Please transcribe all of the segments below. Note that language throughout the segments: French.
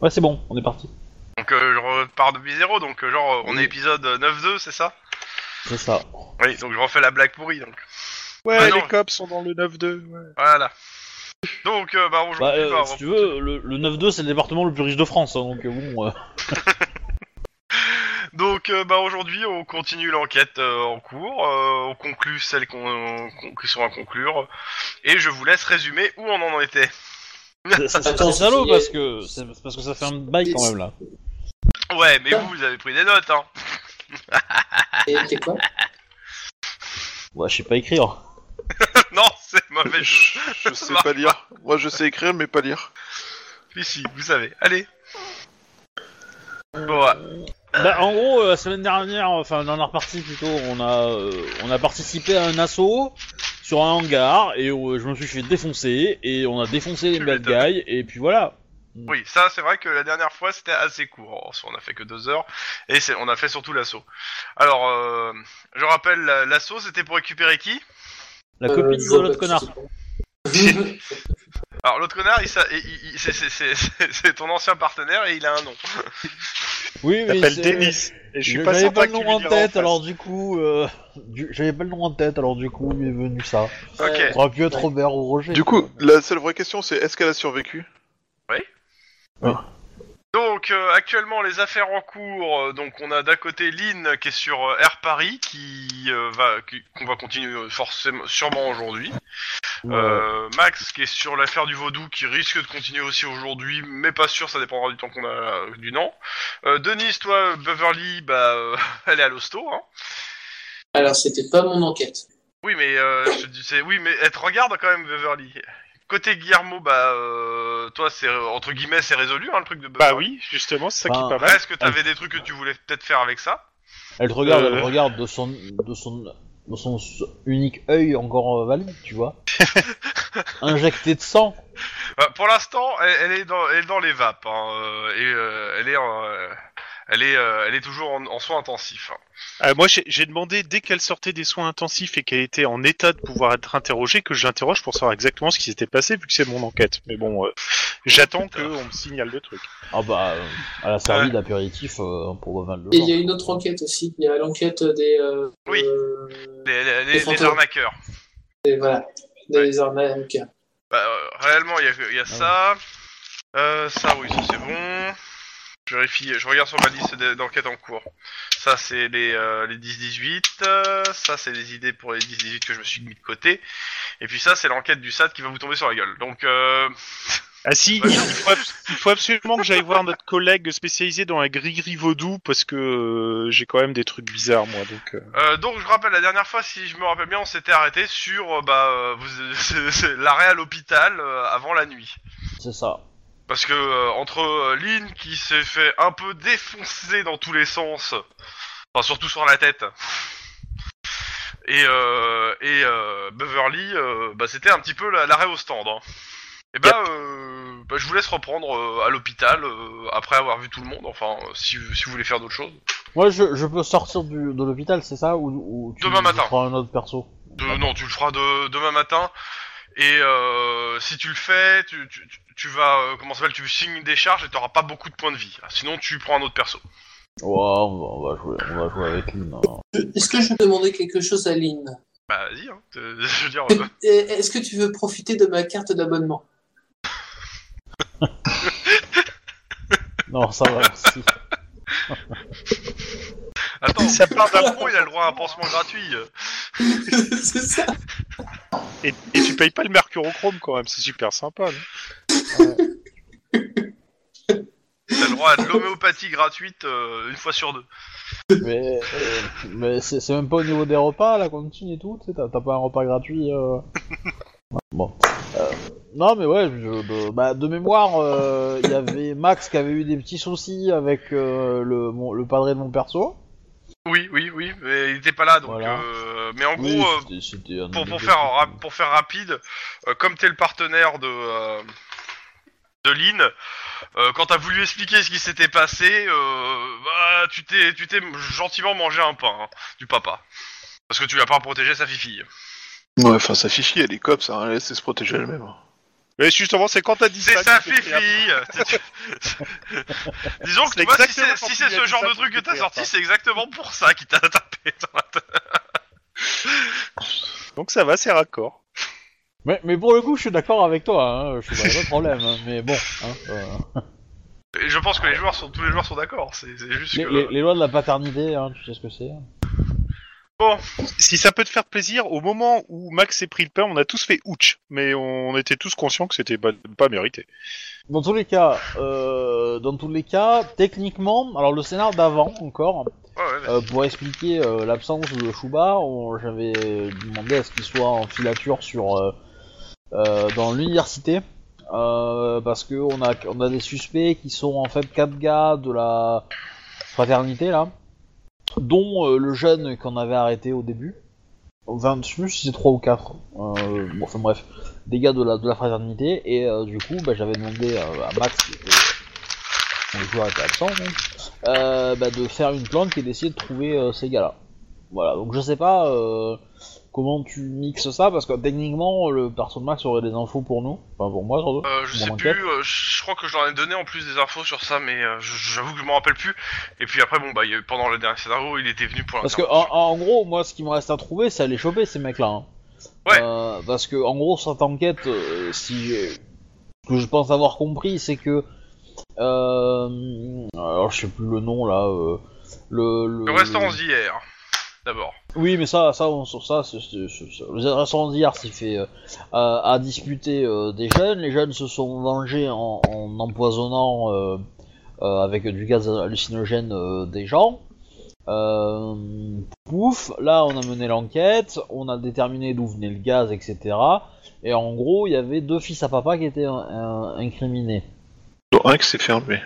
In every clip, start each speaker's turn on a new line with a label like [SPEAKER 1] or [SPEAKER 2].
[SPEAKER 1] Ouais, c'est bon, on est parti.
[SPEAKER 2] Donc euh, je repars depuis zéro, donc euh, genre euh, on est
[SPEAKER 1] Oui.
[SPEAKER 2] épisode euh, 9-2, c'est ça
[SPEAKER 1] C'est ça.
[SPEAKER 2] Oui, donc je refais la blague pourrie, donc.
[SPEAKER 3] Ouais,
[SPEAKER 2] Ah non.
[SPEAKER 3] les cops sont dans le 9-2. ouais.
[SPEAKER 2] Voilà. Donc, euh, bah, aujourd'hui,
[SPEAKER 1] Bah,
[SPEAKER 3] Ah,
[SPEAKER 1] euh,
[SPEAKER 2] bah, on-
[SPEAKER 1] si tu veux, le, le 9-2, c'est le département le plus riche de France, hein, donc euh, bon. euh,
[SPEAKER 2] donc euh, bah, aujourd'hui, on continue l'enquête euh, en cours, euh, on conclut celles qu'on- qu'on- qui sont à conclure, et je vous laisse résumer où on en était.
[SPEAKER 1] c'est- c'est
[SPEAKER 4] Attends,
[SPEAKER 1] c'est salaud
[SPEAKER 4] c'est-
[SPEAKER 1] parce que, c'est- c'est parce que ça fait un bail quand même là.
[SPEAKER 2] Ouais, mais vous, vous avez pris des notes, hein
[SPEAKER 4] Et t'es quoi
[SPEAKER 1] Ouais, je sais pas écrire.
[SPEAKER 2] Non, c'est mauvais jeu.
[SPEAKER 3] Je, je sais pas lire. Moi, je sais écrire, mais pas lire.
[SPEAKER 2] Ici, vous savez. Allez Bon, ouais.
[SPEAKER 1] Bah, en gros, euh, la semaine dernière, enfin, dans la repartie plutôt, on a, euh, on a participé à un assaut sur un hangar et euh, je me suis fait défoncer et on a défoncé les
[SPEAKER 2] Tu
[SPEAKER 1] bad
[SPEAKER 2] m'étonnes.
[SPEAKER 1] guys et puis voilà.
[SPEAKER 2] Oui, ça c'est vrai que la dernière fois c'était assez court. En soi, on a fait que deux heures et c'est- on a fait surtout l'assaut. Alors, euh, je rappelle, la- l'assaut c'était pour récupérer qui
[SPEAKER 1] La
[SPEAKER 4] Euh,
[SPEAKER 1] copine de
[SPEAKER 4] bah,
[SPEAKER 1] l'autre connard.
[SPEAKER 2] Alors l'autre connard, il s'a- il- il- il- c'est- c'est- c'est c'est- c'est ton ancien partenaire et il a un nom.
[SPEAKER 1] Oui, mais
[SPEAKER 3] T'appelles
[SPEAKER 1] c'est-
[SPEAKER 3] Denis. Et je suis pas
[SPEAKER 1] J'avais
[SPEAKER 3] certain
[SPEAKER 1] pas le
[SPEAKER 3] que
[SPEAKER 1] nom
[SPEAKER 3] tu lui hein,
[SPEAKER 1] en
[SPEAKER 3] diras
[SPEAKER 1] tête,
[SPEAKER 3] face.
[SPEAKER 1] alors du coup, euh, du- j'avais pas le nom en tête, alors du coup, il est venu ça.
[SPEAKER 2] Ok.
[SPEAKER 1] Ça aurait pu être
[SPEAKER 4] Ouais.
[SPEAKER 1] Robert ou Roger.
[SPEAKER 3] Du coup, la seule vraie question, c'est est-ce qu'elle a survécu
[SPEAKER 2] Donc euh, actuellement les affaires en cours. euh, donc on a d'un côté Lynn qui est sur euh, Air Paris qui euh, va qui- qu'on va continuer euh, forcément sûrement aujourd'hui. Euh, Max qui est sur l'affaire du vaudou qui risque de continuer aussi aujourd'hui, mais pas sûr, ça dépendra du temps qu'on a euh, du nom. Euh, Denise, toi, euh, Beverly, bah, euh, elle est à l'hosto. Hein.
[SPEAKER 4] Alors, c'était pas mon enquête.
[SPEAKER 2] Oui, mais euh, je te dis, c'est oui, mais elle te regarde quand même, Beverly. Côté Guillermo, bah, euh, toi, c'est euh, entre guillemets, c'est résolu, hein, le truc de
[SPEAKER 3] Bah
[SPEAKER 2] Beverly.
[SPEAKER 3] oui, justement, c'est ça
[SPEAKER 1] Bah,
[SPEAKER 3] qui est pas mal.
[SPEAKER 2] Est-ce que t'avais des trucs que tu voulais peut-être faire avec ça
[SPEAKER 1] Elle te regarde, elle
[SPEAKER 3] Euh.
[SPEAKER 1] te regarde de son, de son, de son unique œil encore euh, valide, tu vois. Injecté de sang.
[SPEAKER 2] Euh, Pour l'instant, elle, elle est dans, elle est dans les vapes, hein, euh, et euh, elle est, en, euh, elle est, euh, elle est toujours en, en soins intensifs. hein.
[SPEAKER 3] Euh, moi, j'ai- j'ai demandé dès qu'elle sortait des soins intensifs et qu'elle était en état de pouvoir être interrogée que je l'interroge pour savoir exactement ce qui s'était passé vu que c'est mon enquête. Mais bon, euh, j'attends qu'on me signale le truc.
[SPEAKER 1] Ah bah, euh, elle a servi
[SPEAKER 2] Ouais.
[SPEAKER 1] d'apéritif euh, pour mal de
[SPEAKER 4] Et il y
[SPEAKER 1] gens.
[SPEAKER 4] a une autre enquête aussi. Il y a l'enquête des. euh,
[SPEAKER 2] Oui.
[SPEAKER 4] euh,
[SPEAKER 2] Les- les- les-
[SPEAKER 4] Les
[SPEAKER 2] les
[SPEAKER 4] fantômes.
[SPEAKER 2] arnaqueurs.
[SPEAKER 4] des- voilà. Des arnaques.
[SPEAKER 2] Bah, euh, réellement, il y a, il y a ça. Euh, ça, oui, ça c'est bon. Je vérifie, je regarde sur ma liste d'e- d'enquête en cours. Ça, c'est les, euh, les 10-18. euh, ça, c'est les idées pour les 10-18 que je me suis mis de côté. Et puis ça, c'est l'enquête du SAD qui va vous tomber sur la gueule. Donc, euh,
[SPEAKER 3] Ah si,
[SPEAKER 2] Ouais.
[SPEAKER 3] il, faut abs- il faut absolument que j'aille voir notre collègue spécialisé dans la gris-gris vaudou parce que euh, j'ai quand même des trucs bizarres moi. Donc, euh.
[SPEAKER 2] euh, donc, je rappelle, la dernière fois, si je me rappelle bien, on s'était arrêté sur euh, bah, euh, vous- c'est- c'est l'arrêt à l'hôpital euh, avant la nuit.
[SPEAKER 1] C'est ça.
[SPEAKER 2] Parce que euh, entre euh, Lynn qui s'est fait un peu défoncer dans tous les sens, enfin surtout sur la tête, et, euh, et euh, Beverly, euh, bah, c'était un petit peu la- l'arrêt au stand. hein. Et bah, euh, bah, je vous laisse reprendre euh, à l'hôpital euh, après avoir vu tout le monde, enfin euh, si, si vous voulez faire d'autres choses.
[SPEAKER 1] Moi, je, je peux sortir du, de l'hôpital, c'est ça ou, ou tu
[SPEAKER 2] Demain
[SPEAKER 1] tu
[SPEAKER 2] matin.
[SPEAKER 1] prends un autre perso
[SPEAKER 2] De- non, tu le feras de, demain matin. Et euh, si tu le fais, tu, tu, tu- tu vas, euh, comment ça s'appelle, tu signes des charges et t'auras pas beaucoup de points de vie. Ah, Sinon, tu prends un autre perso.
[SPEAKER 1] Ouais, on va, on va jouer, on va jouer avec Lynn. hein.
[SPEAKER 4] Je- Est-ce que je vais demander quelque chose à Lynn
[SPEAKER 2] Bah vas-y, hein. Euh, je veux dire, euh,
[SPEAKER 4] Et Est-ce que tu veux profiter de ma carte d'abonnement
[SPEAKER 1] Non, ça va, merci.
[SPEAKER 2] attends,
[SPEAKER 3] Ça
[SPEAKER 2] ça
[SPEAKER 3] part
[SPEAKER 2] part d'un pro, il a le droit à un pansement gratuit.
[SPEAKER 4] C'est ça.
[SPEAKER 3] et, et tu payes pas le mercurochrome quand même, c'est super sympa. non
[SPEAKER 2] Il a le droit à de l'homéopathie gratuite euh, une fois sur deux.
[SPEAKER 1] Mais, euh, mais c'est c'est même pas au niveau des repas, la cantine et tout, tu sais, t'as t'as pas un repas gratuit. euh. bon. Euh, non, mais ouais, je- de, bah, de mémoire, euh, il y avait Max qui avait eu des petits soucis avec euh, le, mon- le padré de mon perso.
[SPEAKER 2] Oui, oui, oui, mais il était pas là, donc.
[SPEAKER 1] Voilà.
[SPEAKER 2] euh, mais en gros,
[SPEAKER 1] Oui,
[SPEAKER 2] euh,
[SPEAKER 1] c'était- c'était un
[SPEAKER 2] pour,
[SPEAKER 1] des
[SPEAKER 2] pour,
[SPEAKER 1] deux
[SPEAKER 2] faire,
[SPEAKER 1] trucs.
[SPEAKER 2] ra- pour faire rapide, euh, comme t'es le partenaire de, euh, de Lynn, euh, quand t'as voulu expliquer ce qui s'était passé, euh, bah, tu t'es tu t'es gentiment mangé un pain hein, du papa. Parce que tu lui as pas protégé sa fille
[SPEAKER 3] hein, Ouais, enfin, ça fichie, elle est cop, ça, laisse se protéger elle-même. hein. Mais justement, c'est quand t'as dit
[SPEAKER 2] C'est
[SPEAKER 3] ça.
[SPEAKER 2] sa
[SPEAKER 3] que j'ai pris la-
[SPEAKER 2] fille Disons que
[SPEAKER 3] C'est
[SPEAKER 2] tu vois, si c'est
[SPEAKER 3] exactement quand
[SPEAKER 2] si
[SPEAKER 3] tu
[SPEAKER 2] c'est
[SPEAKER 3] lui as
[SPEAKER 2] ce
[SPEAKER 3] dit
[SPEAKER 2] genre
[SPEAKER 3] ça
[SPEAKER 2] de
[SPEAKER 3] que
[SPEAKER 2] truc que
[SPEAKER 3] tu
[SPEAKER 1] hein.
[SPEAKER 2] t'as
[SPEAKER 3] perds
[SPEAKER 2] sorti,
[SPEAKER 3] pas.
[SPEAKER 2] c'est exactement pour ça qu'il t'a tapé dans la tête.
[SPEAKER 3] Donc ça va, c'est raccord.
[SPEAKER 1] Mais, mais pour le coup, je suis d'accord avec toi, hein, je suis pas pas de problème, hein, mais bon. hein, euh,
[SPEAKER 2] Et je pense que les joueurs sont, tous les joueurs sont d'accord, c'est c'est juste
[SPEAKER 1] les,
[SPEAKER 2] que...
[SPEAKER 1] les- les lois de la paternité, hein, tu sais ce que c'est.
[SPEAKER 3] Si ça peut te faire plaisir, au moment où Max s'est pris le pain, on a tous fait ouch, mais on était tous conscients que c'était pas, pas mérité.
[SPEAKER 1] Dans tous les cas, euh, dans tous les cas, techniquement, alors le scénar d'avant encore,
[SPEAKER 2] Ouais, ouais,
[SPEAKER 1] euh, pour expliquer euh, l'absence de Shuba, on- j'avais demandé à ce qu'il soit en filature sur euh, euh, dans l'université, euh, parce que on a on a des suspects qui sont en fait quatre gars de la fraternité là, dont euh, le jeune qu'on avait arrêté au début. 20, je sais plus si c'est 3 ou 4. Euh, bon, enfin bref, des gars de la, de la fraternité. Et euh, du coup, bah, j'avais demandé euh, à Max, qui était- euh, le joueur était absent, donc, euh, bah, de faire une planque et d'essayer de trouver euh, ces gars-là. Voilà, donc je sais pas euh, comment tu mixes ça, parce que techniquement, le perso de Max aurait des infos pour nous, enfin pour moi surtout.
[SPEAKER 2] Euh, je
[SPEAKER 1] Mon
[SPEAKER 2] sais
[SPEAKER 1] enquête.
[SPEAKER 2] plus, euh, je crois que je leur ai donné en plus des infos sur ça, mais euh, je- j'avoue que je m'en rappelle plus. Et puis après, bon, bah, il y a eu- pendant le dernier scénario, il était venu pour
[SPEAKER 1] Parce que en,
[SPEAKER 2] l'intervention.
[SPEAKER 1] en gros, moi, ce qui me reste à trouver, c'est aller choper ces mecs-là. hein.
[SPEAKER 2] Ouais.
[SPEAKER 1] Euh, parce que en gros, cette enquête, euh, si j'ai- ce que je pense avoir compris, c'est que euh, alors je sais plus le nom là. euh, le, le,
[SPEAKER 2] Le restaurant d'hier, d'abord.
[SPEAKER 1] Oui, mais ça, ça, on, sur ça, c'est- c'est- c'est- c'est- le restaurant d'hier s'est fait euh, à, à disputer euh, des jeunes. Les jeunes se sont vengés en, en empoisonnant euh, euh, avec du gaz hallucinogène euh, des gens. Euh, pouf, là on a mené l'enquête, on a déterminé d'où venait le gaz, etc. Et en gros, il y avait deux fils à papa qui étaient euh, incriminés.
[SPEAKER 3] un que c'est fermé.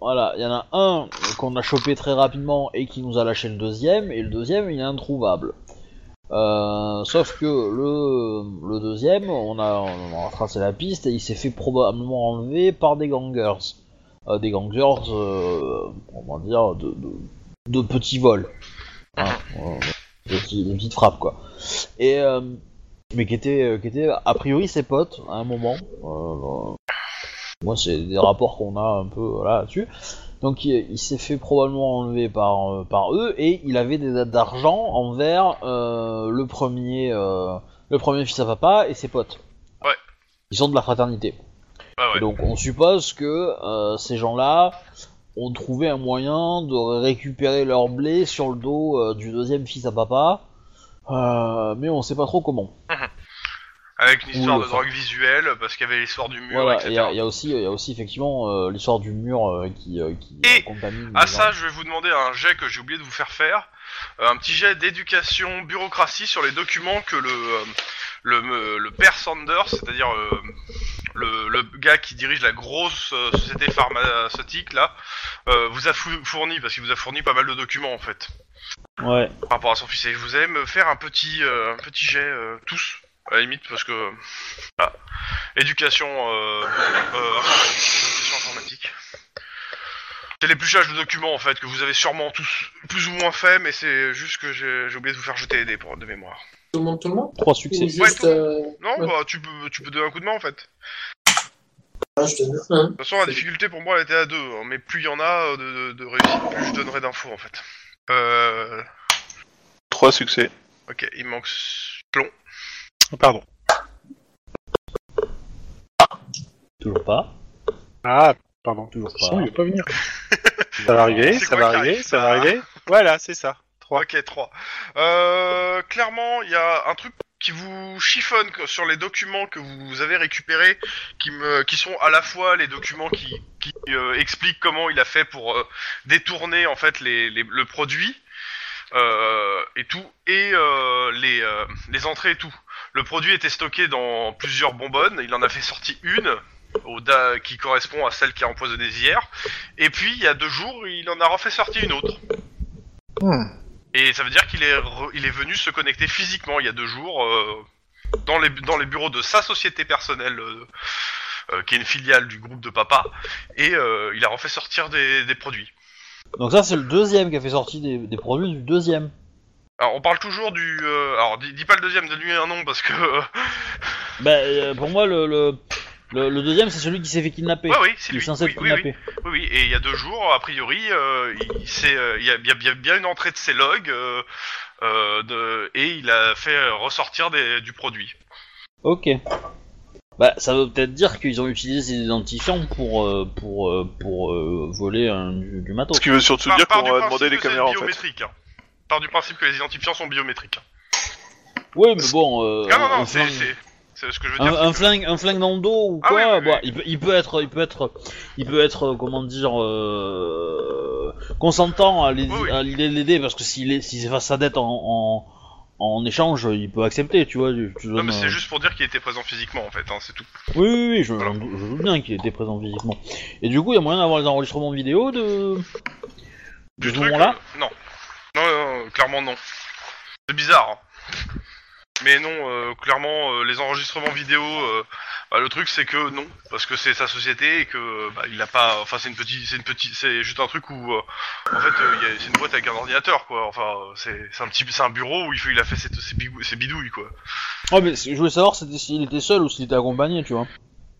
[SPEAKER 1] Voilà, il y en a un qu'on a chopé très rapidement et qui nous a lâché le deuxième, et le deuxième il est introuvable. Euh, sauf que le, le deuxième, on a, on a tracé la piste et il s'est fait probablement enlever par des gangers. Euh, des gangers, euh, comment dire, de, de, de petits vols. Hein, euh, des, petits- des petites frappes quoi. Et, euh, mais qui étaient, euh, qui étaient a priori ses potes à un moment. Euh, moi, c'est des rapports qu'on a un peu voilà, là-dessus. Donc, il, il s'est fait probablement enlever par, euh, par eux et il avait des dates d'argent envers euh, le, premier, euh, le premier fils à papa et ses potes.
[SPEAKER 2] Ouais.
[SPEAKER 1] Ils sont de la fraternité.
[SPEAKER 2] Bah ouais.
[SPEAKER 1] Donc, on suppose que euh, ces gens-là ont trouvé un moyen de récupérer leur blé sur le dos euh, du deuxième fils à papa. Euh, mais on sait pas trop comment.
[SPEAKER 2] Avec une
[SPEAKER 1] Oui,
[SPEAKER 2] histoire de
[SPEAKER 1] enfin.
[SPEAKER 2] drogue visuelle, parce qu'il y avait l'histoire du mur,
[SPEAKER 1] Voilà,
[SPEAKER 2] etc.
[SPEAKER 1] il y, a- il y a aussi, il y a aussi effectivement euh, l'histoire du mur euh, qui, euh, qui
[SPEAKER 2] Et
[SPEAKER 1] euh, contamine.
[SPEAKER 2] Ah
[SPEAKER 1] les gens.
[SPEAKER 2] ça, je vais vous demander un jet que j'ai oublié de vous faire faire, Euh, un petit jet d'éducation bureaucratie sur les documents que le euh, le, me- le père Sanders, c'est-à-dire euh, le, le gars qui dirige la grosse euh, société pharmaceutique là, euh, vous a fou- fourni parce qu'il vous a fourni pas mal de documents en fait
[SPEAKER 1] Ouais.
[SPEAKER 2] par rapport à son fils. Et je vous allez me faire un petit euh, un petit jet euh, tous à la limite parce que ah. éducation euh, euh, éducation informatique. C'est l'épluchage de documents en fait que vous avez sûrement tous plus ou moins fait, mais c'est juste que j'ai j'ai oublié de vous faire jeter les dés pour, de mémoire.
[SPEAKER 4] Tout le monde, tout le monde
[SPEAKER 1] Trois
[SPEAKER 4] Ou
[SPEAKER 1] succès.
[SPEAKER 2] Ouais,
[SPEAKER 4] juste.
[SPEAKER 2] tout le
[SPEAKER 4] euh,
[SPEAKER 2] Non,
[SPEAKER 4] Ouais.
[SPEAKER 2] bah tu peux tu peux donner un coup de main en fait.
[SPEAKER 4] ah, je te donne un.
[SPEAKER 2] De toute façon, la difficulté pour moi elle était à deux, hein, mais plus il y en a euh, de, de, de réussite, plus je donnerai d'infos en fait. Euh,
[SPEAKER 3] Trois succès.
[SPEAKER 2] ok, il manque plomb.
[SPEAKER 3] Pardon.
[SPEAKER 1] Toujours pas.
[SPEAKER 3] Ah, pardon.
[SPEAKER 1] Toujours pas.
[SPEAKER 3] Sinon, il va pas venir. ça va arriver,
[SPEAKER 2] C'est
[SPEAKER 3] ça
[SPEAKER 2] quoi
[SPEAKER 3] va
[SPEAKER 2] qui
[SPEAKER 3] arriver,
[SPEAKER 2] arrive,
[SPEAKER 3] ça va
[SPEAKER 2] ça
[SPEAKER 3] arriver. Voilà, c'est ça. Trois.
[SPEAKER 2] Ok, 3. Euh, clairement, il y a un truc qui vous chiffonne que- sur les documents que vous avez récupérés, qui, me, qui sont à la fois les documents qui, qui euh, expliquent comment il a fait pour euh, détourner en fait les, les- le produit euh, et tout, et euh, les, euh, les entrées et tout. Le produit était stocké dans plusieurs bonbonnes, il en a fait sortir une au da- qui correspond à celle qui a empoisonné hier, et puis il y a deux jours, il en a refait sortir une autre. Et ça veut dire qu'il est, re- il est venu se connecter physiquement il y a deux jours euh, dans, les, dans les bureaux de sa société personnelle, euh, euh, qui est une filiale du groupe de papa, et euh, il a refait sortir des, des produits.
[SPEAKER 1] Donc ça, c'est le deuxième qui a fait sortir des, des produits du deuxième.
[SPEAKER 2] Alors on parle toujours du... euh, alors dis, dis pas le deuxième, donne-lui un nom parce que... euh,
[SPEAKER 1] Bah, euh, pour moi, le, le, Le, le deuxième, c'est celui qui s'est fait kidnapper.
[SPEAKER 2] Ouais, oui, c'est
[SPEAKER 1] Il est
[SPEAKER 2] lui.
[SPEAKER 1] censé
[SPEAKER 2] Oh, Oui,
[SPEAKER 1] être
[SPEAKER 2] oui, oui,
[SPEAKER 1] kidnappé.
[SPEAKER 2] oui, oui. Et il y a deux jours, a priori, euh, il s'est, euh, il y a bien, bien- bien une entrée de ses logs euh, euh, de, et il a fait ressortir des- du produit.
[SPEAKER 1] Ok. Bah, ça veut peut-être dire qu'ils ont utilisé ces identifiants pour euh, pour euh, pour euh, voler un- du, du matos.
[SPEAKER 3] Ce qui veut surtout dire qu'on va demander les
[SPEAKER 2] que c'est
[SPEAKER 3] caméras en fait.
[SPEAKER 2] biométrique. hein. Part du principe que les identifiants sont biométriques.
[SPEAKER 1] Oui, mais bon. euh,
[SPEAKER 2] Ah non, non,
[SPEAKER 1] un
[SPEAKER 2] c'est,
[SPEAKER 1] flingue-
[SPEAKER 2] c'est, c'est ce que je veux
[SPEAKER 1] un,
[SPEAKER 2] dire.
[SPEAKER 1] un flingue, un flingue dans le dos ou
[SPEAKER 2] Ah
[SPEAKER 1] quoi
[SPEAKER 2] oui, oui, oui.
[SPEAKER 1] bah, Il, peut, il peut être, il peut être, il peut être, euh, comment dire, euh, consentant à l'idée
[SPEAKER 2] Oui, oui.
[SPEAKER 1] à l'idée de l'aider parce que s'il est, s'il efface sa dette en, en, en échange, il peut accepter, tu vois. Tu, tu
[SPEAKER 2] Non,
[SPEAKER 1] donnes,
[SPEAKER 2] mais c'est
[SPEAKER 1] euh,
[SPEAKER 2] juste pour dire qu'il était présent physiquement en fait, hein, c'est tout.
[SPEAKER 1] Oui, oui, oui, je,
[SPEAKER 2] Voilà.
[SPEAKER 1] je veux bien qu'il était présent physiquement. Et du coup, il y a moyen d'avoir les enregistrements vidéo de, de
[SPEAKER 2] Du
[SPEAKER 1] ce
[SPEAKER 2] truc,
[SPEAKER 1] moment-là.
[SPEAKER 2] euh, non. non. non, non, clairement non. C'est bizarre. hein. Mais non, euh, clairement, euh, les enregistrements vidéo, euh, bah, le truc c'est que non, parce que c'est sa société et que euh, bah, il a pas. Enfin, c'est une petite, c'est une petite, c'est juste un truc où, euh, en fait, euh, il y a- c'est une boîte avec un ordinateur quoi. Enfin, euh, c'est, c'est un petit, c'est un bureau où il, fait, il a fait ses, ses bigou- ses bidouilles quoi. euh.
[SPEAKER 1] Oh, mais je voulais savoir c'était- s'il était seul ou s'il était accompagné, tu vois.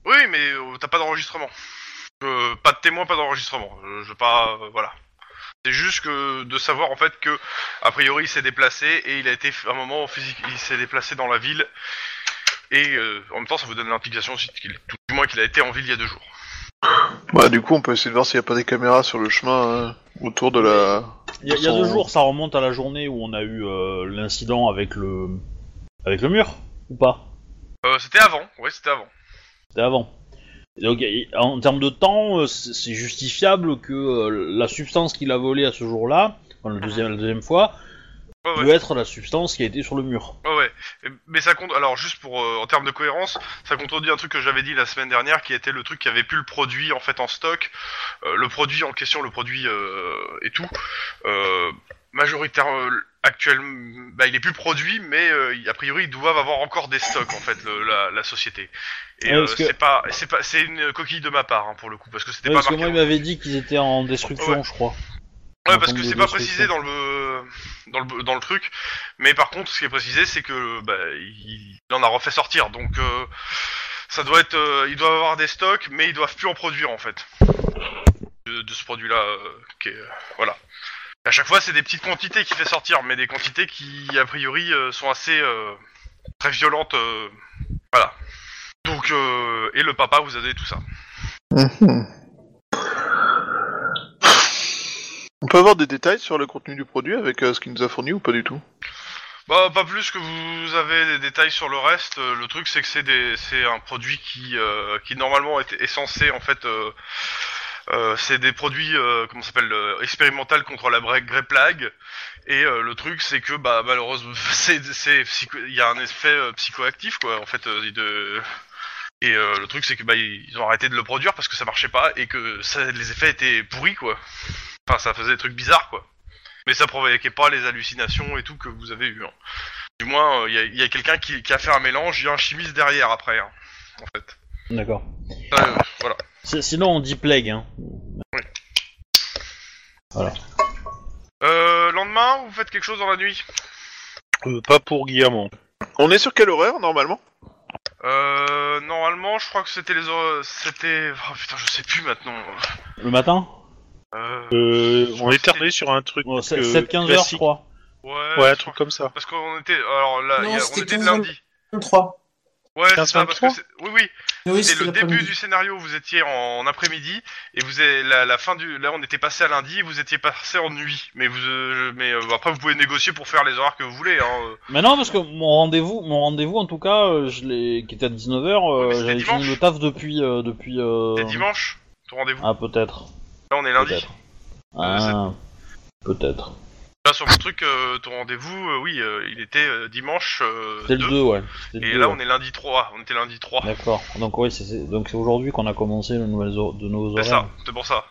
[SPEAKER 2] Oui, mais euh, t'as pas d'enregistrement. Euh, pas de témoin, pas d'enregistrement. Euh, Je, veux pas, euh, voilà. C'est juste que de savoir en fait que a priori il s'est déplacé et il a été f- un moment physique, il s'est déplacé dans la ville et euh, en même temps ça vous donne l'implication aussi qu'il, tout du moins qu'il a été en ville il y a deux jours.
[SPEAKER 3] Bah, du coup, on peut essayer de voir s'il n'y a pas des caméras sur le chemin hein, autour de la.
[SPEAKER 1] Il y, a- il y a
[SPEAKER 3] Son-
[SPEAKER 1] deux jours, ça remonte à la journée où on a eu euh, l'incident avec le, avec le mur ou pas
[SPEAKER 2] Euh, c'était avant, oui c'était avant.
[SPEAKER 1] C'était avant. Donc, et- en termes de temps, euh, c'est c'est justifiable que euh, la substance qu'il a volée à ce jour-là, enfin, le deuxième, la deuxième fois,
[SPEAKER 2] Ouais, Ah. ouais.
[SPEAKER 1] peut être la substance qui a été sur le mur.
[SPEAKER 2] Ouais, ouais. Et- Mais ça compte. Alors, juste pour euh, en termes de cohérence, ça contredit un truc que j'avais dit la semaine dernière, qui était le truc qui avait pu le produit en fait en stock, Euh, le produit en question, le produit euh, et tout. Euh, majoritaire euh, actuel, bah, il est plus produit, mais euh, il- a priori ils doivent avoir encore des stocks en fait le- la, la société. Et
[SPEAKER 1] Ouais,
[SPEAKER 2] euh,
[SPEAKER 1] parce que-
[SPEAKER 2] c'est pas, c'est pas, c'est une coquille de ma part hein, pour le coup, parce que c'était
[SPEAKER 1] Ouais,
[SPEAKER 2] pas
[SPEAKER 1] parce que
[SPEAKER 2] marqué
[SPEAKER 1] moi, il
[SPEAKER 2] en-
[SPEAKER 1] m'avait dit qu'ils étaient en destruction, je crois.
[SPEAKER 2] Ouais,
[SPEAKER 1] En
[SPEAKER 2] parce
[SPEAKER 1] termes
[SPEAKER 2] que
[SPEAKER 1] de
[SPEAKER 2] c'est pas
[SPEAKER 1] description.
[SPEAKER 2] précisé dans le dans le dans le truc, mais par contre, ce qui est précisé, c'est que bah, il, il en a refait sortir, donc euh, ça doit être, euh, ils doivent avoir des stocks, mais ils doivent plus en produire en fait de, de ce produit-là. euh, qui est- voilà. À chaque fois, c'est des petites quantités qu'il fait sortir, mais des quantités qui a priori euh, sont assez euh, très violentes. euh, voilà. Donc euh, et le papa vous a donné tout ça.
[SPEAKER 3] Mhm. On peut avoir des détails sur le contenu du produit avec euh, ce qu'il nous a fourni ou pas du tout
[SPEAKER 2] Bah pas plus que vous avez des détails sur le reste. Euh, Le truc c'est que c'est des c'est un produit qui euh, qui normalement est, est censé en fait euh, euh, c'est des produits euh, comment ça s'appelle euh, expérimental contre la vraie grey plague et euh, le truc c'est que bah malheureusement c'est c'est psycho- il y a un effet euh, psychoactif quoi en fait euh, de et euh, le truc c'est que bah ils ont arrêté de le produire parce que ça marchait pas et que ça, les effets étaient pourris quoi. Enfin ça faisait des trucs bizarres quoi. Mais ça provoquait pas les hallucinations et tout que vous avez eu. hein. Du moins, euh, il y a, quelqu'un qui, qui a fait un mélange, il y a un chimiste derrière après, hein, en fait.
[SPEAKER 1] D'accord.
[SPEAKER 2] Ça, euh, voilà.
[SPEAKER 1] C'est- Sinon, on dit plague. Hein.
[SPEAKER 2] Euh, lendemain, vous faites quelque chose dans la nuit
[SPEAKER 5] Euh, pas pour Guillermo.
[SPEAKER 3] On est sur quel horaire normalement
[SPEAKER 2] euh, Normalement, je crois que c'était les. hor- C'était. Oh putain, je sais plus maintenant.
[SPEAKER 1] Le matin
[SPEAKER 2] Euh,
[SPEAKER 5] Euh, on éternait sur un truc.
[SPEAKER 1] Bon,
[SPEAKER 5] euh,
[SPEAKER 1] 7-15 heures, je
[SPEAKER 5] classique.
[SPEAKER 1] crois.
[SPEAKER 2] ouais.
[SPEAKER 5] Ouais, un
[SPEAKER 2] je crois
[SPEAKER 5] truc
[SPEAKER 2] que-
[SPEAKER 5] comme ça.
[SPEAKER 2] Parce qu'on était. Alors là,
[SPEAKER 4] Non,
[SPEAKER 2] il y a- on
[SPEAKER 4] c'était
[SPEAKER 2] était le
[SPEAKER 4] 15.
[SPEAKER 2] lundi.
[SPEAKER 4] 23.
[SPEAKER 2] Ouais, c'est ça,
[SPEAKER 5] 15,
[SPEAKER 2] parce que. c'est- Oui, oui,
[SPEAKER 4] Oui,
[SPEAKER 2] c'est le début
[SPEAKER 4] l'après-midi.
[SPEAKER 2] du scénario, vous étiez en après-midi, et vous avez la, la fin du. Là, on était passé à lundi, vous étiez passé en nuit. Mais vous. euh, mais euh, après, vous pouvez négocier pour faire les horaires que vous voulez, hein.
[SPEAKER 1] Mais non, parce que mon rendez-vous, mon rendez-vous en tout cas, euh, je l'ai, qui était à 19h,
[SPEAKER 2] Ouais, mais c'était
[SPEAKER 1] j'avais fini
[SPEAKER 2] dimanche.
[SPEAKER 1] le taf depuis. euh, depuis euh,
[SPEAKER 2] C'est dimanche, ton rendez-vous.
[SPEAKER 1] Ah, peut-être.
[SPEAKER 2] Là, on est lundi.
[SPEAKER 1] Peut-être. Ah, peut-être.
[SPEAKER 2] Là, sur mon truc, euh, ton rendez-vous, euh, oui, euh, il était euh, dimanche euh,
[SPEAKER 1] C'était
[SPEAKER 2] 2.
[SPEAKER 1] le 2, ouais. C'était le
[SPEAKER 2] Et
[SPEAKER 1] deux,
[SPEAKER 2] là,
[SPEAKER 1] ouais.
[SPEAKER 2] on est lundi 3. On était lundi 3.
[SPEAKER 1] D'accord. Donc oui, c'est- c'est donc c'est aujourd'hui qu'on a commencé le nouvel hor- de nouveaux
[SPEAKER 2] C'est
[SPEAKER 1] horaires.
[SPEAKER 2] ça, c'est pour ça.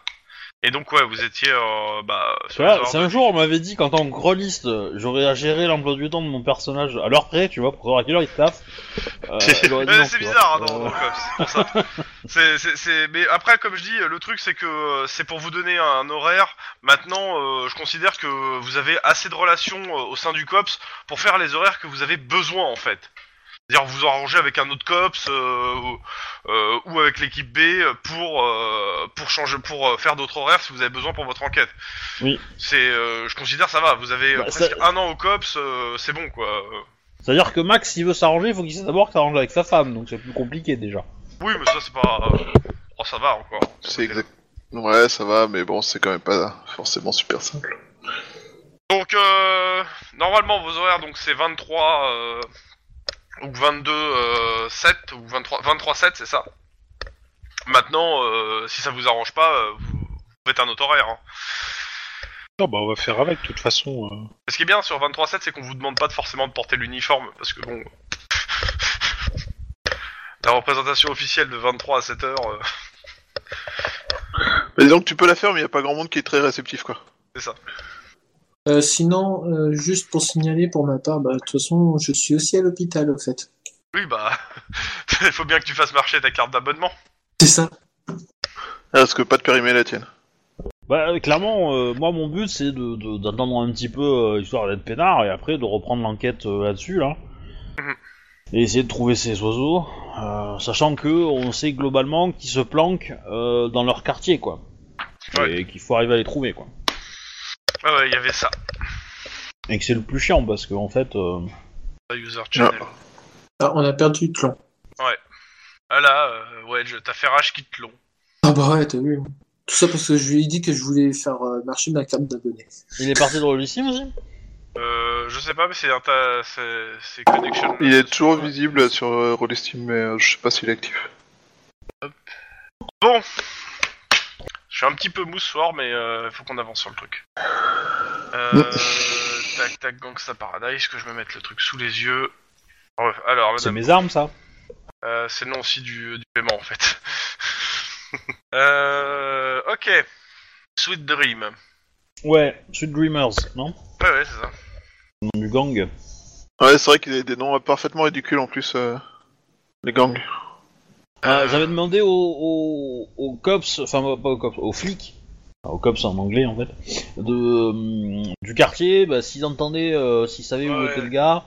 [SPEAKER 2] Et donc, ouais, vous étiez. euh, bah,
[SPEAKER 1] Tu
[SPEAKER 2] sur
[SPEAKER 1] vois,
[SPEAKER 2] les horaires
[SPEAKER 1] c'est
[SPEAKER 2] de-
[SPEAKER 1] un jour on m'avait dit qu'en tant que rôliste, euh, j'aurais à gérer l'emploi du temps de mon personnage à l'heure près, tu vois, pour savoir à quelle heure il taffe. Euh, j'aurais dit
[SPEAKER 2] Ouais,
[SPEAKER 1] non,
[SPEAKER 2] c'est
[SPEAKER 1] tu vois.
[SPEAKER 2] bizarre, hein, dans-
[SPEAKER 1] Euh,
[SPEAKER 2] dans Cops, c'est pour ça. C'est- c'est- c'est- Mais après, comme je dis, le truc, c'est que euh, c'est pour vous donner un horaire. Maintenant, euh, je considère que vous avez assez de relations euh, au sein du COPS pour faire les horaires que vous avez besoin, en fait. C'est-à-dire vous arrangez avec un autre cops euh, ou- euh, ou avec l'équipe B pour euh, pour changer pour euh, faire d'autres horaires si vous avez besoin pour votre enquête.
[SPEAKER 1] Oui.
[SPEAKER 2] C'est euh, je considère ça va. Vous avez euh,
[SPEAKER 1] Bah,
[SPEAKER 2] presque
[SPEAKER 1] ça-
[SPEAKER 2] un an au cops, euh, c'est bon quoi. Euh,
[SPEAKER 1] C'est-à-dire que Max, s'il veut s'arranger, il faut qu'il s'arrange d'abord avec sa femme, donc c'est plus compliqué déjà.
[SPEAKER 2] Oui, mais ça c'est pas. euh, Oh ça va encore.
[SPEAKER 3] C'est exact. Ouais, ça va, mais bon, c'est quand même pas forcément super simple.
[SPEAKER 2] Donc, euh, normalement, vos horaires, donc c'est 23 euh, ou 22 euh, 7 ou 23 23 7, c'est ça. Maintenant, euh, si ça vous arrange pas, euh, vous vous faites un autre horaire. hein.
[SPEAKER 6] Non, bah on va faire avec, de toute façon. euh.
[SPEAKER 2] Ce qui est bien sur 23 7, c'est qu'on vous demande pas de forcément de porter l'uniforme parce que bon. euh, La représentation officielle de 23 à 7 heures, euh,
[SPEAKER 3] Mais disons que tu peux la faire, mais y a pas grand monde qui est très réceptif, quoi.
[SPEAKER 4] Euh, sinon, euh, juste pour signaler pour ma part, bah, de toute façon, je suis aussi à l'hôpital, au fait.
[SPEAKER 2] oui, bah, il faut bien que tu fasses marcher ta carte d'abonnement.
[SPEAKER 4] C'est ça.
[SPEAKER 3] Ah, Parce que pas de périmée la tienne.
[SPEAKER 1] Bah, euh, clairement, euh, moi, mon but, c'est de- de- d'attendre un petit peu, euh, histoire d'être peinard, et après de reprendre l'enquête euh, là-dessus, là.
[SPEAKER 2] Mhm.
[SPEAKER 1] Et essayer de trouver ces oiseaux, euh, sachant que on sait globalement qu'ils se planquent euh, dans leur quartier, quoi.
[SPEAKER 2] Ouais.
[SPEAKER 1] Et qu'il faut arriver à les trouver, quoi.
[SPEAKER 2] Ah ouais, il y avait ça.
[SPEAKER 1] Et que c'est le plus chiant, parce qu'en en fait... euh,
[SPEAKER 2] User channel.
[SPEAKER 4] Ah, on a perdu le clan.
[SPEAKER 2] Ah là, euh, ouais, je- t'as fait rage quitte long.
[SPEAKER 4] Ah bah ouais, t'as vu. Tout ça parce que je lui ai dit que je voulais faire euh, marcher ma carte d'abonné.
[SPEAKER 1] Il est parti dans le lycée, aussi
[SPEAKER 2] Euh, je sais pas, mais c'est un ta... c'est c'est connection.
[SPEAKER 3] Il est toujours visible sur euh, Rolesteam, mais euh, je sais pas s'il est actif.
[SPEAKER 2] Je suis un petit peu mou ce soir, mais euh, faut qu'on avance sur le truc. Euh, tac tac Gangsta Paradise, que je me mette le truc sous les yeux. Bref, alors,
[SPEAKER 1] C'est
[SPEAKER 2] madame,
[SPEAKER 1] mes armes, ça
[SPEAKER 2] euh, c'est le nom aussi du, du paiement en fait. euh, ok. Sweet Dream.
[SPEAKER 1] Ouais, Sweet Dreamers, non
[SPEAKER 2] Ouais, ouais, c'est ça.
[SPEAKER 1] Nom Du gang.
[SPEAKER 3] Ouais, c'est vrai qu'il a des noms euh, parfaitement ridicules en plus, euh, les gangs.
[SPEAKER 1] Euh, J'avais demandé aux au, au cops, enfin pas aux cops, aux flics, enfin, aux cops en anglais en fait, de, euh, du quartier, bah, s'ils entendaient, euh, s'ils savaient où
[SPEAKER 2] Ouais.
[SPEAKER 1] était le gars,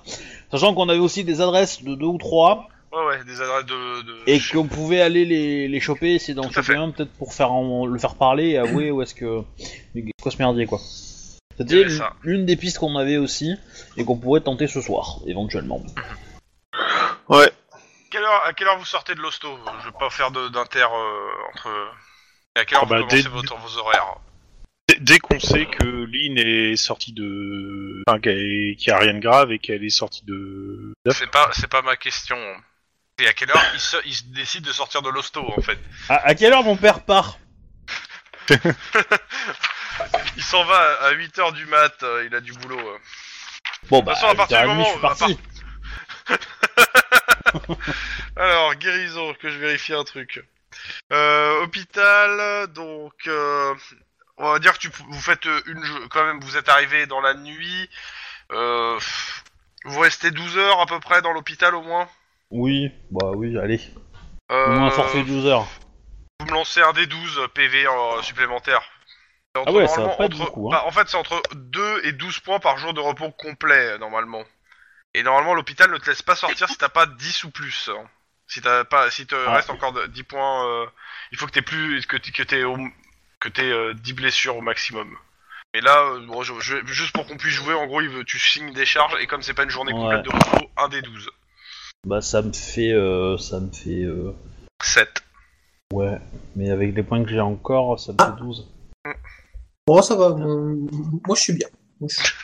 [SPEAKER 1] sachant qu'on avait aussi des adresses de deux ou trois,
[SPEAKER 2] Ouais, ouais, des adresses de. de...
[SPEAKER 1] et qu'on pouvait aller les, les choper, essayer d'en
[SPEAKER 2] Tout à
[SPEAKER 1] choper
[SPEAKER 2] fait.
[SPEAKER 1] un peut-être pour faire en- le faire parler et avouer où est-ce que... quoi ce merdier quoi.
[SPEAKER 2] Il y
[SPEAKER 1] C'était
[SPEAKER 2] avait ça.
[SPEAKER 1] l'une des pistes qu'on avait aussi, et qu'on pourrait tenter ce soir, éventuellement.
[SPEAKER 3] Ouais,
[SPEAKER 2] Quelle heure, à quelle heure vous sortez de l'hosto Je vais pas faire de- d'inter euh, entre. Et à quelle heure
[SPEAKER 6] Ah bah,
[SPEAKER 2] vous commencez
[SPEAKER 6] dès-
[SPEAKER 2] votre- vos horaires
[SPEAKER 6] Dès- Dès qu'on sait que Lynn est sortie de... Enfin, qu'elle est- qu'il n'y a rien de grave et qu'elle est sortie de...
[SPEAKER 2] C'est pas, c'est pas ma question. C'est à quelle heure il se, il se décide de sortir de l'hosto en fait.
[SPEAKER 1] À, à quelle heure mon père part
[SPEAKER 2] Il s'en va à 8h du mat, euh, il a du boulot. euh.
[SPEAKER 1] Bon bah,
[SPEAKER 2] façon, à partir du
[SPEAKER 1] 8h30,
[SPEAKER 2] moment
[SPEAKER 1] je suis
[SPEAKER 2] où- à
[SPEAKER 1] parti.
[SPEAKER 2] part- Alors, guérison, que je vérifie un truc. Euh, hôpital, donc... euh, on va dire que tu, p- vous faites euh, une... jo- Quand même, vous êtes arrivé dans la nuit. euh, vous restez 12 heures à peu près dans l'hôpital au moins.
[SPEAKER 1] Oui, bah oui, allez.
[SPEAKER 2] Euh,
[SPEAKER 1] Au moins un forfait 12 heures.
[SPEAKER 2] Vous me lancez un des 12 PV en- euh, supplémentaire. C'est entre-
[SPEAKER 1] Ah ouais, ça va
[SPEAKER 2] normalement,
[SPEAKER 1] pas être
[SPEAKER 2] entre-
[SPEAKER 1] beaucoup, hein.
[SPEAKER 2] bah, en fait, c'est entre 2 et 12 points par jour de repos complet, euh, normalement. Et normalement, l'hôpital ne te laisse pas sortir si t'as pas 10 ou plus. hein. Si t'as pas, si te
[SPEAKER 1] Ah.
[SPEAKER 2] reste encore de- 10 points, euh, il faut que t'aies plus, que t'aies, que t'aies au- que t'aies, euh, 10 blessures au maximum. Mais là, euh, bon, je- je- juste pour qu'on puisse jouer, en gros, il veut, tu signes des charges, et comme c'est pas une journée
[SPEAKER 1] Ouais.
[SPEAKER 2] complète de repos, un des 12.
[SPEAKER 1] Bah ça me fait... euh, ça me fait... euh,
[SPEAKER 2] 7.
[SPEAKER 1] ouais, mais avec les points que j'ai encore, ça me fait 12.
[SPEAKER 4] Bon, ça va. mon- Moi, je suis bien. Moi, je suis-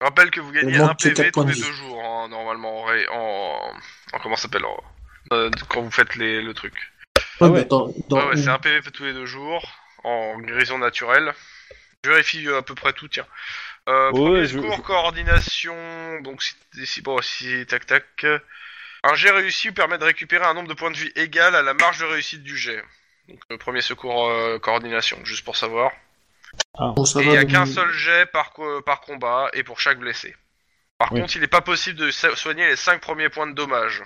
[SPEAKER 2] rappelle que vous gagnez
[SPEAKER 4] Il manque
[SPEAKER 2] un
[SPEAKER 4] que quatre
[SPEAKER 2] PV tous
[SPEAKER 4] points de
[SPEAKER 2] les
[SPEAKER 4] vie.
[SPEAKER 2] deux jours, hein, normalement, en, ré- en, en- comment ça s'appelle en- euh, quand vous faites les, le truc.
[SPEAKER 1] Ah
[SPEAKER 4] Ouais,
[SPEAKER 1] ouais.
[SPEAKER 4] mais dans- dans-
[SPEAKER 2] Ah Ouais, ouais, c'est un PV tous les deux jours, en guérison naturelle. Je vérifie euh, à peu près tout, tiens. Euh,
[SPEAKER 1] Ouais,
[SPEAKER 2] premier
[SPEAKER 1] ouais, je-
[SPEAKER 2] secours,
[SPEAKER 1] je-
[SPEAKER 2] coordination, donc si, si- bon, si, tac tac. Un jet réussi vous permet de récupérer un nombre de points de vie égal à la marge de réussite du jet. Donc, euh, premier secours, euh, coordination, juste pour savoir.
[SPEAKER 4] Bon, ça
[SPEAKER 2] Et il
[SPEAKER 4] va,
[SPEAKER 2] n'y a
[SPEAKER 4] mon-
[SPEAKER 2] qu'un seul jet par, co- par combat et pour chaque blessé. Par
[SPEAKER 1] Oui.
[SPEAKER 2] contre, il n'est pas possible de so- soigner les 5 premiers points de dommage.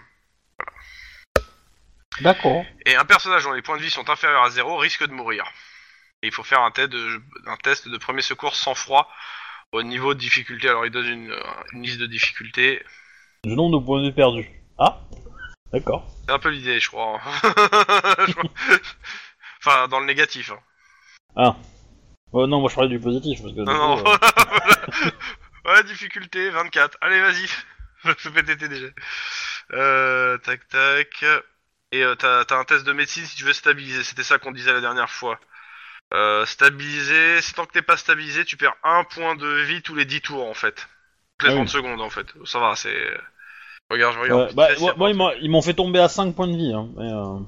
[SPEAKER 1] D'accord.
[SPEAKER 2] Et un personnage dont les points de vie sont inférieurs à 0 risque de mourir. Et il faut faire un, test de, un test de premier euh, secours sans froid au niveau de difficulté. Alors il donne une, une liste de difficultés.
[SPEAKER 1] Je nombre de points de vue perdus. Ah D'accord.
[SPEAKER 2] C'est un peu l'idée, je crois. Je crois- enfin, dans le négatif. hein.
[SPEAKER 1] Euh, non, moi je parlais du positif parce que. du
[SPEAKER 2] Non, non.
[SPEAKER 1] coup, euh,
[SPEAKER 2] voilà, difficulté 24. Allez, vas-y. Je fais péter déjà. Euh, tac, tac. Et euh, t'as t'as un test de médecine si tu veux stabiliser. C'était ça qu'on disait la dernière fois. Euh, stabiliser, tant que t'es pas stabilisé, tu perds un point de vie tous les 10 tours en fait. Toutes les
[SPEAKER 1] Ah oui.
[SPEAKER 2] 30 secondes en fait. Ça va, c'est. euh, Regarde, je regarde.
[SPEAKER 1] ouais, bah,
[SPEAKER 2] Vitesse,
[SPEAKER 1] moi,
[SPEAKER 2] y
[SPEAKER 1] moi,
[SPEAKER 2] a pas-
[SPEAKER 1] ils m'ont- ils m'ont fait tomber à 5 points de vie. Hein, mais, euh,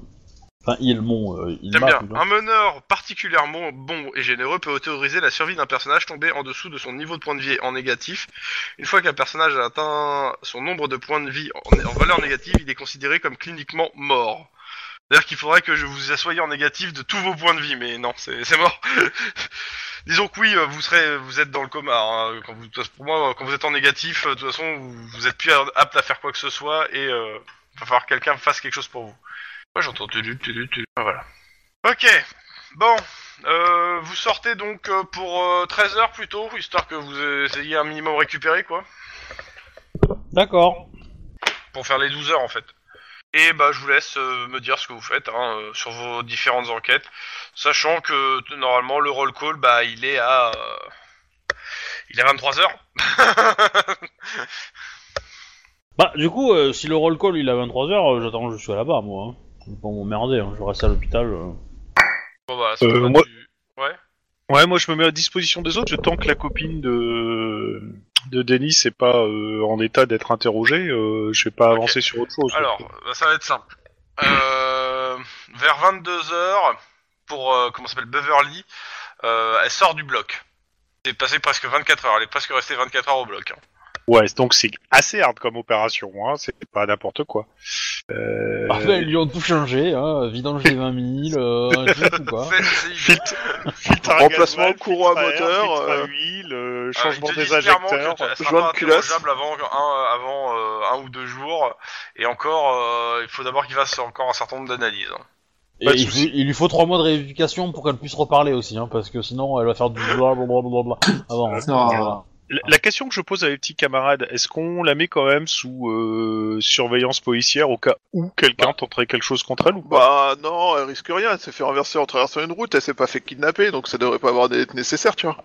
[SPEAKER 1] Enfin, ils m'ont. euh, ils
[SPEAKER 2] J'aime
[SPEAKER 1] m'a,
[SPEAKER 2] bien. hein.
[SPEAKER 1] plutôt.
[SPEAKER 2] Un meneur particulièrement bon et généreux peut autoriser la survie d'un personnage tombé en dessous de son niveau de points de vie en négatif. Une fois qu'un personnage a atteint son nombre de points de vie en, en valeur négative, il est considéré comme cliniquement mort. C'est-à-dire qu'il faudrait que je vous assoyez en négatif de tous vos points de vie, mais non, c'est c'est mort. Disons que oui, euh, vous serez, vous êtes dans le coma. hein. Quand vous, pour moi, quand vous êtes en négatif, euh, de toute façon, vous, vous êtes plus apte à faire quoi que ce soit et euh, va falloir que quelqu'un fasse quelque chose pour vous. Moi, j'entends tudu, tudu, tudu. Ah, voilà. Ok, bon, euh, vous sortez donc euh, pour 13h plus tôt, histoire que vous essayiez un minimum récupérer quoi,
[SPEAKER 1] D'accord.
[SPEAKER 2] pour faire les 12 heures en fait. Et bah je vous laisse euh, me dire ce que vous faites hein, euh, sur vos différentes enquêtes, sachant que t- normalement le roll call bah il est à euh, il est à 23h.
[SPEAKER 1] Bah, du coup, euh, si le roll call il est à 23h, euh, j'attends jusqu'à là-bas, moi. Hein. Je vais pas m'emmerder, hein, je reste à l'hôpital. euh.
[SPEAKER 2] bon bah c'est
[SPEAKER 6] Euh,
[SPEAKER 2] pas mal,
[SPEAKER 6] moi-
[SPEAKER 2] tu- Ouais.
[SPEAKER 6] Ouais, moi je me mets à disposition des autres, je tant que la copine de de Denis n'est pas euh, en état d'être interrogée, euh, je vais pas
[SPEAKER 2] Ok.
[SPEAKER 6] avancer sur autre chose.
[SPEAKER 2] Alors, bah, ça va être simple. Euh, vers 22h, pour, euh, comment ça s'appelle, Beverly, euh, elle sort du bloc. C'est passé presque 24 heures, elle est presque restée 24 heures au bloc. hein.
[SPEAKER 6] Ouais, donc c'est assez hard comme opération, hein, c'est pas n'importe quoi. Euh,
[SPEAKER 1] Ah, bah, ils lui ont tout changé, hein, vidange des 20 000, euh, un truc ou quoi.
[SPEAKER 2] C'est- c'est-
[SPEAKER 6] filtre, filtre à
[SPEAKER 3] Remplacement,
[SPEAKER 6] gasoil,
[SPEAKER 3] courroie
[SPEAKER 6] filtre à air,
[SPEAKER 3] moteur,
[SPEAKER 6] filtre à
[SPEAKER 3] euh,
[SPEAKER 6] huile, euh,
[SPEAKER 2] Euh, ils
[SPEAKER 6] changement
[SPEAKER 2] te
[SPEAKER 6] des
[SPEAKER 2] disent clairement
[SPEAKER 6] injecteurs.
[SPEAKER 2] que tu- Elle sera
[SPEAKER 3] joint
[SPEAKER 2] pas
[SPEAKER 3] de culasse.
[SPEAKER 2] interrogeable avant, un, avant euh, un ou deux jours, et encore, euh, il faut d'abord qu'il fasse encore un certain nombre d'analyses. hein.
[SPEAKER 1] Et
[SPEAKER 6] Pas de
[SPEAKER 1] il,
[SPEAKER 6] soucis.
[SPEAKER 1] faut- il lui faut 3 mois de rééducation pour qu'elle puisse reparler aussi, hein, parce que sinon elle va faire du blablabla avant.
[SPEAKER 6] Ah,
[SPEAKER 1] hein.
[SPEAKER 4] Non.
[SPEAKER 2] Ah,
[SPEAKER 1] Voilà.
[SPEAKER 6] La, la question que je pose à mes petits camarades, est-ce qu'on la met quand même sous euh, surveillance policière au cas où
[SPEAKER 1] Bah.
[SPEAKER 6] quelqu'un tenterait quelque chose contre elle ou pas
[SPEAKER 3] Bah non, elle risque rien, elle s'est fait renverser en traversant une route, elle s'est pas fait kidnapper, donc ça devrait pas avoir d'être nécessaire, tu vois.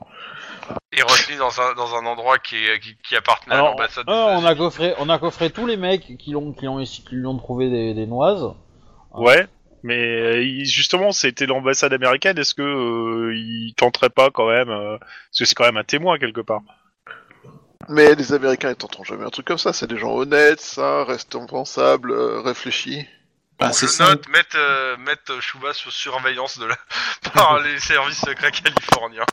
[SPEAKER 2] Et retenue dans un, dans un endroit qui, est- qui, qui appartenait à
[SPEAKER 1] Alors,
[SPEAKER 2] l'ambassade.
[SPEAKER 1] euh,
[SPEAKER 2] des
[SPEAKER 1] on, a coffré, on a coffré tous les mecs qui, l'ont, qui, l'ont, qui lui ont trouvé des, des noises. Ah.
[SPEAKER 6] Ouais, mais euh, il- justement, c'était l'ambassade américaine. Est-ce que euh, il tenterait pas quand même euh, Parce que c'est quand même un témoin quelque part.
[SPEAKER 3] Mais les Américains, ils tenteront jamais un truc comme ça, c'est des gens honnêtes, ça, restent pensables, euh, réfléchis.
[SPEAKER 4] Bah,
[SPEAKER 2] Bon,
[SPEAKER 4] c'est
[SPEAKER 2] je
[SPEAKER 4] ça.
[SPEAKER 2] note mettre, euh, mettre Chouba sous surveillance de la... par les services secrets californiens.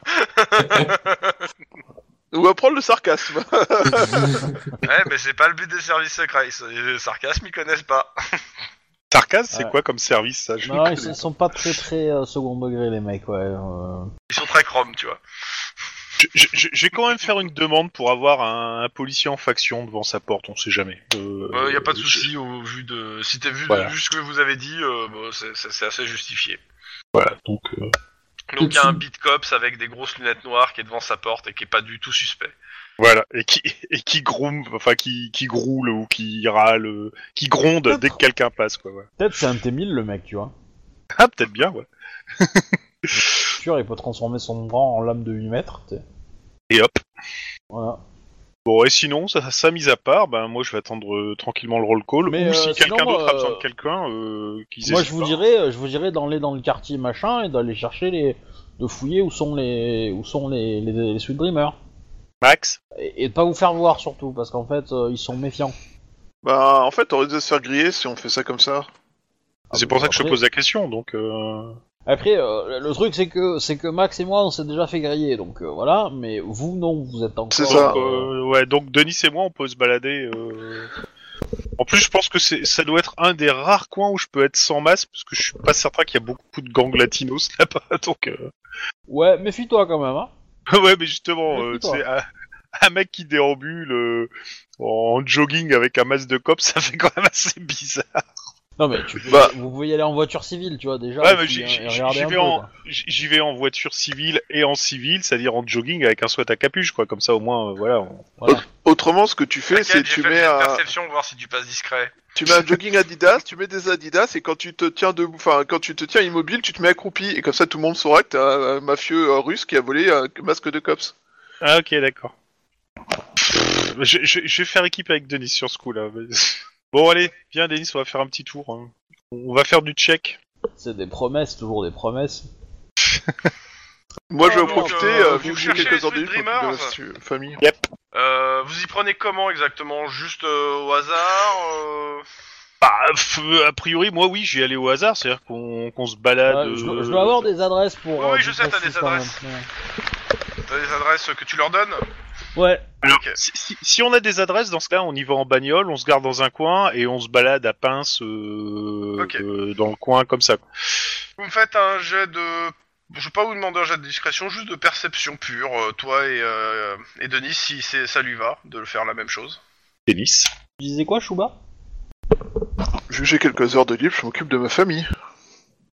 [SPEAKER 3] Ou apprendre le sarcasme.
[SPEAKER 2] Ouais, Eh, mais c'est pas le but des services secrets. Ils sont- Les sarcasmes, ils connaissent pas.
[SPEAKER 6] Sarcasme, c'est
[SPEAKER 1] Ouais.
[SPEAKER 6] quoi comme service ça Je
[SPEAKER 1] Non,
[SPEAKER 6] ne
[SPEAKER 1] ils sont-
[SPEAKER 6] connais
[SPEAKER 1] sont pas très très euh, second degré les mecs, ouais. euh.
[SPEAKER 2] Ils sont très chromes, tu vois.
[SPEAKER 6] Je, je- je- je vais quand même faire une demande pour avoir un, un policier en faction devant sa porte, on sait jamais. Euh,
[SPEAKER 2] Il y a pas de souci au vu de. Si t'es vu
[SPEAKER 6] Voilà.
[SPEAKER 2] de... vu ce que vous avez dit, euh, bon, c'est- c'est c'est assez justifié.
[SPEAKER 6] Voilà, donc euh,
[SPEAKER 2] Donc il y a un beat cops avec des grosses lunettes noires qui est devant sa porte et qui est pas du tout suspect.
[SPEAKER 6] voilà, et qui et qui groom, enfin qui qui groule ou qui râle, euh, qui gronde dès que quelqu'un passe quoi. ouais.
[SPEAKER 1] Peut-être c'est un T1000 le mec, tu vois.
[SPEAKER 6] Ah peut-être bien ouais.
[SPEAKER 1] Sûr, il peut transformer son bras en lame de 8 mètres, tu sais.
[SPEAKER 6] Et hop.
[SPEAKER 1] Voilà.
[SPEAKER 6] Bon, et sinon, ça, ça mis à part, ben moi je vais attendre euh, tranquillement le roll call.
[SPEAKER 1] Mais,
[SPEAKER 6] ou
[SPEAKER 1] euh,
[SPEAKER 6] si
[SPEAKER 1] sinon,
[SPEAKER 6] quelqu'un d'autre a
[SPEAKER 1] euh,
[SPEAKER 6] besoin de quelqu'un, euh, qu'ils
[SPEAKER 1] Moi,
[SPEAKER 6] hésitent
[SPEAKER 1] je vous
[SPEAKER 6] pas.
[SPEAKER 1] dirais, euh, je vous dirais d'aller dans le quartier machin et d'aller chercher les, de fouiller où sont les, où sont les, les, les Sweet Dreamers.
[SPEAKER 6] Max
[SPEAKER 1] Et, et de pas vous faire voir surtout, parce qu'en fait, euh, ils sont méfiants.
[SPEAKER 3] bah en fait, on risque de se faire griller si on fait ça comme ça.
[SPEAKER 6] C'est pour ça que je te
[SPEAKER 1] Ah, bah, Après-
[SPEAKER 6] pose la question, donc. Euh...
[SPEAKER 1] Après, euh, le truc c'est que, c'est que Max et moi, on s'est déjà fait griller, donc euh, voilà. Mais vous non, vous êtes encore.
[SPEAKER 3] C'est ça.
[SPEAKER 6] Donc, euh, ouais, donc Denis et moi, on peut se balader. euh. En plus, je pense que c'est, ça doit être un des rares coins où je peux être sans masque, parce que je suis pas certain qu'il y a beaucoup de gangs latinos là-bas, donc. euh,
[SPEAKER 1] Ouais, méfie-toi quand même. Hein.
[SPEAKER 6] ouais, mais justement, euh,
[SPEAKER 1] Méfie-toi.
[SPEAKER 6] c'est un, un mec qui déambule euh, en jogging avec un masque de cop, ça fait quand même assez bizarre.
[SPEAKER 7] Non, mais tu peux-
[SPEAKER 3] Bah.
[SPEAKER 7] vous pouvez y aller en voiture civile, tu vois, déjà.
[SPEAKER 6] Ouais,
[SPEAKER 7] et
[SPEAKER 6] mais
[SPEAKER 7] puis,
[SPEAKER 6] j'y
[SPEAKER 7] euh,
[SPEAKER 6] j'y-
[SPEAKER 7] regarder
[SPEAKER 6] j'y
[SPEAKER 7] un
[SPEAKER 6] vais,
[SPEAKER 7] peu,
[SPEAKER 6] en-
[SPEAKER 7] quoi.
[SPEAKER 6] j'y j'y vais en voiture civile et en civil, c'est-à-dire en jogging avec un sweat à capuche, quoi. Comme ça, au moins, euh, voilà. on-
[SPEAKER 7] Voilà.
[SPEAKER 3] Autrement, ce que tu fais, c'est
[SPEAKER 2] T'inquiète,
[SPEAKER 3] tu
[SPEAKER 2] j'ai fait le
[SPEAKER 3] mets
[SPEAKER 2] jet de
[SPEAKER 3] un,
[SPEAKER 2] perception, voir si tu passes discret.
[SPEAKER 3] tu mets un jogging Adidas, tu mets des Adidas et quand tu te tiens debout, enfin quand tu te tiens immobile, tu te mets accroupi et comme ça tout le monde saura que t'es un, un mafieux euh, russe qui a volé un masque de cops.
[SPEAKER 6] Ah, ok, d'accord. Je, je- je vais faire équipe avec Denis sur ce coup-là. Bon, allez, viens, Denis, on va faire un petit tour. hein. On va faire du check.
[SPEAKER 7] C'est des promesses, toujours des promesses.
[SPEAKER 3] Moi, je vais en
[SPEAKER 2] donc,
[SPEAKER 3] profiter
[SPEAKER 2] euh,
[SPEAKER 3] euh, vu
[SPEAKER 2] vous
[SPEAKER 3] que j'ai
[SPEAKER 2] cherchez
[SPEAKER 3] quelques
[SPEAKER 2] les
[SPEAKER 3] ordinateurs
[SPEAKER 2] Sweet
[SPEAKER 3] pour occuper ma
[SPEAKER 2] Dreamers.
[SPEAKER 3] stu- famille.
[SPEAKER 2] Euh, vous y prenez comment exactement Juste euh, au hasard euh,
[SPEAKER 6] Bah, f- a priori, moi, oui, je vais aller au hasard. C'est-à-dire qu'on qu'on se balade.
[SPEAKER 7] Ouais, je,
[SPEAKER 6] euh,
[SPEAKER 7] dois- je dois avoir des adresses pour. euh,
[SPEAKER 2] Oui, oui, je
[SPEAKER 7] du
[SPEAKER 2] sais, t'as
[SPEAKER 7] poste,
[SPEAKER 2] des
[SPEAKER 7] quand même.
[SPEAKER 2] adresses. T'as des adresses que tu leur donnes
[SPEAKER 7] Ouais.
[SPEAKER 6] Alors,
[SPEAKER 2] Ok.
[SPEAKER 6] si, si- si on a des adresses, dans ce cas, on y va en bagnole, on se garde dans un coin et on se balade à pince euh,
[SPEAKER 2] Ok.
[SPEAKER 6] euh, dans le coin comme ça. quoi.
[SPEAKER 2] Vous me faites un jet de... Je vais pas vous demander un jet de discrétion, juste de perception pure, euh, toi et, euh, et Denis, si c'est- ça lui va, de le faire la même chose.
[SPEAKER 6] Tennis.
[SPEAKER 7] Tu disais quoi, Chouba
[SPEAKER 3] Vu que j'ai quelques heures de libre, je m'occupe de ma famille.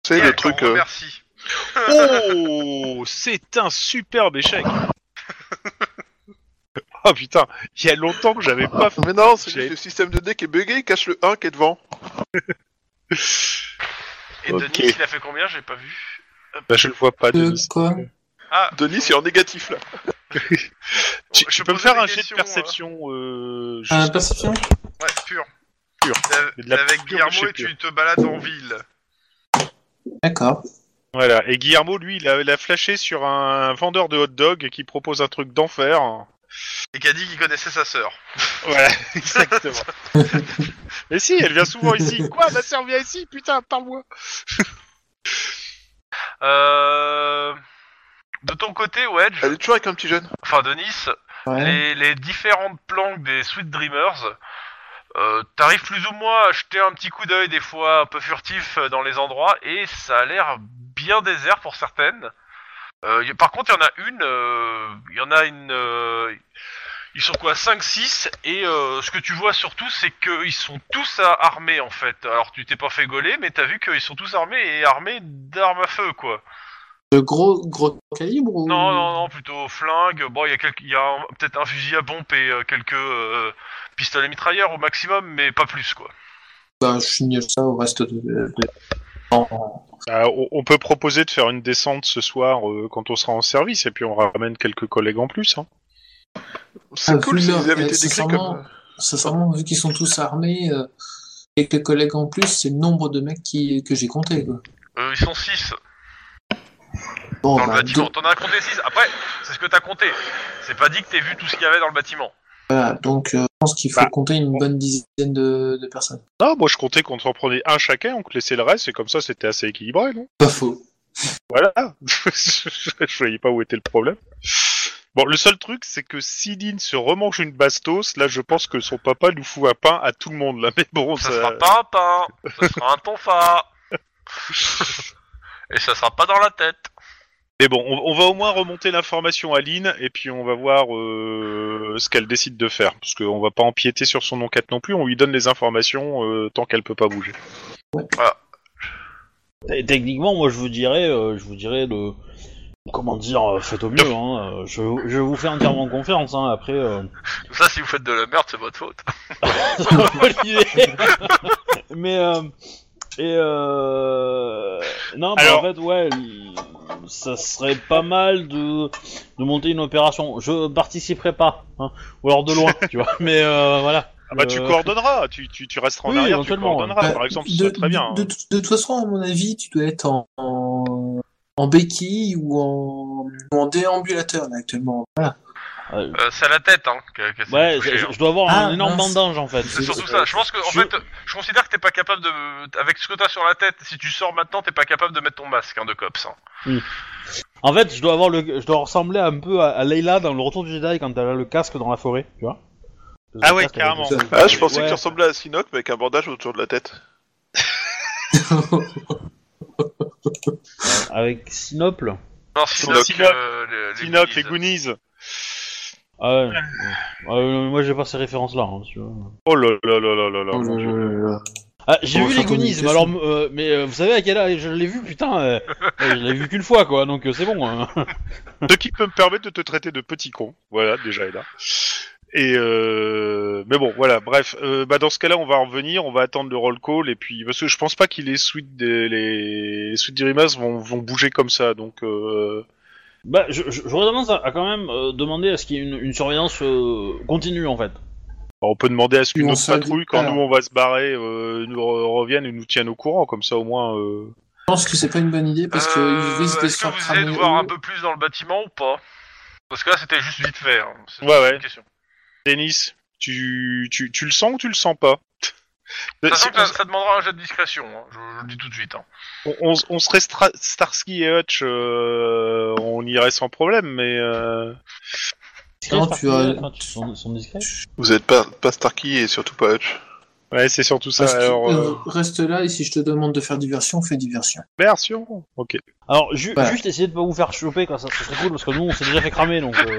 [SPEAKER 3] C'est
[SPEAKER 2] Ouais,
[SPEAKER 3] le truc.
[SPEAKER 2] on
[SPEAKER 3] euh,
[SPEAKER 2] remercie.
[SPEAKER 6] Oh, c'est un superbe échec. Ah putain, il y a longtemps que j'avais pas fait.
[SPEAKER 3] Mais non, c'est juste
[SPEAKER 6] J'ai-
[SPEAKER 3] le système de dé qui est bugué, il cache le 1 qui est devant.
[SPEAKER 2] Et
[SPEAKER 6] Ok.
[SPEAKER 2] Denis, il a fait combien J'ai pas vu.
[SPEAKER 6] Bah, je le vois pas,
[SPEAKER 4] De
[SPEAKER 6] Denis.
[SPEAKER 4] quoi
[SPEAKER 2] Ah,
[SPEAKER 3] Denis, il est en négatif là.
[SPEAKER 6] Tu,
[SPEAKER 2] Je
[SPEAKER 6] tu
[SPEAKER 2] te
[SPEAKER 6] peux me
[SPEAKER 2] posais
[SPEAKER 6] faire
[SPEAKER 2] des
[SPEAKER 6] un jet de
[SPEAKER 2] questions, hein.
[SPEAKER 6] perception euh, juste-
[SPEAKER 4] Un pacifiant
[SPEAKER 2] ouais, pur.
[SPEAKER 6] Pur.
[SPEAKER 2] T'es-
[SPEAKER 6] Et de
[SPEAKER 2] t'es
[SPEAKER 6] la
[SPEAKER 2] avec
[SPEAKER 6] pure de
[SPEAKER 2] Guillermo
[SPEAKER 6] chez
[SPEAKER 2] et tu
[SPEAKER 6] pure.
[SPEAKER 2] te balades en ville.
[SPEAKER 4] D'accord.
[SPEAKER 6] Voilà, et Guillermo, lui, il a, il a flashé sur un vendeur de hot dog qui propose un truc d'enfer.
[SPEAKER 2] Et qui a dit qu'il connaissait sa sœur.
[SPEAKER 6] Voilà, exactement. Mais si, elle vient souvent ici. Quoi, ma sœur vient ici Putain, parle-moi.
[SPEAKER 2] Euh... De ton côté, Wedge,
[SPEAKER 3] Elle est toujours avec un petit jeune.
[SPEAKER 2] enfin Denis,
[SPEAKER 4] Ouais.
[SPEAKER 2] les, les différentes planques des Sweet Dreamers, euh, t'arrives plus ou moins à jeter un petit coup d'œil des fois un peu furtif euh, dans les endroits et ça a l'air bien désert pour certaines. Euh, y- par contre, il y en a une, euh, il y en a une, euh, ils sont quoi, 5-6 et euh, ce que tu vois surtout, c'est qu'ils sont tous à- armés en fait. Alors tu t'es pas fait gauler, mais t'as vu qu'ils sont tous armés et armés d'armes à feu quoi.
[SPEAKER 4] De gros, gros calibre ou...
[SPEAKER 2] Non, non, non, plutôt flingue. Bon, il y a, quelques- il y a un- peut-être un fusil à pompe et euh, quelques euh, pistolets mitrailleurs au maximum, mais pas plus, quoi.
[SPEAKER 4] Bah, je signale ça au reste de... de- en-
[SPEAKER 6] Bah, on, on peut proposer de faire une descente ce soir euh, quand on sera en service et puis on ramène quelques collègues en plus. hein.
[SPEAKER 3] C'est
[SPEAKER 4] Ah,
[SPEAKER 3] cool,
[SPEAKER 4] celui-là,
[SPEAKER 3] ils avaient
[SPEAKER 4] eh,
[SPEAKER 3] été décrits
[SPEAKER 4] sincèrement,
[SPEAKER 3] comme. euh.
[SPEAKER 4] Sincèrement, vu qu'ils sont tous armés, euh, et que les collègues en plus, c'est le nombre de mecs qui, que j'ai compté. Quoi.
[SPEAKER 2] Euh, ils sont 6
[SPEAKER 4] Bon,
[SPEAKER 2] dans le
[SPEAKER 4] bah,
[SPEAKER 2] bâtiment.
[SPEAKER 4] donc,
[SPEAKER 2] T'en as compté 6. Après, c'est ce que t'as compté. C'est pas dit que t'aies vu tout ce qu'il y avait dans le bâtiment.
[SPEAKER 4] voilà, donc euh, je pense qu'il faut
[SPEAKER 6] Bah.
[SPEAKER 4] compter une bonne dizaine de, de personnes.
[SPEAKER 6] Non, moi je comptais qu'on en prenait un chacun, on te laissait le reste et comme ça c'était assez équilibré, non
[SPEAKER 4] Pas faux.
[SPEAKER 6] Voilà. je voyais pas où était le problème. Bon, le seul truc, c'est que si Lynn se remange une bastos, là je pense que son papa nous fout un pain à tout le monde là. Mais bon,
[SPEAKER 2] Ça
[SPEAKER 6] ça.
[SPEAKER 2] sera pas un pain, ça sera un tonfa. et ça sera pas dans la tête.
[SPEAKER 6] Mais bon, on, on va au moins remonter l'information à Lynn et puis on va voir euh, ce qu'elle décide de faire. Parce qu'on va pas empiéter sur son enquête non plus, on lui donne les informations euh, tant qu'elle peut pas bouger.
[SPEAKER 7] Et Bah, techniquement, moi, je vous dirais, euh, je vous dirais le, comment dire, euh, faites au mieux. Hein. euh, Je, je vous fais entièrement confiance. Hein. Après, euh...
[SPEAKER 2] Ça, si vous faites de la merde, c'est votre faute.
[SPEAKER 7] c'est pas l'idée. mais euh... et euh... non, mais
[SPEAKER 6] Alors-
[SPEAKER 7] en fait, ouais, l- ça serait pas mal de de monter une opération. Je participerai pas, hein. ou alors de loin, tu vois. Mais euh, voilà.
[SPEAKER 6] Ah bah tu
[SPEAKER 7] Euh,
[SPEAKER 6] coordonneras, tu, tu, tu resteras en
[SPEAKER 7] oui,
[SPEAKER 6] arrière, tu
[SPEAKER 7] éventuellement.
[SPEAKER 6] coordonneras
[SPEAKER 4] Bah,
[SPEAKER 6] par exemple, ce
[SPEAKER 4] de,
[SPEAKER 6] serait très bien. hein.
[SPEAKER 4] De, de- de toute façon, à mon avis, tu dois être en, en, en béquille ou en, ou en déambulateur là, actuellement. Voilà.
[SPEAKER 7] euh,
[SPEAKER 2] Euh, c'est à la tête, hein. que- que c'est
[SPEAKER 7] Ouais,
[SPEAKER 2] touché,
[SPEAKER 7] je, je-
[SPEAKER 2] hein.
[SPEAKER 7] je dois avoir
[SPEAKER 4] Ah,
[SPEAKER 7] un énorme
[SPEAKER 4] mince.
[SPEAKER 7] bandage en fait.
[SPEAKER 2] C'est surtout ça. Je pense que, en
[SPEAKER 7] je-
[SPEAKER 2] fait, je considère que t'es pas capable de, avec ce que t'as sur la tête, si tu sors maintenant, t'es pas capable de mettre ton masque, hein, de cops. hein.
[SPEAKER 7] En fait, je dois avoir le, je dois ressembler un peu à, à Leila dans le Retour du Jedi quand elle a le casque dans la forêt, tu vois.
[SPEAKER 6] Ah
[SPEAKER 7] Le
[SPEAKER 6] ouais,
[SPEAKER 7] casque
[SPEAKER 6] carrément.
[SPEAKER 7] avec le-
[SPEAKER 3] Ah, je pensais
[SPEAKER 7] Ouais.
[SPEAKER 3] que tu ressemblais à Sinoc, mais avec un bandage autour de la tête.
[SPEAKER 7] Avec Sinople.
[SPEAKER 2] Non,
[SPEAKER 6] Sinoc,
[SPEAKER 2] Sinoc, euh, le- les
[SPEAKER 6] Tinoc,
[SPEAKER 2] Goonies.
[SPEAKER 6] les Goonies.
[SPEAKER 7] Ah ouais. euh, hein, Ah ouais, non, mais moi j'ai pas ces références là.
[SPEAKER 6] Oh là là là là là là.
[SPEAKER 4] Oh là là là là.
[SPEAKER 1] Ah, j'ai
[SPEAKER 4] Bon,
[SPEAKER 1] vu
[SPEAKER 4] surtout
[SPEAKER 1] les Goonies,
[SPEAKER 4] une
[SPEAKER 1] mais alors, euh, mais euh, vous savez à quelle heure je l'ai vu, putain, euh, euh, je l'ai vu qu'une fois, quoi, donc euh, c'est bon. hein.
[SPEAKER 6] Ce qui peut me permettre de te traiter de petit con. Voilà, déjà, et là. Et euh... Mais bon, voilà, bref. Euh, bah dans ce cas-là, on va revenir, on va attendre le roll call, et puis... Parce que je pense pas que les suites des... les... les suites des Rimas vont... vont bouger comme ça, donc... Euh...
[SPEAKER 1] Bah, je- je- j'aurais tendance à, à quand même euh, demander à ce qu'il y ait une, une surveillance euh, continue, en fait.
[SPEAKER 6] bah, on peut demander à ce qu'une
[SPEAKER 4] Ou on
[SPEAKER 6] autre
[SPEAKER 4] se dit-
[SPEAKER 6] patrouille, quand
[SPEAKER 4] alors.
[SPEAKER 6] nous on va se barrer, euh, nous re- revienne et nous tienne au courant, comme ça au moins... Euh...
[SPEAKER 4] Je pense que c'est pas une bonne idée parce que
[SPEAKER 2] Euh,
[SPEAKER 4] ils risquent de se
[SPEAKER 2] Est-ce que
[SPEAKER 4] faire
[SPEAKER 2] vous allez
[SPEAKER 4] cramer.
[SPEAKER 2] de voir un
[SPEAKER 4] eux.
[SPEAKER 2] peu plus dans le bâtiment ou pas Parce que là, c'était juste vite fait. hein. C'est
[SPEAKER 6] Ouais,
[SPEAKER 2] une
[SPEAKER 6] ouais.
[SPEAKER 2] question.
[SPEAKER 6] Denis, tu... Tu... tu le sens ou tu le sens pas
[SPEAKER 2] Sachant
[SPEAKER 6] C'est-
[SPEAKER 2] que ça, ça demandera un jet de discrétion, hein. je, je le dis tout de suite. hein.
[SPEAKER 6] On, on, on serait Stra- Starsky et Hutch, euh, on irait sans problème, mais euh,
[SPEAKER 4] Non, tu as-
[SPEAKER 1] Enfin, tu- sont, sont discrets
[SPEAKER 3] Vous êtes pas, pas Starkey et surtout pas Hutch.
[SPEAKER 6] ouais, c'est surtout ça.
[SPEAKER 4] Reste,
[SPEAKER 6] Alors, euh,
[SPEAKER 4] euh, reste là et si je te demande de faire diversion, fais diversion.
[SPEAKER 6] version, ok.
[SPEAKER 1] Alors, ju-
[SPEAKER 4] Voilà.
[SPEAKER 1] juste essayer de pas vous faire choper, quoi, ça, ça serait cool, parce que nous, on s'est déjà fait cramer, donc... euh,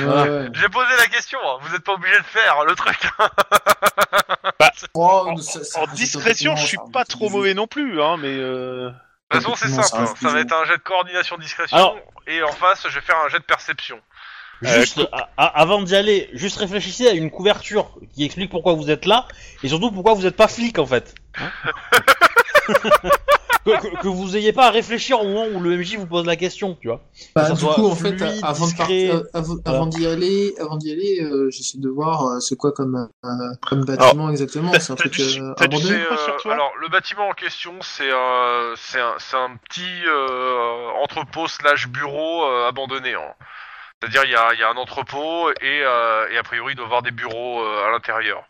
[SPEAKER 4] Ouais, ouais.
[SPEAKER 2] J'ai posé la question, hein. vous n'êtes pas obligé de faire le truc. hein.
[SPEAKER 4] Oh,
[SPEAKER 6] En-
[SPEAKER 4] ça- ça
[SPEAKER 6] En
[SPEAKER 4] rajoute
[SPEAKER 6] discrétion,
[SPEAKER 4] un peu
[SPEAKER 6] je
[SPEAKER 4] de
[SPEAKER 6] suis
[SPEAKER 4] nuance,
[SPEAKER 6] pas
[SPEAKER 4] hein,
[SPEAKER 6] trop
[SPEAKER 4] mais-
[SPEAKER 6] mauvais non plus, hein, mais euh,
[SPEAKER 2] De toute façon, c'est
[SPEAKER 4] Effectivement,
[SPEAKER 2] simple,
[SPEAKER 4] ça
[SPEAKER 2] hein.
[SPEAKER 4] reste
[SPEAKER 2] ça va être
[SPEAKER 4] toujours.
[SPEAKER 2] un jet de coordination discrétion,
[SPEAKER 1] Alors-
[SPEAKER 2] et en face, je vais faire un jet de perception.
[SPEAKER 6] Euh,
[SPEAKER 1] juste, à- à- avant d'y aller, juste réfléchissez à une couverture qui explique pourquoi vous êtes là, et surtout pourquoi vous êtes pas flic, en fait. Hein que, que- que vous ayez pas à réfléchir au moment où le MJ vous pose la question, tu vois.
[SPEAKER 4] Bah,
[SPEAKER 1] ça
[SPEAKER 4] du
[SPEAKER 1] soit
[SPEAKER 4] coup, en fait,
[SPEAKER 1] fluide,
[SPEAKER 4] avant de
[SPEAKER 1] discret.
[SPEAKER 4] partir, euh, avant,
[SPEAKER 1] Voilà.
[SPEAKER 4] avant d'y aller, avant d'y aller, euh, j'essaie de voir euh, c'est quoi comme euh, comme bâtiment exactement. C'est un
[SPEAKER 6] t'as
[SPEAKER 4] truc
[SPEAKER 6] du-
[SPEAKER 4] euh,
[SPEAKER 6] t'as du
[SPEAKER 2] C'est,
[SPEAKER 6] Deux
[SPEAKER 4] abandonné.
[SPEAKER 2] euh,
[SPEAKER 6] fois sur toi.
[SPEAKER 2] alors, le bâtiment en question, c'est un, c'est un, c'est un petit euh, entrepôt slash bureau euh, abandonné. hein. C'est-à-dire, il y a, il y a un entrepôt et, euh, et a priori, il doit y avoir des bureaux euh, à l'intérieur.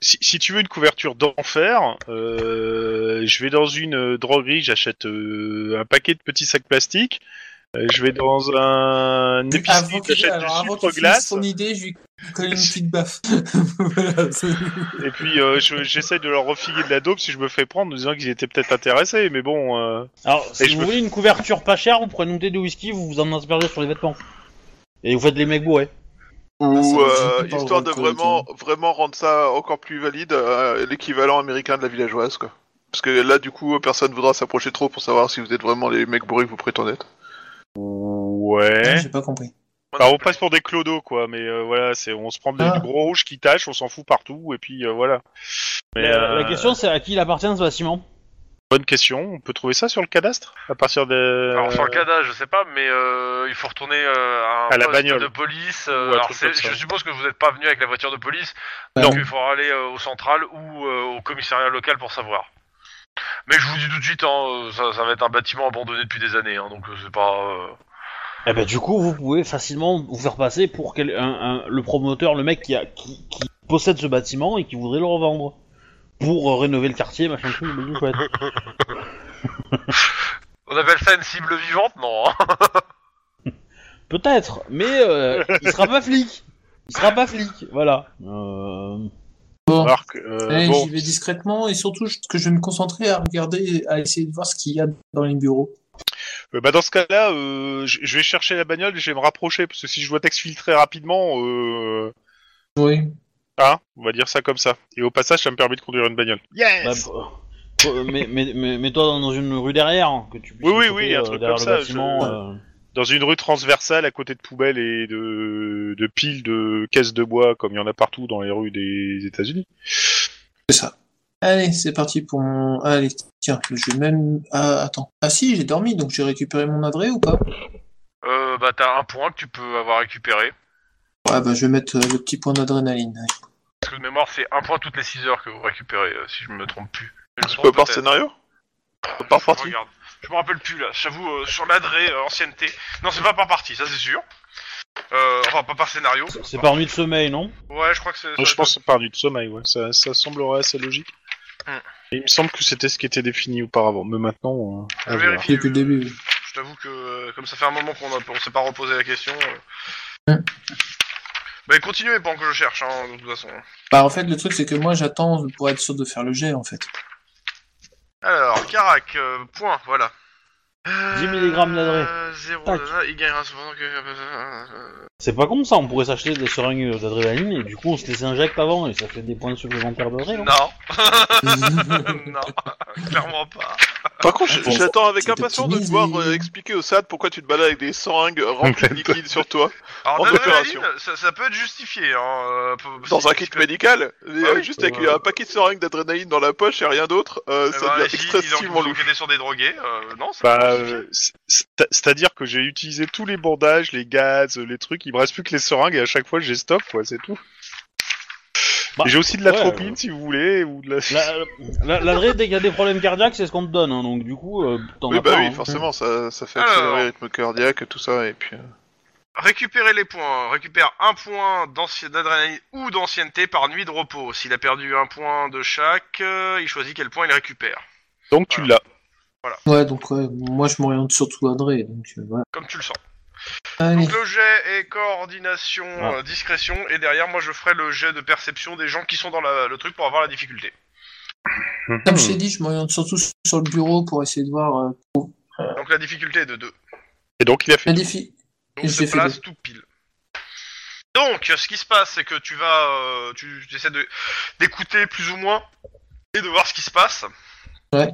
[SPEAKER 6] si, si tu veux une couverture d'enfer, euh, je vais dans une euh, droguerie, j'achète euh, un paquet de petits sacs plastiques. euh, je vais dans un épicerie,
[SPEAKER 4] Avant qu'il-
[SPEAKER 6] j'achète du
[SPEAKER 4] alors, avant
[SPEAKER 6] sucre
[SPEAKER 4] qu'il finisse
[SPEAKER 6] glace.
[SPEAKER 4] son idée, je lui colle une petite baffe. Voilà, c'est-
[SPEAKER 6] Et puis euh, je- j'essaie de leur refiler de la dope si je me fais prendre, en disant qu'ils étaient peut-être intéressés, mais bon. euh,
[SPEAKER 1] Alors, si
[SPEAKER 6] je
[SPEAKER 1] vous
[SPEAKER 6] me-
[SPEAKER 1] voulez une couverture pas chère, vous prenez une bouteille de whisky, vous vous en aspergez sur les vêtements. Et vous faites les mecs bourrés.
[SPEAKER 3] Ou
[SPEAKER 4] Ah, ça va
[SPEAKER 3] euh,
[SPEAKER 4] beaucoup par
[SPEAKER 3] histoire
[SPEAKER 4] le
[SPEAKER 3] de
[SPEAKER 4] roll call,
[SPEAKER 3] vraiment, vraiment rendre ça encore plus valide, euh, l'équivalent américain de la villageoise, quoi. Parce que là, du coup, personne voudra s'approcher trop pour savoir si vous êtes vraiment les mecs bourrés que vous prétendez être.
[SPEAKER 6] Ouais.
[SPEAKER 4] J'ai pas compris.
[SPEAKER 6] Bah, on passe pour des clodos, quoi, mais euh, voilà, c'est on se prend des,
[SPEAKER 4] Ah.
[SPEAKER 6] du gros rouge qui tâche, on s'en fout partout, et puis euh, voilà. Mais,
[SPEAKER 1] la,
[SPEAKER 6] euh,
[SPEAKER 1] la question, c'est à qui il appartient ce bâtiment
[SPEAKER 6] Bonne question, on peut trouver ça sur le cadastre À partir de. euh,
[SPEAKER 2] Alors, sur le cadavre, je sais pas, mais euh, il faut retourner euh, à un
[SPEAKER 6] À la
[SPEAKER 2] poste
[SPEAKER 6] bagnole.
[SPEAKER 2] de police.
[SPEAKER 6] Ou
[SPEAKER 2] euh,
[SPEAKER 6] un
[SPEAKER 2] alors,
[SPEAKER 6] truc
[SPEAKER 2] c'est-
[SPEAKER 6] comme ça.
[SPEAKER 2] je suppose que vous n'êtes pas venu avec la voiture de police,
[SPEAKER 4] Bah,
[SPEAKER 2] donc il faudra aller euh, au central ou euh, au commissariat local pour savoir. Mais je vous dis tout de suite, hein, euh, ça, ça va être un bâtiment abandonné depuis des années, hein, donc euh, c'est pas... euh,
[SPEAKER 1] Eh ben, du coup, vous pouvez facilement vous faire passer pour quel- un- un- le promoteur, le mec qui, a, qui, qui possède ce bâtiment et qui voudrait le revendre. Pour euh, rénover le quartier, machin truc, bidule, quoi.
[SPEAKER 2] On appelle ça une cible vivante Non. hein.
[SPEAKER 1] Peut-être, mais euh, il sera pas flic. Il sera pas flic, voilà. Euh,
[SPEAKER 4] Bon,
[SPEAKER 6] Alors que, euh,
[SPEAKER 4] allez,
[SPEAKER 6] bon,
[SPEAKER 4] j'y vais discrètement et surtout je- que je vais me concentrer à regarder, à essayer de voir ce qu'il y a dans les bureaux.
[SPEAKER 6] euh, bah, dans ce cas-là, euh, je je vais chercher la bagnole et je vais me rapprocher, parce que si je vois t'exfiltrer rapidement, euh...
[SPEAKER 4] Oui.
[SPEAKER 6] ah, on va dire ça comme ça. Et au passage, ça me permet de conduire une bagnole.
[SPEAKER 1] bah,
[SPEAKER 6] Yes
[SPEAKER 1] p- euh, mets- mets- mets- Mets-toi dans une rue derrière, hein, que tu puisses
[SPEAKER 6] Oui, oui,
[SPEAKER 1] te
[SPEAKER 6] oui,
[SPEAKER 1] choper,
[SPEAKER 6] un
[SPEAKER 1] euh,
[SPEAKER 6] truc
[SPEAKER 1] derrière
[SPEAKER 6] comme
[SPEAKER 1] le
[SPEAKER 6] ça,
[SPEAKER 1] bâtiment,
[SPEAKER 6] je-
[SPEAKER 1] euh.
[SPEAKER 6] Dans une rue transversale à côté de poubelles et de, de piles de caisses de bois, comme il y en a partout dans les rues des États-Unis.
[SPEAKER 4] C'est ça. Allez, c'est parti pour mon. Allez, tiens, je vais même. Ah, attends. Ah si, j'ai dormi, donc j'ai récupéré mon adré ou pas
[SPEAKER 2] Euh, bah t'as un point que tu peux avoir récupéré.
[SPEAKER 4] Ouais, bah je vais mettre euh, le petit point d'adrénaline.
[SPEAKER 2] Parce que de mémoire, c'est un point toutes les 6 heures que vous récupérez, euh, si je me trompe plus. Mais je me
[SPEAKER 3] C'est
[SPEAKER 2] trompe
[SPEAKER 3] pas par
[SPEAKER 2] peut-être. hein,
[SPEAKER 3] scénario Pas par
[SPEAKER 2] Je
[SPEAKER 3] partie
[SPEAKER 2] regarde. Je me rappelle plus là, j'avoue, euh, sur l'adré, euh, ancienneté. Non, c'est pas par partie, ça c'est sûr. Euh, enfin, pas par scénario.
[SPEAKER 1] C'est- C'est par nuit de sommeil, non
[SPEAKER 2] Ouais, je crois que c'est.
[SPEAKER 6] je pense par nuit de sommeil, ouais. Ça, ça semblerait assez logique.
[SPEAKER 2] Hmm.
[SPEAKER 6] Et Il me semble que c'était ce qui était défini auparavant, mais maintenant. euh,
[SPEAKER 2] Je
[SPEAKER 6] à voir.
[SPEAKER 2] vérifie.
[SPEAKER 4] Depuis le début.
[SPEAKER 2] Je t'avoue que, euh, comme ça fait un moment qu'on a... on s'est pas reposé la question. euh.
[SPEAKER 6] Mm.
[SPEAKER 4] Ouais.
[SPEAKER 2] Bah continuez pendant que je cherche, hein, de toute façon.
[SPEAKER 4] Bah en fait, le truc, c'est que moi, j'attends pour être sûr de faire le jet, en fait.
[SPEAKER 2] Alors, Carac, euh, point, voilà.
[SPEAKER 1] 10 milligrammes d'adré.
[SPEAKER 2] Euh, 0,
[SPEAKER 7] Tac.
[SPEAKER 2] il gagnera cependant que...
[SPEAKER 1] C'est pas comme ça, on pourrait s'acheter des seringues d'adrénaline et du coup on se les injecte avant et ça fait des points supplémentaires d'adré, non
[SPEAKER 2] Non, Euh, non, clairement pas.
[SPEAKER 3] Par contre, je-
[SPEAKER 4] Bon,
[SPEAKER 3] j'attends avec
[SPEAKER 4] c'est
[SPEAKER 3] impatience de
[SPEAKER 4] optimisé.
[SPEAKER 3] pouvoir euh, expliquer au SAD pourquoi tu te balades avec des seringues remplies de liquide sur toi En
[SPEAKER 2] Alors d'adrénaline,
[SPEAKER 3] opération.
[SPEAKER 2] ça, ça peut être justifié. Hein, euh, pour-
[SPEAKER 3] dans un
[SPEAKER 2] parce
[SPEAKER 3] kit
[SPEAKER 2] que-
[SPEAKER 3] médical, mais,
[SPEAKER 2] Ouais,
[SPEAKER 3] euh,
[SPEAKER 2] oui.
[SPEAKER 3] juste avec un paquet de seringues d'adrénaline dans la poche et rien d'autre, euh,
[SPEAKER 2] Eh
[SPEAKER 3] ça
[SPEAKER 2] ben, si,
[SPEAKER 3] devient
[SPEAKER 2] ils
[SPEAKER 3] extrêmement
[SPEAKER 2] ont
[SPEAKER 3] louche.
[SPEAKER 2] enquêté sur des drogués, euh, non, ça
[SPEAKER 6] Bah,
[SPEAKER 2] peut justifier.
[SPEAKER 6] euh, c'est- c'est- c'est-à-dire que j'ai utilisé tous les bandages, les gaz, les trucs, il me reste plus que les seringues et à chaque fois j'ai stop, quoi, c'est tout.
[SPEAKER 1] Bah,
[SPEAKER 6] Et j'ai aussi de la
[SPEAKER 1] ouais,
[SPEAKER 6] tropine si vous voulez, ou de la...
[SPEAKER 1] La- la- L'adré, dès qu'il y a des problèmes cardiaques, c'est ce qu'on te donne, hein, donc du coup, euh, t'en
[SPEAKER 3] Oui,
[SPEAKER 1] as
[SPEAKER 3] bah
[SPEAKER 1] pas.
[SPEAKER 3] oui,
[SPEAKER 1] hein.
[SPEAKER 3] forcément, ça, ça fait
[SPEAKER 2] Alors.
[SPEAKER 3] accélérer le rythme cardiaque, tout ça, et puis... euh,
[SPEAKER 2] Récupérer les points. Récupère un point d'ancien- d'adrénaline ou d'ancienneté par nuit de repos. S'il a perdu un point de chaque, euh, il choisit quel point il récupère.
[SPEAKER 6] Donc tu l'as.
[SPEAKER 4] Ouais, donc ouais, moi je m'oriente surtout à André, donc euh, voilà.
[SPEAKER 2] Comme tu le sens.
[SPEAKER 4] Allez.
[SPEAKER 2] Donc le jet est coordination,
[SPEAKER 1] Ah.
[SPEAKER 2] euh, discrétion, et derrière moi je ferai le jet de perception des gens qui sont dans la- le truc pour avoir la difficulté.
[SPEAKER 6] Hmm.
[SPEAKER 4] Comme je t'ai dit, je m'oriente surtout sur le bureau pour essayer de voir. euh, pour-
[SPEAKER 2] Donc la difficulté est de 2.
[SPEAKER 6] Et donc il a fait
[SPEAKER 4] La défi.
[SPEAKER 2] Donc
[SPEAKER 4] Et
[SPEAKER 2] se
[SPEAKER 4] j'ai fait
[SPEAKER 2] place tout pile. Donc ce qui se passe c'est que tu vas, euh, tu, tu essaies de- d'écouter plus ou moins et de voir ce qui se passe.
[SPEAKER 4] Ouais.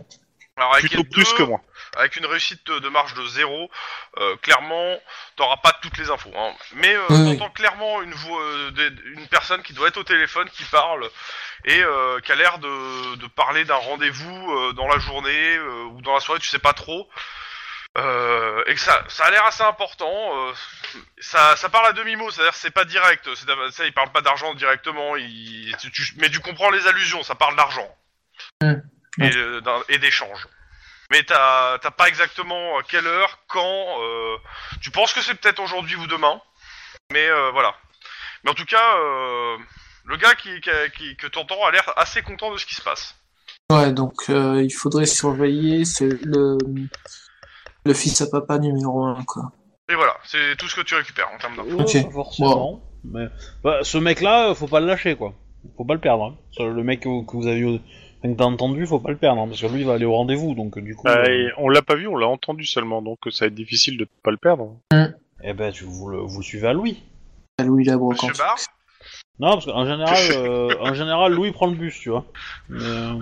[SPEAKER 2] Alors, avec
[SPEAKER 6] plutôt
[SPEAKER 2] les
[SPEAKER 6] plus
[SPEAKER 2] deux,
[SPEAKER 6] que moi.
[SPEAKER 2] avec une réussite de marge de zéro, euh, clairement, t'auras pas toutes les infos. hein. Mais euh,
[SPEAKER 4] Oui, oui.
[SPEAKER 2] t'entends clairement une voix, euh, des- une personne qui doit être au téléphone, qui parle et euh, qui a l'air de, de parler d'un rendez-vous euh, dans la journée euh, ou dans la soirée, tu sais pas trop. Euh, et que ça, ça a l'air assez important. euh, ça, ça parle à demi mot, c'est-à-dire que c'est pas direct. C'est, ça, il parle pas d'argent directement. il- tu- tu- mais tu comprends les allusions. Ça parle d'argent
[SPEAKER 4] Mm.
[SPEAKER 2] et, euh, d'un- et d'échange. Mais t'as, t'as pas exactement à quelle heure, quand. euh, tu penses que c'est peut-être aujourd'hui ou demain. Mais euh, voilà. Mais en tout cas, euh, le gars qui, qui, qui- que t'entends a l'air assez content de ce qui se passe.
[SPEAKER 4] Ouais, donc euh, il faudrait surveiller ce- le... le fils à papa numéro 1, quoi.
[SPEAKER 2] Et voilà, c'est tout ce que tu récupères en termes d'infos.
[SPEAKER 1] Ouais,
[SPEAKER 4] Ok.
[SPEAKER 1] pas forcément. Mais... Bah, ce mec-là, euh, faut pas le lâcher, quoi. Faut pas le perdre. hein. Ça, Le mec que vous, que vous avez eu- enfin, que t'as entendu, faut pas le perdre, hein, parce que lui, il va aller au rendez-vous, donc euh, du coup...
[SPEAKER 6] Bah,
[SPEAKER 1] euh,
[SPEAKER 6] et on l'a pas vu, on l'a entendu seulement, donc euh, ça va être difficile de pas le perdre.
[SPEAKER 1] Eh ben, tu, vous, le, vous le suivez à Louis.
[SPEAKER 4] À Louis la brocante.
[SPEAKER 2] Monsieur Barr
[SPEAKER 1] Non, parce qu'en général, euh, en général, Louis prend le bus, tu vois. Mais, euh,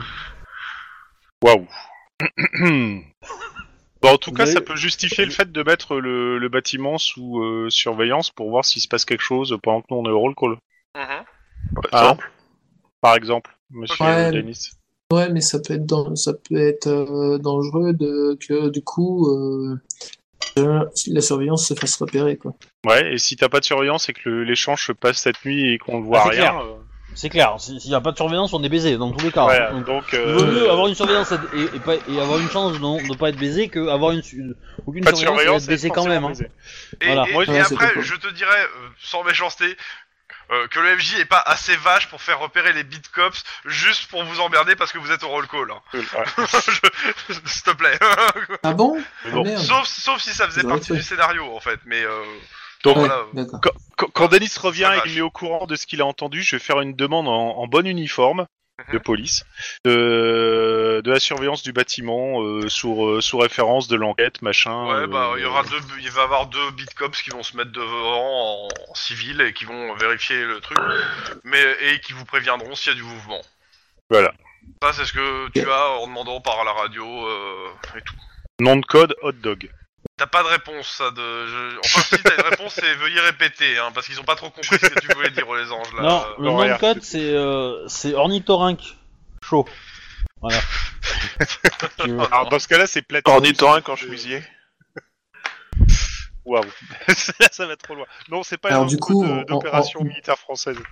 [SPEAKER 6] Waouh. Bon, en tout
[SPEAKER 1] Vous
[SPEAKER 6] cas, ça
[SPEAKER 1] avez-
[SPEAKER 6] peut justifier le fait de mettre le, le bâtiment sous euh, surveillance pour voir s'il se passe quelque chose pendant que nous on est au roll call,
[SPEAKER 2] Mhm.
[SPEAKER 3] par
[SPEAKER 6] Ah.
[SPEAKER 3] exemple.
[SPEAKER 6] par exemple, monsieur
[SPEAKER 4] Ouais.
[SPEAKER 6] Denis.
[SPEAKER 4] Ouais, mais ça peut être, dan- ça peut être euh, dangereux de... que du coup euh, euh, la surveillance se fasse repérer, quoi.
[SPEAKER 6] Ouais, et si t'as pas de surveillance et que le- l'échange se passe cette nuit et qu'on ne voit
[SPEAKER 1] Ah, c'est
[SPEAKER 6] rien,
[SPEAKER 1] clair.
[SPEAKER 3] euh.
[SPEAKER 1] C'est clair, si- s'il y a pas de surveillance, on est baisé, dans tous les cas.
[SPEAKER 6] voilà,
[SPEAKER 1] hein. Donc,
[SPEAKER 6] donc
[SPEAKER 1] Il
[SPEAKER 6] euh,
[SPEAKER 1] vaut mieux avoir une surveillance et, et pas- et avoir une chance de ne pas être baisé que avoir une, su- aucune
[SPEAKER 6] pas de
[SPEAKER 1] surveillance,
[SPEAKER 6] surveillance,
[SPEAKER 1] et être
[SPEAKER 6] c'est
[SPEAKER 1] baisé quand
[SPEAKER 6] forcément
[SPEAKER 1] même. hein.
[SPEAKER 6] baisé.
[SPEAKER 2] Et,
[SPEAKER 1] Voilà.
[SPEAKER 2] et-
[SPEAKER 6] Moi,
[SPEAKER 2] et
[SPEAKER 4] ouais, c'est
[SPEAKER 2] après,
[SPEAKER 4] pas faux.
[SPEAKER 2] je te dirais, euh, sans méchanceté, euh, que le FJ est pas assez vache pour faire repérer les beat cops juste pour vous emmerder parce que vous êtes au roll call. hein.
[SPEAKER 6] Ouais.
[SPEAKER 2] Je- S'il te plaît.
[SPEAKER 4] Ah bon?
[SPEAKER 6] Mais
[SPEAKER 4] Ah
[SPEAKER 6] bon.
[SPEAKER 4] merde.
[SPEAKER 2] sauf, sauf si ça faisait
[SPEAKER 4] C'est vrai,
[SPEAKER 2] partie
[SPEAKER 4] ouais.
[SPEAKER 2] du scénario, en fait. Mais euh,
[SPEAKER 6] Donc,
[SPEAKER 4] Ouais,
[SPEAKER 2] voilà.
[SPEAKER 4] d'accord.
[SPEAKER 6] Quand, quand Denis revient
[SPEAKER 2] Ah,
[SPEAKER 6] et
[SPEAKER 2] vache.
[SPEAKER 6] qu'il met au courant de ce qu'il a entendu, je vais faire une demande en, en bon uniforme
[SPEAKER 2] Mhm.
[SPEAKER 6] de police, de, de la surveillance du bâtiment euh, sous, euh, sous référence de l'enquête, machin.
[SPEAKER 2] Ouais,
[SPEAKER 6] euh,
[SPEAKER 2] bah, il y aura deux, il va y avoir deux beat cops qui vont se mettre devant en, en civil et qui vont vérifier le truc, mais et qui vous préviendront s'il y a du mouvement.
[SPEAKER 6] Voilà.
[SPEAKER 2] Ça, c'est ce que tu as en demandant par la radio euh, et tout.
[SPEAKER 6] Nom de code, hot dog.
[SPEAKER 2] T'as pas de réponse, ça. De, je- Enfin, si t'as une réponse, c'est veuillez répéter, hein, parce qu'ils ont pas trop compris ce que tu voulais dire, les anges là.
[SPEAKER 1] Non,
[SPEAKER 2] Euh,
[SPEAKER 1] le nom de
[SPEAKER 6] l'horaire.
[SPEAKER 1] code c'est euh, c'est ornithorynque chaud. Voilà. Tu
[SPEAKER 2] Ah.
[SPEAKER 1] veux-
[SPEAKER 6] Alors, dans ce cas-là, c'est platine.
[SPEAKER 3] Ornithorin quand je fusillais.
[SPEAKER 6] Waouh. là, ça va trop loin. Non, c'est pas
[SPEAKER 4] Alors,
[SPEAKER 6] un
[SPEAKER 4] du coup, on-
[SPEAKER 6] d'opération
[SPEAKER 4] on-
[SPEAKER 6] militaire française.
[SPEAKER 4] Du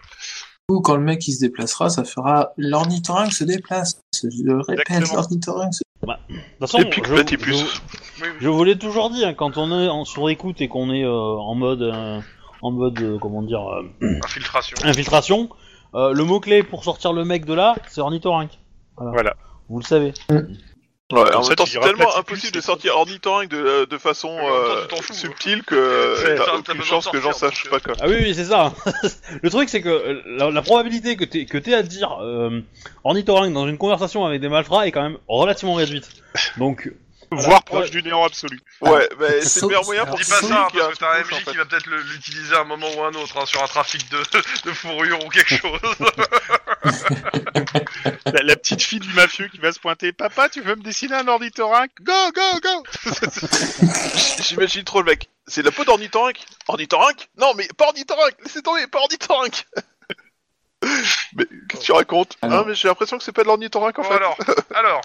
[SPEAKER 4] coup, quand le mec il se déplacera, ça fera l'ornithorynque se déplace. Je le répète,
[SPEAKER 6] Exactement.
[SPEAKER 4] l'ornithorynque se
[SPEAKER 1] De toute façon,
[SPEAKER 3] Et puis,
[SPEAKER 1] je,
[SPEAKER 3] platypus.
[SPEAKER 1] je- je vous l'ai toujours dit, hein, quand on est en sur-écoute et qu'on est euh, en mode, euh, en mode euh, comment dire, euh,
[SPEAKER 2] Infiltration.
[SPEAKER 1] infiltration, euh, le mot-clé pour sortir le mec de là, c'est ornithorynque.
[SPEAKER 6] Voilà.
[SPEAKER 1] Vous le savez.
[SPEAKER 3] Ouais, en
[SPEAKER 6] Comme ça,
[SPEAKER 3] même temps,
[SPEAKER 6] tu
[SPEAKER 3] c'est
[SPEAKER 6] diras
[SPEAKER 3] tellement
[SPEAKER 6] platypus,
[SPEAKER 3] impossible de
[SPEAKER 6] c'est-
[SPEAKER 3] sortir ornithorynque de, de façon
[SPEAKER 2] Mais en même temps,
[SPEAKER 3] euh,
[SPEAKER 2] tu t'en fous, hein.
[SPEAKER 3] subtile que euh,
[SPEAKER 2] Ouais, t'as-
[SPEAKER 3] t'as
[SPEAKER 2] t'as
[SPEAKER 3] aucune
[SPEAKER 2] besoin de
[SPEAKER 3] chance que j'en
[SPEAKER 2] sortir,
[SPEAKER 3] sache
[SPEAKER 2] donc, euh,
[SPEAKER 3] pas quoi.
[SPEAKER 1] Ah oui, oui c'est ça. le truc, c'est que euh, la, la probabilité que t'aies que t'aies à dire euh, ornithorynque dans une conversation avec des malfrats est quand même relativement réduite. Donc,
[SPEAKER 6] voire proche du néant absolu.
[SPEAKER 3] Ouais, bah, c'est
[SPEAKER 4] sauf-
[SPEAKER 3] le meilleur moyen
[SPEAKER 4] alors,
[SPEAKER 3] pour
[SPEAKER 2] Dis
[SPEAKER 3] qu'il
[SPEAKER 2] pas
[SPEAKER 3] souligne
[SPEAKER 2] ça, hein,
[SPEAKER 3] qu'il y a
[SPEAKER 2] parce que t'as un
[SPEAKER 3] truc,
[SPEAKER 2] MJ
[SPEAKER 3] en
[SPEAKER 2] qui
[SPEAKER 3] fait.
[SPEAKER 2] va peut-être le- l'utiliser à un moment ou à un autre, hein, sur un trafic de, de fourrure ou quelque chose.
[SPEAKER 6] La, la petite fille du mafieux qui va se pointer. Papa, tu veux me dessiner un ornithorynque Go, go, go
[SPEAKER 3] J'imagine trop le mec. C'est la peau d'ornithorynque. Ornithorynque Non, mais pas ornithorynque Laissez tomber, pas ornithorynque Mais qu'est-ce que tu racontes
[SPEAKER 4] Alors.
[SPEAKER 3] Hein, mais j'ai l'impression que c'est pas de l'ornithorynque en
[SPEAKER 2] Bon,
[SPEAKER 3] fait.
[SPEAKER 2] alors, alors.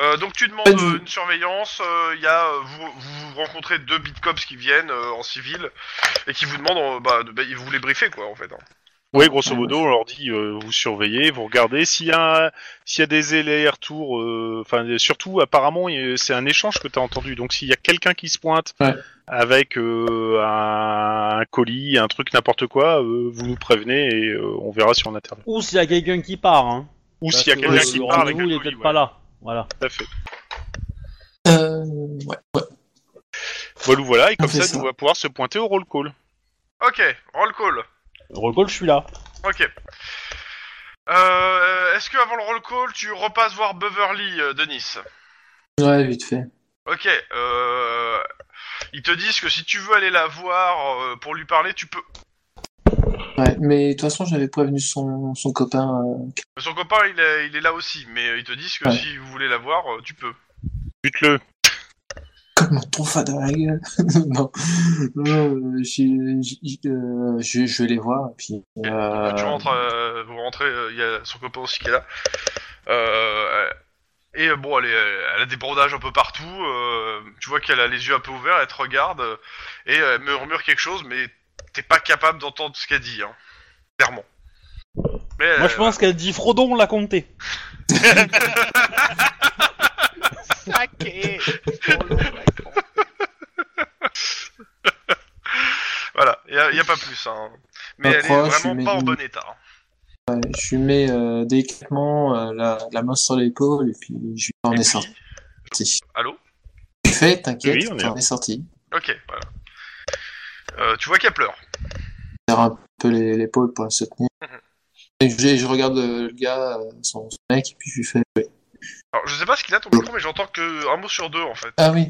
[SPEAKER 2] Euh, donc tu demandes
[SPEAKER 4] Pas du-
[SPEAKER 2] euh, une surveillance, euh, il y a euh, vous, vous rencontrez deux bitcops qui viennent euh, en civil et qui vous demandent, euh, bah, de- bah, ils vous les briefer quoi en fait. hein.
[SPEAKER 6] Oui,
[SPEAKER 4] Ah,
[SPEAKER 6] grosso modo, on leur dit euh, vous surveillez, vous regardez. S'il y a, un- s'il y a des allers-retours, euh, enfin surtout, apparemment, il y a- c'est un échange que t'as entendu. Donc s'il y a quelqu'un qui se pointe
[SPEAKER 4] Ouais.
[SPEAKER 6] avec euh, un, un colis, un truc n'importe quoi, euh, vous nous prévenez et euh, on verra si on intervient.
[SPEAKER 1] Ou s'il y a quelqu'un qui part, hein.
[SPEAKER 6] Ou
[SPEAKER 1] Parce
[SPEAKER 6] s'il y a
[SPEAKER 1] que
[SPEAKER 6] quelqu'un
[SPEAKER 1] le-
[SPEAKER 6] qui
[SPEAKER 1] le
[SPEAKER 6] part avec
[SPEAKER 1] rendez-vous,
[SPEAKER 6] un
[SPEAKER 1] il est
[SPEAKER 6] colis,
[SPEAKER 1] peut-être
[SPEAKER 6] ouais,
[SPEAKER 1] pas là. Voilà.
[SPEAKER 6] Tout à fait.
[SPEAKER 4] Euh, ouais.
[SPEAKER 6] Voilà, voilà, et comme
[SPEAKER 4] On fait
[SPEAKER 6] ça,
[SPEAKER 4] ça.
[SPEAKER 6] on va pouvoir se pointer au roll call.
[SPEAKER 2] Ok, roll call.
[SPEAKER 1] Recall, je suis là.
[SPEAKER 2] Ok. Euh, Est-ce que avant le roll call, tu repasses voir Beverly, euh, Denis
[SPEAKER 4] Ouais, vite fait.
[SPEAKER 2] Ok. Euh, ils te disent que si tu veux aller la voir euh, pour lui parler, tu peux.
[SPEAKER 4] Ouais, mais de toute façon, j'avais prévenu son, son copain. euh, qui-
[SPEAKER 2] Son copain, il est, il est là aussi, mais euh, ils te disent que
[SPEAKER 4] Ouais.
[SPEAKER 2] si vous voulez la voir, euh, tu peux.
[SPEAKER 6] Bute-le.
[SPEAKER 4] Comme un tonfa dans la gueule. non, non euh, j'ai- j'ai- euh, je, je vais les voir. et Puis, euh,
[SPEAKER 2] Tu rentres, euh, vous rentrez, euh, il y a son copain aussi qui est là. Euh, et euh, bon, elle, est- elle a des bandages un peu partout. euh, tu vois qu'elle a les yeux un peu ouverts, elle te regarde euh, et euh, elle murmure quelque chose, mais t'es pas capable d'entendre ce qu'elle dit, hein. clairement. Mais,
[SPEAKER 1] Moi, je
[SPEAKER 2] euh,
[SPEAKER 1] pense qu'elle dit Frodon l'a compté.
[SPEAKER 2] voilà, il y, a- y a pas plus. Hein. Mais elle est
[SPEAKER 4] Approche,
[SPEAKER 2] vraiment
[SPEAKER 4] mais-
[SPEAKER 2] pas en bon état. hein.
[SPEAKER 4] ouais, je lui mets euh, délicatement euh, la, la main sur l'épaule et puis je lui en
[SPEAKER 2] Et
[SPEAKER 4] ai
[SPEAKER 2] puis-
[SPEAKER 4] sorti.
[SPEAKER 2] Allô
[SPEAKER 4] Tu fais, t'inquiète,
[SPEAKER 6] Oui, on est
[SPEAKER 4] t'en es sorti.
[SPEAKER 2] Ok, voilà. Euh, tu vois qu'elle pleure.
[SPEAKER 4] Je serre un peu les- l'épaule pour la soutenir.
[SPEAKER 2] Mhm.
[SPEAKER 4] Et je, je regarde euh, le gars, euh, son, son mec, et puis je lui fais. ouais.
[SPEAKER 2] Alors, je sais pas ce qu'il a ton micro, mais j'entends que un mot sur deux en fait.
[SPEAKER 4] Ah oui,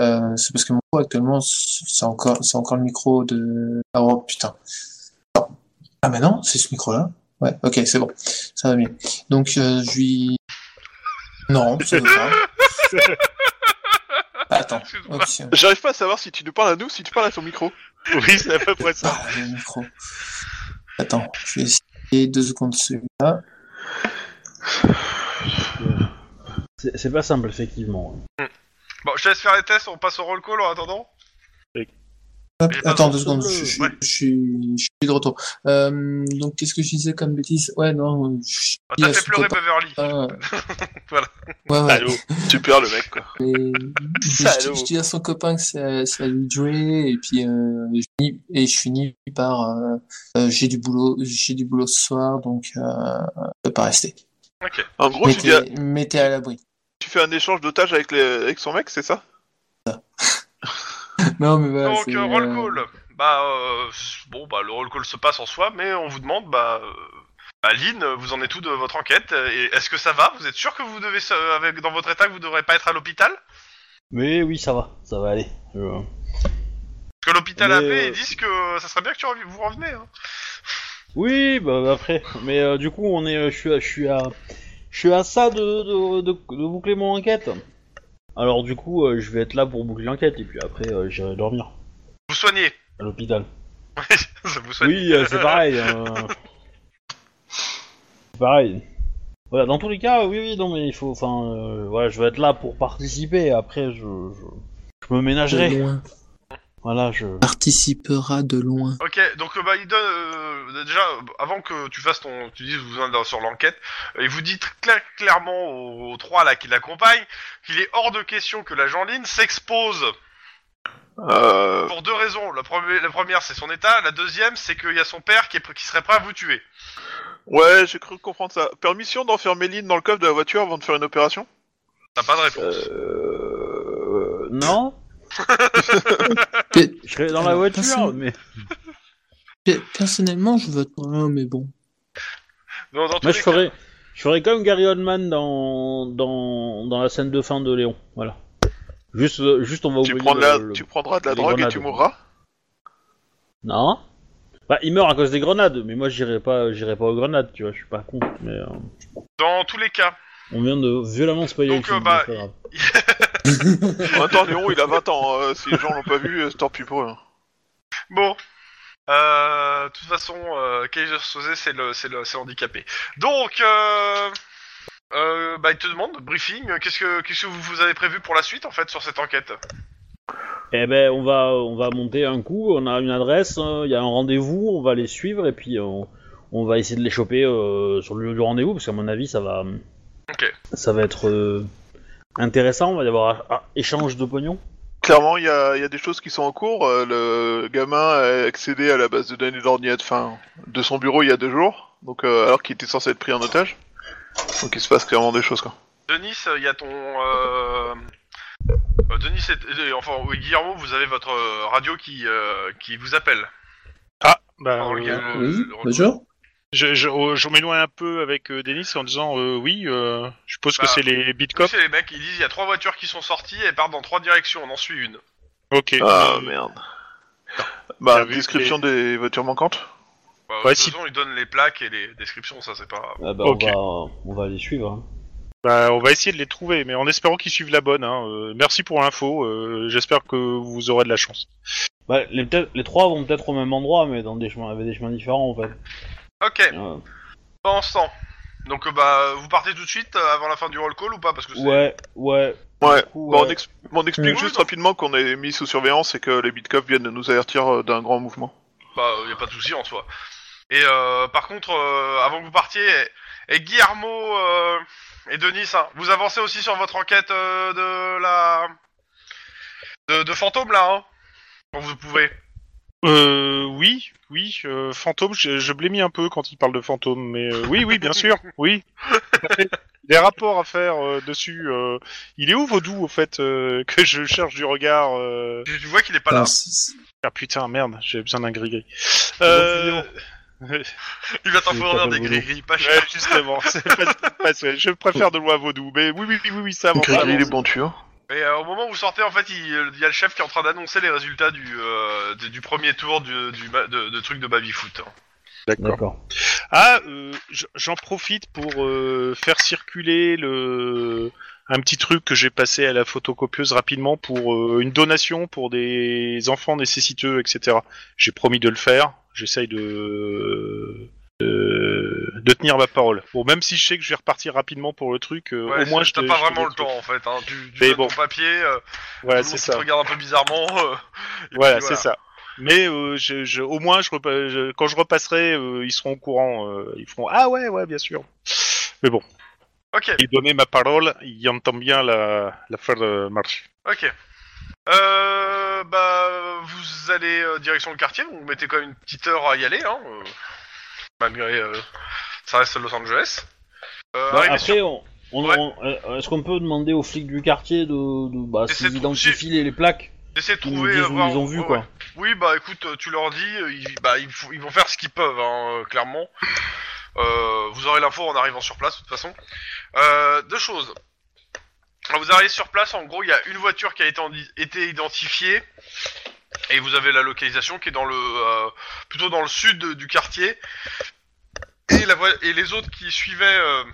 [SPEAKER 4] Euh, c'est parce que mon micro actuellement, c'est encore, c'est encore le micro de. Ah oh putain. Non. Ah mais non, c'est ce micro-là. Ouais, ok, c'est bon, ça va mieux. Donc euh, je lui. Non, ça veut pas. Attends.
[SPEAKER 2] Excuse-moi.
[SPEAKER 4] Ok.
[SPEAKER 3] J'arrive pas à savoir si tu nous parles à nous ou si tu parles à ton micro.
[SPEAKER 6] Oui, c'est à peu près ça.
[SPEAKER 4] Ah, le micro. Attends, je vais essayer deux secondes celui-là.
[SPEAKER 1] C'est c'est pas simple, effectivement.
[SPEAKER 2] Bon, je te laisse faire les tests, on passe au roll call en attendant.
[SPEAKER 4] Hop,
[SPEAKER 2] Il est pas
[SPEAKER 4] attends deux
[SPEAKER 2] sur
[SPEAKER 4] secondes,
[SPEAKER 2] le-
[SPEAKER 4] je, je-
[SPEAKER 2] ouais.
[SPEAKER 4] je suis, je suis de retour. Euh, donc qu'est-ce que je disais comme bêtise? Ouais, non, je
[SPEAKER 2] Bah,
[SPEAKER 4] dis à
[SPEAKER 2] T'as fait
[SPEAKER 4] son
[SPEAKER 2] pleurer
[SPEAKER 4] copain,
[SPEAKER 2] Beverly.
[SPEAKER 4] euh,
[SPEAKER 2] Voilà.
[SPEAKER 4] Ouais, ouais.
[SPEAKER 6] Allô.
[SPEAKER 3] Super le mec quoi.
[SPEAKER 4] Mais,
[SPEAKER 3] Salaud.
[SPEAKER 4] je, je dis à son copain que c'est à, c'est à lui de jouer et puis euh, je finis, et je finis par euh, euh, j'ai du boulot j'ai du boulot ce soir donc euh, je peux pas rester.
[SPEAKER 2] Ok.
[SPEAKER 3] En gros, tu, dis à-
[SPEAKER 4] mettez, mettez à l'abri.
[SPEAKER 3] tu fais un échange d'otages avec, les- avec son mec, c'est ça
[SPEAKER 4] Non mais voilà.
[SPEAKER 2] Donc,
[SPEAKER 4] c'est,
[SPEAKER 2] euh, roll
[SPEAKER 4] euh,
[SPEAKER 2] call. Bah, euh, bon, bah, le roll call se passe en soi, mais on vous demande, bah. euh, bah, Lynn, vous en êtes tout de votre enquête Et est-ce que ça va Vous êtes sûr que vous devez, euh, avec, dans votre état, que vous devrez pas être à l'hôpital
[SPEAKER 1] Mais oui, ça va, ça va aller. Je- euh,
[SPEAKER 2] Parce que l'hôpital
[SPEAKER 1] Mais,
[SPEAKER 2] avait,
[SPEAKER 1] euh,
[SPEAKER 2] ils disent que ça serait bien que tu revi- vous revenez. Hein.
[SPEAKER 1] Oui, bah après. Mais euh, du coup, on est, euh, je suis, à- je suis à, je suis à ça de, de, de, de boucler mon enquête. Alors du coup, euh, je vais être là pour boucler l'enquête et puis après, euh, j'irai dormir
[SPEAKER 2] Vous soignez.
[SPEAKER 1] à l'hôpital.
[SPEAKER 2] ça vous soigne.
[SPEAKER 1] Oui, euh, c'est pareil. euh. C'est pareil. Voilà, dans tous les cas, oui, oui, non, mais il faut, enfin, euh, voilà, je vais être là pour participer. Après, je, je, je me
[SPEAKER 4] de
[SPEAKER 1] ménagerai.
[SPEAKER 4] loin
[SPEAKER 1] Voilà, je.
[SPEAKER 4] participera de loin.
[SPEAKER 2] Ok, donc euh, bah, il donne euh, déjà euh, avant que tu fasses ton, tu dises vous êtes dans- sur l'enquête, euh, il vous dit tr- cla- clairement aux, aux trois là qui l'accompagnent qu'il est hors de question que la Jeanline s'expose
[SPEAKER 3] Euh.
[SPEAKER 2] pour deux raisons. La, première- la première c'est son état, la deuxième c'est qu'il y a son père qui, est pr- qui serait prêt à vous tuer.
[SPEAKER 3] Ouais, j'ai cru comprendre ça. Permission d'enfermer Lynn dans le coffre de la voiture avant de faire une opération
[SPEAKER 2] T'as pas de réponse.
[SPEAKER 1] Euh... Non.
[SPEAKER 4] Pe-
[SPEAKER 1] Je serai dans la voiture,
[SPEAKER 4] Personne.
[SPEAKER 1] mais.
[SPEAKER 4] pe- Personnellement je vote non mais bon.
[SPEAKER 2] Non, dans tous
[SPEAKER 1] Moi,
[SPEAKER 2] les
[SPEAKER 1] je
[SPEAKER 2] cas,
[SPEAKER 1] ferais, Je ferai comme Gary Oldman dans, dans, dans la scène de fin de Léon. Voilà. Juste, euh, juste on va
[SPEAKER 3] Tu,
[SPEAKER 1] oublier
[SPEAKER 3] prends de la-
[SPEAKER 1] le- le-
[SPEAKER 3] tu prendras de la
[SPEAKER 1] les
[SPEAKER 3] drogue et
[SPEAKER 1] grenades.
[SPEAKER 3] tu mourras
[SPEAKER 1] Non. Bah, il meurt à cause des grenades, mais moi j'irai pas, j'irai pas aux grenades, tu vois, je suis pas con. Mais euh,
[SPEAKER 2] Dans tous les cas,
[SPEAKER 1] on vient de violemment spoiler
[SPEAKER 2] Donc,
[SPEAKER 1] le film,
[SPEAKER 2] euh, bah,
[SPEAKER 1] c'est pas grave.
[SPEAKER 3] En même temps, Léon, il a 20 ans. euh, si les gens l'ont pas vu, euh, c'est tant pis pour eux.
[SPEAKER 2] Bon. Euh, De toute façon, euh, Kaiser Soze, c'est le, c'est le, c'est handicapé. Donc, euh, euh, bah, il te demande, briefing, euh, qu'est-ce que, qu'est-ce que vous vous avez prévu pour la suite, en fait, sur cette enquête
[SPEAKER 1] Eh ben, on va, on va monter un coup, on a une adresse, euh, il y a un rendez-vous, on va les suivre et puis euh, on, on va essayer de les choper euh, sur le lieu du rendez-vous parce qu'à mon avis, ça va.
[SPEAKER 2] Ok.
[SPEAKER 1] Ça va être euh, intéressant, on va y avoir ah, échange de pognon.
[SPEAKER 3] Clairement, il y a, il y a des choses qui sont en cours. euh, le gamin a accédé à la base de données d'ordinateur fin, de son bureau il y a deux jours, donc euh, alors qu'il était censé être pris en otage. Donc il se passe clairement des choses. Quoi.
[SPEAKER 2] Denis, euh, il y a ton. Euh... euh, Denis et. et- Enfin, oui, Guillermo, vous avez votre euh, radio qui, euh, qui vous appelle.
[SPEAKER 6] Bah,
[SPEAKER 2] Dans le-
[SPEAKER 6] euh,
[SPEAKER 2] le-
[SPEAKER 4] Oui,
[SPEAKER 2] le-
[SPEAKER 4] bonjour.
[SPEAKER 6] je je, euh, je m'éloigne un peu avec euh, Denis en disant euh, oui, euh, je suppose que
[SPEAKER 2] Bah,
[SPEAKER 6] c'est les
[SPEAKER 2] Oui,
[SPEAKER 6] Bitcops.
[SPEAKER 2] c'est les mecs, ils disent il y a trois voitures qui sont sorties et partent dans trois directions, on en suit une.
[SPEAKER 6] Ok.
[SPEAKER 3] Ah
[SPEAKER 6] Euh,
[SPEAKER 3] merde. Bah,
[SPEAKER 6] T'as vu
[SPEAKER 3] description des voitures manquantes
[SPEAKER 2] Bah, de
[SPEAKER 6] Ouais,
[SPEAKER 2] toute
[SPEAKER 6] si-
[SPEAKER 2] façon, ils donnent les plaques et les descriptions, ça c'est pas.
[SPEAKER 1] Ah bah,
[SPEAKER 6] Ok.
[SPEAKER 1] on, va, on va les suivre. hein.
[SPEAKER 6] Bah, on va essayer de les trouver, mais en espérant qu'ils suivent la bonne. Hein. Euh, merci pour l'info. euh, J'espère que vous aurez de la chance.
[SPEAKER 1] Bah, les, peut-être- les trois vont peut-être au même endroit, mais dans des chemins, avec des chemins différents en fait.
[SPEAKER 2] Ok,
[SPEAKER 1] Euh,
[SPEAKER 2] pendant ce temps. Donc, euh, bah, vous partez tout de suite euh, avant la fin du roll call ou pas Parce que c'est-
[SPEAKER 1] ouais, ouais.
[SPEAKER 3] Ouais.
[SPEAKER 1] Du coup,
[SPEAKER 3] Bon, on,
[SPEAKER 1] ouais.
[SPEAKER 3] ex- on explique
[SPEAKER 2] Oui,
[SPEAKER 3] juste
[SPEAKER 2] non.
[SPEAKER 3] rapidement qu'on est mis sous surveillance et que les bitcops viennent de nous avertir euh, d'un grand mouvement.
[SPEAKER 2] Bah, il y a pas de souci en soi. Et euh, par contre, euh, avant que vous partiez, et, et Guillermo euh, et Denis, hein, vous avancez aussi sur votre enquête euh, de la de, de fantôme là, hein, quand vous pouvez.
[SPEAKER 6] Euh, oui, oui, euh, fantôme, je, je blémis un peu quand il parle de fantôme, mais euh, oui, oui, bien sûr, oui. Des rapports à faire euh, dessus. euh, il est où Vaudou, au fait, euh, que je cherche du regard euh,
[SPEAKER 2] Tu, tu vois qu'il est pas là.
[SPEAKER 4] Ah, c'est- c'est-
[SPEAKER 6] Ah putain, merde, j'ai besoin d'un gris-gris.
[SPEAKER 2] Bon,
[SPEAKER 6] Euh...
[SPEAKER 2] Il va t'en
[SPEAKER 1] Ah. Il
[SPEAKER 2] fournir
[SPEAKER 1] est pas dans
[SPEAKER 2] des
[SPEAKER 1] le
[SPEAKER 2] gris-gris, pas cher.
[SPEAKER 6] ouais, justement, c'est pas ce qui se passe, ouais, je préfère de loin Vaudou, mais oui, oui, oui, oui, oui, ça avance. ça
[SPEAKER 3] Grégory, il
[SPEAKER 6] avance.
[SPEAKER 3] est bon tuyau.
[SPEAKER 2] Et euh, au moment où vous sortez, en fait, il, il y a le chef qui est en train d'annoncer les résultats du, euh, du, du premier tour du, du, ba- de, de truc de baby-foot. hein.
[SPEAKER 1] D'accord.
[SPEAKER 6] Ah, euh, j- j'en profite pour euh, faire circuler le un petit truc que j'ai passé à la photocopieuse rapidement pour euh, une donation pour des enfants nécessiteux, etc. J'ai promis de le faire. J'essaye de... de de tenir ma parole. Bon, même si je sais que je vais repartir rapidement pour le truc, euh,
[SPEAKER 2] Ouais,
[SPEAKER 6] au moins
[SPEAKER 2] c'est-
[SPEAKER 6] je
[SPEAKER 2] t'as
[SPEAKER 6] te-
[SPEAKER 2] pas
[SPEAKER 6] je te
[SPEAKER 2] vraiment
[SPEAKER 6] donne
[SPEAKER 2] le temps, en fait. Hein. Tu, tu
[SPEAKER 6] Mais
[SPEAKER 2] donnes
[SPEAKER 6] bon.
[SPEAKER 2] ton papier, euh,
[SPEAKER 6] Voilà,
[SPEAKER 2] tout le monde
[SPEAKER 6] c'est ça.
[SPEAKER 2] te regarde un peu bizarrement. euh, et
[SPEAKER 6] Voilà,
[SPEAKER 2] puis
[SPEAKER 6] c'est ça. Mais euh, je, je- au moins, je repa- je- quand je repasserai, euh, ils seront au courant. euh, ils feront ah ouais, ouais, bien sûr. Mais bon.
[SPEAKER 2] Ok,
[SPEAKER 6] Et donner ma parole, il entend bien la, la faire euh, marcher.
[SPEAKER 2] ok. Euh, bah, vous allez euh, direction le quartier, vous mettez quand même une petite heure à y aller, hein, euh, malgré euh, ça reste Los Angeles. Euh,
[SPEAKER 1] Bah,
[SPEAKER 2] arrivé sur-
[SPEAKER 1] après, on, on-
[SPEAKER 2] Ouais.
[SPEAKER 1] on- euh, est-ce qu'on peut demander aux flics du quartier de, de bah,
[SPEAKER 2] Essayer
[SPEAKER 1] s'ils
[SPEAKER 2] de-
[SPEAKER 1] identifient les, les plaques
[SPEAKER 2] J'essaie de
[SPEAKER 1] qu'ils nous
[SPEAKER 2] trouver.
[SPEAKER 1] disent
[SPEAKER 2] euh,
[SPEAKER 1] où
[SPEAKER 2] voir-
[SPEAKER 1] ils ont vu
[SPEAKER 2] ouais,
[SPEAKER 1] quoi
[SPEAKER 2] ouais. Oui, bah écoute, euh, tu leur dis, euh, ils, bah, ils, font- ils vont faire ce qu'ils peuvent, hein, euh, clairement. Euh, vous aurez l'info en arrivant sur place, de toute façon. Euh, deux choses. Quand vous arrivez sur place, en gros, il y a une voiture qui a été, en- été identifiée. Et vous avez la localisation qui est dans le euh, plutôt dans le sud de- du quartier. Et, la voi- et les autres qui suivaient euh,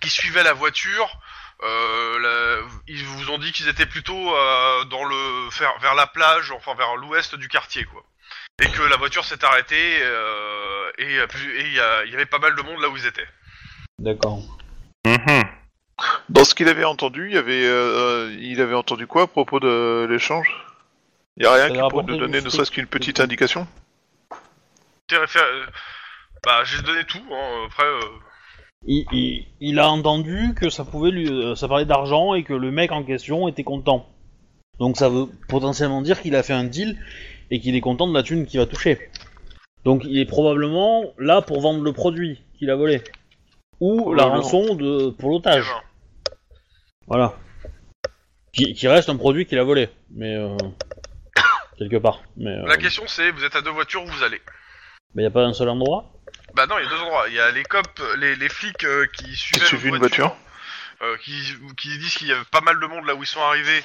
[SPEAKER 2] qui suivaient la voiture euh, la- ils vous ont dit qu'ils étaient plutôt euh, dans le vers, vers la plage, enfin vers l'ouest du quartier, quoi. Et que la voiture s'est arrêtée euh, et euh, plus- et il y, a- il y avait pas mal de monde là où ils étaient.
[SPEAKER 1] D'accord.
[SPEAKER 3] Dans ce qu'il avait entendu, il y avait, euh, euh, il avait entendu quoi à propos de l'échange Il n'y a rien
[SPEAKER 1] Ça
[SPEAKER 3] qui
[SPEAKER 1] leur
[SPEAKER 3] pourrait nous
[SPEAKER 1] apportait
[SPEAKER 3] donner
[SPEAKER 1] une
[SPEAKER 3] ne serait-ce qu'une petite indication
[SPEAKER 2] T'es réfé- euh, Bah, j'ai donné tout. hein, après, euh,
[SPEAKER 1] Il, il- il a entendu que ça pouvait lui, euh, ça parlait d'argent et que le mec en question était content. Donc ça veut potentiellement dire qu'il a fait un deal et qu'il est content de la thune qu'il va toucher. Donc il est probablement là pour vendre le produit qu'il a volé ou la
[SPEAKER 3] Probablement.
[SPEAKER 1] rançon de pour
[SPEAKER 2] il y
[SPEAKER 1] l'otage.
[SPEAKER 2] avait un-
[SPEAKER 1] Voilà. Qui, qui reste un produit qu'il a volé, mais euh, quelque part. Mais euh, il
[SPEAKER 2] La question c'est, vous êtes à deux voitures où vous allez
[SPEAKER 1] n'y a pas un seul endroit.
[SPEAKER 2] Bah non, il y a deux endroits. Il y a les cops, les, les flics euh, qui
[SPEAKER 3] Qui
[SPEAKER 2] suivaient
[SPEAKER 3] a
[SPEAKER 2] notre
[SPEAKER 3] suivi une voiture.
[SPEAKER 2] euh, qui, qui disent qu'il y a pas mal de monde là où ils sont arrivés.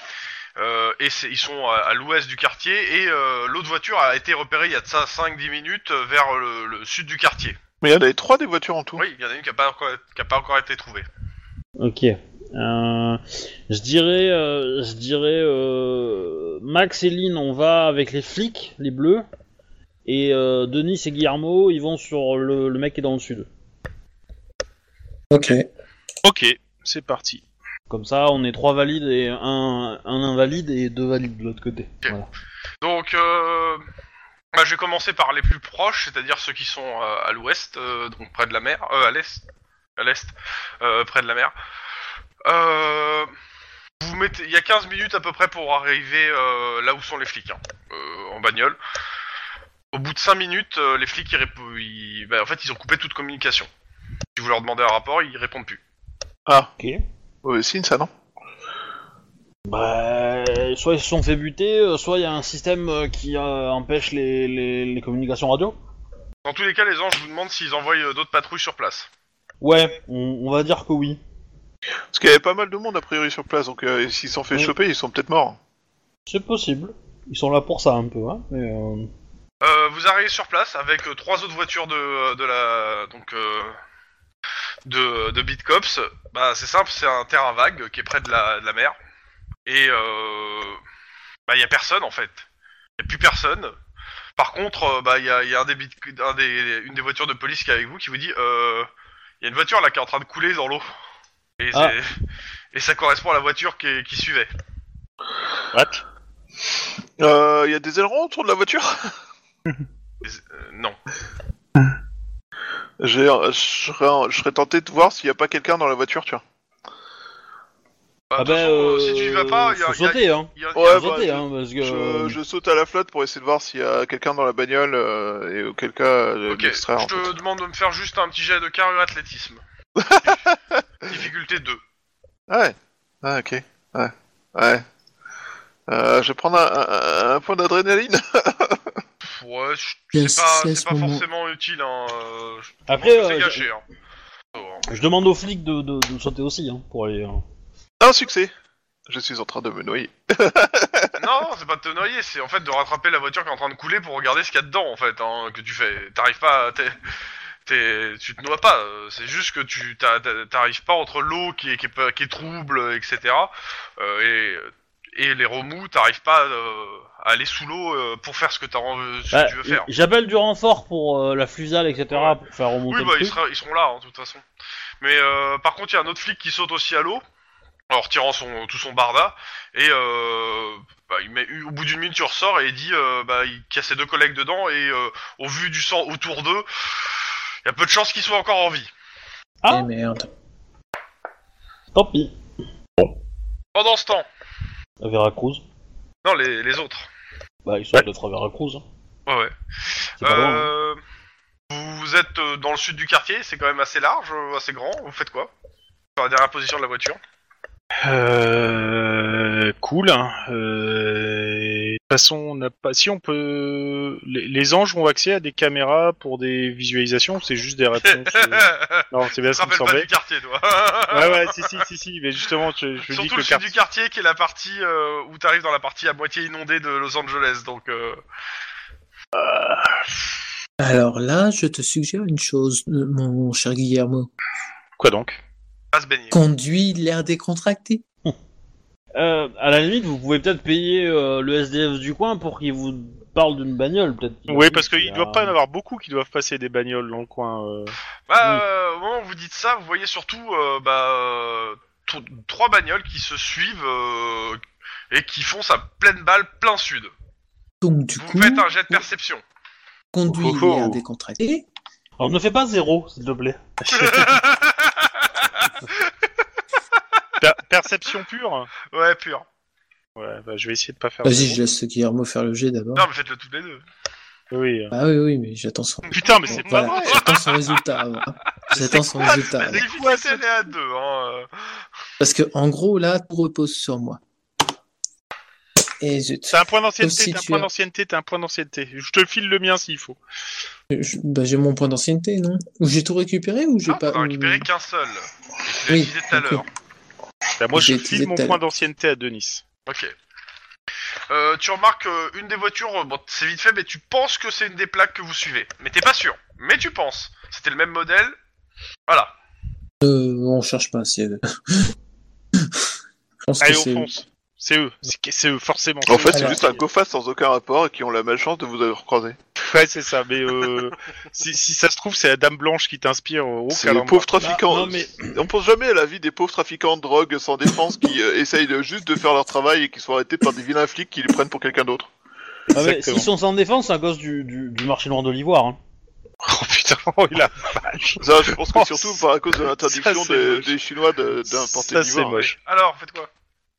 [SPEAKER 2] euh, et c'est- ils sont à, à l'ouest du quartier. Et euh, l'autre voiture a été repérée il y a de ça 5-10 minutes euh, vers le, le sud du quartier.
[SPEAKER 3] Mais il y en avait trois des voitures en tout.
[SPEAKER 2] Oui, il y en a une qui n'a pas, encore- qui a pas encore été trouvée.
[SPEAKER 1] Ok. Euh, je dirais, euh, je dirais, euh, Max et Lynn, on va avec les flics, les bleus, et euh, Denis et Guillermo, ils vont sur le, le mec qui est dans le sud.
[SPEAKER 4] Ok.
[SPEAKER 6] Ok, c'est parti.
[SPEAKER 1] Comme ça, on est trois valides et un, un invalide et deux valides de l'autre côté.
[SPEAKER 2] Ok.
[SPEAKER 1] Voilà.
[SPEAKER 2] Donc, euh, bah, je vais commencer par les plus proches, c'est-à-dire ceux qui sont euh, à l'ouest, euh, donc près de la mer, euh, à l'est, à l'est, euh, près de la mer. Euh, vous mettez, il y a 15 minutes à peu près pour arriver euh, là où sont les flics, hein, euh, en bagnole. Au bout de 5 minutes, euh, les flics, ils répo- ils- bah, en fait, ils ont coupé toute communication. Si vous leur demandez un rapport, ils répondent plus.
[SPEAKER 3] Ah,
[SPEAKER 1] Ok.
[SPEAKER 3] mauvais signe ça, non
[SPEAKER 1] Bah, soit ils se sont fait buter, euh, soit il y a un système euh, qui euh, empêche les, les, les communications radio.
[SPEAKER 2] Dans tous les cas, les anges vous demandent s'ils envoient euh, d'autres patrouilles sur place.
[SPEAKER 1] Ouais, on, on va dire que oui.
[SPEAKER 3] Parce qu'il y avait pas mal de monde a priori sur place, donc euh, s'ils sont fait
[SPEAKER 1] Oui.
[SPEAKER 3] choper, ils sont peut-être morts.
[SPEAKER 1] C'est possible. Ils sont là pour ça un peu, hein. Mais, euh,
[SPEAKER 2] Euh, vous arrivez sur place avec euh, trois autres voitures de, euh, de la donc euh, de, de Bitcops. Bah c'est simple, c'est un terrain vague qui est près de la, de la mer et euh, bah y a personne en fait. Y a plus personne. Par contre, euh, bah y a, y a un des Bit- un des- une des voitures de police qui est avec vous qui vous dit euh, y a une voiture là qui est en train de couler dans l'eau. Et,
[SPEAKER 1] Ah.
[SPEAKER 2] c'est- et ça correspond à la voiture qui, qui suivait.
[SPEAKER 6] What
[SPEAKER 3] Euh, Il y a des ailerons autour de la voiture
[SPEAKER 2] Euh, non.
[SPEAKER 3] J'ai- Je serais je serais tenté de voir s'il n'y a pas quelqu'un dans la voiture, tu vois.
[SPEAKER 2] Bah, de toute façon, euh, si tu y vas pas, y a,
[SPEAKER 1] Ah ben, faut
[SPEAKER 2] y a-
[SPEAKER 1] sauter, hein.
[SPEAKER 2] y a- y a-
[SPEAKER 3] Ouais,
[SPEAKER 1] Faut
[SPEAKER 3] bah,
[SPEAKER 1] sauter,
[SPEAKER 3] je-
[SPEAKER 1] hein, parce que.
[SPEAKER 3] Je, je saute à la flotte pour essayer de voir s'il y a quelqu'un dans la bagnole euh, et auquel cas euh,
[SPEAKER 2] Ok,
[SPEAKER 3] l'extraire.
[SPEAKER 2] je
[SPEAKER 3] en fait.
[SPEAKER 2] te demande de me faire juste un petit jet de carrure athlétisme. Difficulté 2.
[SPEAKER 3] Ah ouais. Ah ok. Ouais. Ouais. Euh, je vais prendre un, un- un point d'adrénaline.
[SPEAKER 2] Pff, Ouais, je-
[SPEAKER 4] Yes,
[SPEAKER 2] c'est pas,
[SPEAKER 4] yes,
[SPEAKER 2] c'est pas
[SPEAKER 4] mon-
[SPEAKER 2] forcément utile. Hein. euh, je-
[SPEAKER 1] Après,
[SPEAKER 2] c'est
[SPEAKER 1] euh,
[SPEAKER 2] gâché. Hein. Oh, hein.
[SPEAKER 1] je, je demande aux flics de, de, de sauter aussi, hein, pour aller. hein.
[SPEAKER 3] un succès. Je suis en train de me noyer.
[SPEAKER 2] non, non, c'est pas de te noyer, c'est en fait de rattraper la voiture qui est en train de couler pour regarder ce qu'il y a dedans, en fait, hein, que tu fais. T'arrives pas à... t'es- t'es- tu te noies pas, euh, c'est juste que tu t'a- t'a- t'arrives pas entre l'eau qui est, qui, est, pas- qui est trouble, etc. euh, et, et les remous, t'arrives pas euh, à aller sous l'eau euh, pour faire ce que, t'as en- ce que
[SPEAKER 1] Bah,
[SPEAKER 2] tu veux faire.
[SPEAKER 1] J'appelle du renfort pour euh, la fusale, etc.,
[SPEAKER 2] Ouais.
[SPEAKER 1] pour faire remonter
[SPEAKER 2] Oui,
[SPEAKER 1] le
[SPEAKER 2] bah, ils,
[SPEAKER 1] truc.
[SPEAKER 2] sera- ils seront là, hein, de toute façon. Mais euh, par contre, il y a un autre flic qui saute aussi à l'eau, en retirant son, tout son barda, et euh, bah, il met, au bout d'une minute, tu ressors et il dit euh, bah, il- qu'il y a ses deux collègues dedans, et euh, au vu du sang autour d'eux, il y a peu de chances qu'ils soient encore en vie.
[SPEAKER 1] Ah.
[SPEAKER 4] Eh merde.
[SPEAKER 1] Tant pis.
[SPEAKER 2] Pendant ce temps,
[SPEAKER 1] À Veracruz.
[SPEAKER 2] non, les, les autres.
[SPEAKER 1] Bah, ils sont
[SPEAKER 6] Ouais.
[SPEAKER 1] d'être à Veracruz, hein.
[SPEAKER 2] Ouais, ouais.
[SPEAKER 1] C'est pas loin. hein.
[SPEAKER 2] Euh, Vous êtes euh, dans le sud du quartier, c'est quand même assez large, euh, assez grand, vous faites quoi Sur la dernière position de la voiture.
[SPEAKER 6] Euh, cool. hein. Euh, de toute façon, on n'a pas. Si on peut, les, les anges ont accès à des caméras pour des visualisations. ou C'est juste des réponses. euh, Non, c'est bien
[SPEAKER 2] Tu te
[SPEAKER 6] ce qui
[SPEAKER 2] rappelles pas
[SPEAKER 6] me semblait.
[SPEAKER 2] du quartier, toi
[SPEAKER 6] Ouais, ouais, si, si, si, si. Mais justement, je, je dis
[SPEAKER 2] Surtout
[SPEAKER 6] que
[SPEAKER 2] le
[SPEAKER 6] le
[SPEAKER 2] sud
[SPEAKER 6] quartier-
[SPEAKER 2] du quartier qui est la partie euh, où t'arrives dans la partie à moitié inondée de Los Angeles. Donc, euh,
[SPEAKER 4] Alors là, je te suggère une chose, euh, mon cher Guillermo.
[SPEAKER 6] Quoi donc
[SPEAKER 2] pas se baigner.
[SPEAKER 4] Conduis l'air décontracté.
[SPEAKER 1] Euh, à la limite, vous pouvez peut-être payer euh, le SDF du coin pour qu'il vous parle d'une bagnole, peut-être.
[SPEAKER 6] Oui, parce qu'il
[SPEAKER 1] y
[SPEAKER 6] ne
[SPEAKER 1] a-
[SPEAKER 6] doit pas y en avoir beaucoup qui doivent passer des bagnoles dans le coin. euh.
[SPEAKER 2] Bah,
[SPEAKER 4] Mm.
[SPEAKER 1] Oui.
[SPEAKER 2] euh, au moment où vous dites ça, vous voyez surtout euh, bah, euh, tro- trois bagnoles qui se suivent euh, et qui foncent à pleine balle plein sud.
[SPEAKER 4] Donc du
[SPEAKER 2] vous
[SPEAKER 4] coup,
[SPEAKER 2] faites un jet de perception.
[SPEAKER 4] conduis
[SPEAKER 6] Oh, oh, oh.
[SPEAKER 4] l'air décontracté.
[SPEAKER 1] Alors, ne fais pas zéro, s'il te plaît.
[SPEAKER 6] Per- perception pure
[SPEAKER 2] Ouais, pur.
[SPEAKER 6] Ouais, bah, je vais essayer de pas faire.
[SPEAKER 4] Vas-y,
[SPEAKER 6] zéro.
[SPEAKER 4] je laisse Guillermo faire le jet d'abord.
[SPEAKER 2] Non, mais faites-le toutes les deux.
[SPEAKER 6] Oui.
[SPEAKER 4] Ah oui, oui, mais j'attends son.
[SPEAKER 6] Putain, mais c'est pas
[SPEAKER 4] Voilà,
[SPEAKER 6] vrai
[SPEAKER 4] J'attends son résultat avant. J'attends son résultat.
[SPEAKER 2] La
[SPEAKER 4] avant.
[SPEAKER 2] difficulté, elle est à deux. Hein. euh.
[SPEAKER 4] Parce que en gros, là, tout repose sur moi. Et zut.
[SPEAKER 6] T'as un point d'ancienneté,
[SPEAKER 4] si
[SPEAKER 6] t'as un
[SPEAKER 4] tu
[SPEAKER 6] point
[SPEAKER 4] as-
[SPEAKER 6] d'ancienneté, t'as un point d'ancienneté. Je te file le mien s'il faut.
[SPEAKER 4] Je- bah, j'ai mon point d'ancienneté, non Ou j'ai tout récupéré ou j'ai
[SPEAKER 2] Non,
[SPEAKER 4] pas mm.
[SPEAKER 2] t'en as récupéré qu'un seul. Je l'ai
[SPEAKER 4] Oui,
[SPEAKER 2] utilisé tout à
[SPEAKER 4] ok.
[SPEAKER 2] l'heure.
[SPEAKER 6] Bah, moi, je
[SPEAKER 4] J'ai
[SPEAKER 6] file
[SPEAKER 4] utilisé
[SPEAKER 6] mon
[SPEAKER 4] tout à
[SPEAKER 6] point
[SPEAKER 4] l'heure.
[SPEAKER 6] d'ancienneté à Denis.
[SPEAKER 2] Ok. Euh, tu remarques euh, une des voitures, euh, bon, c'est vite fait, mais tu penses que c'est une des plaques que vous suivez. Mais t'es pas sûr. Mais tu penses. C'était le même modèle. Voilà.
[SPEAKER 4] Euh, on cherche pas, c'est. je pense que
[SPEAKER 6] Allez,
[SPEAKER 4] c'est-
[SPEAKER 6] on fonce. C'est eux. C'est que- C'est eux, forcément.
[SPEAKER 3] En fait, c'est
[SPEAKER 4] Alors-
[SPEAKER 3] juste un GoFast sans aucun rapport et qui ont la malchance de vous avoir croisé.
[SPEAKER 6] Ouais, c'est ça. Mais euh, si, si ça se trouve, c'est la dame blanche qui t'inspire. euh, au
[SPEAKER 3] C'est les
[SPEAKER 6] calendrier.
[SPEAKER 3] pauvres trafiquants.
[SPEAKER 1] Bah, non, mais-
[SPEAKER 3] On pense jamais à la vie des pauvres trafiquants de drogue sans défense qui euh, essayent de- juste de faire leur travail et qui sont arrêtés par des vilains flics qui les prennent pour quelqu'un d'autre.
[SPEAKER 1] Ah, mais
[SPEAKER 6] Exactement.
[SPEAKER 1] S'ils sont sans défense, c'est à cause du, du, du marché noir de l'ivoire. Hein.
[SPEAKER 6] Oh putain, oh, il a vache.
[SPEAKER 3] Ça, je pense que
[SPEAKER 6] Oh,
[SPEAKER 3] surtout
[SPEAKER 6] ça-
[SPEAKER 3] par à cause de
[SPEAKER 6] ça,
[SPEAKER 3] l'interdiction
[SPEAKER 6] c'est
[SPEAKER 3] des,
[SPEAKER 6] moche.
[SPEAKER 3] des Chinois de- d'importer
[SPEAKER 6] Ça,
[SPEAKER 3] du
[SPEAKER 6] c'est
[SPEAKER 3] vin.
[SPEAKER 6] moche.
[SPEAKER 2] Alors, faites quoi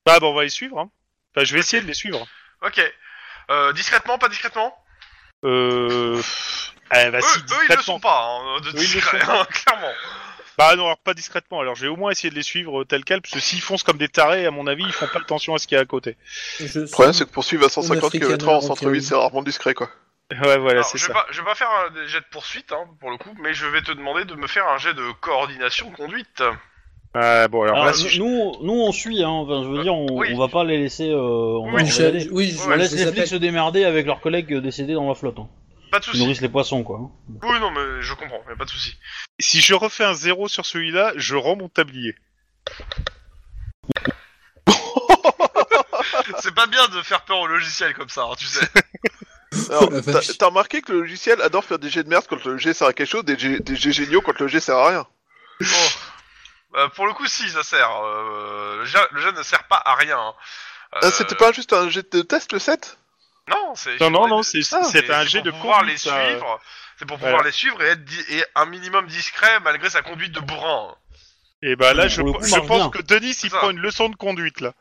[SPEAKER 6] Bah, bah, on va les suivre. Hein. Enfin, je vais essayer de les suivre.
[SPEAKER 2] Ok. Euh, discrètement, pas discrètement
[SPEAKER 6] Euh. Eh, bah,
[SPEAKER 2] eux,
[SPEAKER 6] si,
[SPEAKER 2] eux, ils le
[SPEAKER 6] discrètement.
[SPEAKER 2] sont pas, hein, de
[SPEAKER 6] ils le
[SPEAKER 2] discret,
[SPEAKER 6] sont pas.
[SPEAKER 2] hein, clairement.
[SPEAKER 6] Bah, non, alors pas discrètement. Alors, je vais au moins essayer de les suivre euh, tel quel, parce que s'ils foncent comme des tarés, à mon avis, ils font pas attention à ce qu'il y a à côté.
[SPEAKER 4] Je-
[SPEAKER 3] Le problème, c'est que poursuivre à 150
[SPEAKER 4] Africain,
[SPEAKER 3] km/h en
[SPEAKER 4] ok,
[SPEAKER 3] centre-ville,
[SPEAKER 4] oui.
[SPEAKER 3] c'est rarement discret, quoi.
[SPEAKER 6] Ouais, voilà,
[SPEAKER 2] Alors,
[SPEAKER 6] c'est
[SPEAKER 2] je, vais
[SPEAKER 6] ça.
[SPEAKER 2] pas, je vais pas faire un des jets de poursuite, hein, pour le coup, mais je vais te demander de me faire un jet de coordination conduite.
[SPEAKER 6] Ah, bon, alors,
[SPEAKER 1] Alors,
[SPEAKER 6] là, si je-
[SPEAKER 1] nous, nous, nous, on suit, hein. enfin, je veux
[SPEAKER 2] Euh,
[SPEAKER 1] dire, on,
[SPEAKER 2] oui.
[SPEAKER 1] on va pas les laisser. euh, on va
[SPEAKER 2] Oui,
[SPEAKER 1] les
[SPEAKER 4] Je-
[SPEAKER 1] laisser.
[SPEAKER 4] Oui, je,
[SPEAKER 1] On laisse
[SPEAKER 4] je
[SPEAKER 1] les
[SPEAKER 4] les
[SPEAKER 1] flics
[SPEAKER 4] appelle.
[SPEAKER 1] se démerder avec leurs collègues euh, décédés dans la flotte. Hein.
[SPEAKER 2] Pas de
[SPEAKER 1] Qui
[SPEAKER 2] soucis.
[SPEAKER 1] nourrissent les poissons, quoi. hein.
[SPEAKER 2] Oui, non, mais je comprends, mais pas de soucis.
[SPEAKER 6] si je refais un zéro sur celui-là, je rends mon tablier.
[SPEAKER 2] c'est pas bien de faire peur au logiciel comme ça, hein, tu sais.
[SPEAKER 3] Alors,
[SPEAKER 4] la
[SPEAKER 3] t'as-
[SPEAKER 4] vache.
[SPEAKER 3] t'as remarqué que le logiciel adore faire des jets de merde quand le jet sert à quelque chose, des jets, des jets géniaux quand le jet sert à rien.
[SPEAKER 2] Bon. Euh, pour le coup, si, ça sert. Euh, le, jet, le jet ne sert pas à rien. hein. Euh,
[SPEAKER 3] Ah, C'était pas juste un jet de test, le 7
[SPEAKER 2] Non, c'est.
[SPEAKER 6] Non, non, non, c'est
[SPEAKER 2] Ah,
[SPEAKER 6] c'est un jet
[SPEAKER 2] pour
[SPEAKER 6] de
[SPEAKER 2] pouvoir les
[SPEAKER 6] conduite, ça.
[SPEAKER 2] suivre. C'est pour pouvoir
[SPEAKER 6] Voilà.
[SPEAKER 2] les suivre et être di- et un minimum discret malgré sa conduite de bourrin.
[SPEAKER 6] Et bah là, je,
[SPEAKER 1] Pour le coup,
[SPEAKER 6] je
[SPEAKER 1] marche bien.
[SPEAKER 6] pense que Denis, il
[SPEAKER 2] Ça.
[SPEAKER 6] prend une leçon de conduite, là.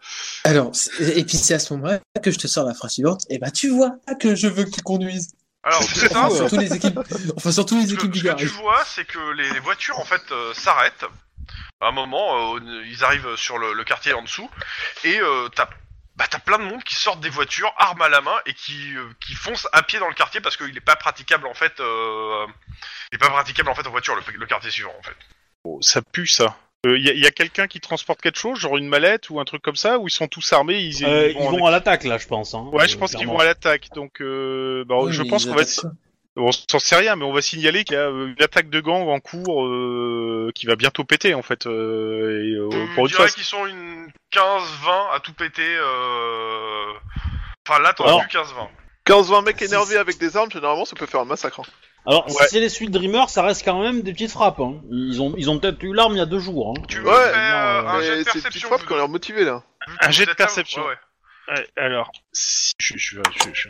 [SPEAKER 4] Alors, c'est- et puis c'est à ce moment-là que je te sors la phrase suivante. Et bah, tu vois que je veux que tu conduises.
[SPEAKER 2] Alors, c'est ça.
[SPEAKER 4] Enfin, sur toutes les équipes, enfin, sur toutes les
[SPEAKER 2] Ce
[SPEAKER 4] équipes
[SPEAKER 2] que,
[SPEAKER 4] du
[SPEAKER 2] ce que tu
[SPEAKER 4] garage.
[SPEAKER 2] vois, c'est que les, les voitures en fait euh, s'arrêtent. À un moment, euh, au- ils arrivent sur le, le quartier en dessous et euh, t'as bah, t'as plein de monde qui sortent des voitures armes à la main et qui euh, qui foncent à pied dans le quartier parce qu'il est pas praticable en fait. euh, il est pas praticable en fait en voiture le, le quartier suivant en fait.
[SPEAKER 6] Oh, ça pue, ça. Il y a, y a quelqu'un qui transporte quelque chose, genre une mallette ou un truc comme ça, où ils sont tous armés, ils,
[SPEAKER 1] Euh, ils
[SPEAKER 6] en-
[SPEAKER 1] vont à l'attaque, là, je pense. Hein,
[SPEAKER 6] Ouais, je
[SPEAKER 1] euh,
[SPEAKER 6] pense qu'ils
[SPEAKER 1] clairement.
[SPEAKER 6] vont à l'attaque. Donc, euh, bah,
[SPEAKER 4] Oui,
[SPEAKER 6] je
[SPEAKER 4] mais
[SPEAKER 6] pense
[SPEAKER 4] ils
[SPEAKER 6] qu'on va.
[SPEAKER 4] attaquent quoi
[SPEAKER 6] On s'en sait rien, mais on va signaler qu'il y a euh, une attaque de gang en cours euh, qui va bientôt péter, en fait. euh, et, euh,
[SPEAKER 2] Mmh, Je
[SPEAKER 6] pour une fois,
[SPEAKER 2] dirais qu'ils sont une 15-20 à tout péter. euh, Enfin là, t'en
[SPEAKER 1] Alors-
[SPEAKER 2] as vu 15-20.
[SPEAKER 3] 15-20 mecs
[SPEAKER 4] Si,
[SPEAKER 3] énervés
[SPEAKER 4] si.
[SPEAKER 3] avec des armes, généralement, ça peut faire un massacre. hein.
[SPEAKER 1] Alors,
[SPEAKER 6] Ouais.
[SPEAKER 1] si c'est les suites Dreamer, ça reste quand même des petites frappes. Hein. Ils ont, ils ont peut-être eu l'arme il y a deux jours. Hein.
[SPEAKER 2] Tu me
[SPEAKER 3] Ouais,
[SPEAKER 2] fais, euh,
[SPEAKER 1] non,
[SPEAKER 2] un
[SPEAKER 3] Mais
[SPEAKER 2] jet de
[SPEAKER 3] c'est petites
[SPEAKER 2] perception.
[SPEAKER 3] frappes
[SPEAKER 2] vous
[SPEAKER 3] qu'on
[SPEAKER 2] deux.
[SPEAKER 3] leur motivé, là.
[SPEAKER 2] Vu que
[SPEAKER 6] Un
[SPEAKER 2] vous
[SPEAKER 6] jet de
[SPEAKER 2] êtes là,
[SPEAKER 6] perception.
[SPEAKER 2] ouais, ouais.
[SPEAKER 6] Ouais, alors, si- je, je, je- je-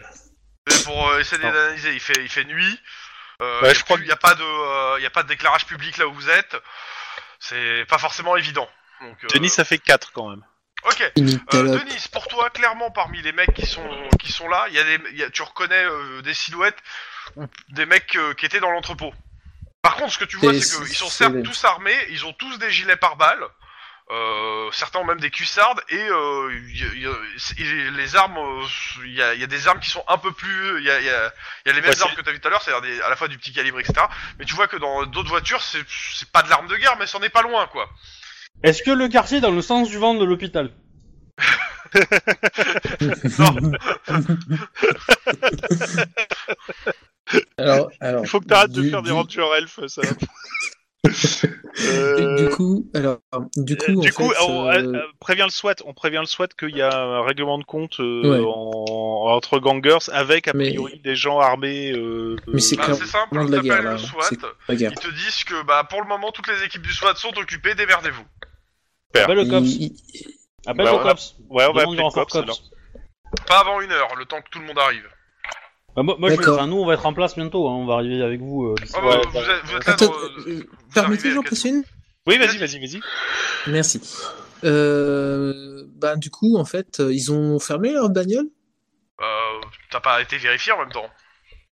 [SPEAKER 2] C'est pour euh, essayer
[SPEAKER 6] Non.
[SPEAKER 2] d'analyser. Il fait, il fait nuit. Euh,
[SPEAKER 6] Ouais,
[SPEAKER 2] y a
[SPEAKER 6] je crois
[SPEAKER 2] plus-
[SPEAKER 6] que-
[SPEAKER 2] y a pas de, euh, y a pas de déclarage public là où vous êtes. C'est pas forcément évident. Donc, euh,
[SPEAKER 6] Denis, ça fait 4 quand même.
[SPEAKER 2] Ok.
[SPEAKER 4] Une
[SPEAKER 2] Euh,
[SPEAKER 4] galope.
[SPEAKER 2] Denis, pour toi, clairement, parmi les mecs qui sont qui sont là, il y a des, y a- tu reconnais euh, des silhouettes ou des mecs euh, qui étaient dans l'entrepôt. Par contre, ce que tu vois,
[SPEAKER 4] C'est-
[SPEAKER 2] c'est qu'ils sont
[SPEAKER 4] c'est-
[SPEAKER 2] certes tous armés, ils ont tous des gilets pare-balles, euh, certains ont même des cuissardes, et euh, y- y- c'est- les armes, euh, il y, a, y a des armes qui sont un peu plus, il y a, y a- y a les mêmes
[SPEAKER 6] Ouais, c'est-
[SPEAKER 2] armes que t'as vu tout à l'heure, c'est-à-dire des- à la fois du petit calibre, etc. Mais tu vois que dans d'autres voitures, c'est c'est pas de l'arme de guerre, mais c'en est pas loin, quoi.
[SPEAKER 1] Est-ce que le quartier est dans le sens du ventre de l'hôpital
[SPEAKER 4] Alors, alors.
[SPEAKER 6] Il faut que t'arrêtes de
[SPEAKER 4] du-
[SPEAKER 6] faire des
[SPEAKER 4] du-
[SPEAKER 6] Ranger Elf, ça.
[SPEAKER 4] Du,
[SPEAKER 6] Euh,
[SPEAKER 4] du coup, alors, du coup, en
[SPEAKER 6] du coup,
[SPEAKER 4] fait,
[SPEAKER 6] on
[SPEAKER 4] euh,
[SPEAKER 6] euh, prévient le SWAT, on prévient le SWAT qu'il y a un règlement de compte euh,
[SPEAKER 4] Ouais.
[SPEAKER 6] en- entre gangers avec a
[SPEAKER 4] Mais-
[SPEAKER 6] priori des gens armés. euh,
[SPEAKER 4] Mais c'est
[SPEAKER 2] Bah,
[SPEAKER 4] clair-
[SPEAKER 2] c'est simple,
[SPEAKER 4] de la
[SPEAKER 2] t'appelles
[SPEAKER 4] guerre,
[SPEAKER 2] le
[SPEAKER 4] là,
[SPEAKER 2] SWAT.
[SPEAKER 4] c'est- regarde.
[SPEAKER 2] Ils te disent que bah pour le moment toutes les équipes du SWAT sont occupées, démerdez-vous.
[SPEAKER 1] Appelle le cops.
[SPEAKER 4] Il- il-
[SPEAKER 1] Appelle
[SPEAKER 6] Bah,
[SPEAKER 1] le
[SPEAKER 6] voilà.
[SPEAKER 1] cops.
[SPEAKER 6] Ouais, on va
[SPEAKER 1] Demande
[SPEAKER 6] appeler
[SPEAKER 1] de
[SPEAKER 6] le
[SPEAKER 1] renfort
[SPEAKER 6] cops, alors.
[SPEAKER 2] Pas avant une heure, le temps que tout le monde arrive.
[SPEAKER 1] Bah, moi, moi, je vais-
[SPEAKER 4] D'accord.
[SPEAKER 1] enfin, nous, on va être en place bientôt. Hein. On va arriver avec vous. euh, d'ici-
[SPEAKER 2] Ah bah,
[SPEAKER 6] Ouais,
[SPEAKER 2] vous, êtes, vous êtes là
[SPEAKER 4] Attends,
[SPEAKER 2] dans, euh,
[SPEAKER 4] euh,
[SPEAKER 2] vous arrivez
[SPEAKER 4] permettez,
[SPEAKER 2] à
[SPEAKER 4] j'en
[SPEAKER 2] la
[SPEAKER 4] passe
[SPEAKER 2] question.
[SPEAKER 4] une
[SPEAKER 6] Oui, vas-y, vas-y, vas-y.
[SPEAKER 4] Merci. Euh, bah, du coup, en fait, euh, ils ont fermé leur bagnole
[SPEAKER 2] Euh, T'as pas été vérifié en même temps.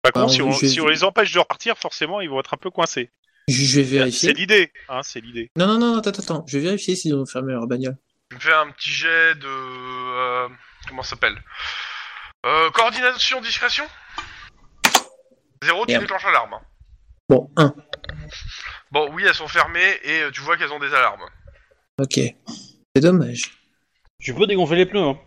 [SPEAKER 6] Pas con,
[SPEAKER 4] Bah,
[SPEAKER 6] si, on,
[SPEAKER 4] je-
[SPEAKER 6] si on les empêche de repartir, forcément, ils vont être un peu coincés.
[SPEAKER 4] Je je vais
[SPEAKER 6] C'est
[SPEAKER 4] vérifier.
[SPEAKER 6] l'idée, hein, c'est l'idée.
[SPEAKER 4] Non, non, non, attends, attends, attends. Je vais vérifier s'ils ont fermé leur bagnole.
[SPEAKER 2] Tu me fais un petit jet de euh, comment ça s'appelle Euh, Coordination, discrétion Zéro, tu
[SPEAKER 4] Merde.
[SPEAKER 2] déclenches l'alarme. hein.
[SPEAKER 4] Bon, 1.
[SPEAKER 2] Bon, oui, elles sont fermées et euh, tu vois qu'elles ont des alarmes.
[SPEAKER 4] Ok. C'est dommage.
[SPEAKER 1] Tu peux dégonfler les pneus, hein.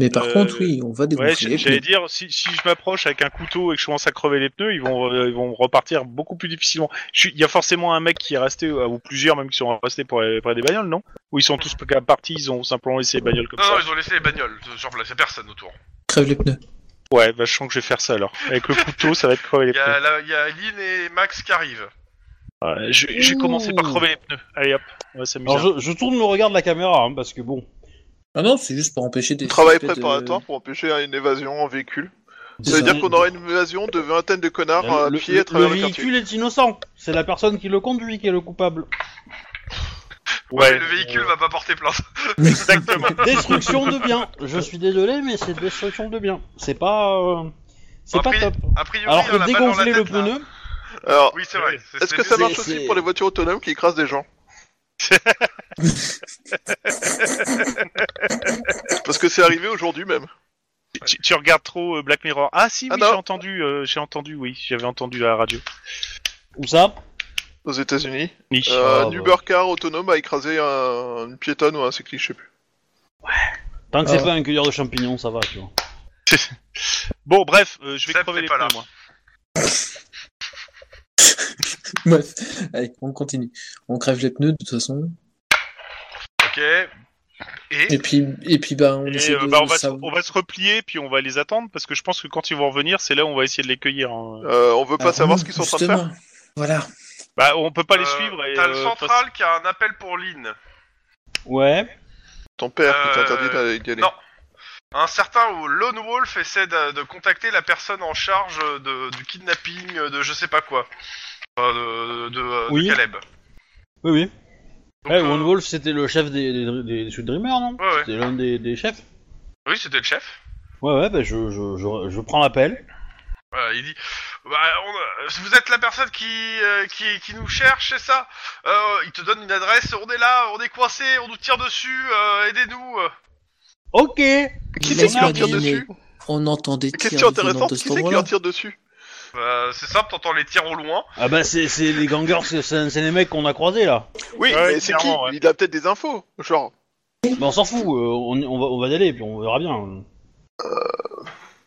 [SPEAKER 4] Mais par
[SPEAKER 6] Euh,
[SPEAKER 4] contre, oui, on va
[SPEAKER 6] Ouais,
[SPEAKER 4] dégonfler.
[SPEAKER 6] j-
[SPEAKER 4] les
[SPEAKER 6] j'allais
[SPEAKER 4] pneus.
[SPEAKER 6] dire, si, si je m'approche avec un couteau et que je commence à crever les pneus, ils vont, euh, ils vont repartir beaucoup plus difficilement. Je suis- Il y a forcément un mec qui est resté, euh, ou plusieurs même qui sont restés pour aller près des bagnoles, non Ou ils sont tous partis, ils ont simplement laissé les bagnoles comme
[SPEAKER 2] Non, non,
[SPEAKER 6] ça
[SPEAKER 2] ils ont laissé les bagnoles euh, sur place, y a personne autour.
[SPEAKER 4] Crève les pneus.
[SPEAKER 6] Ouais, bah, je sens que je vais faire ça alors. Avec le couteau, ça va être crever les
[SPEAKER 2] Il y,
[SPEAKER 6] pneus.
[SPEAKER 2] a la- y a Lynn et Max qui arrivent.
[SPEAKER 6] Ouais, je, je vais
[SPEAKER 1] Ouh.
[SPEAKER 6] commencer par crever les pneus. Allez hop, on va s'amuser.
[SPEAKER 1] Alors je, je tourne le regard de la caméra, hein, parce que bon.
[SPEAKER 4] Ah non, c'est juste pour empêcher des.
[SPEAKER 3] Travail
[SPEAKER 4] suspects de-
[SPEAKER 3] préparatoire pour empêcher une évasion en véhicule.
[SPEAKER 4] C'est
[SPEAKER 3] Ça veut
[SPEAKER 4] ça.
[SPEAKER 3] dire qu'on aura une évasion de vingtaine de connards à
[SPEAKER 1] le,
[SPEAKER 3] pied
[SPEAKER 1] le-
[SPEAKER 3] à travers
[SPEAKER 1] le
[SPEAKER 3] le, quartier.
[SPEAKER 1] véhicule est innocent. C'est la personne qui le conduit qui est le coupable.
[SPEAKER 2] Ouais,
[SPEAKER 6] Ouais,
[SPEAKER 2] mais le véhicule va pas porter plainte.
[SPEAKER 6] exactement.
[SPEAKER 1] Destruction de biens. Je suis désolé, mais c'est destruction de biens. C'est pas. euh, C'est pas
[SPEAKER 2] Après,
[SPEAKER 1] top.
[SPEAKER 2] A priori,
[SPEAKER 1] Alors
[SPEAKER 2] on a
[SPEAKER 1] que
[SPEAKER 2] la balle dans la
[SPEAKER 1] dégonfler le
[SPEAKER 2] tête, là.
[SPEAKER 1] pneu,
[SPEAKER 3] Alors,
[SPEAKER 2] Oui, c'est vrai.
[SPEAKER 3] est-ce que ça
[SPEAKER 2] c'est-
[SPEAKER 3] marche
[SPEAKER 7] c'est-
[SPEAKER 3] aussi
[SPEAKER 7] c'est-
[SPEAKER 3] pour les voitures autonomes qui écrasent des gens Parce que c'est arrivé aujourd'hui même.
[SPEAKER 6] tu, tu regardes trop euh, Black Mirror. Ah si,
[SPEAKER 3] Ah,
[SPEAKER 6] oui,
[SPEAKER 3] non.
[SPEAKER 6] j'ai entendu, euh, j'ai entendu, oui, j'avais entendu à la radio.
[SPEAKER 1] ou ça
[SPEAKER 3] Aux États-Unis,
[SPEAKER 6] Oui.
[SPEAKER 3] euh,
[SPEAKER 1] bah.
[SPEAKER 3] un Uber car autonome a écrasé un, une piétonne ou un cycliste, je sais plus.
[SPEAKER 1] Tant que c'est
[SPEAKER 4] Ah.
[SPEAKER 1] pas un cueilleur de champignons, ça va, tu vois.
[SPEAKER 6] Bon, bref, euh, je vais
[SPEAKER 2] Seb,
[SPEAKER 6] crever
[SPEAKER 2] t'es
[SPEAKER 6] les
[SPEAKER 2] pas là.
[SPEAKER 6] pneus, moi.
[SPEAKER 4] Bref, allez, on continue. On crève les pneus de toute façon.
[SPEAKER 2] Ok. Et
[SPEAKER 4] Et puis, et puis bah, on
[SPEAKER 6] Et,
[SPEAKER 4] essaie
[SPEAKER 6] euh,
[SPEAKER 4] de
[SPEAKER 6] bah, on, va se,
[SPEAKER 4] savoir-
[SPEAKER 6] on va se replier, puis on va les attendre, parce que je pense que quand ils vont revenir, c'est là où on va essayer de les cueillir. hein.
[SPEAKER 3] Euh, on veut pas
[SPEAKER 4] Alors,
[SPEAKER 3] savoir
[SPEAKER 4] non,
[SPEAKER 3] ce qu'ils sont en train de faire
[SPEAKER 4] Ah justement. Voilà.
[SPEAKER 6] Bah, on peut pas les
[SPEAKER 2] euh,
[SPEAKER 6] suivre. et,
[SPEAKER 2] T'as le
[SPEAKER 6] euh,
[SPEAKER 2] central qui a un appel pour Lynn.
[SPEAKER 1] Ouais.
[SPEAKER 3] Ton père qui
[SPEAKER 2] Euh,
[SPEAKER 3] t'interdit d'aller- d'y aller.
[SPEAKER 2] non. Un certain Lone Wolf essaie de, de contacter la personne en charge de, du kidnapping de je sais pas quoi. Euh, de, de, euh, de
[SPEAKER 1] Oui.
[SPEAKER 2] Caleb. Donc,
[SPEAKER 1] Oui, oui. Eh,
[SPEAKER 2] euh,
[SPEAKER 1] One Wolf, c'était le chef des, des, des, des Sweet Dreamers, non
[SPEAKER 2] Ouais, ouais.
[SPEAKER 1] C'était l'un des, des chefs
[SPEAKER 2] Oui, c'était le chef.
[SPEAKER 1] Ouais, ouais, bah, je, je, je, je prends l'appel.
[SPEAKER 2] Voilà, il dit bah, on- euh, Vous êtes la personne qui, euh, qui, qui nous cherche, c'est ça Euh, Il te donne une adresse, on est là, on est coincé, on nous tire dessus, euh, aidez-nous. euh.
[SPEAKER 1] Ok
[SPEAKER 3] Qui
[SPEAKER 4] Mais
[SPEAKER 3] c'est qui leur tire
[SPEAKER 4] Nadine,
[SPEAKER 3] dessus
[SPEAKER 4] On entend des tirs
[SPEAKER 3] Question
[SPEAKER 4] venant
[SPEAKER 3] intéressante,
[SPEAKER 4] de
[SPEAKER 3] qui
[SPEAKER 4] cet
[SPEAKER 3] c'est qui
[SPEAKER 4] endroit-là.
[SPEAKER 3] leur tire dessus
[SPEAKER 2] Bah, c'est simple, t'entends les tirs au loin.
[SPEAKER 1] Ah bah, c'est c'est les gangers, c'est- c'est c'est les mecs qu'on a croisés, là.
[SPEAKER 3] Oui,
[SPEAKER 6] Ouais,
[SPEAKER 3] mais c'est qui
[SPEAKER 6] clairement, ouais.
[SPEAKER 3] Il a peut-être des infos. Genre,
[SPEAKER 1] Bah, on s'en fout, euh, on, on, va, on va y aller, puis on verra bien. Euh,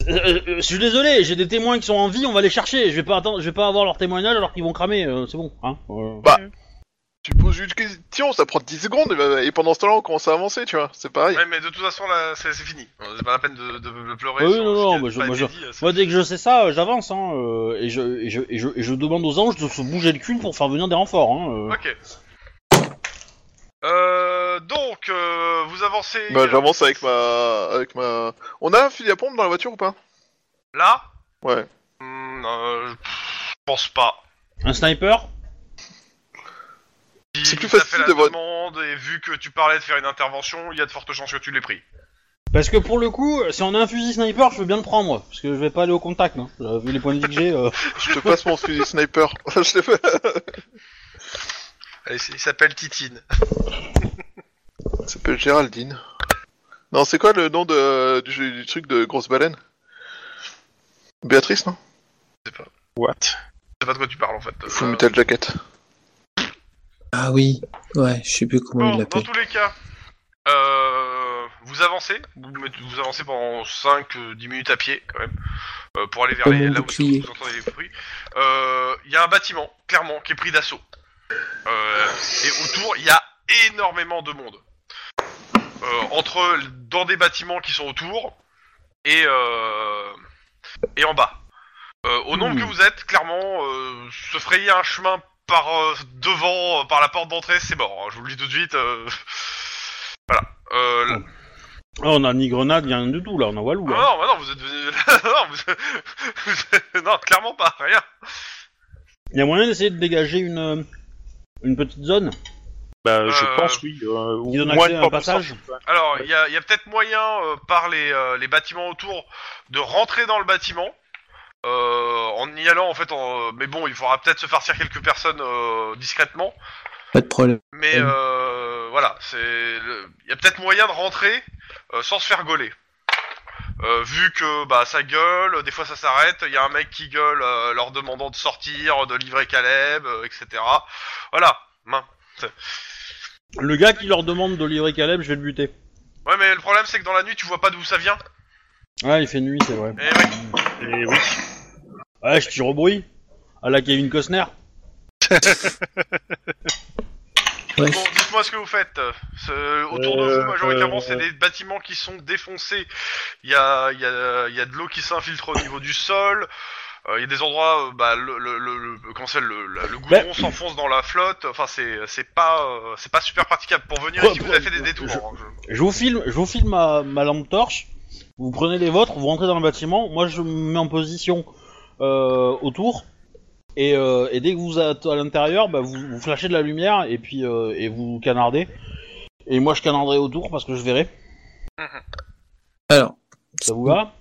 [SPEAKER 1] euh, je suis désolé, j'ai des témoins qui sont en vie, on va les chercher. Je vais pas attendre, je vais pas avoir leur témoignage alors qu'ils vont cramer, euh, c'est bon, hein euh.
[SPEAKER 3] tu poses une question, ça prend 10 secondes, et et pendant ce temps-là, on commence à avancer, tu vois, c'est pareil.
[SPEAKER 2] Ouais, mais de toute façon, là, c'est c'est fini. Euh, C'est pas la peine de, de- de pleurer.
[SPEAKER 1] Ah oui,
[SPEAKER 2] sur
[SPEAKER 1] non,
[SPEAKER 2] ce
[SPEAKER 1] non,
[SPEAKER 2] qui a
[SPEAKER 1] bah, je-
[SPEAKER 2] pas
[SPEAKER 1] moi,
[SPEAKER 2] été dit, euh, c'est-
[SPEAKER 1] Moi, dès que je sais ça, euh, j'avance, hein, euh, et, je, et, je, et, je, et je demande aux anges de se bouger le cul pour faire venir des renforts, hein. euh.
[SPEAKER 2] Ok. Euh, donc, euh, vous avancez
[SPEAKER 3] Bah, j'avance avec ma... avec ma... On a un fusil à pompe dans la voiture ou pas
[SPEAKER 2] là
[SPEAKER 3] Ouais.
[SPEAKER 2] Hmm, euh, je je pense pas.
[SPEAKER 1] Un sniper
[SPEAKER 2] Si
[SPEAKER 3] C'est plus
[SPEAKER 2] t'as
[SPEAKER 3] facile
[SPEAKER 2] fait la
[SPEAKER 3] de voir-
[SPEAKER 2] demande et vu que tu parlais de faire une intervention, il y a de fortes chances que tu l'aies pris.
[SPEAKER 1] Parce que pour le coup, si on a un fusil sniper, je veux bien le prendre, parce que je vais pas aller au contact, hein. Euh, vu les points de vie que j'ai. euh.
[SPEAKER 3] Je te passe mon fusil sniper. Je te fais-
[SPEAKER 2] Allez, c'est- il s'appelle Titine.
[SPEAKER 3] Ça s'appelle Géraldine. Non, c'est quoi le nom de... du... du truc de grosse baleine Béatrice, non
[SPEAKER 6] What
[SPEAKER 2] Je sais pas de quoi tu parles en fait.
[SPEAKER 3] Full
[SPEAKER 2] Euh,
[SPEAKER 3] Metal Jacket.
[SPEAKER 4] Ah oui, ouais, je sais plus comment
[SPEAKER 2] bon,
[SPEAKER 4] il
[SPEAKER 2] dans
[SPEAKER 4] l'appelle.
[SPEAKER 2] tous les cas, euh, vous avancez. Vous, mettez- vous avancez pendant 5-10 minutes à pied quand même euh, pour aller vers
[SPEAKER 4] Comme
[SPEAKER 2] les,
[SPEAKER 4] mon
[SPEAKER 2] là où
[SPEAKER 4] bouclier.
[SPEAKER 2] vous entendez les bruits. Euh, Il y a un bâtiment clairement qui est pris d'assaut. Euh, et autour, il y a énormément de monde. Euh, entre dans des bâtiments qui sont autour et euh, et en bas. Euh, au nombre
[SPEAKER 1] Hmm.
[SPEAKER 2] que vous êtes, clairement, euh, se frayer un chemin par euh, devant, euh, par la porte d'entrée, c'est mort. hein, je vous le dis tout de suite. euh, Voilà. Euh, là-
[SPEAKER 1] Ah, on a ni grenade, ni rien du tout, là, on a Walou, hein.
[SPEAKER 2] Ah
[SPEAKER 1] là.
[SPEAKER 2] non, bah non, vous êtes venu. non, vous- vous- non, clairement pas, rien.
[SPEAKER 1] Il y a moyen d'essayer de dégager une, euh, une petite zone
[SPEAKER 6] Bah, je
[SPEAKER 2] Euh,
[SPEAKER 6] pense, oui. euh, ou
[SPEAKER 1] qui donne
[SPEAKER 6] moins
[SPEAKER 1] accès
[SPEAKER 6] de
[SPEAKER 1] à un
[SPEAKER 6] porte de
[SPEAKER 1] passage.
[SPEAKER 6] sortie, quoi.
[SPEAKER 2] Alors, il y a, il y a peut-être moyen, euh, par les, euh, les bâtiments autour, de rentrer dans le bâtiment. euh, en y allant, en fait, en- euh, mais bon, il faudra peut-être se farcir quelques personnes euh, discrètement.
[SPEAKER 4] Pas de problème.
[SPEAKER 2] Mais
[SPEAKER 4] Mm.
[SPEAKER 2] euh, voilà, c'est, il y a peut-être moyen de rentrer euh, sans se faire gauler. Euh, vu que bah ça gueule, des fois ça s'arrête, il y a un mec qui gueule euh, leur demandant de sortir, de livrer Caleb, euh, etc. Voilà. Main.
[SPEAKER 1] Le gars qui leur demande de livrer Caleb, je vais le buter.
[SPEAKER 2] Ouais, mais le problème c'est que dans la nuit tu vois pas d'où ça vient.
[SPEAKER 1] Ouais, il fait nuit, c'est vrai.
[SPEAKER 2] Et ouais.
[SPEAKER 6] Et oui.
[SPEAKER 1] Ouais, je tire au bruit. À la Kevin Costner.
[SPEAKER 4] Ouais.
[SPEAKER 2] Bon, dites-moi ce que vous faites. Ce- Autour de
[SPEAKER 6] Euh,
[SPEAKER 2] vous, majoritairement,
[SPEAKER 6] euh,
[SPEAKER 2] c'est des bâtiments qui sont défoncés. Il y a, il y a- il y a de l'eau qui s'infiltre au niveau du sol. Euh, Il y a des endroits, euh, bah, le, le, le, le- comment ça, le, le- le goudron s'enfonce dans la flotte. Enfin, c'est, c'est pas, euh, c'est pas super praticable pour venir ici. Vous avez fait des détours.
[SPEAKER 1] Je-
[SPEAKER 2] hein, je-
[SPEAKER 1] Je vous filme, je vous filme ma, ma lampe torche. Vous prenez les vôtres, vous rentrez dans le bâtiment. Moi, je me mets en position euh, autour. Et, euh, et dès que vous êtes à l'intérieur, bah, vous, vous flashez de la lumière et puis euh, et vous canardez. Et moi, je canarderai autour parce que je verrai.
[SPEAKER 4] Alors,
[SPEAKER 1] Ça Bah, vous va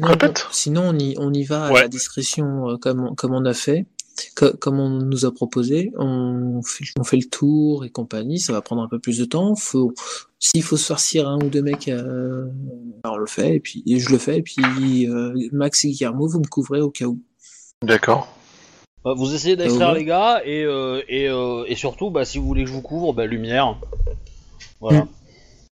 [SPEAKER 4] non,
[SPEAKER 3] Répète.
[SPEAKER 4] bon, sinon, on y, on y va à
[SPEAKER 6] Ouais.
[SPEAKER 4] la discrétion euh, comme, on- comme on a fait, co- comme on nous a proposé. On fait, on fait le tour et compagnie. Ça va prendre un peu plus de temps. Faut, S'il faut se farcir un ou deux mecs, euh, alors on le fait. Et puis, et je le fais. Et puis, euh, Max et Guillermo, vous me couvrez au cas où.
[SPEAKER 3] D'accord.
[SPEAKER 1] Bah, Vous essayez d'extraire
[SPEAKER 4] Euh, ouais.
[SPEAKER 1] les gars et euh, et, euh, et surtout, bah, si vous voulez que je vous couvre, bah, lumière. Voilà.
[SPEAKER 4] Ah,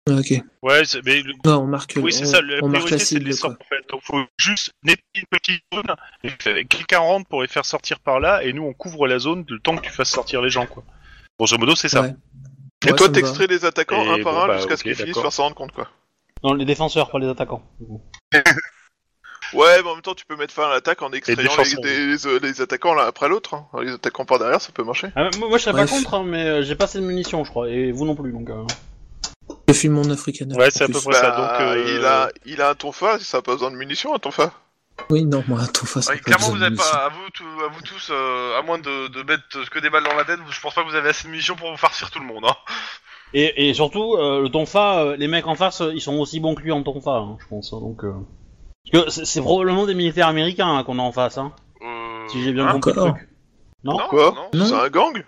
[SPEAKER 4] Ok.
[SPEAKER 6] Ouais, c'est- mais le-
[SPEAKER 4] Non, on marque,
[SPEAKER 6] oui, c'est
[SPEAKER 4] on-
[SPEAKER 6] ça. La
[SPEAKER 4] on marque
[SPEAKER 6] priorité,
[SPEAKER 4] la
[SPEAKER 6] c'est de
[SPEAKER 4] cible.
[SPEAKER 6] les
[SPEAKER 4] quoi.
[SPEAKER 6] sortir. En fait. Donc, faut juste nettoyer une petite zone. et que Quelqu'un rentre pour les faire sortir par là, et nous, on couvre la zone le temps que tu fasses sortir les gens, quoi. Grosso modo, c'est ça.
[SPEAKER 4] Ouais.
[SPEAKER 3] Et
[SPEAKER 4] Ouais,
[SPEAKER 3] toi,
[SPEAKER 4] ça me va.
[SPEAKER 3] t'extrais les attaquants
[SPEAKER 6] Et
[SPEAKER 3] un par
[SPEAKER 6] bon,
[SPEAKER 3] un
[SPEAKER 6] bah,
[SPEAKER 3] jusqu'à ce
[SPEAKER 6] ok,
[SPEAKER 3] qu'ils finissent
[SPEAKER 6] d'accord.
[SPEAKER 3] par s'en rendre compte, quoi.
[SPEAKER 1] Non, les défenseurs, pas les attaquants. du coup.
[SPEAKER 3] Ouais, mais en même temps, tu peux mettre fin à l'attaque en extrayant les,
[SPEAKER 6] défenseurs.
[SPEAKER 3] des- euh, les attaquants l'un après l'autre. hein. Les attaquants par derrière, ça peut marcher.
[SPEAKER 1] Ah, moi, moi, je serais
[SPEAKER 4] Bref.
[SPEAKER 1] pas contre, hein, mais euh, j'ai pas assez de munitions, je crois, et vous non plus, donc. euh.
[SPEAKER 4] Je filme mon africana.
[SPEAKER 6] Ouais, c'est à peu près ça.
[SPEAKER 3] Bah,
[SPEAKER 6] Donc, euh,
[SPEAKER 3] il, a, il a un tonfa, ça a pas besoin de munitions, un tonfa.
[SPEAKER 4] Oui, non, moi, ton face.
[SPEAKER 2] Ouais, clairement, vous avez pas, à vous, tous- à vous tous, euh, à moins de, de mettre que des balles dans la tête, je pense pas que vous avez assez de munitions pour vous farcir tout le monde. Hein.
[SPEAKER 1] Et, et surtout, euh, le tonfa, euh, les mecs en face, euh, ils sont aussi bons que lui en tonfa, hein, je pense. hein, donc, euh. Parce que c'est- c'est probablement des militaires américains hein, qu'on a en face, hein,
[SPEAKER 2] Euh,
[SPEAKER 1] si j'ai bien
[SPEAKER 2] hein
[SPEAKER 1] compris le
[SPEAKER 4] encore.
[SPEAKER 1] truc.
[SPEAKER 2] Non,
[SPEAKER 3] Quoi
[SPEAKER 2] non.
[SPEAKER 4] Non.
[SPEAKER 3] C'est un gang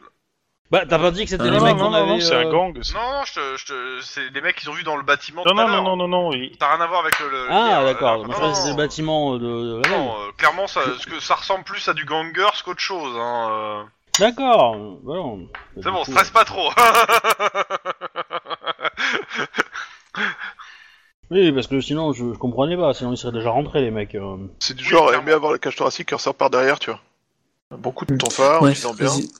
[SPEAKER 1] Bah, t'as pas dit que c'était
[SPEAKER 4] Ah,
[SPEAKER 1] les
[SPEAKER 6] non,
[SPEAKER 1] mecs
[SPEAKER 6] non,
[SPEAKER 1] qu'on
[SPEAKER 6] non,
[SPEAKER 1] avait.
[SPEAKER 6] non, c'est un
[SPEAKER 1] euh,
[SPEAKER 6] gang. c'est-
[SPEAKER 2] Non, je te, je te- c'est les mecs qu'ils ont vu dans le bâtiment.
[SPEAKER 6] Non,
[SPEAKER 2] tout à
[SPEAKER 6] non,
[SPEAKER 2] l'heure.
[SPEAKER 6] non, non, non, non. il-
[SPEAKER 2] Ça n'a rien à voir avec le. le-
[SPEAKER 1] Ah,
[SPEAKER 2] euh,
[SPEAKER 1] d'accord,
[SPEAKER 2] euh,
[SPEAKER 1] moi je pensais que
[SPEAKER 2] non,
[SPEAKER 1] c'était le bâtiment euh, de, de la gang.
[SPEAKER 2] non, euh, clairement, ça, ce que ça ressemble plus à du gangers qu'autre chose. Hein. euh.
[SPEAKER 1] D'accord, euh, voilà.
[SPEAKER 2] C'est bon,
[SPEAKER 1] Du coup, euh.
[SPEAKER 2] stresse pas trop.
[SPEAKER 1] Oui, parce que sinon, je, je comprenais pas, sinon ils seraient déjà rentrés, les mecs. euh.
[SPEAKER 3] C'est du genre à
[SPEAKER 2] clairement.
[SPEAKER 3] aimer avoir la cage thoracique qui ressort par derrière, tu vois. Un bon coup
[SPEAKER 4] Mm.
[SPEAKER 3] de tonfa, en
[SPEAKER 4] Bref,
[SPEAKER 3] disant bien.
[SPEAKER 4] résu-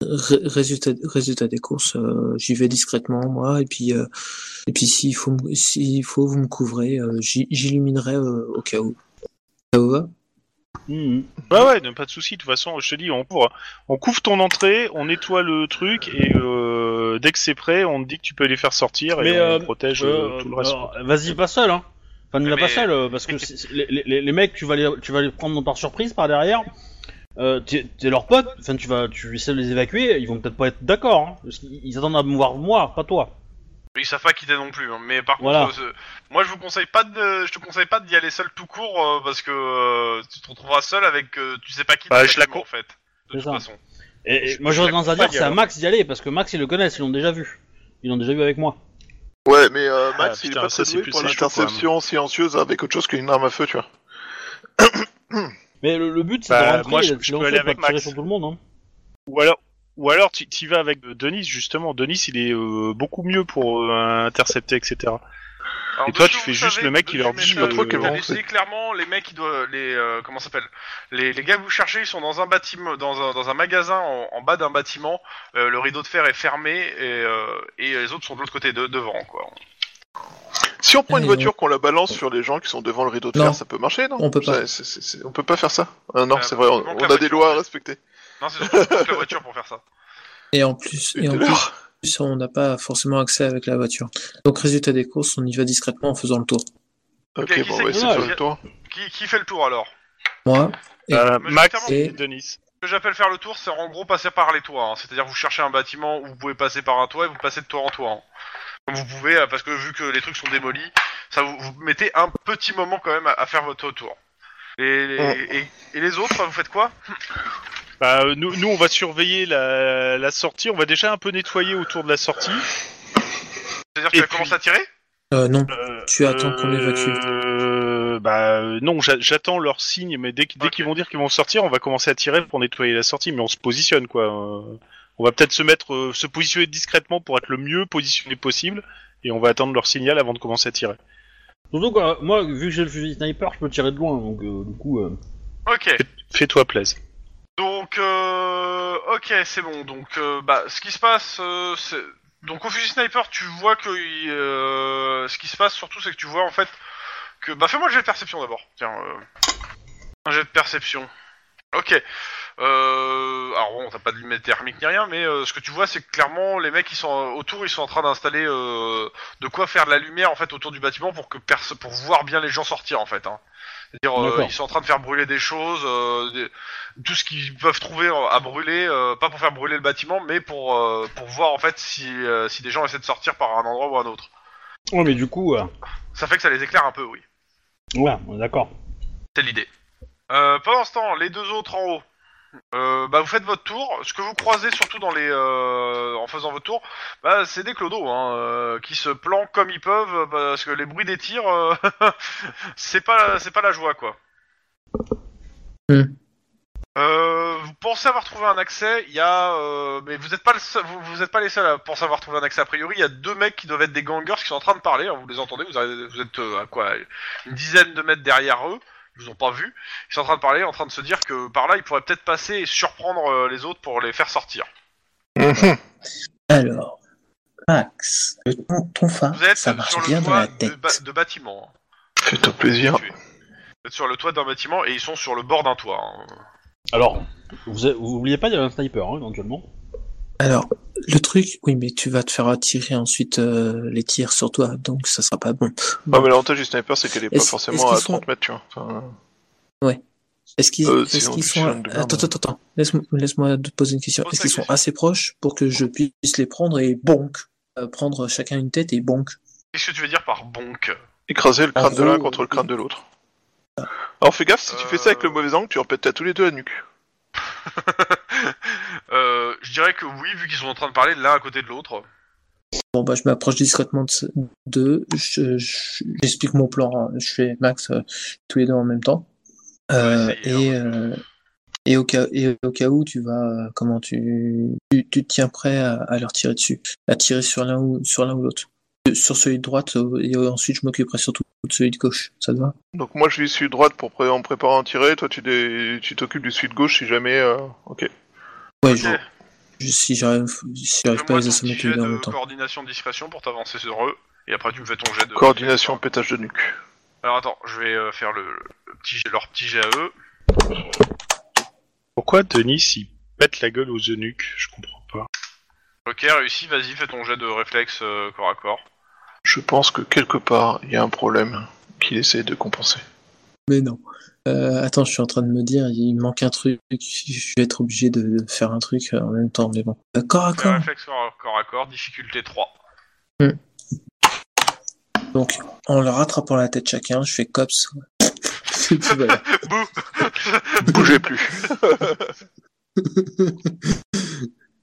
[SPEAKER 4] ré- résultat, résultat des courses, euh, j'y vais discrètement moi, et puis euh, et puis s'il faut me- s'il faut vous me couvrez, euh, j'y- j'illuminerai euh, au cas où. Ça vous va
[SPEAKER 1] Mhm.
[SPEAKER 6] Bah ouais, non, pas de souci. De toute façon, je te dis, on couvre, on couvre ton entrée, on nettoie le truc, et euh, dès que c'est prêt, on te dit que tu peux les faire sortir et
[SPEAKER 1] Mais,
[SPEAKER 6] on
[SPEAKER 1] euh,
[SPEAKER 6] protège euh,
[SPEAKER 1] Euh,
[SPEAKER 6] tout le reste.
[SPEAKER 1] alors, Vas-y, pas seul, hein. Enfin, ne la
[SPEAKER 2] Mais-
[SPEAKER 1] pas seul, euh, parce que c'est- c'est- les, les- les mecs, tu vas les, tu vas les prendre par surprise, par derrière. Euh, T'es t'es leur pote, enfin, tu vas, tu essaies de les évacuer, ils vont peut-être pas être d'accord, hein, parce qu'ils ils attendent à me voir moi, pas toi.
[SPEAKER 2] Ils savent pas quitter non plus. hein. Mais par contre,
[SPEAKER 1] Voilà.
[SPEAKER 2] euh, ce- moi je vous conseille pas de, je te conseille pas d'y aller seul tout court euh, parce que euh, tu te retrouveras seul avec, euh, tu sais pas qui.
[SPEAKER 6] Bah,
[SPEAKER 2] t'as
[SPEAKER 6] je la
[SPEAKER 2] quasiment, en fait. De
[SPEAKER 1] C'est
[SPEAKER 2] toute
[SPEAKER 1] ça.
[SPEAKER 2] façon.
[SPEAKER 1] Et, et
[SPEAKER 6] Je-
[SPEAKER 1] moi,
[SPEAKER 6] je
[SPEAKER 1] j'aurais tendance à dire
[SPEAKER 6] l'accompagne,
[SPEAKER 1] que c'est à
[SPEAKER 6] alors.
[SPEAKER 1] Max d'y aller, parce que Max, ils le connaissent, ils l'ont déjà vu. Ils l'ont déjà vu avec moi.
[SPEAKER 3] Ouais, mais euh, Max,
[SPEAKER 6] Ah,
[SPEAKER 3] il est
[SPEAKER 6] putain,
[SPEAKER 3] pas
[SPEAKER 6] ça,
[SPEAKER 3] très
[SPEAKER 6] c'est
[SPEAKER 3] doué
[SPEAKER 6] plus-
[SPEAKER 3] pour
[SPEAKER 6] c'est chaud,
[SPEAKER 3] l'interception silencieuse avec autre chose qu'une arme à feu, tu vois.
[SPEAKER 1] Mais le, le but, c'est
[SPEAKER 6] Bah,
[SPEAKER 1] de rentrer
[SPEAKER 6] moi, je-
[SPEAKER 1] et d'être
[SPEAKER 6] je peux
[SPEAKER 1] silencieux,
[SPEAKER 6] aller
[SPEAKER 1] pas
[SPEAKER 6] avec
[SPEAKER 1] de tirer
[SPEAKER 6] Max.
[SPEAKER 1] sur tout le monde, hein.
[SPEAKER 6] Ou alors, ou alors tu y vas avec euh, Denis justement. Denis, il est euh, beaucoup mieux pour euh, intercepter, etc.
[SPEAKER 2] Alors,
[SPEAKER 6] Et
[SPEAKER 2] de
[SPEAKER 6] toi,
[SPEAKER 2] ce
[SPEAKER 6] tu
[SPEAKER 2] que
[SPEAKER 6] fais
[SPEAKER 2] vous
[SPEAKER 6] juste
[SPEAKER 2] savez,
[SPEAKER 6] le mec
[SPEAKER 2] de
[SPEAKER 6] qui
[SPEAKER 2] ce
[SPEAKER 6] leur
[SPEAKER 2] que
[SPEAKER 6] dit,
[SPEAKER 2] vous savez,
[SPEAKER 3] euh,
[SPEAKER 2] vous avez
[SPEAKER 3] euh,
[SPEAKER 2] dit clairement les mecs qui doivent les euh, comment ça s'appelle les, les gars que vous cherchez ils sont dans un bâtiment dans un, dans un magasin en, en bas d'un bâtiment euh, le rideau de fer est fermé et, euh, et les autres sont de l'autre côté de, devant quoi.
[SPEAKER 3] Si on prend une
[SPEAKER 4] Euh,
[SPEAKER 3] voiture, qu'on la balance sur les gens qui sont devant le rideau de
[SPEAKER 4] Non.
[SPEAKER 3] fer, ça peut marcher, non
[SPEAKER 4] On peut pas.
[SPEAKER 3] Ça, c'est- c'est- c'est- on peut pas faire ça. Ah, non,
[SPEAKER 2] Euh,
[SPEAKER 3] c'est vrai, on,
[SPEAKER 2] manque la
[SPEAKER 3] on a des
[SPEAKER 2] voiture,
[SPEAKER 3] lois
[SPEAKER 2] en
[SPEAKER 3] à
[SPEAKER 2] fait.
[SPEAKER 3] respecter.
[SPEAKER 2] Non c'est surtout toute la voiture pour faire ça.
[SPEAKER 4] Et en plus, et en
[SPEAKER 3] Une
[SPEAKER 4] plus,
[SPEAKER 3] heure.
[SPEAKER 4] on n'a pas forcément accès avec la voiture. Donc résultat des courses, on y va discrètement en faisant le tour.
[SPEAKER 3] Ok,
[SPEAKER 2] qui
[SPEAKER 3] bon,
[SPEAKER 2] c'est
[SPEAKER 3] ouais,
[SPEAKER 2] qui
[SPEAKER 3] c'est
[SPEAKER 1] va
[SPEAKER 3] pas
[SPEAKER 1] aller
[SPEAKER 3] le tour.
[SPEAKER 2] Qui, qui fait le tour alors
[SPEAKER 4] Moi, Et-
[SPEAKER 6] Euh,
[SPEAKER 2] Mais
[SPEAKER 6] Max
[SPEAKER 2] justement-
[SPEAKER 6] et Denis.
[SPEAKER 2] Ce que j'appelle faire le tour c'est en gros passer par les toits. hein. C'est-à-dire vous cherchez un bâtiment où vous pouvez passer par un toit et vous passez de toit en toit. hein. Comme vous pouvez euh, parce que vu que les trucs sont démolis, ça vous, vous mettez un petit moment quand même à, à faire votre tour. Et, les-
[SPEAKER 6] Oh.
[SPEAKER 3] Ouais.
[SPEAKER 2] et- et les autres, vous faites quoi
[SPEAKER 6] Bah, euh, nous, nous, on va surveiller la, la sortie. On va déjà un peu nettoyer autour de la sortie.
[SPEAKER 2] C'est-à-dire que
[SPEAKER 6] Et
[SPEAKER 2] tu as commencé
[SPEAKER 6] puis-
[SPEAKER 2] à tirer
[SPEAKER 4] Euh, non.
[SPEAKER 6] Euh,
[SPEAKER 4] Tu attends qu'on évacue.
[SPEAKER 6] euh, Bah euh, non, j'a- j'attends leur signe, mais dès, qu- dès
[SPEAKER 2] Ok.
[SPEAKER 6] qu'ils vont dire qu'ils vont sortir, on va commencer à tirer pour nettoyer la sortie, mais on se positionne quoi. Euh, On va peut-être se mettre, euh, se positionner discrètement pour être le mieux positionné possible, et on va attendre leur signal avant de commencer à tirer.
[SPEAKER 1] Surtout que euh, moi, vu que j'ai le fusil sniper, je peux tirer de loin, donc euh, du coup. euh,
[SPEAKER 2] Ok.
[SPEAKER 6] Fais-toi plaisir.
[SPEAKER 2] Donc, euh, ok, c'est bon. Donc, euh, bah, ce qui se passe, euh, c'est... donc au fusil sniper, tu vois que euh, ce qui se passe surtout, c'est que tu vois en fait que, bah, fais-moi le jet de perception d'abord. Tiens, euh, un jet de perception. Ok. Euh, alors bon, t'as pas de lunettes thermiques ni rien, mais euh, ce que tu vois, c'est que clairement les mecs qui sont euh, autour, ils sont en train d'installer euh, de quoi faire de la lumière en fait autour du bâtiment pour que perso- pour voir bien les gens sortir en fait. Hein. C'est-à-dire, euh,
[SPEAKER 1] D'accord.
[SPEAKER 2] ils sont en train de faire brûler des choses, euh, des- tout ce qu'ils peuvent trouver euh, à brûler, euh, pas pour faire brûler le bâtiment, mais pour euh, pour voir en fait si euh, si des gens essaient de sortir par un endroit ou un autre.
[SPEAKER 1] Ouais, mais du coup. euh,
[SPEAKER 2] Ça fait que ça les éclaire un peu, oui.
[SPEAKER 1] Ouais, d'accord.
[SPEAKER 2] C'est l'idée. Euh, pendant ce temps, les deux autres en haut. Euh, bah vous faites votre tour. Ce que vous croisez surtout dans les, euh, en faisant votre tour, bah, c'est des clodos hein, euh, qui se planquent comme ils peuvent euh, parce que les bruits des tirs, euh, c'est pas c'est pas la joie quoi.
[SPEAKER 4] Hmm.
[SPEAKER 2] Euh, vous pensez avoir trouvé un accès. Il y a, euh, mais vous n'êtes pas le seul- vous, vous êtes pas les seuls à penser avoir trouvé un accès. A priori, il y a deux mecs qui doivent être des gangers qui sont en train de parler. hein. Vous les entendez. Vous, arrivez- vous êtes euh, à quoi une dizaine de mètres derrière eux. Ils vous ont pas vu. Ils sont en train de parler, en train de se dire que par là, ils pourraient peut-être passer et surprendre euh, les autres pour les faire sortir.
[SPEAKER 4] Mhm. Alors, Max, le- ton, ton phare,
[SPEAKER 2] Vous êtes
[SPEAKER 4] ça
[SPEAKER 2] sur
[SPEAKER 4] marche
[SPEAKER 2] le
[SPEAKER 4] bien dans
[SPEAKER 2] toit
[SPEAKER 4] la
[SPEAKER 2] de,
[SPEAKER 4] tête.
[SPEAKER 2] ba- de bâtiment. hein,
[SPEAKER 3] Fais-toi plaisir.
[SPEAKER 2] situé. Vous êtes sur le toit d'un bâtiment et ils sont sur le bord d'un toit. hein.
[SPEAKER 1] Alors, vous, vous oubliez pas, il y a un sniper, hein, éventuellement.
[SPEAKER 4] Alors, le truc, oui, mais tu vas te faire attirer ensuite euh, les tirs sur toi, donc ça sera pas bon.
[SPEAKER 3] Non, mais l'avantage du sniper, c'est qu'elle est pas
[SPEAKER 4] Est-ce- est-ce
[SPEAKER 3] forcément
[SPEAKER 4] qu'ils
[SPEAKER 3] à
[SPEAKER 4] sont-
[SPEAKER 3] 30 mètres, tu vois. Enfin,
[SPEAKER 4] Est-ce qu'ils
[SPEAKER 3] Euh,
[SPEAKER 4] est-ce
[SPEAKER 3] sinon,
[SPEAKER 4] qu'ils
[SPEAKER 3] tu
[SPEAKER 4] sont...
[SPEAKER 3] tiens de merde.
[SPEAKER 4] Attends, attends, attends. Laisse-moi laisse-moi te poser une question.
[SPEAKER 2] Pose ta
[SPEAKER 4] Est-ce qu'ils sont
[SPEAKER 2] question.
[SPEAKER 4] assez proches pour que je puisse les prendre et bonk euh, Prendre chacun une tête et bonk
[SPEAKER 2] Qu'est-ce que tu veux dire par bonk
[SPEAKER 3] écraser le
[SPEAKER 4] En
[SPEAKER 3] crâne de
[SPEAKER 4] gros,
[SPEAKER 3] l'un contre le crâne de l'autre.
[SPEAKER 4] euh,
[SPEAKER 3] Alors fais gaffe, si tu fais ça avec le
[SPEAKER 2] Euh,
[SPEAKER 3] mauvais angle, tu leur pètes à tous les deux la nuque.
[SPEAKER 2] Euh, Je dirais que oui, vu qu'ils sont en train de parler de l'un à côté de l'autre.
[SPEAKER 4] Bon, bah, je m'approche discrètement de ce- d'eux. Je- je- J'explique mon plan. hein. Je fais Max, euh, tous les deux en même temps. Euh,
[SPEAKER 2] Ouais, essayez,
[SPEAKER 4] et, euh, et, au cas, et au cas où, tu vas. euh, Comment tu, tu, tu te tiens prêt à, à leur tirer dessus À tirer sur l'un ou sur l'un ou l'autre Euh, Sur celui de droite, euh, et ensuite, je m'occuperai surtout de celui de gauche. Ça te va
[SPEAKER 3] Donc moi je suis celui de droite pour pré- en préparant un tiré, toi tu dé- tu t'occupes du celui de gauche si jamais... euh, Ok.
[SPEAKER 4] Ouais,
[SPEAKER 2] Ok. Bah,
[SPEAKER 4] je- je- si j'arrive si j'arrive pas à
[SPEAKER 2] Fais-moi
[SPEAKER 4] les
[SPEAKER 2] ton
[SPEAKER 4] assommer
[SPEAKER 2] petit
[SPEAKER 4] tous
[SPEAKER 2] jet
[SPEAKER 4] les deux en
[SPEAKER 2] de
[SPEAKER 4] même temps.
[SPEAKER 2] coordination discrétion pour t'avancer sur eux. Et après, tu me fais ton jet de...
[SPEAKER 3] Coordination, pétage de nuque.
[SPEAKER 2] Alors attends, je vais euh, faire le, le petit jet- leur petit jet à eux.
[SPEAKER 6] Pourquoi Denis il pète la gueule aux eunuques Je comprends pas.
[SPEAKER 2] Ok, réussi, vas-y, fais ton jet de réflexe euh, corps à corps.
[SPEAKER 3] Je pense que quelque part, il y a un problème qu'il essaie de compenser.
[SPEAKER 4] Mais non. Euh, attends, je suis en train de me dire, il manque un truc. Je vais être obligé de faire un truc euh, en même temps, mais bon. Euh, corps à
[SPEAKER 2] Fais un
[SPEAKER 4] corps.
[SPEAKER 2] réflexe corps à corps, à corps, difficulté 3.
[SPEAKER 4] Donc, en leur rattrapant la tête chacun, je fais cops. Et puis voilà.
[SPEAKER 2] Bouh
[SPEAKER 3] Bougez plus.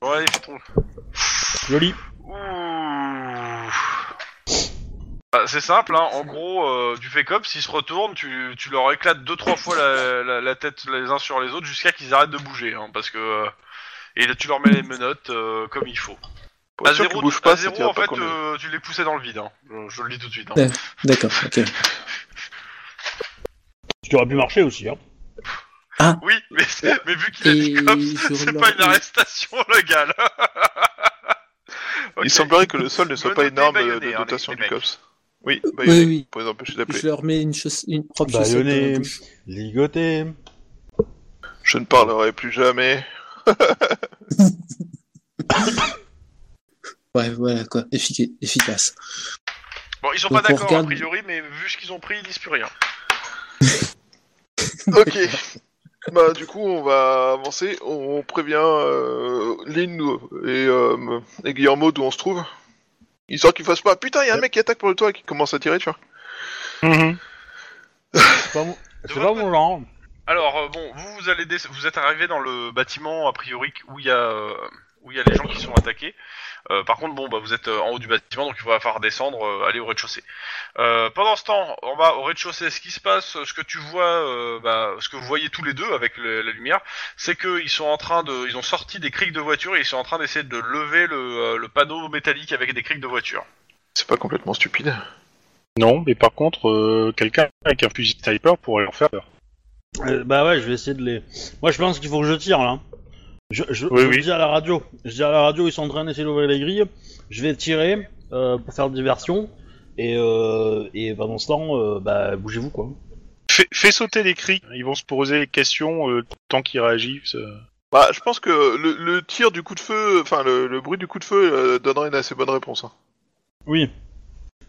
[SPEAKER 2] Ouais, allez, fais ton-
[SPEAKER 1] Joli.
[SPEAKER 2] Ouh. Bah, c'est simple, hein. en gros, euh, tu fais comme, s'ils se retournent, tu, tu leur éclates deux trois fois la, la- la tête les uns sur les autres jusqu'à qu'ils arrêtent de bouger, hein, parce que... euh, Et là, tu leur mets les menottes euh, comme il faut.
[SPEAKER 3] Pour
[SPEAKER 2] À
[SPEAKER 3] être sûr
[SPEAKER 2] zéro,
[SPEAKER 3] qu'il bouge
[SPEAKER 2] tu-
[SPEAKER 3] pas,
[SPEAKER 2] à
[SPEAKER 3] ça
[SPEAKER 2] zéro,
[SPEAKER 3] t'ira
[SPEAKER 2] en
[SPEAKER 3] pas
[SPEAKER 2] fait,
[SPEAKER 3] qu'on est-
[SPEAKER 2] euh, tu les poussais dans le vide, hein. je, je le dis tout de suite. hein.
[SPEAKER 4] Ouais. D'accord, ok.
[SPEAKER 1] Ce qui aurait pu marcher aussi, hein.
[SPEAKER 2] Oui, mais, c'est- mais vu qu'il a dit
[SPEAKER 4] Et
[SPEAKER 2] comme,
[SPEAKER 4] je
[SPEAKER 2] c'est
[SPEAKER 4] leur-
[SPEAKER 2] pas une arrestation légale.
[SPEAKER 3] Il semblerait que le sol ne soit pas
[SPEAKER 2] Menotté,
[SPEAKER 3] énorme de,
[SPEAKER 2] baïonné,
[SPEAKER 3] de
[SPEAKER 2] hein,
[SPEAKER 3] dotation
[SPEAKER 2] les-
[SPEAKER 3] du
[SPEAKER 2] les mecs.
[SPEAKER 3] COPS. Oui, bah, baïonné,
[SPEAKER 4] oui.
[SPEAKER 3] pour les empêcher
[SPEAKER 4] Je
[SPEAKER 3] d'appeler.
[SPEAKER 4] leur mets une, chauss- une propre
[SPEAKER 1] Bah,
[SPEAKER 4] chaussette dans la
[SPEAKER 1] Lyonnais.
[SPEAKER 4] bouche.
[SPEAKER 1] Ligoté.
[SPEAKER 3] Je ne parlerai plus jamais.
[SPEAKER 4] Ouais, voilà quoi. Effica- efficace.
[SPEAKER 2] Bon, ils sont
[SPEAKER 4] Donc
[SPEAKER 2] pas
[SPEAKER 4] on
[SPEAKER 2] d'accord
[SPEAKER 4] regarde-
[SPEAKER 2] a priori, mais vu ce qu'ils ont pris, ils disent plus rien.
[SPEAKER 3] Ok. bah du coup, on va avancer. On prévient euh, Lynn nous- et, euh, et Guillermo d'où on se trouve. Histoire qu'ils fassent pas. Putain, il y a un mec qui attaque pour le toit et qui commence à tirer, tu vois. Mm-hmm.
[SPEAKER 1] C'est pas mon- c'est
[SPEAKER 2] De
[SPEAKER 1] pas
[SPEAKER 2] votre
[SPEAKER 1] mon genre.
[SPEAKER 2] Alors euh, bon, vous vous allez dé- vous êtes arrivé dans le bâtiment a priori où il y a euh, où il y a les gens qui sont attaqués. Euh, par contre, bon, bah, vous êtes euh, en haut du bâtiment, donc il va falloir descendre, euh, aller au rez-de-chaussée. Euh, pendant ce temps, en bas, au rez-de-chaussée, ce qui se passe, ce que tu vois, euh, bah, ce que vous voyez tous les deux avec le- la lumière, c'est qu'ils sont en train de, ils ont sorti des crics de voiture et ils sont en train d'essayer de lever le, euh, le panneau métallique avec des crics de voiture.
[SPEAKER 3] C'est pas complètement stupide.
[SPEAKER 6] Non, mais par contre, euh, quelqu'un avec un fusil sniper pourrait leur faire peur.
[SPEAKER 1] Euh, bah ouais, je vais essayer de les. Moi, je pense qu'il faut que je tire là. Je, je,
[SPEAKER 6] Oui,
[SPEAKER 1] je
[SPEAKER 6] oui.
[SPEAKER 1] dis à la radio. Je dis à la radio, ils sont en train d'essayer d'ouvrir les grilles. Je vais tirer euh, pour faire diversion. Et, euh, et pendant ce temps, euh, bah, bougez-vous quoi.
[SPEAKER 6] Fais, fais sauter les cris, ils vont se poser des questions euh, tant qu'ils réagissent. euh.
[SPEAKER 3] Bah, je pense que le, le tir du coup de feu, enfin le, le bruit du coup de feu euh, donnerait une assez bonne réponse. hein.
[SPEAKER 1] Oui.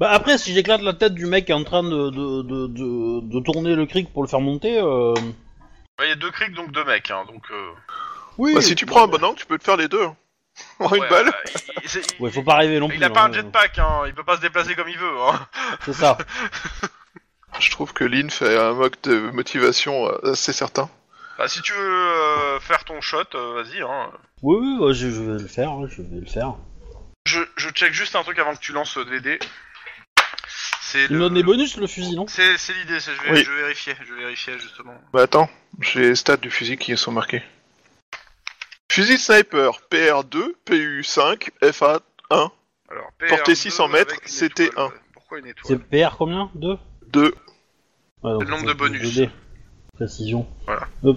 [SPEAKER 1] Bah après, si j'éclate la tête du mec qui est en train de, de, de, de, de tourner le cric pour le faire monter. Euh...
[SPEAKER 2] Bah, Il y a deux crics, donc deux mecs, hein, donc. Euh,
[SPEAKER 1] Oui.
[SPEAKER 3] Bah, si tu prends un bon angle, tu peux te faire les deux. hein. En une
[SPEAKER 2] ouais,
[SPEAKER 3] balle.
[SPEAKER 2] bah, il- il- c'est-
[SPEAKER 1] Ouais, faut pas rêver non plus.
[SPEAKER 2] Il n'a pas
[SPEAKER 1] hein,
[SPEAKER 2] un jetpack, hein, il peut pas se déplacer comme il veut. Hein.
[SPEAKER 1] C'est ça.
[SPEAKER 3] Je trouve que Lynn fait un mock de motivation euh, assez certain.
[SPEAKER 2] Bah, si tu veux euh, faire ton shot, euh, vas-y. Hein.
[SPEAKER 1] Oui, oui, ouais, je, je vais le faire, hein, je vais le faire.
[SPEAKER 2] Je, je check juste un truc avant que tu lances euh, les dés. C'est
[SPEAKER 1] Il me
[SPEAKER 2] le-
[SPEAKER 1] donne des bonus le fusil, non
[SPEAKER 2] C'est c'est l'idée, c'est- je, vais-
[SPEAKER 3] Oui.
[SPEAKER 2] je vérifiais, je vérifiais justement.
[SPEAKER 3] Bah attends, j'ai les stats du fusil qui sont marqués. Fusil sniper PR2, PU5, FA1,
[SPEAKER 2] Alors, PR2
[SPEAKER 3] Portée 600 mètres,
[SPEAKER 2] avec une
[SPEAKER 3] c'était
[SPEAKER 2] étoile.
[SPEAKER 3] un.
[SPEAKER 2] Pourquoi une étoile
[SPEAKER 1] C'est PR combien 2
[SPEAKER 3] 2.
[SPEAKER 2] Le nombre de bonus.
[SPEAKER 1] Précision.
[SPEAKER 2] Voilà.
[SPEAKER 1] Hop.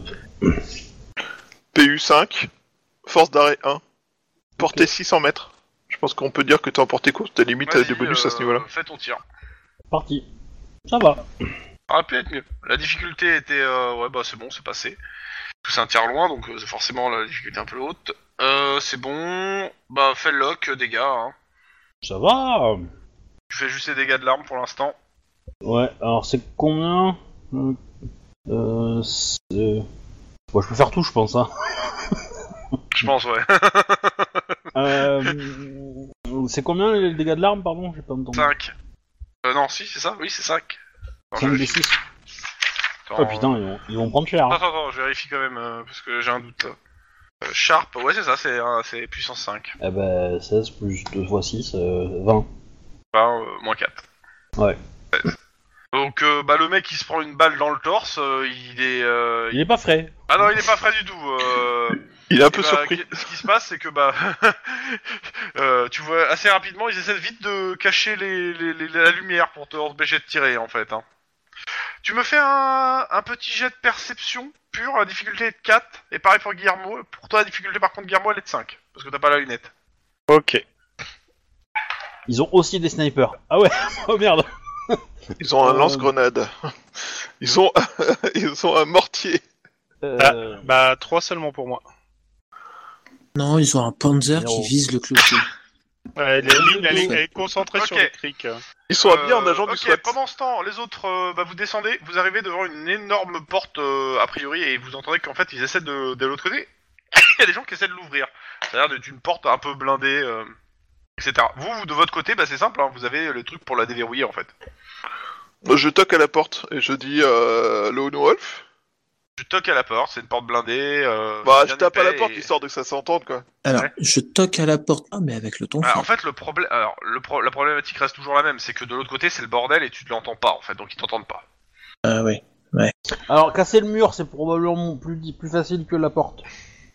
[SPEAKER 3] PU5, force d'arrêt 1, portée 600 mètres. Je pense qu'on peut dire que t'es en portée courte, t'as limite
[SPEAKER 2] Vas-y,
[SPEAKER 3] des bonus à ce
[SPEAKER 2] euh,
[SPEAKER 3] niveau-là.
[SPEAKER 2] Fais ton tir.
[SPEAKER 1] Parti. Ça va.
[SPEAKER 2] Ah, peut être mieux. La difficulté était. euh, ouais, bah c'est bon, c'est passé. Parce que C'est un tir loin, donc euh, forcément la difficulté est un peu haute. Euh, c'est bon. Bah, fais le lock, euh, dégâts. Hein.
[SPEAKER 1] Ça va.
[SPEAKER 2] Tu fais juste les dégâts de l'arme pour l'instant.
[SPEAKER 1] Ouais, alors c'est combien Euh, Euh. c'est- Bon, je peux faire tout, je pense. Hein.
[SPEAKER 2] Je pense, ouais.
[SPEAKER 1] Euh, c'est combien les dégâts de l'arme, pardon J'ai pas entendu.
[SPEAKER 2] 5. Euh, non, si, c'est ça Oui, c'est 5.
[SPEAKER 1] 5 des 6. Oh putain, ils vont, ils vont prendre cher. hein.
[SPEAKER 2] Attends, attends, je vérifie quand même, euh, parce que j'ai un doute. là. Euh, sharp, ouais, c'est ça, c'est un- c'est puissance 5.
[SPEAKER 1] Eh ben, 16 plus 2 fois 6, euh, 20.
[SPEAKER 2] Enfin, euh, moins 4.
[SPEAKER 1] Ouais.
[SPEAKER 2] Donc, euh, bah, le mec, il se prend une balle dans le torse, euh, il est... euh,
[SPEAKER 1] Il est pas frais.
[SPEAKER 2] Ah non, il est pas frais du tout. euh,
[SPEAKER 3] Il est un
[SPEAKER 2] et
[SPEAKER 6] Eh
[SPEAKER 3] peu
[SPEAKER 2] bah,
[SPEAKER 3] surpris.
[SPEAKER 2] qu'est- Ce qui se passe, c'est que, bah... euh, tu vois, assez rapidement, ils essaient vite de cacher les, les- les- la lumière pour te empêcher de tirer, en fait. hein. Tu me fais un, un petit jet de perception pure, la difficulté est de 4, et pareil pour Guillermo. Pour toi, la difficulté, par contre, Guillermo, elle est de 5, parce que t'as pas la lunette.
[SPEAKER 6] Ok.
[SPEAKER 1] Ils ont aussi des snipers. Ah ouais, oh merde.
[SPEAKER 3] Ils ont un
[SPEAKER 1] Euh,
[SPEAKER 3] lance-grenade. Ils ont, ils ont un mortier.
[SPEAKER 1] Euh,
[SPEAKER 6] Bah, trois seulement pour moi.
[SPEAKER 4] Non, ils ont un Panzer
[SPEAKER 1] Zéro.
[SPEAKER 4] qui vise le clocher.
[SPEAKER 6] Ouais, la ligne, elle, est- elle est concentrée
[SPEAKER 2] Ok.
[SPEAKER 6] sur les crics.
[SPEAKER 3] Ils sont habillés en
[SPEAKER 2] Euh,
[SPEAKER 3] agent
[SPEAKER 2] ok,
[SPEAKER 3] du SWAT.
[SPEAKER 2] Pendant ce temps, les autres, euh, bah, vous descendez, vous arrivez devant une énorme porte euh, a priori et vous entendez qu'en fait ils essaient de, de l'autre côté. Il y a des gens qui essaient de l'ouvrir. Ça a l'air d'être une porte un peu blindée, euh, etc. Vous, vous, de votre côté, bah, c'est simple, hein, vous avez le truc pour la déverrouiller en fait.
[SPEAKER 3] Je toque à la porte et je dis euh, le Ono Wolf.
[SPEAKER 2] Je toque à la porte, c'est une porte blindée. euh,
[SPEAKER 3] Bah, je
[SPEAKER 2] bien
[SPEAKER 3] tape à la
[SPEAKER 2] épais
[SPEAKER 3] porte
[SPEAKER 2] et-
[SPEAKER 3] histoire de que ça s'entende quoi.
[SPEAKER 4] Alors,
[SPEAKER 2] Ouais.
[SPEAKER 4] je toque à la porte. Ah, mais avec le ton.
[SPEAKER 2] Ah,
[SPEAKER 4] fort.
[SPEAKER 2] en fait, le problème, alors le pro- la problématique reste toujours la même, c'est que de l'autre côté c'est le bordel et tu ne l'entends pas en fait, donc ils t'entendent pas.
[SPEAKER 4] Ah ouais.
[SPEAKER 1] alors, casser le mur, c'est probablement plus, di- plus facile que la porte.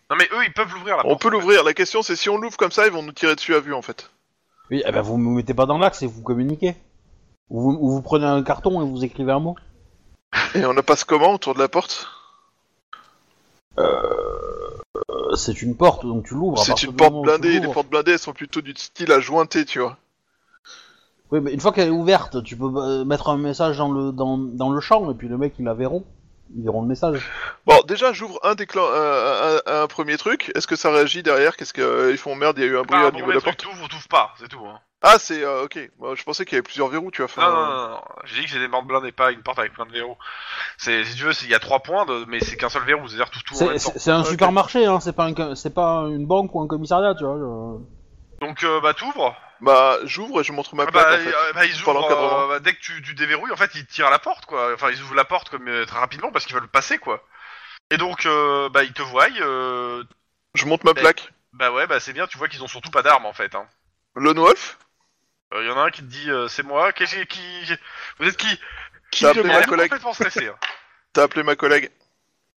[SPEAKER 2] Non mais eux ils peuvent l'ouvrir la
[SPEAKER 3] On
[SPEAKER 2] porte.
[SPEAKER 3] peut l'ouvrir. La question c'est si on l'ouvre comme ça, ils vont nous tirer dessus à vue en fait.
[SPEAKER 1] Oui, eh ben, vous me mettez pas dans l'axe et vous communiquez. Ou vous, ou vous prenez un carton et vous écrivez un mot.
[SPEAKER 3] Et on la passe comment autour de la porte
[SPEAKER 1] Euh, c'est une porte, donc tu l'ouvres. à
[SPEAKER 3] C'est
[SPEAKER 1] partir
[SPEAKER 3] une
[SPEAKER 1] du
[SPEAKER 3] porte
[SPEAKER 1] moment où tu
[SPEAKER 3] blindée. Les
[SPEAKER 1] l'ouvres.
[SPEAKER 3] portes blindées elles sont plutôt du style à jointer, tu vois.
[SPEAKER 1] Oui, mais une fois qu'elle est ouverte, tu peux euh, mettre un message dans le, dans, dans le champ et puis le mec, il la verront. Ils verront le message.
[SPEAKER 3] Bon, déjà j'ouvre un, déclen- euh, un, un premier truc. Est-ce que ça réagit derrière Qu'est-ce qu'ils font merde Il y a eu un bruit
[SPEAKER 2] Bah,
[SPEAKER 3] au niveau de la
[SPEAKER 2] truc,
[SPEAKER 3] porte.
[SPEAKER 2] t'ouvres ou t'ouvres pas, c'est tout. Hein.
[SPEAKER 3] Ah, c'est euh, ok. Moi, je pensais qu'il y avait plusieurs verrous, tu vois. enfin, euh,
[SPEAKER 2] Non, Ah, non, non, non. j'ai dit que j'ai des bandes blindées, pas une porte avec plein de verrous. C'est, si tu veux, c'est- il y a trois points, de- mais c'est qu'un seul verrou, c'est-à-dire tout tout en
[SPEAKER 1] C'est
[SPEAKER 2] même temps.
[SPEAKER 1] c'est- c'est un
[SPEAKER 3] Ok.
[SPEAKER 1] supermarché, hein, c'est pas, un co- c'est pas une banque ou un commissariat, tu vois. euh.
[SPEAKER 2] Donc, euh, bah, t'ouvres.
[SPEAKER 3] Bah, j'ouvre et je montre ma
[SPEAKER 2] Ah,
[SPEAKER 3] plaque
[SPEAKER 2] bah,
[SPEAKER 3] en fait.
[SPEAKER 2] euh, bah, ils
[SPEAKER 3] Pour
[SPEAKER 2] ouvrent.
[SPEAKER 3] l'encadrement.
[SPEAKER 2] euh, bah, dès que tu, tu déverrouilles, en fait, ils tirent à la porte, quoi. Enfin, ils ouvrent la porte comme euh, très rapidement parce qu'ils veulent passer, quoi. Et donc, euh, bah, ils te voient. euh,
[SPEAKER 3] Je monte ma plaque.
[SPEAKER 2] Bah ouais, bah c'est bien, tu vois qu'ils ont surtout pas d'armes en fait. hein.
[SPEAKER 3] Lone Wolf
[SPEAKER 2] Euh, Il y en a un qui te dit euh, c'est moi, qui, qui, vous êtes qui Bah,
[SPEAKER 3] T'as appelé,
[SPEAKER 2] Il a
[SPEAKER 3] ma
[SPEAKER 2] l'air
[SPEAKER 3] collègue
[SPEAKER 2] complètement stressé. hein.
[SPEAKER 3] T'as appelé ma collègue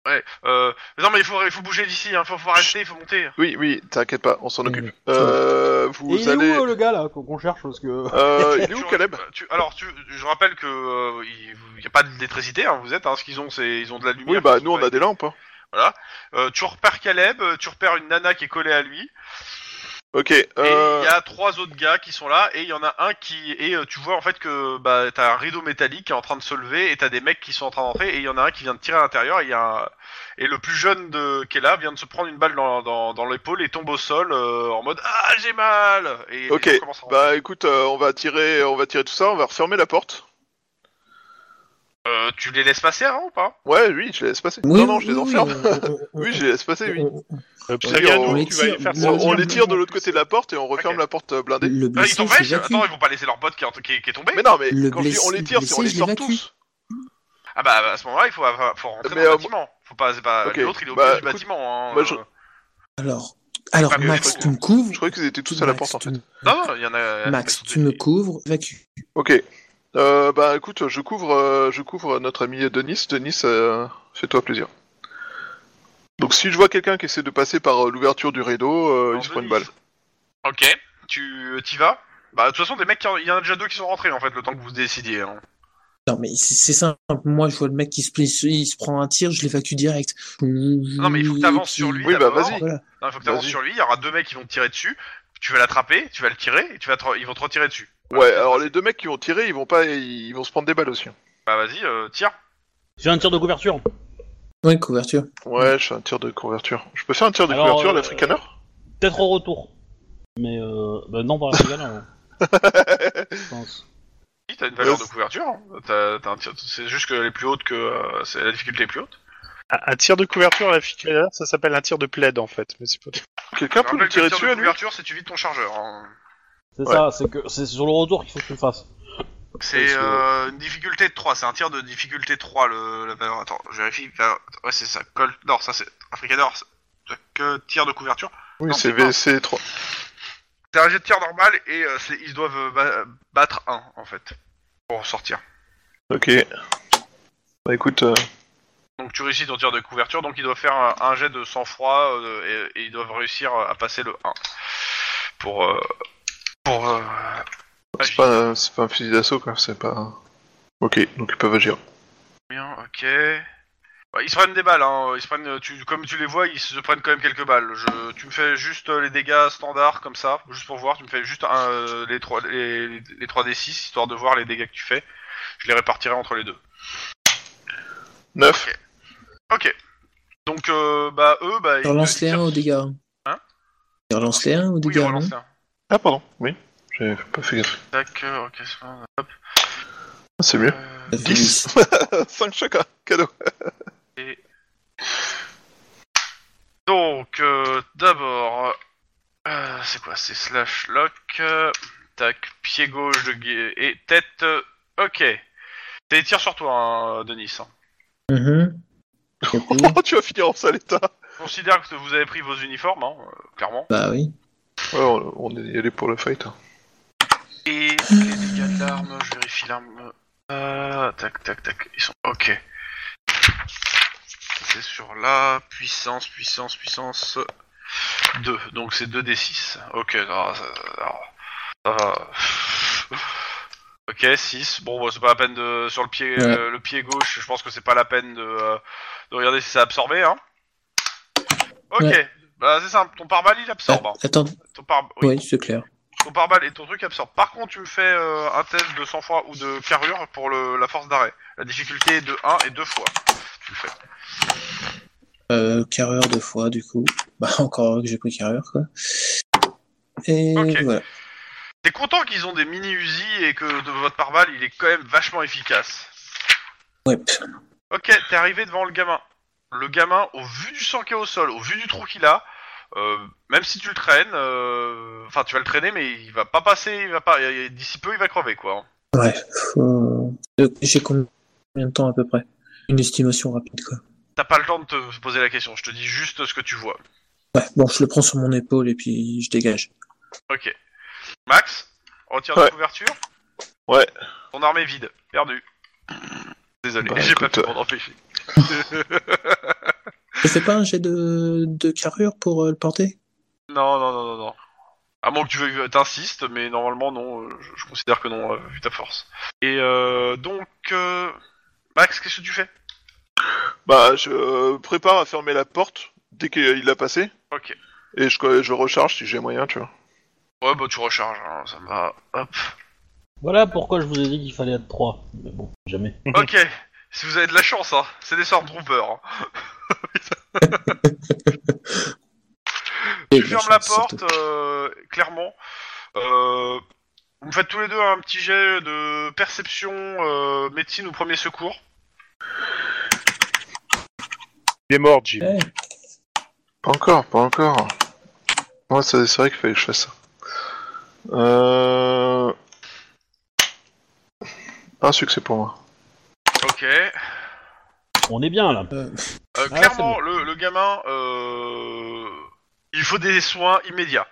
[SPEAKER 2] Ouais. Euh, non mais il faut, il faut bouger d'ici, il faut, faut rester, il faut monter.
[SPEAKER 3] Oui, oui, t'inquiète pas, on s'en
[SPEAKER 4] Mm.
[SPEAKER 3] occupe. Euh,
[SPEAKER 7] Et
[SPEAKER 3] vous
[SPEAKER 7] il
[SPEAKER 3] allez.
[SPEAKER 7] est où euh, le gars là qu'on qu'on cherche parce que
[SPEAKER 3] Euh, il est où,
[SPEAKER 2] Tu-
[SPEAKER 3] Caleb
[SPEAKER 2] tu- Alors tu, je rappelle que euh, il n'y a pas d'électricité, hein, vous êtes. Hein, ce qu'ils ont, c'est ils ont de la lumière.
[SPEAKER 3] Oui, bah nous on a des lampes. hein.
[SPEAKER 2] Euh, tu repères Caleb, euh, tu repères une nana qui est collée à lui,
[SPEAKER 3] Ok,
[SPEAKER 2] et il
[SPEAKER 3] euh,
[SPEAKER 2] y a trois autres gars qui sont là, et il y en a un qui et euh, tu vois en fait que bah t'as un rideau métallique qui est en train de se lever, et t'as des mecs qui sont en train d'entrer, et il y en a un qui vient de tirer à l'intérieur, et il y a un- et le plus jeune de qui est là vient de se prendre une balle dans, dans, dans l'épaule et tombe au sol euh, en mode ah j'ai mal. Et
[SPEAKER 3] Ok,
[SPEAKER 2] les gens commencent à rentrer.
[SPEAKER 3] bah écoute, euh, on va tirer, on va tirer tout ça, on va refermer la porte.
[SPEAKER 2] Euh, tu les laisses passer avant ou pas
[SPEAKER 3] Ouais, oui, je les laisse passer. non, non, je les enferme. Oui, je les laisse passer, oui.
[SPEAKER 6] Observiano,
[SPEAKER 3] on
[SPEAKER 4] les
[SPEAKER 6] tu vas aller
[SPEAKER 4] tire,
[SPEAKER 6] faire
[SPEAKER 4] on-
[SPEAKER 3] On,
[SPEAKER 6] ça.
[SPEAKER 3] on les tire de l'autre côté de la porte et on referme
[SPEAKER 2] Ok.
[SPEAKER 3] la porte euh, blindée.
[SPEAKER 4] Le
[SPEAKER 2] Ah, Ils
[SPEAKER 4] blessé, je
[SPEAKER 2] t'empêchent
[SPEAKER 4] l'évacue.
[SPEAKER 2] Attends, ils vont pas laisser leur pote qui, est- qui est- qui est tombé
[SPEAKER 3] Mais non, mais
[SPEAKER 4] Le
[SPEAKER 3] quand je dis on
[SPEAKER 4] blessé-
[SPEAKER 3] les tire, c'est on
[SPEAKER 4] blessé,
[SPEAKER 3] les
[SPEAKER 4] je
[SPEAKER 3] sort
[SPEAKER 4] l'évacue.
[SPEAKER 3] tous.
[SPEAKER 2] Ah bah à ce moment-là, il faut, faut rentrer
[SPEAKER 3] Mais,
[SPEAKER 2] dans
[SPEAKER 3] euh,
[SPEAKER 2] le bâtiment. Faut pas, c'est pas
[SPEAKER 3] ok,
[SPEAKER 2] l'autre, il est au
[SPEAKER 3] bah,
[SPEAKER 2] milieu du
[SPEAKER 3] écoute,
[SPEAKER 2] bâtiment. Hein,
[SPEAKER 3] moi, je-
[SPEAKER 2] euh.
[SPEAKER 4] Alors, alors
[SPEAKER 2] Ah, mais
[SPEAKER 4] Max,
[SPEAKER 2] je-
[SPEAKER 4] tu me couvres.
[SPEAKER 3] Je croyais qu'ils étaient tous à la
[SPEAKER 4] Max,
[SPEAKER 3] porte en fait.
[SPEAKER 4] tu me-
[SPEAKER 2] Non, non, il y en a.
[SPEAKER 4] Max,
[SPEAKER 2] ils sont-
[SPEAKER 4] tu me couvres, évacue.
[SPEAKER 3] Ok. Euh, bah écoute, je couvre, euh, je couvre notre ami Denis. Denis, euh, fais-toi plaisir. Donc si je vois quelqu'un qui essaie de passer par euh, l'ouverture du rideau, euh,
[SPEAKER 2] Alors,
[SPEAKER 3] il se prend une
[SPEAKER 2] Denis.
[SPEAKER 3] balle.
[SPEAKER 2] Ok, tu t'y vas Bah de toute façon, des mecs, qui en- il y en a déjà deux qui sont rentrés en fait, le temps que vous décidiez. hein.
[SPEAKER 4] Non, mais c'est c'est simple. Moi, je vois le mec qui se, blesse, il se prend un tir, je l'évacue direct. Non,
[SPEAKER 2] mais il faut que t'avances sur lui,
[SPEAKER 3] Oui, bah
[SPEAKER 2] d'abord. Non,
[SPEAKER 3] vas-y.
[SPEAKER 2] il faut que t'avances
[SPEAKER 3] Vas-y.
[SPEAKER 2] sur lui. Il y aura deux mecs qui vont te tirer dessus. Tu vas l'attraper, tu vas le tirer, et tu vas te- ils vont te retirer dessus.
[SPEAKER 3] Ouais, alors les deux mecs qui vont tirer, ils vont pas, ils vont se prendre des balles aussi. hein.
[SPEAKER 2] Bah vas-y, euh, tire.
[SPEAKER 1] J'ai un tir de couverture.
[SPEAKER 4] Ouais, couverture.
[SPEAKER 3] Ouais, je fais un tir de couverture. Je peux faire un tir de
[SPEAKER 1] Alors,
[SPEAKER 3] couverture,
[SPEAKER 1] euh,
[SPEAKER 3] l'Africaner
[SPEAKER 1] Peut-être au retour. Mais euh, bah non, pas la là, je pense.
[SPEAKER 2] Oui, T'as une valeur
[SPEAKER 3] Yes.
[SPEAKER 2] de couverture. hein. T'as- t'as un tir- C'est juste que les plus hautes que euh, c'est la difficulté est plus haute.
[SPEAKER 6] Un, un tir de couverture à la ficelle, ça s'appelle un tir de plaid en fait. Mais c'est pas...
[SPEAKER 2] Je
[SPEAKER 3] Quelqu'un peut
[SPEAKER 2] rappelle
[SPEAKER 3] le
[SPEAKER 2] que le
[SPEAKER 3] tirer
[SPEAKER 2] tir
[SPEAKER 3] dessus
[SPEAKER 2] de
[SPEAKER 3] à lui
[SPEAKER 2] couverture, c'est tu vides ton chargeur. hein.
[SPEAKER 1] C'est
[SPEAKER 3] Ouais.
[SPEAKER 1] ça, c'est que c'est sur le retour qu'il faut que tu le fasses.
[SPEAKER 2] C'est euh, une difficulté de 3, c'est un tir de difficulté 3 le, la valeur. Attends, je vérifie. Ah, Ouais, c'est ça. Col... Non, ça c'est. Africanor, c'est- que tir de couverture.
[SPEAKER 3] Oui,
[SPEAKER 2] Non,
[SPEAKER 3] c'est
[SPEAKER 2] c'est pas.
[SPEAKER 3] VC3.
[SPEAKER 2] C'est un jet de tir normal et euh, c'est- ils doivent euh, ba- battre 1 en fait. Pour sortir.
[SPEAKER 3] Ok. Bah écoute, euh,
[SPEAKER 2] Donc tu réussis ton tir de couverture, donc ils doivent faire un, un jet de sang-froid euh, et, et ils doivent réussir à passer le 1. Pour. euh, pour. euh,
[SPEAKER 3] c'est pas, un- c'est pas un fusil d'assaut quoi, c'est pas. Ok, donc ils peuvent agir.
[SPEAKER 2] Bien, ok. Ouais, Ils se prennent des balles, hein. Ils se prennent, tu, comme tu les vois, ils se prennent quand même quelques balles. Je, tu me fais juste euh, les dégâts standards comme ça, juste pour voir. Tu me fais juste un, euh, les 3 les, les 3d6 histoire de voir les dégâts que tu fais. Je les répartirai entre les deux.
[SPEAKER 3] 9.
[SPEAKER 2] Donc euh, bah eux, bah
[SPEAKER 4] Je relance les
[SPEAKER 2] ils-
[SPEAKER 4] 1 aux dégâts.
[SPEAKER 2] Hein
[SPEAKER 4] Je relance les 1 aux
[SPEAKER 2] Oui,
[SPEAKER 4] dégâts.
[SPEAKER 2] ils
[SPEAKER 4] non
[SPEAKER 2] relancent là.
[SPEAKER 3] Ah, pardon, oui. J'avais pas fait gaffe.
[SPEAKER 2] D'accord, ok, c'est bon. Hop.
[SPEAKER 3] Ah, C'est mieux.
[SPEAKER 2] Euh,
[SPEAKER 4] Ça fait
[SPEAKER 3] 10. 5 chacun, cadeau.
[SPEAKER 2] Donc, euh, d'abord, euh, c'est quoi C'est slash lock, euh, tac, pied gauche de gue- et tête. euh, ok. T'es tir sur toi, hein, Denis. hein.
[SPEAKER 4] Mhm.
[SPEAKER 3] Oh, tu vas finir en sale état.
[SPEAKER 2] Considère que vous avez pris vos uniformes, hein, euh, clairement.
[SPEAKER 4] Bah oui.
[SPEAKER 3] Ouais, on, on est allé pour le fight. hein.
[SPEAKER 2] Et les dégâts de l'arme, je vérifie l'arme. Euh, tac, tac, tac. Ils sont ok. C'est sur la puissance, puissance, puissance 2. Donc c'est 2d6. Ok, non, ça, non, ça va. Ok, 6. Bon, bah, c'est pas la peine de. Sur le pied,
[SPEAKER 4] Ouais.
[SPEAKER 2] euh, le pied gauche, je pense que c'est pas la peine de, euh, de regarder si ça absorbé, hein. Ok,
[SPEAKER 4] Ouais.
[SPEAKER 2] bah c'est simple. Ton pare-balles il absorbe.
[SPEAKER 4] Ah,
[SPEAKER 2] hein.
[SPEAKER 4] attends,
[SPEAKER 2] Ton pare oui.
[SPEAKER 4] oui, c'est clair.
[SPEAKER 2] Ton pare-balles et ton truc absorbe. Par contre, tu me fais euh, un test de 100 fois ou de carrure pour le, la force d'arrêt. La difficulté est de 1 et 2 fois. Tu le fais.
[SPEAKER 4] Euh, carreur deux fois, du coup. Bah, encore heureux que j'ai pris carreur, quoi. Et
[SPEAKER 2] Ok.
[SPEAKER 4] voilà.
[SPEAKER 2] T'es content qu'ils ont des mini-Uzi et que de votre pare-balles, il est quand même vachement efficace.
[SPEAKER 4] Ouais.
[SPEAKER 2] Ok, t'es arrivé devant le gamin. Le gamin, au vu du sang qu'il y a au sol, au vu du trou qu'il a, euh, même si tu le traînes, euh, enfin tu vas le traîner, mais il va pas passer, il va pas, et- et d'ici peu il va crever quoi. hein.
[SPEAKER 4] Bref. euh, euh, J'ai combien de temps à peu près Une estimation rapide, quoi.
[SPEAKER 2] T'as pas le temps de te poser la question, je te dis juste ce que tu vois.
[SPEAKER 4] Ouais, bon, je le prends sur mon épaule et puis je dégage.
[SPEAKER 2] Ok. Max, retire
[SPEAKER 3] Ouais.
[SPEAKER 2] de couverture.
[SPEAKER 3] Ouais.
[SPEAKER 2] Ton arme est vide, perdu. Désolé,
[SPEAKER 3] Bah,
[SPEAKER 2] j'ai pas
[SPEAKER 3] écoute,
[SPEAKER 2] pu m'en empêcher.
[SPEAKER 4] Je fais pas un jet de, de carrure pour euh, le porter
[SPEAKER 2] non, non, non, non, non. À moins que tu veuilles, t'insistes, mais normalement non, euh, je, je considère que non, euh, vu ta force. Et euh, donc, euh, Max, qu'est-ce que tu fais
[SPEAKER 3] Bah, je euh, prépare à fermer la porte dès qu'il l'a passé.
[SPEAKER 2] Ok.
[SPEAKER 3] Et je, je recharge si j'ai moyen, tu vois.
[SPEAKER 2] Ouais, bah tu recharges, hein, ça me va. Hop.
[SPEAKER 1] Voilà pourquoi je vous ai dit qu'il fallait être 3. Mais bon, jamais.
[SPEAKER 2] ok, si vous avez de la chance, hein, c'est des Stormtroopers. hein.
[SPEAKER 4] Et
[SPEAKER 2] Tu
[SPEAKER 4] je
[SPEAKER 2] fermes la
[SPEAKER 4] sors de-
[SPEAKER 2] porte, euh, clairement. Euh, vous me faites tous les deux un petit jet de perception, euh, médecine ou premier secours.
[SPEAKER 6] Il est mort, Jim.
[SPEAKER 4] Ouais.
[SPEAKER 3] Pas encore, pas encore. Moi, ça- c'est vrai qu'il fallait que je fasse ça. Euh... Un succès pour moi.
[SPEAKER 2] Ok.
[SPEAKER 1] On est bien là.
[SPEAKER 4] Euh,
[SPEAKER 1] Ah,
[SPEAKER 2] Euh, clairement, le, le gamin, euh, il faut des soins immédiats.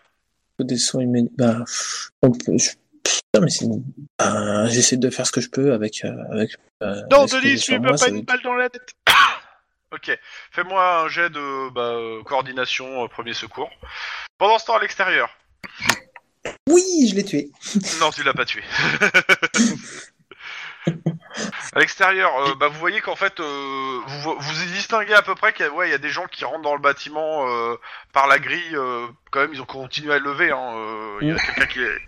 [SPEAKER 4] faut des soins immédiats. Bah, pff, on peut. je- Putain, mais c'est. une- Bah, J'essaie de faire ce que je peux avec. euh, avec euh,
[SPEAKER 6] Non,
[SPEAKER 4] avec ce que j'ai
[SPEAKER 6] Denis,
[SPEAKER 4] sur
[SPEAKER 6] tu
[SPEAKER 4] moi,
[SPEAKER 6] me
[SPEAKER 4] ça
[SPEAKER 6] pas
[SPEAKER 4] va
[SPEAKER 6] une
[SPEAKER 4] être-
[SPEAKER 6] balle dans la tête.
[SPEAKER 2] Ok. Fais-moi un jet de bah, euh, coordination, euh, premier secours. Pendant ce temps, à l'extérieur.
[SPEAKER 4] Oui, je l'ai tué.
[SPEAKER 2] Non, tu l'as pas tué. à l'extérieur, euh, bah, vous voyez qu'en fait, euh, vous, vo- vous y distinguez à peu près qu'il y, a- ouais, il y a des gens qui rentrent dans le bâtiment euh, par la grille. euh, quand même, ils ont continué à lever. hein, euh, Il y a quelqu'un qui est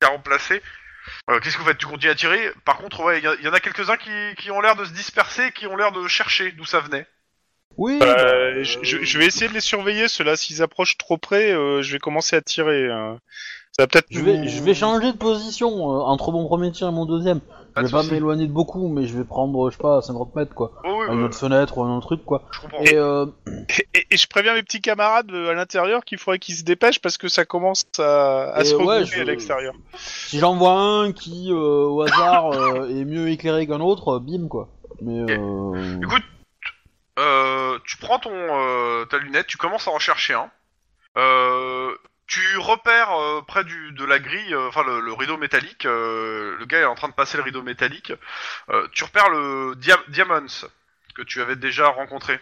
[SPEAKER 2] qui a remplacé. Euh, Qu'est-ce que vous faites Tu continues à tirer Par contre, ouais, il y a- il y, en a quelques-uns qui, qui ont l'air de se disperser, qui ont l'air de chercher d'où ça venait.
[SPEAKER 7] Oui
[SPEAKER 6] Euh, je, je- je vais essayer de les surveiller, ceux-là. S'ils approchent trop près, euh, je vais commencer à tirer. euh. Ça va peut-être.
[SPEAKER 1] Je vais,
[SPEAKER 6] nous-
[SPEAKER 1] je vais changer de position euh, entre mon premier tir et mon deuxième.
[SPEAKER 2] Pas de
[SPEAKER 1] je vais pas
[SPEAKER 2] soucis.
[SPEAKER 1] m'éloigner de beaucoup, mais je vais prendre, je sais pas, 50 mètres quoi.
[SPEAKER 2] Oh, oui,
[SPEAKER 1] Une
[SPEAKER 2] bah,
[SPEAKER 1] autre fenêtre ou un autre truc quoi.
[SPEAKER 2] je comprends.
[SPEAKER 1] Et euh,
[SPEAKER 6] Et, et- et je préviens mes petits camarades euh, à l'intérieur qu'il faudrait qu'ils se dépêchent parce que ça commence à, à
[SPEAKER 1] Et
[SPEAKER 6] se
[SPEAKER 1] ouais,
[SPEAKER 6] regrouper
[SPEAKER 1] je-
[SPEAKER 6] à l'extérieur.
[SPEAKER 1] si j'en vois un qui, euh, au hasard, euh, est mieux éclairé qu'un autre, euh, bim quoi. Mais euh...
[SPEAKER 2] Écoute, euh, tu prends ton euh, ta lunette, tu commences à en chercher un. Euh, tu repères euh, près du, de la grille, euh, enfin le, le rideau métallique, euh, le gars est en train de passer le rideau métallique. Euh, tu repères le Dia- Diamonds que tu avais déjà rencontré.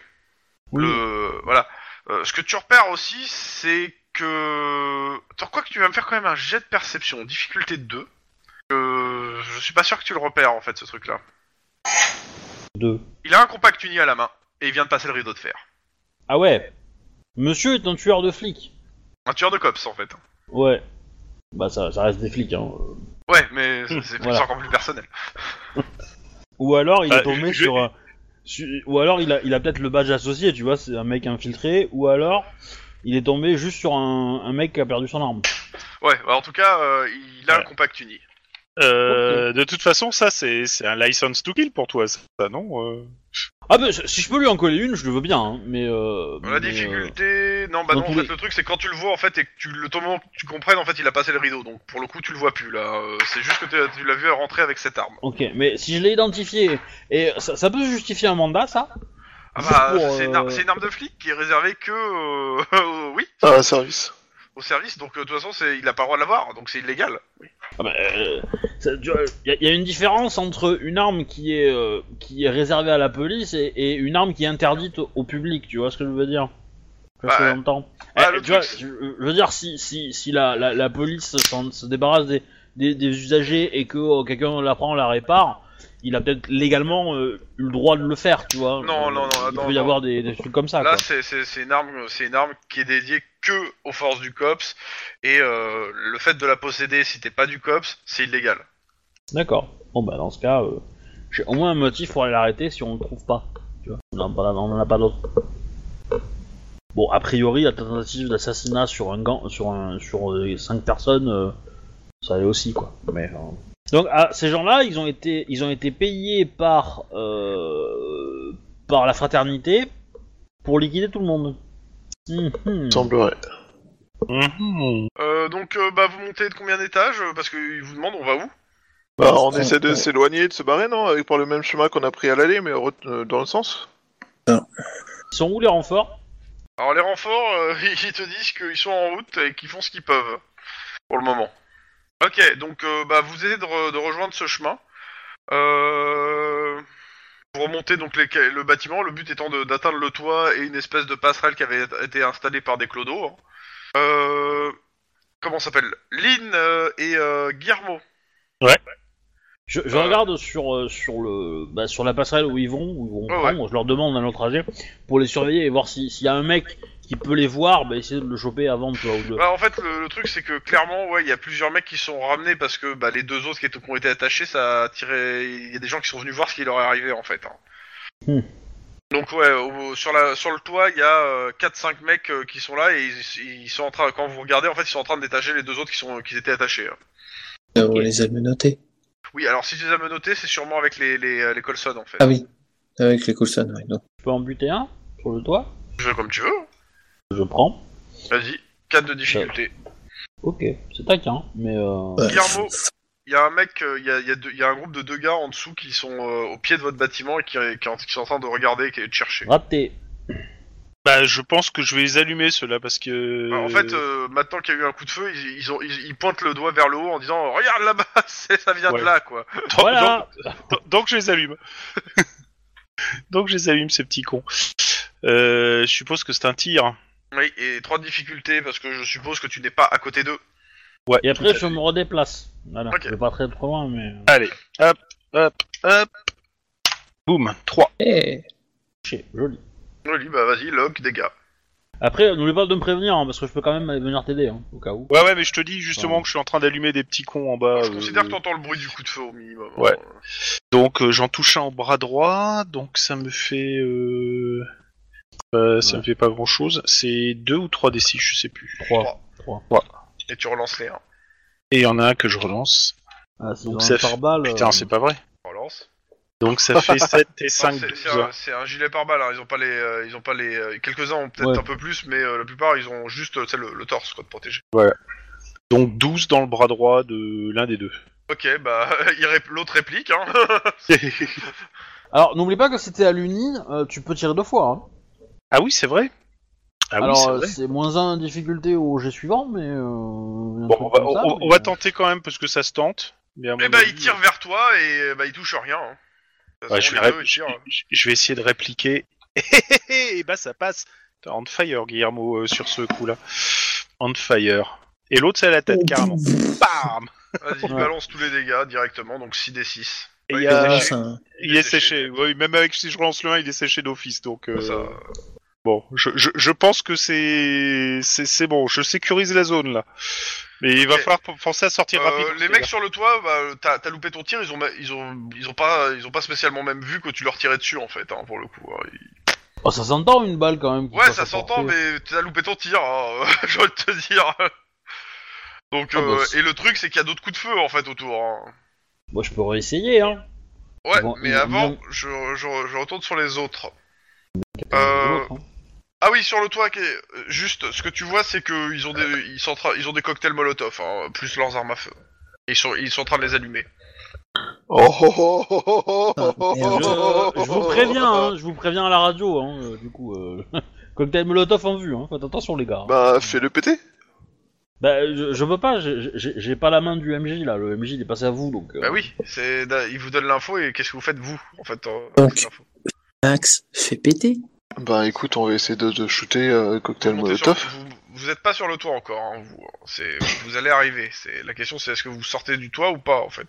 [SPEAKER 1] Oui.
[SPEAKER 2] Le voilà. Euh, ce que tu repères aussi, c'est que Attends, quoi que tu vas me faire quand même un jet de perception, difficulté 2. Euh, je suis pas sûr que tu le repères en fait ce truc là.
[SPEAKER 1] deux.
[SPEAKER 2] Il a un compact uni à la main et il vient de passer le rideau de fer.
[SPEAKER 1] Ah ouais. Monsieur est un tueur de flics.
[SPEAKER 2] Un tueur de cops en fait.
[SPEAKER 1] Ouais. Bah ça, ça reste des flics hein.
[SPEAKER 2] Ouais, mais c'est- c'est plus-
[SPEAKER 1] Voilà.
[SPEAKER 2] c'est encore plus personnel.
[SPEAKER 1] Ou alors il
[SPEAKER 6] Bah,
[SPEAKER 1] est tombé
[SPEAKER 6] je-
[SPEAKER 1] sur, euh, su- Ou alors il a, il a peut-être le badge associé, tu vois, c'est un mec infiltré. Ou alors il est tombé juste sur un, un mec qui a perdu son arme.
[SPEAKER 2] Ouais, bah, en tout cas, euh, il a
[SPEAKER 6] Ouais.
[SPEAKER 2] un compact uni.
[SPEAKER 6] Euh, De toute façon, ça, c'est c'est un license to kill pour toi, ça, non euh
[SPEAKER 1] Ah bah si je peux lui en coller une, je le veux bien, hein, mais... Euh,
[SPEAKER 2] La
[SPEAKER 1] mais, euh,
[SPEAKER 2] difficulté. Non, bah
[SPEAKER 1] dans
[SPEAKER 2] non, en
[SPEAKER 1] tous
[SPEAKER 2] fait,
[SPEAKER 1] les-
[SPEAKER 2] le truc c'est que quand tu le vois en fait et que tu le temps moment que tu comprennes, en fait, il a passé le rideau. Donc pour le coup, tu le vois plus là. Euh, C'est juste que t'es- tu l'as vu rentrer avec cette arme.
[SPEAKER 1] Ok, mais si je l'ai identifié, et ça, ça peut justifier un mandat, ça
[SPEAKER 2] Ah
[SPEAKER 1] Juste
[SPEAKER 2] bah,
[SPEAKER 1] pour,
[SPEAKER 2] c'est une,
[SPEAKER 1] euh,
[SPEAKER 2] ar- c'est une arme de flic qui est réservée que. euh, oui,
[SPEAKER 3] Ah, service.
[SPEAKER 2] au service. Donc euh, de toute façon, c'est- il a pas le droit de l'avoir. Donc c'est illégal.
[SPEAKER 1] Ah bah, euh, ça- tu vois, y, a- y a une différence entre une arme qui est euh, qui est réservée à la police et, et une arme qui est interdite au, au public. Tu vois ce que je veux dire Tu vois ce que
[SPEAKER 2] Bah,
[SPEAKER 1] j'entends
[SPEAKER 2] bah,
[SPEAKER 1] Eh,
[SPEAKER 2] le
[SPEAKER 1] tu vois,
[SPEAKER 2] truc,
[SPEAKER 1] je, je veux dire, si si, si la, la, la police s'en- se débarrasse des, des, des usagers et que euh, quelqu'un la prend, la répare, il a peut-être légalement euh, eu le droit de le faire. Tu vois
[SPEAKER 2] Non,
[SPEAKER 1] Euh,
[SPEAKER 2] non, non,
[SPEAKER 1] Il
[SPEAKER 2] non,
[SPEAKER 1] peut y
[SPEAKER 2] non.
[SPEAKER 1] avoir des, des trucs comme ça.
[SPEAKER 2] Là,
[SPEAKER 1] Ah, quoi.
[SPEAKER 2] c'est- c'est c'est une arme, c'est une arme qui est dédiée que aux forces du cops et euh, le fait de la posséder si t'es pas du cops, c'est illégal.
[SPEAKER 1] D'accord. Bon bah dans ce cas, euh, j'ai au moins un motif pour aller l'arrêter si on le trouve pas. Tu vois. On en a- on en a pas d'autre. Bon, a priori, la tentative d'assassinat sur un gang, sur un, sur euh, cinq personnes, euh, ça allait aussi quoi. Mais euh, donc ah, ces gens-là, ils ont été, ils ont été payés par euh, par la fraternité pour liquider tout le monde. Hum, hum.
[SPEAKER 3] Semblerait.
[SPEAKER 2] Euh, donc euh, bah vous montez de combien d'étages euh, parce qu'ils vous demandent on va où
[SPEAKER 3] Bah,
[SPEAKER 4] Ouais,
[SPEAKER 3] on
[SPEAKER 4] on-
[SPEAKER 3] essaie de
[SPEAKER 4] on-
[SPEAKER 3] s'éloigner, de se barrer, non Avec par le même chemin qu'on a pris à l'aller, mais re- euh, dans le sens
[SPEAKER 1] Ils sont où les renforts
[SPEAKER 2] Alors les renforts, euh, ils te disent qu'ils sont en route et qu'ils font ce qu'ils peuvent pour le moment. Ok, donc euh, bah, vous essayez de, re- de rejoindre ce chemin. Euh, vous remontez donc les ca- le bâtiment, le but étant de- d'atteindre le toit et une espèce de passerelle qui avait été installée par des clodos. hein. Euh, comment ça s'appelle Lynn euh, et euh, Guillermo.
[SPEAKER 1] Je, je
[SPEAKER 2] Euh.
[SPEAKER 1] regarde sur, euh, sur, le, bah, sur la passerelle où ils vont, où ils vont
[SPEAKER 2] Ouais, ouais.
[SPEAKER 1] prendre, je leur demande à leur trajet pour les surveiller et voir si- s'il y a un mec qui peut les voir, bah, essayer de le choper avant de toi ou de...
[SPEAKER 2] Bah, en fait, le, le truc, c'est que clairement, ouais, il y a plusieurs mecs qui sont ramenés parce que bah, les deux autres qui, étaient- qui ont été attachés, ça a tiré. Il y a des gens qui sont venus voir ce qui leur est arrivé en fait. hein.
[SPEAKER 1] Hmm.
[SPEAKER 2] Donc, ouais, au- sur, la, sur le toit, il y a 4-5 mecs euh, qui sont là et ils, ils sont en train, quand vous regardez, en fait, ils sont en train de détacher les deux autres qui, sont, qui étaient attachés. hein.
[SPEAKER 4] Euh, On les a menottés.
[SPEAKER 2] Oui, alors si tu les as menottés, c'est sûrement avec les, les, les Colson en fait.
[SPEAKER 4] Ah oui, avec les Coulson, oui. Donc,
[SPEAKER 1] Je peux en buter un sur le toit
[SPEAKER 2] Tu veux comme tu veux,
[SPEAKER 1] Je prends.
[SPEAKER 2] vas-y, 4 de difficulté.
[SPEAKER 1] Ok, c'est taquin, mais... Euh...
[SPEAKER 4] ouais.
[SPEAKER 2] Guillermo, il y a un mec, euh, il y a, il y a deux- il y a un groupe de deux gars en dessous qui sont euh, au pied de votre bâtiment et qui, qui en- qui sont en train de regarder et de chercher.
[SPEAKER 1] Raté.
[SPEAKER 6] Bah, je pense que je vais les allumer ceux-là parce que.
[SPEAKER 2] Alors, en fait, euh, maintenant qu'il y a eu un coup de feu, ils, ils ont, ils, ils pointent le doigt vers le haut en disant Regarde là-bas, c'est- ça vient
[SPEAKER 6] Ouais.
[SPEAKER 2] de là quoi.
[SPEAKER 6] Tant-
[SPEAKER 1] Voilà
[SPEAKER 6] Donc- Donc je les allume. Donc je les allume ces petits cons. Euh, je suppose que c'est un tir.
[SPEAKER 2] Oui, et trois difficultés parce que je suppose que tu n'es pas à côté d'eux.
[SPEAKER 6] Ouais.
[SPEAKER 1] Et après, je me redéplace. Voilà,
[SPEAKER 2] Ok.
[SPEAKER 1] je vais pas très trop loin, mais... euh,
[SPEAKER 6] Allez, hop, hop, hop. Boum, 3.
[SPEAKER 4] Eh,
[SPEAKER 1] Touché, joli.
[SPEAKER 2] Oui, bah vas-y, log, dégâts.
[SPEAKER 1] Après, euh, n'oublie pas de me prévenir, hein, parce que je peux quand même venir t'aider, hein, au cas où.
[SPEAKER 6] Ouais, ouais, mais je te dis justement
[SPEAKER 1] Pardon.
[SPEAKER 6] que je suis en train d'allumer des petits cons en bas.
[SPEAKER 2] je considère
[SPEAKER 6] euh,
[SPEAKER 2] que t'entends le bruit du coup de feu au minimum. hein.
[SPEAKER 6] Ouais. Donc euh, j'en touche un au bras droit, donc ça me fait. Euh... euh, ça
[SPEAKER 1] Ouais.
[SPEAKER 6] me fait pas grand chose. C'est 2 ou 3 des 6, je sais plus.
[SPEAKER 1] 3.
[SPEAKER 2] Et tu relances les 1.
[SPEAKER 6] Et il y en a un que je relance.
[SPEAKER 1] Ah, c'est
[SPEAKER 6] Donc
[SPEAKER 1] dans
[SPEAKER 6] ça
[SPEAKER 1] un
[SPEAKER 6] fait-
[SPEAKER 1] pare-balles.
[SPEAKER 6] Putain,
[SPEAKER 1] euh,
[SPEAKER 6] c'est pas vrai.
[SPEAKER 2] Relance.
[SPEAKER 6] Donc ça fait 7 et 5,
[SPEAKER 2] Non, Ah, c'est-
[SPEAKER 6] 12.
[SPEAKER 2] c'est un- C'est un, gilet pare-balles, hein, ils ont pas les. euh, ils ont pas les. euh, Quelques-uns ont peut-être
[SPEAKER 1] Ouais.
[SPEAKER 2] un peu plus, mais euh, la plupart ils ont juste euh, tu sais, le, le torse quoi de protéger.
[SPEAKER 6] Donc 12 dans le bras droit de l'un des deux.
[SPEAKER 2] Ok, bah il rép- l'autre réplique, hein.
[SPEAKER 7] Alors, n'oublie pas que c'était à l'uni, euh, tu peux tirer deux fois. hein.
[SPEAKER 6] Ah oui, c'est vrai. Ah oui,
[SPEAKER 7] Alors,
[SPEAKER 6] c'est
[SPEAKER 7] euh,
[SPEAKER 6] vrai.
[SPEAKER 7] c'est moins un difficulté au jet suivant, mais. euh, un
[SPEAKER 6] Bon,
[SPEAKER 7] truc
[SPEAKER 6] on va,
[SPEAKER 7] comme ça,
[SPEAKER 6] on-
[SPEAKER 7] mais,
[SPEAKER 6] on va
[SPEAKER 7] euh,
[SPEAKER 6] tenter quand même parce que ça se tente. Mais à
[SPEAKER 2] Et
[SPEAKER 6] mon
[SPEAKER 2] bah
[SPEAKER 6] avis,
[SPEAKER 2] il tire vers toi et euh, bah il touche rien. Hein. De toute
[SPEAKER 6] Ouais, je,
[SPEAKER 2] façon,
[SPEAKER 6] vais
[SPEAKER 2] les
[SPEAKER 6] rép-
[SPEAKER 2] deux, ils tirent, hein.
[SPEAKER 6] je- je vais essayer de répliquer. Eh, Et bah ça passe. T'es on fire, Guillermo, euh, sur ce coup-là. On fire. Et l'autre, c'est à la tête,
[SPEAKER 4] oh,
[SPEAKER 6] carrément. Bam
[SPEAKER 2] Vas-y,
[SPEAKER 1] Ouais.
[SPEAKER 2] balance tous les dégâts directement, donc 6 des 6.
[SPEAKER 6] Et
[SPEAKER 2] Ouais,
[SPEAKER 6] il,
[SPEAKER 2] il
[SPEAKER 6] a-
[SPEAKER 2] est
[SPEAKER 4] ah,
[SPEAKER 2] séché.
[SPEAKER 4] ça, hein.
[SPEAKER 6] il est séché. Ouais, même avec si je lance le 1, il est séché d'office. Donc, euh,
[SPEAKER 2] Ça,
[SPEAKER 6] bon, je, je- je pense que c'est c'est c'est bon. Je sécurise la zone, là. Mais il va
[SPEAKER 2] Ok.
[SPEAKER 6] falloir p- penser à sortir
[SPEAKER 2] Euh,
[SPEAKER 6] rapidement.
[SPEAKER 2] les mecs sur le toit, bah, euh, t'as t'as loupé ton tir, ils ont, ma- ils ont, ils ont pas, ils ont pas spécialement même vu que tu leur tirais dessus en fait, hein, pour le coup. hein. Ils-
[SPEAKER 7] oh, ça s'entend une balle quand même. qui
[SPEAKER 2] Ouais,
[SPEAKER 7] passe
[SPEAKER 2] ça
[SPEAKER 7] à
[SPEAKER 2] s'entend,
[SPEAKER 7] portée.
[SPEAKER 2] mais t'as loupé ton tir, hein, j'ai envie de te dire. Donc,
[SPEAKER 1] Ah,
[SPEAKER 2] euh,
[SPEAKER 1] bah, c'est-
[SPEAKER 2] et le truc, c'est qu'il y a d'autres coups de feu en fait autour. hein.
[SPEAKER 1] Moi, je peux réessayer, hein.
[SPEAKER 2] Ouais,
[SPEAKER 1] Bon,
[SPEAKER 2] mais
[SPEAKER 1] ils-
[SPEAKER 2] avant,
[SPEAKER 1] ils
[SPEAKER 2] je, je, je retourne sur les autres. Euh, Ah oui, sur le toit, qui est- euh, juste, ce que tu vois, c'est que ils ont des, ils sont en train- ils ont des cocktails Molotov, hein, plus leurs armes à feu. Ils sont, ils sont en train de les allumer.
[SPEAKER 3] Oh, oh, oh, oh, oh, oh, oh, oh,
[SPEAKER 4] Ah, merde.
[SPEAKER 1] Je, je vous préviens, hein, je vous préviens à la radio, hein, euh, du coup. Euh... Cocktail Molotov en vue, hein. faites attention les gars. Bah,
[SPEAKER 3] Bah, fais-le péter.
[SPEAKER 1] je, je peux pas, j'ai- j'ai j'ai pas la main du MJ là, le MJ il est passé à vous donc. euh,
[SPEAKER 2] Bah oui, c'est, ils vous donnent l'info et qu'est-ce que vous faites vous, en fait. euh,
[SPEAKER 4] Donc,
[SPEAKER 2] avec l'info
[SPEAKER 4] Max, fais péter.
[SPEAKER 3] Bah, écoute, on va essayer de, de shooter euh, cocktail
[SPEAKER 2] Vous montez sur-
[SPEAKER 3] Molotov.
[SPEAKER 2] vous, vous êtes pas sur le toit encore, hein, vous. hein. C'est, vous allez arriver. C'est la question, c'est est-ce que vous sortez du toit ou pas, en fait.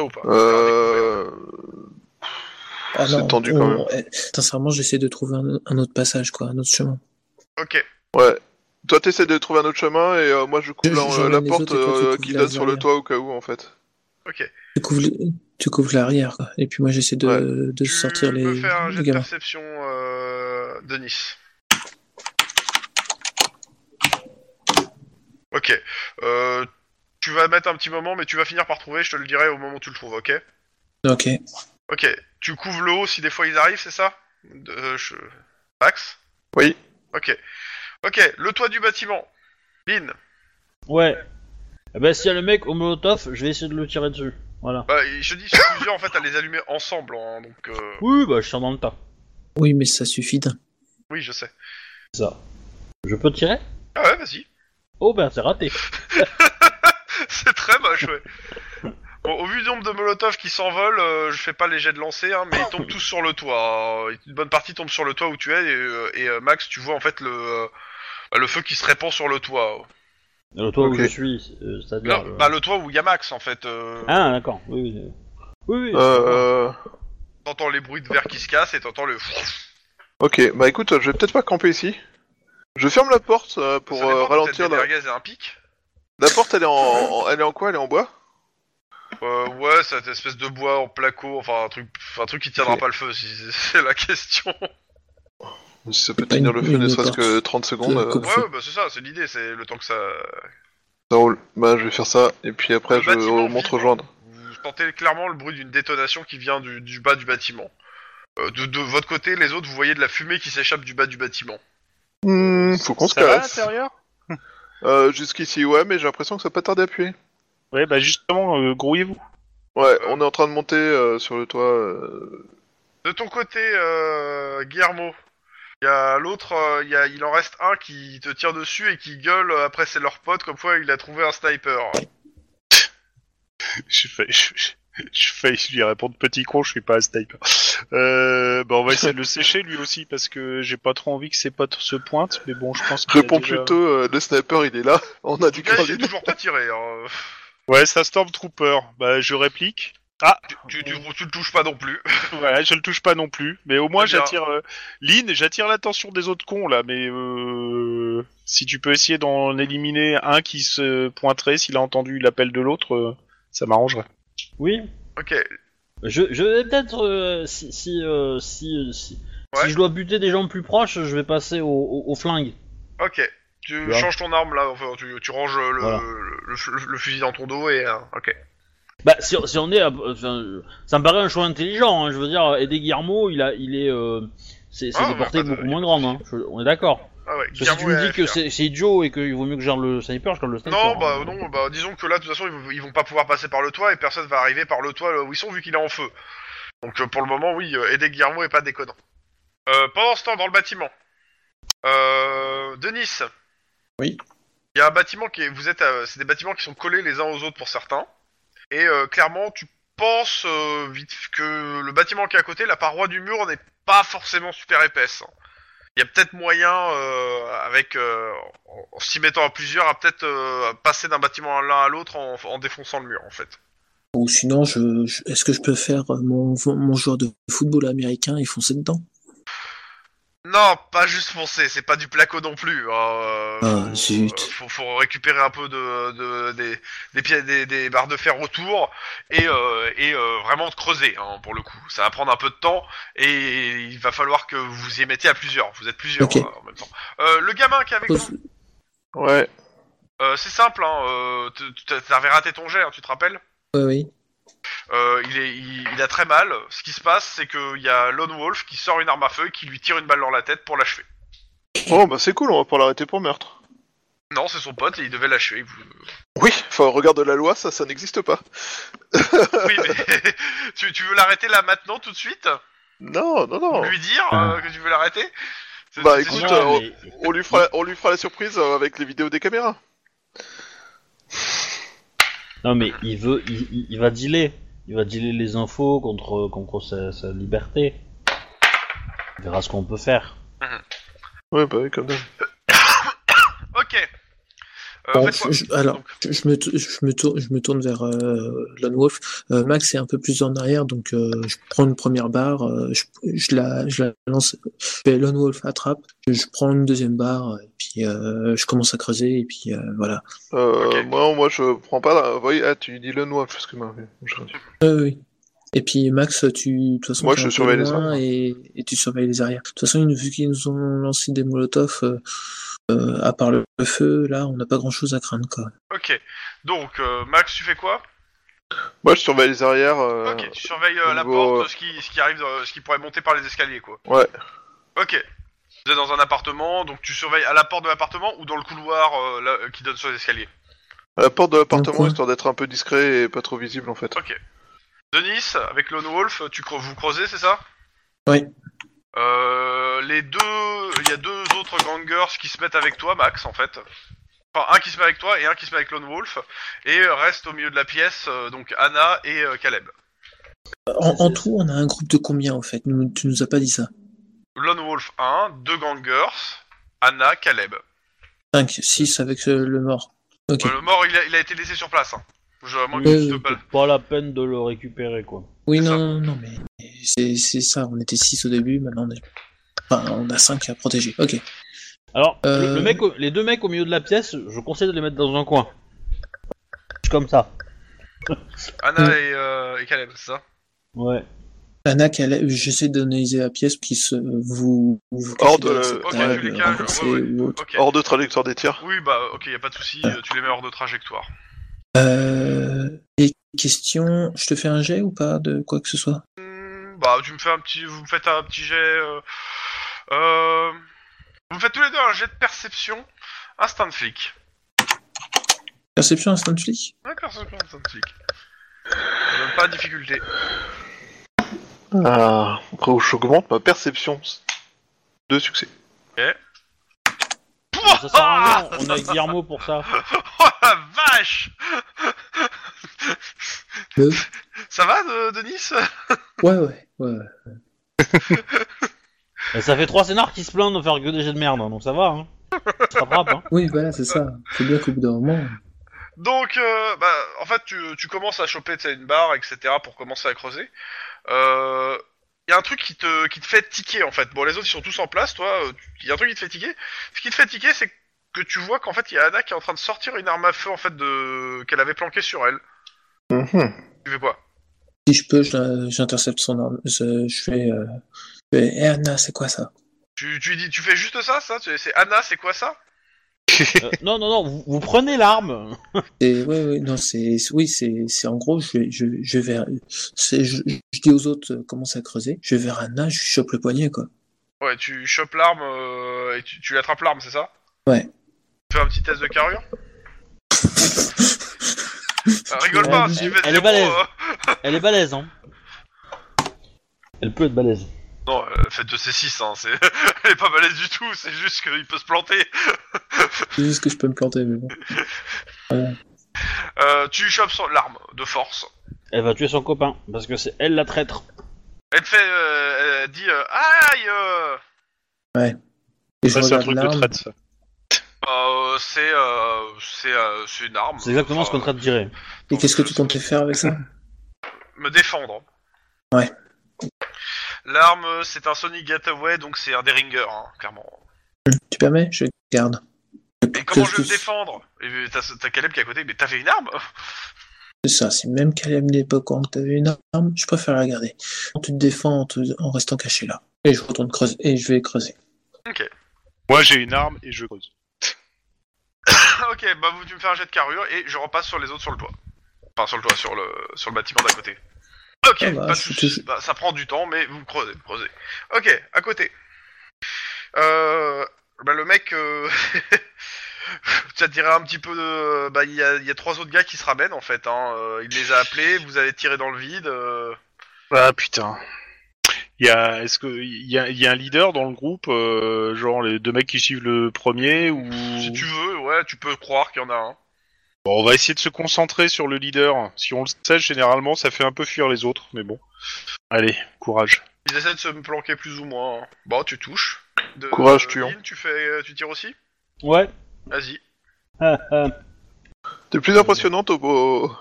[SPEAKER 2] Ou pas.
[SPEAKER 3] Euh...
[SPEAKER 4] Ah
[SPEAKER 3] C'est
[SPEAKER 4] non,
[SPEAKER 3] tendu
[SPEAKER 4] on-
[SPEAKER 3] quand même.
[SPEAKER 4] eh, Sincèrement, j'essaie de trouver un, un autre passage, quoi, un autre chemin.
[SPEAKER 2] Ok.
[SPEAKER 3] Ouais. Toi, t'essaies de trouver un autre chemin et euh, moi, je coupe
[SPEAKER 4] Je-
[SPEAKER 3] la,
[SPEAKER 4] j'emmène
[SPEAKER 3] la
[SPEAKER 4] les
[SPEAKER 3] porte
[SPEAKER 4] autres et toi, tu
[SPEAKER 3] euh,
[SPEAKER 4] couvres
[SPEAKER 3] qui
[SPEAKER 4] la
[SPEAKER 3] donne sur le
[SPEAKER 4] derrière.
[SPEAKER 3] toit au cas où, en fait.
[SPEAKER 4] Tu couvres, les- tu couvres l'arrière, quoi. Et puis moi, j'essaie de,
[SPEAKER 3] Ouais.
[SPEAKER 4] de
[SPEAKER 2] tu
[SPEAKER 4] sortir les,
[SPEAKER 2] peux faire un jet
[SPEAKER 4] les
[SPEAKER 2] de
[SPEAKER 4] gamins.
[SPEAKER 2] perception, euh, Denis. Ok. Euh, tu vas mettre un petit moment, mais tu vas finir par trouver. Je te le dirai au moment où tu le trouves, ok
[SPEAKER 4] Ok.
[SPEAKER 2] Ok. Tu couvres le haut si des fois ils arrivent, c'est ça De- euh, je- Max
[SPEAKER 3] Oui.
[SPEAKER 2] Ok. Ok. Le toit du bâtiment. Lynn.
[SPEAKER 1] Ouais. Eh ben s'il y a le mec au Molotov, je vais essayer de le tirer dessus. Voilà.
[SPEAKER 2] Bah, et je dis sur plusieurs en fait à les allumer ensemble, hein, donc euh,
[SPEAKER 1] Oui, bah je tire dans le tas.
[SPEAKER 4] Oui, mais ça suffit d'un.
[SPEAKER 2] oui je sais.
[SPEAKER 1] C'est ça. Je peux tirer
[SPEAKER 2] Ah ouais, vas-y.
[SPEAKER 1] Oh ben c'est raté.
[SPEAKER 2] C'est très moche, ouais. Bon, au vu du nombre de molotovs qui s'envolent, euh, je fais pas les jets de lancer, hein, mais ils tombent tous sur le toit. Euh, une bonne partie tombe sur le toit où tu es, et, euh, et, euh, Max, tu vois en fait le, euh, le feu qui se répand sur le toit.
[SPEAKER 1] Le toit
[SPEAKER 3] Ok.
[SPEAKER 1] où je suis, euh, c'est-à-dire.
[SPEAKER 2] Non,
[SPEAKER 1] euh,
[SPEAKER 2] bah, le toit où il y a Max, en fait. euh,
[SPEAKER 1] Ah d'accord, oui oui. euh, Oui, oui,
[SPEAKER 3] Euh,
[SPEAKER 2] T'entends les bruits de verre qui se cassent et t'entends le...
[SPEAKER 3] ok, bah écoute, je vais peut-être pas camper ici. Je ferme la porte euh, pour
[SPEAKER 2] Ça dépend,
[SPEAKER 3] euh,
[SPEAKER 2] peut-être
[SPEAKER 3] ralentir.
[SPEAKER 2] des
[SPEAKER 3] La...
[SPEAKER 2] merguez et un pic
[SPEAKER 3] la porte, elle est en, en- elle est en quoi Elle est en bois
[SPEAKER 2] Euh, ouais, cette espèce de bois en placo, enfin un truc, un truc qui tiendra
[SPEAKER 3] Ok.
[SPEAKER 2] pas le feu, si c'est- c'est la question.
[SPEAKER 3] Si ça peut
[SPEAKER 4] Pas
[SPEAKER 3] tenir
[SPEAKER 4] une-
[SPEAKER 3] le feu,
[SPEAKER 4] une
[SPEAKER 3] ne serait-ce
[SPEAKER 4] porte.
[SPEAKER 3] que 30 secondes,
[SPEAKER 4] Euh,
[SPEAKER 3] euh,
[SPEAKER 4] comme-
[SPEAKER 2] Ouais, ouais, bah c'est ça, c'est l'idée, c'est le temps que ça.
[SPEAKER 3] ça roule. Bah, je vais faire ça, et puis après,
[SPEAKER 2] Le
[SPEAKER 3] je
[SPEAKER 2] bâtiment
[SPEAKER 3] remonte
[SPEAKER 2] vibre.
[SPEAKER 3] rejoindre.
[SPEAKER 2] Vous sentez clairement le bruit d'une détonation qui vient du, du bas du bâtiment. Euh, de, de votre côté, les autres, vous voyez de la fumée qui s'échappe du bas du bâtiment.
[SPEAKER 3] Hmm, faut qu'on se
[SPEAKER 6] Ça va à
[SPEAKER 3] casse.
[SPEAKER 6] l'intérieur
[SPEAKER 3] Euh, Jusqu'ici, ouais, mais j'ai l'impression que ça va pas tarder à puer.
[SPEAKER 6] Ouais, bah justement, euh, grouillez-vous.
[SPEAKER 3] Ouais, on est en train de monter euh, sur le toit. euh,
[SPEAKER 2] De ton côté, euh, Guillermo, il y a l'autre, euh, il y a- il en reste un qui te tire dessus et qui gueule euh, après c'est leur pote comme quoi il a trouvé un sniper.
[SPEAKER 6] J'ai failli, j'ai- j'ai failli lui répondre petit con, je suis pas un sniper. Euh, bah on va essayer de le sécher lui aussi parce que j'ai pas trop envie que ses potes se pointent, mais bon, je pense que.
[SPEAKER 3] Réponds plutôt, euh, le sniper il est là, on a
[SPEAKER 2] En tout
[SPEAKER 3] du
[SPEAKER 2] cas, il
[SPEAKER 3] crazy.
[SPEAKER 2] s'est toujours pas tiré. hein.
[SPEAKER 6] Ouais, c'est un Stormtrooper. Bah je réplique. Ah,
[SPEAKER 2] Tu, tu, tu le touches pas non plus.
[SPEAKER 6] voilà, je le touche pas non plus, mais au moins
[SPEAKER 2] Très bien.
[SPEAKER 6] j'attire. euh, Lynn, j'attire l'attention des autres cons là, mais euh, si tu peux essayer d'en éliminer un qui se pointerait s'il a entendu l'appel de l'autre, euh, ça m'arrangerait.
[SPEAKER 1] oui.
[SPEAKER 2] Ok,
[SPEAKER 1] Je, je vais peut-être euh, si si, euh, si euh, si
[SPEAKER 2] Ouais.
[SPEAKER 1] si je dois buter des gens plus proches, je vais passer au, au, au flingue.
[SPEAKER 2] Ok. Tu
[SPEAKER 1] Bien.
[SPEAKER 2] changes ton arme là, enfin tu, tu ranges le,
[SPEAKER 1] Voilà.
[SPEAKER 2] le, le- le fusil dans ton dos et. euh, ok.
[SPEAKER 1] Bah si, si on est, à- enfin, euh, ça me paraît un choix intelligent. hein, je veux dire, aider Guillermo, il a, il est, euh, c'est c'est
[SPEAKER 2] Ah,
[SPEAKER 1] des
[SPEAKER 2] bah,
[SPEAKER 1] portées
[SPEAKER 2] pas de-
[SPEAKER 1] beaucoup moins grandes. Hein, je- on est d'accord.
[SPEAKER 2] Ah ouais,
[SPEAKER 1] Parce que si
[SPEAKER 2] Guillermo
[SPEAKER 1] tu me
[SPEAKER 2] est
[SPEAKER 1] dis que
[SPEAKER 2] FR.
[SPEAKER 1] c'est c'est Joe et qu'il vaut mieux que je gère le sniper, je garde le sniper.
[SPEAKER 2] Non,
[SPEAKER 1] hein.
[SPEAKER 2] bah non, bah disons que là, de toute façon, ils, vont- ils vont pas pouvoir passer par le toit et personne va arriver par le toit là où ils sont vu qu'il est en feu. Donc euh, pour le moment, oui, euh, aider Guillermo est pas déconnant. Euh, pendant ce temps, dans le bâtiment, euh, Denis.
[SPEAKER 4] Oui.
[SPEAKER 2] Il y a un bâtiment qui est. Vous êtes. à- C'est des bâtiments qui sont collés les uns aux autres pour certains. Et euh, clairement, tu penses euh, vite que le bâtiment qui est à côté, la paroi du mur n'est pas forcément super épaisse. hein. Il y a peut-être moyen, euh, avec euh, en- en s'y mettant à plusieurs, à peut-être euh, passer d'un bâtiment à l'un à l'autre en, en défonçant le mur, en fait.
[SPEAKER 4] Ou sinon, je, je- est-ce que je peux faire euh, mon, mon joueur de football américain et foncer dedans
[SPEAKER 2] Non, pas juste foncer, c'est pas du placo non plus. hein, euh,
[SPEAKER 4] Ah,
[SPEAKER 2] faut-
[SPEAKER 4] zut.
[SPEAKER 2] euh, Faut, faut récupérer un peu de, de- des, des, pieds- des, des barres de fer autour et, euh, et euh, vraiment de creuser, hein, pour le coup. Ça va prendre un peu de temps et il va falloir que vous y mettiez à plusieurs. Vous êtes plusieurs
[SPEAKER 4] Ok.
[SPEAKER 2] hein, en même temps. Euh, le gamin qui est avec nous,
[SPEAKER 3] Ouais,
[SPEAKER 2] euh, c'est simple, hein, euh, tu- tu t'avais raté ton jet, hein, tu te rappelles
[SPEAKER 4] Oui, oui.
[SPEAKER 2] Euh, il, est, il, il a très mal. Ce qui se passe, c'est qu'il y a Lone Wolf qui sort une arme à feu et qui lui tire une balle dans la tête pour l'achever.
[SPEAKER 3] bon bah c'est cool, on va pouvoir l'arrêter pour meurtre.
[SPEAKER 2] Non, c'est son pote et il devait l'achever. Il vous-
[SPEAKER 3] Oui, enfin, au regard de la loi, ça, ça n'existe pas.
[SPEAKER 2] Oui, mais tu, tu veux l'arrêter là maintenant, tout de suite
[SPEAKER 3] Non, non, non.
[SPEAKER 2] Lui dire euh, que tu veux l'arrêter C'est-
[SPEAKER 3] Oh. Bah,
[SPEAKER 2] c'est
[SPEAKER 3] écoute,
[SPEAKER 2] sûr.
[SPEAKER 3] euh,
[SPEAKER 1] Ah Non, mais-
[SPEAKER 3] On lui fera, on lui fera la surprise euh, avec les vidéos des caméras.
[SPEAKER 1] Non mais il veut, il, il- il va dealer, il va dealer les infos contre contre sa, sa liberté. On verra ce qu'on peut faire.
[SPEAKER 3] Ouais, bah oui, comme ça.
[SPEAKER 2] Ok. Euh,
[SPEAKER 4] Bon,
[SPEAKER 2] faites-moi-
[SPEAKER 4] je- je- alors,
[SPEAKER 2] Donc,
[SPEAKER 4] je, je me, tou- je, me tourne, je me tourne vers euh, Lone Wolf. Euh, Max est un peu plus en arrière, donc euh, je prends une première barre, euh, je, je la, je la lance. Je fais Lone Wolf attrape, je, je prends une deuxième barre, et puis euh, je commence à creuser, et puis euh, voilà.
[SPEAKER 3] Euh,
[SPEAKER 2] Ok.
[SPEAKER 3] moi, moi, je prends pas la... Voyez, ah, tu dis le noir, excuse-moi. j'ai entendu.
[SPEAKER 4] Euh, oui. Et puis Max, tu de toute façon
[SPEAKER 3] Moi,
[SPEAKER 4] t'es
[SPEAKER 3] je
[SPEAKER 4] un peu
[SPEAKER 3] surveille les
[SPEAKER 4] loin
[SPEAKER 3] arrières.
[SPEAKER 4] et, et tu surveilles les arrières. De toute façon, vu qu'ils nous ont lancé des molotovs, euh, euh, à part le feu, là, on n'a pas grand-chose à craindre, quoi.
[SPEAKER 2] ok. Donc, euh, Max, tu fais quoi
[SPEAKER 3] Moi, je surveille les arrières. euh,
[SPEAKER 2] Ok, tu surveilles euh,
[SPEAKER 3] au
[SPEAKER 2] la
[SPEAKER 3] niveau,
[SPEAKER 2] porte, ce qui, ce qui arrive, dans- ce qui pourrait monter par les escaliers, quoi.
[SPEAKER 3] Ouais.
[SPEAKER 2] Ok. Vous êtes dans un appartement, donc tu surveilles à la porte de l'appartement ou dans le couloir euh, là, euh, qui donne sur les escaliers.
[SPEAKER 3] à la porte de
[SPEAKER 4] Dans
[SPEAKER 3] l'appartement,
[SPEAKER 4] quoi
[SPEAKER 3] histoire d'être un peu discret et pas trop visible, en fait.
[SPEAKER 2] Denis, avec Lone Wolf, tu cre- vous creusez, c'est ça
[SPEAKER 4] Oui.
[SPEAKER 2] Euh, les deux, il y a deux autres gangers qui se mettent avec toi, Max, en fait. Enfin, un qui se met avec toi et un qui se met avec Lone Wolf. Et euh, reste au milieu de la pièce, euh, donc Anna et euh, Caleb.
[SPEAKER 4] En, en tout, on a un groupe de combien en fait Nous- Tu nous as pas dit ça.
[SPEAKER 2] Lone Wolf 1, deux gangers, Anna, Caleb.
[SPEAKER 4] 5, 6 avec euh, le mort. Ok.
[SPEAKER 2] Euh, le mort, il a, il a été laissé sur place. Hein. Je, à moins que
[SPEAKER 4] Oui,
[SPEAKER 2] tu te
[SPEAKER 4] oui.
[SPEAKER 2] balles.
[SPEAKER 1] Pas la peine de le récupérer, quoi.
[SPEAKER 4] Oui,
[SPEAKER 2] c'est ça.
[SPEAKER 4] non, non, non, mais c'est c'est ça. On était 6 au début, maintenant on est. Enfin, on a 5 à protéger. Ok.
[SPEAKER 1] Alors, le-
[SPEAKER 4] Euh.
[SPEAKER 1] le mec, au- les deux mecs au milieu de la pièce, je conseille de les mettre dans un coin. Comme ça.
[SPEAKER 2] Anna
[SPEAKER 4] Mm.
[SPEAKER 2] et, euh, et Caleb, c'est ça
[SPEAKER 1] Ouais.
[SPEAKER 4] Anna, Caleb, j'essaie d'analyser la pièce qui se vous, vous cachez
[SPEAKER 3] Hors de-
[SPEAKER 4] derrière cette
[SPEAKER 3] ok,
[SPEAKER 2] tu
[SPEAKER 4] table,
[SPEAKER 2] les caches,
[SPEAKER 4] renversée
[SPEAKER 2] ouais, ouais.
[SPEAKER 4] ou autre.
[SPEAKER 2] Ok.
[SPEAKER 3] Hors de trajectoire des tirs.
[SPEAKER 2] Oui, bah, ok, y a pas de souci. euh, Tu les mets hors de trajectoire.
[SPEAKER 4] Euh, et question, je te fais un jet ou pas de quoi que ce soit
[SPEAKER 2] Hmm, bah, tu me fais un petit, vous me faites un petit jet. euh, euh, vous me faites tous les deux un jet de perception, instinct de flic.
[SPEAKER 4] Perception instant de flic
[SPEAKER 2] Ouais, perception, instinct de flic. Ça donne pas de difficulté.
[SPEAKER 3] Ah, après, j'augmente ma perception. Deux succès.
[SPEAKER 1] Mais Ça sert à rien, on a Guillermo pour ça.
[SPEAKER 2] Oh la vache
[SPEAKER 4] Euh.
[SPEAKER 2] Ça va, de- Denis
[SPEAKER 4] Ouais, ouais, ouais. ouais.
[SPEAKER 1] Et ça fait trois scénars qui se plaignent de faire que des jets de merde, hein, donc ça va, hein. Ça frappe, hein.
[SPEAKER 4] Oui, voilà, c'est ça. Faut bien qu'au bout d'un moment.
[SPEAKER 2] Donc, euh, bah, en fait, tu, tu commences à choper tu sais, une barre, etc., pour commencer à creuser. Euh, Il y a un truc qui te, qui te fait tiquer, en fait. Bon, les autres, ils sont tous en place, toi. Il y a un truc qui te fait tiquer. Ce qui te fait tiquer, c'est que tu vois qu'en fait, il y a Anna qui est en train de sortir une arme à feu, en fait, de qu'elle avait planquée sur elle. Tu fais quoi
[SPEAKER 4] Si je peux, je la- j'intercepte son arme. Je, je fais. Euh... je fais, Eh, Anna, c'est quoi ça
[SPEAKER 2] tu, tu dis, tu fais juste ça, ça Tu- C'est Anna, c'est quoi ça
[SPEAKER 1] Euh, non, non, non, vous, vous prenez l'arme.
[SPEAKER 4] Et ouais, ouais, non, c'est, oui, c'est, c'est en gros, je, vais- je, je vais, c'est, je, je dis aux autres, euh, commence à creuser. Je vais vers Anna, je chope le poignet, quoi.
[SPEAKER 2] Ouais, tu chopes l'arme euh, et tu, tu attrapes l'arme, c'est ça
[SPEAKER 4] Ouais.
[SPEAKER 2] Fais un petit test de carrure Ah, Rigole pas, si tu fais
[SPEAKER 1] Elle est
[SPEAKER 2] zéro,
[SPEAKER 1] balèze.
[SPEAKER 2] euh,
[SPEAKER 1] Elle est balèze, hein. Elle peut être balèze.
[SPEAKER 2] Non, euh, faites de C6, hein, c'est... elle est pas balèze du tout, c'est juste qu'il peut se planter.
[SPEAKER 4] C'est juste que je peux me planter, mais bon.
[SPEAKER 2] Euh, tu chopes son- l'arme de force.
[SPEAKER 1] Elle va tuer son copain, parce que c'est elle la traître.
[SPEAKER 2] Elle te fait. euh, elle dit euh, Aïe euh,
[SPEAKER 4] Et je
[SPEAKER 6] Ça, c'est un
[SPEAKER 4] regarde
[SPEAKER 6] truc de
[SPEAKER 4] l'arme.
[SPEAKER 6] traite, ça.
[SPEAKER 2] euh, C'est. euh, c'est, euh, c'est une arme.
[SPEAKER 1] C'est exactement ce
[SPEAKER 2] Enfin,
[SPEAKER 1] qu'on est en train de tirer.
[SPEAKER 4] Et qu'est-ce que tu comptais faire avec ça?
[SPEAKER 2] Me défendre.
[SPEAKER 4] Ouais.
[SPEAKER 2] L'arme, euh, c'est un Sonic Gateway, donc c'est un Deringer, hein, clairement.
[SPEAKER 4] Tu permets? Je garde.
[SPEAKER 2] Et comment je vais
[SPEAKER 4] que-
[SPEAKER 2] me défendre Et puis, T'as t'as Caleb qui est à côté, mais t'as fait une arme
[SPEAKER 4] C'est ça, si même Caleb n'est pas au courant que t'avais une arme, je préfère la garder. Tu te défends en, te- en restant caché là. Et je retourne creuser, et je vais creuser.
[SPEAKER 6] Moi, j'ai une arme et je creuse.
[SPEAKER 2] Ok, bah vous, tu me fais un jet de carrure et je repasse sur les autres sur le toit. Enfin, sur le toit, sur le, sur le bâtiment d'à côté. Ok,
[SPEAKER 4] Ah
[SPEAKER 2] pas
[SPEAKER 4] bah,
[SPEAKER 2] de
[SPEAKER 4] je suis
[SPEAKER 2] soucis.
[SPEAKER 4] toujours-
[SPEAKER 2] Bah, ça prend du temps, mais vous creusez, vous creusez. Ok, à côté. Euh, bah, le mec, euh, ça te dirait un petit peu de... Bah, il y a, il y a trois autres gars qui se ramènent, en fait. Hein. Euh, Il les a appelés, vous avez tiré dans le vide. euh.
[SPEAKER 6] Ah putain. Il y a, est-ce que il y a, il y a un leader dans le groupe, euh, genre les deux mecs qui suivent le premier ou
[SPEAKER 2] Si tu veux, ouais, tu peux croire qu'il y en a un.
[SPEAKER 6] Bon, on va essayer de se concentrer sur le leader. Si on le sait, généralement, ça fait un peu fuir les autres, mais bon. Allez, courage.
[SPEAKER 2] Ils essaient de se planquer plus ou moins. hein. Bon, tu touches. De-
[SPEAKER 3] Courage,
[SPEAKER 2] euh,
[SPEAKER 3] tuant.
[SPEAKER 2] Lynn, tu, fais, tu tires aussi
[SPEAKER 1] Ouais.
[SPEAKER 2] Vas-y.
[SPEAKER 3] T'es plus impressionnante au. au.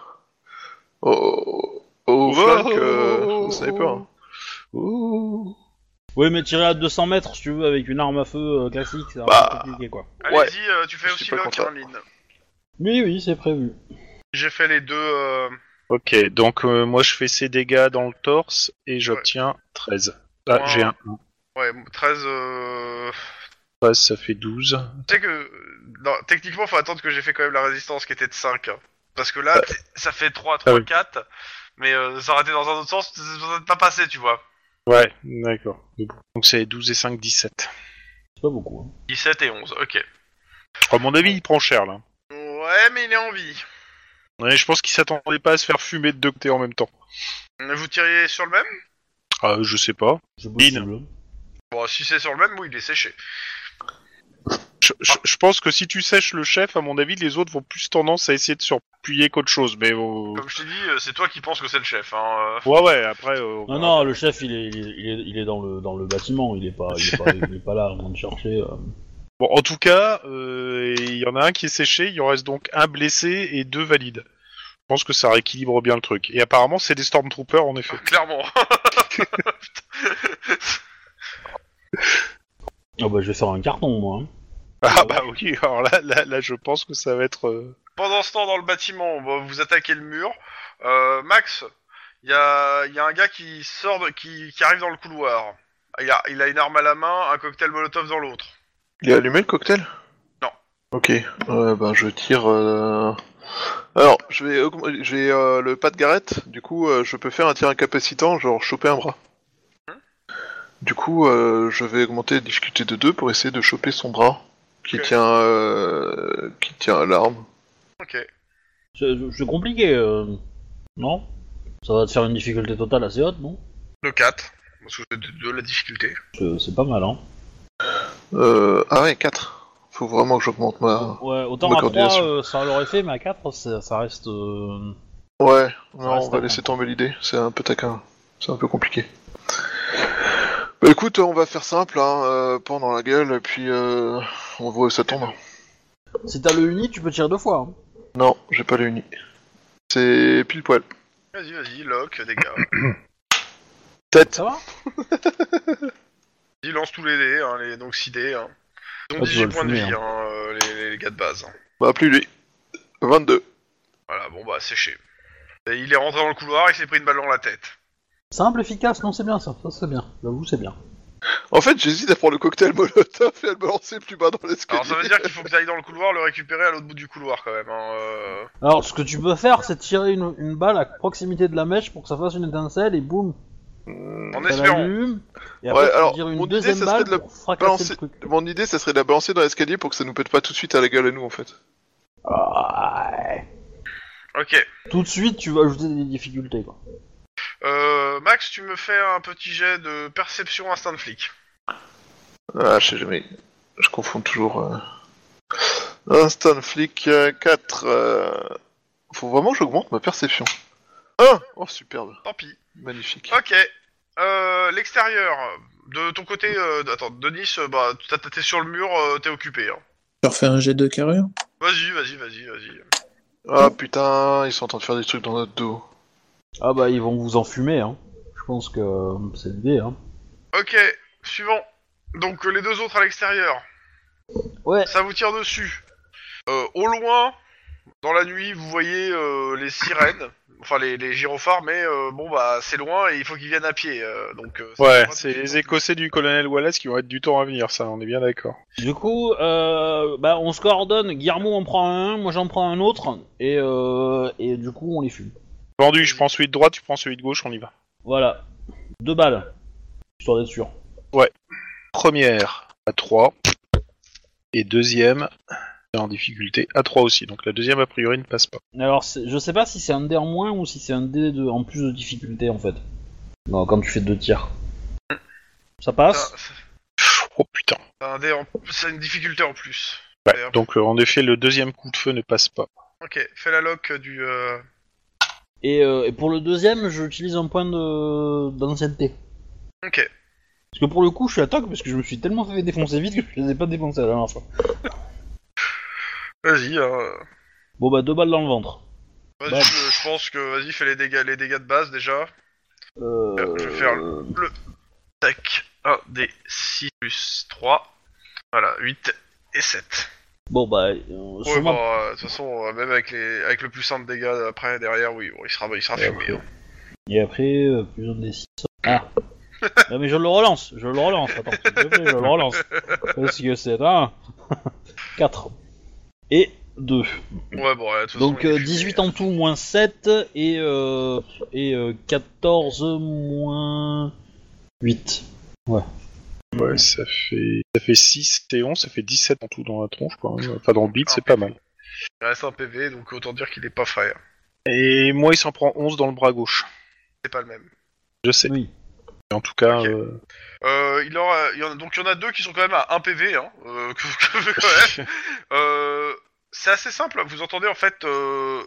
[SPEAKER 3] au. au flingue que au sniper. hein.
[SPEAKER 1] oui, mais tirer à 200 mètres, si tu veux, avec une arme à feu euh, classique, c'est un
[SPEAKER 3] Bah.
[SPEAKER 1] peu compliqué, quoi.
[SPEAKER 3] Ouais.
[SPEAKER 2] Allez-y, euh, tu fais
[SPEAKER 3] Je
[SPEAKER 2] aussi
[SPEAKER 3] suis pas
[SPEAKER 2] le
[SPEAKER 3] content.
[SPEAKER 2] en ligne.
[SPEAKER 1] Oui, oui, c'est prévu.
[SPEAKER 2] J'ai fait les deux. euh,
[SPEAKER 6] Ok, donc euh, moi je fais ces dégâts dans le torse et j'obtiens 13. Ah,
[SPEAKER 2] Wow.
[SPEAKER 6] j'ai un
[SPEAKER 2] Ouais, 13. euh,
[SPEAKER 6] 13, ça fait 12.
[SPEAKER 2] Tu sais que. euh, non, techniquement, faut attendre que j'ai fait quand même la résistance qui était de 5. hein. Parce que là, t'es- ça fait 3, 3,
[SPEAKER 6] oui.
[SPEAKER 2] 4. Mais euh, s'arrêter dans un autre sens, c'est peut-être pas passé, tu vois.
[SPEAKER 6] Ouais, d'accord. Donc c'est 12 et 5, 17.
[SPEAKER 1] C'est pas beaucoup. hein.
[SPEAKER 2] 17 et 11, ok.
[SPEAKER 6] À mon avis, il prend cher là.
[SPEAKER 2] Ouais, mais il est en vie.
[SPEAKER 6] Ouais, je pense qu'il s'attendait pas à se faire fumer de deux côtés en même temps.
[SPEAKER 2] Vous tiriez sur le même
[SPEAKER 6] Ah, je sais pas.
[SPEAKER 1] C'est
[SPEAKER 6] Lynn.
[SPEAKER 1] possible. hein.
[SPEAKER 2] Bon, si c'est sur le même, oui, il est séché.
[SPEAKER 6] Je, je- je pense que si tu sèches le chef, à mon avis, les autres vont plus tendance à essayer de surpuyer qu'autre chose. Mais euh,
[SPEAKER 2] Comme je t'ai dit, euh, c'est toi qui penses que c'est le chef. Hein. euh.
[SPEAKER 6] ouais, ouais. Après, euh,
[SPEAKER 1] Non, non, le chef, il est, il est- il est, il est dans, le, dans le bâtiment, il est pas, il est pas, il est pas là en train de chercher. euh.
[SPEAKER 6] Bon, en tout cas, euh, il y en a un qui est séché, il en reste donc un blessé et deux valides. Je pense que ça rééquilibre bien le truc. Et apparemment, c'est des Stormtroopers, en effet.
[SPEAKER 2] euh, Clairement.
[SPEAKER 1] Ah bah, je vais faire un carton, moi. hein.
[SPEAKER 6] Ah bah oui, alors là, là, là, je pense que ça va être... euh,
[SPEAKER 2] Pendant ce temps, dans le bâtiment, bah, vous attaquez le mur. Euh, Max, il y a, il y a un gars qui sort, de- qui, qui arrive dans le couloir. Il a, il a une arme à la main, un cocktail Molotov dans l'autre.
[SPEAKER 3] Il est allumé le cocktail
[SPEAKER 2] Non.
[SPEAKER 3] Ok, euh, ben je tire. euh, Alors, je vais, augm- j'ai euh, le pas de Garrett, du coup, euh, je peux faire un tir incapacitant, genre choper un bras.
[SPEAKER 2] Hein
[SPEAKER 3] Du coup, euh, je vais augmenter la difficulté de 2 pour essayer de choper son bras qui
[SPEAKER 2] Ok.
[SPEAKER 3] tient, euh, qui tient à l'arme.
[SPEAKER 2] Ok.
[SPEAKER 1] C'est c'est compliqué, euh, non Ça va te faire une difficulté totale assez haute, non
[SPEAKER 2] Le 4. Parce que c'est de, de la difficulté.
[SPEAKER 1] C'est c'est pas mal, hein
[SPEAKER 3] Euh, ah ouais, 4. Faut vraiment que j'augmente ma.
[SPEAKER 1] Ouais, autant
[SPEAKER 3] Ma
[SPEAKER 1] à 3,
[SPEAKER 3] coordination.
[SPEAKER 1] ça l'aurait fait, mais à 4, ça, ça reste... euh,
[SPEAKER 3] Ouais, non,
[SPEAKER 1] reste
[SPEAKER 3] on va
[SPEAKER 1] taquin.
[SPEAKER 3] laisser tomber l'idée, c'est un peu taquin, c'est un peu compliqué. Bah écoute, on va faire simple, hein, euh, pan dans la gueule, et puis euh, on voit où ça tombe.
[SPEAKER 7] Si t'as le uni, tu peux tirer deux fois. hein.
[SPEAKER 3] Non, j'ai pas le uni. C'est pile poil.
[SPEAKER 2] Vas-y, vas-y, lock, dégâts.
[SPEAKER 3] Tête
[SPEAKER 7] Ça va
[SPEAKER 2] Vas-y, lance tous les dés, hein, les, donc 6 dés. Hein. Ils ont
[SPEAKER 7] Ah, tu vas
[SPEAKER 2] 18
[SPEAKER 7] le
[SPEAKER 2] points de
[SPEAKER 7] fumer,
[SPEAKER 2] vie, hein, euh, les, les gars de base. hein.
[SPEAKER 3] Bah plus lui. 22.
[SPEAKER 2] Voilà, bon bah, séché. Et il est rentré dans le couloir, il s'est pris une balle dans la tête.
[SPEAKER 7] Simple, efficace, non, c'est bien ça, ça c'est bien. J'avoue, c'est bien.
[SPEAKER 3] En fait, j'hésite à prendre le cocktail Molotov et à le balancer plus bas dans
[SPEAKER 2] Alors ça veut
[SPEAKER 3] l'escalier.
[SPEAKER 2] dire qu'il faut que t'ailles dans le couloir, le récupérer à l'autre bout du couloir quand même. Hein, euh.
[SPEAKER 7] Alors, ce que tu peux faire, c'est tirer une, une balle à proximité de la mèche pour que ça fasse une étincelle et boum,
[SPEAKER 2] En
[SPEAKER 7] ça
[SPEAKER 2] espérant.
[SPEAKER 7] l'allume. Et
[SPEAKER 3] Ouais,
[SPEAKER 7] après, tu
[SPEAKER 3] alors,
[SPEAKER 7] tires une
[SPEAKER 3] mon idée,
[SPEAKER 7] deuxième
[SPEAKER 3] ça serait
[SPEAKER 7] balle
[SPEAKER 3] de la
[SPEAKER 7] pour fracasser
[SPEAKER 3] balancer-
[SPEAKER 7] le truc.
[SPEAKER 3] Mon idée, ça serait de la balancer dans l'escalier pour que ça nous pète pas tout de suite à la gueule à nous, en fait.
[SPEAKER 7] Ouais. bah,
[SPEAKER 2] Ok.
[SPEAKER 7] Tout de suite, tu vas ajouter des difficultés, quoi.
[SPEAKER 2] Euh, Max, tu me fais un petit jet de perception instinct de flic.
[SPEAKER 3] Ah, je sais jamais. Je confonds toujours. Euh... Instant flic euh, 4. euh, Faut vraiment que j'augmente ma perception. 1 Oh, superbe.
[SPEAKER 2] Tant pis.
[SPEAKER 3] Magnifique.
[SPEAKER 2] Ok. Euh, L'extérieur. De ton côté, euh, attends, Denis, euh, bah, t'as- t'es sur le mur, euh, t'es occupé. Hein.
[SPEAKER 4] Je leur fais un jet de carrure
[SPEAKER 2] Vas-y, vas-y, vas-y, vas-y.
[SPEAKER 3] Ah putain, ils sont en train de faire des trucs dans notre dos.
[SPEAKER 7] Ah bah, ils vont vous enfumer, hein. Je pense que euh, c'est l'idée, hein.
[SPEAKER 2] Ok, suivant. Donc euh, les deux autres à l'extérieur.
[SPEAKER 7] Ouais.
[SPEAKER 2] Ça vous tire dessus. Euh, au loin, dans la nuit, vous voyez euh, les sirènes, enfin les, les gyrophares, mais euh, bon bah c'est loin et il faut qu'ils viennent à pied. euh, donc euh, ça
[SPEAKER 6] Ouais,
[SPEAKER 2] sera
[SPEAKER 6] c'est
[SPEAKER 2] tout de
[SPEAKER 6] les
[SPEAKER 2] suite.
[SPEAKER 6] Écossais du colonel Wallace qui vont être du temps à venir, ça, on est bien d'accord.
[SPEAKER 1] Du coup, euh, bah, on se coordonne, Guillermo en prend un, moi j'en prends un autre, et, euh, et du coup, on les fume.
[SPEAKER 6] Vendu, je prends celui de droite, tu prends celui de gauche, on y va.
[SPEAKER 1] Voilà. Deux balles, histoire d'être sûr.
[SPEAKER 6] Première à 3, et deuxième en difficulté à 3 aussi, donc la deuxième, a priori, ne passe pas.
[SPEAKER 1] Alors, c'est- je sais pas si c'est un dé en moins ou si c'est un dé de, en plus de difficulté, en fait. Non, quand tu fais deux tirs. Ça passe
[SPEAKER 2] T'as-
[SPEAKER 6] Oh putain.
[SPEAKER 2] t'as un dé en- C'est une difficulté en plus.
[SPEAKER 6] Ouais,
[SPEAKER 2] Merde.
[SPEAKER 6] donc euh, en effet, le deuxième coup de feu ne passe pas.
[SPEAKER 2] Ok, fais la lock du. euh,
[SPEAKER 1] et, euh, et pour le deuxième, j'utilise un point de- d'ancienneté.
[SPEAKER 2] Ok.
[SPEAKER 1] Parce que pour le coup, je suis à toc parce que je me suis tellement fait défoncer vite que je les ai pas défoncés la dernière fois.
[SPEAKER 2] Vas-y. hein.
[SPEAKER 1] Bon, bah, deux balles dans le ventre.
[SPEAKER 2] Vas-y,
[SPEAKER 1] Bam.
[SPEAKER 2] je, je pense que vas-y, fais les dégâts, les dégâts de base déjà.
[SPEAKER 1] Euh,
[SPEAKER 2] Euh, je vais faire Tac. 1 des 6 plus 3. Voilà, 8 et 7.
[SPEAKER 1] Bon, bah, euh,
[SPEAKER 2] Ouais,
[SPEAKER 1] sûrement-
[SPEAKER 2] bon, euh, de toute façon, euh, même avec, les, avec le plus simple dégâts après, derrière, oui, bon, il sera, il sera
[SPEAKER 1] Ouais, bah,
[SPEAKER 2] fumé.
[SPEAKER 1] ouais.
[SPEAKER 2] hein.
[SPEAKER 1] Eh oh. Et après, euh, plus un des 6. Ah Non, mais je le relance, je le relance, attends, s'il te plaît, je le relance. Parce que c'est un 4 et 2.
[SPEAKER 2] Ouais, bon, ouais, de toute façon,
[SPEAKER 1] Donc
[SPEAKER 2] il est
[SPEAKER 1] euh,
[SPEAKER 2] fumé.
[SPEAKER 1] 18 en tout, moins 7 et, euh, et euh, 14 moins 8.
[SPEAKER 6] Ouais, ça fait, ça fait 6 et 11, ça fait 17 en tout dans la tronche, quoi. hein. Enfin, dans le bide, c'est pas mal.
[SPEAKER 2] Il reste un PV, donc autant dire qu'il est pas hein. frère.
[SPEAKER 6] Et moi, il s'en prend 11 dans le bras gauche.
[SPEAKER 2] C'est pas le même.
[SPEAKER 6] Je sais.
[SPEAKER 1] Oui.
[SPEAKER 6] En tout cas,
[SPEAKER 2] Ok.
[SPEAKER 6] euh,
[SPEAKER 2] Euh, il aura, il y en a, donc il y en a deux qui sont quand même à 1 PV. Hein, euh, que- que- quand même. Euh, c'est assez simple. hein. Vous entendez en fait euh,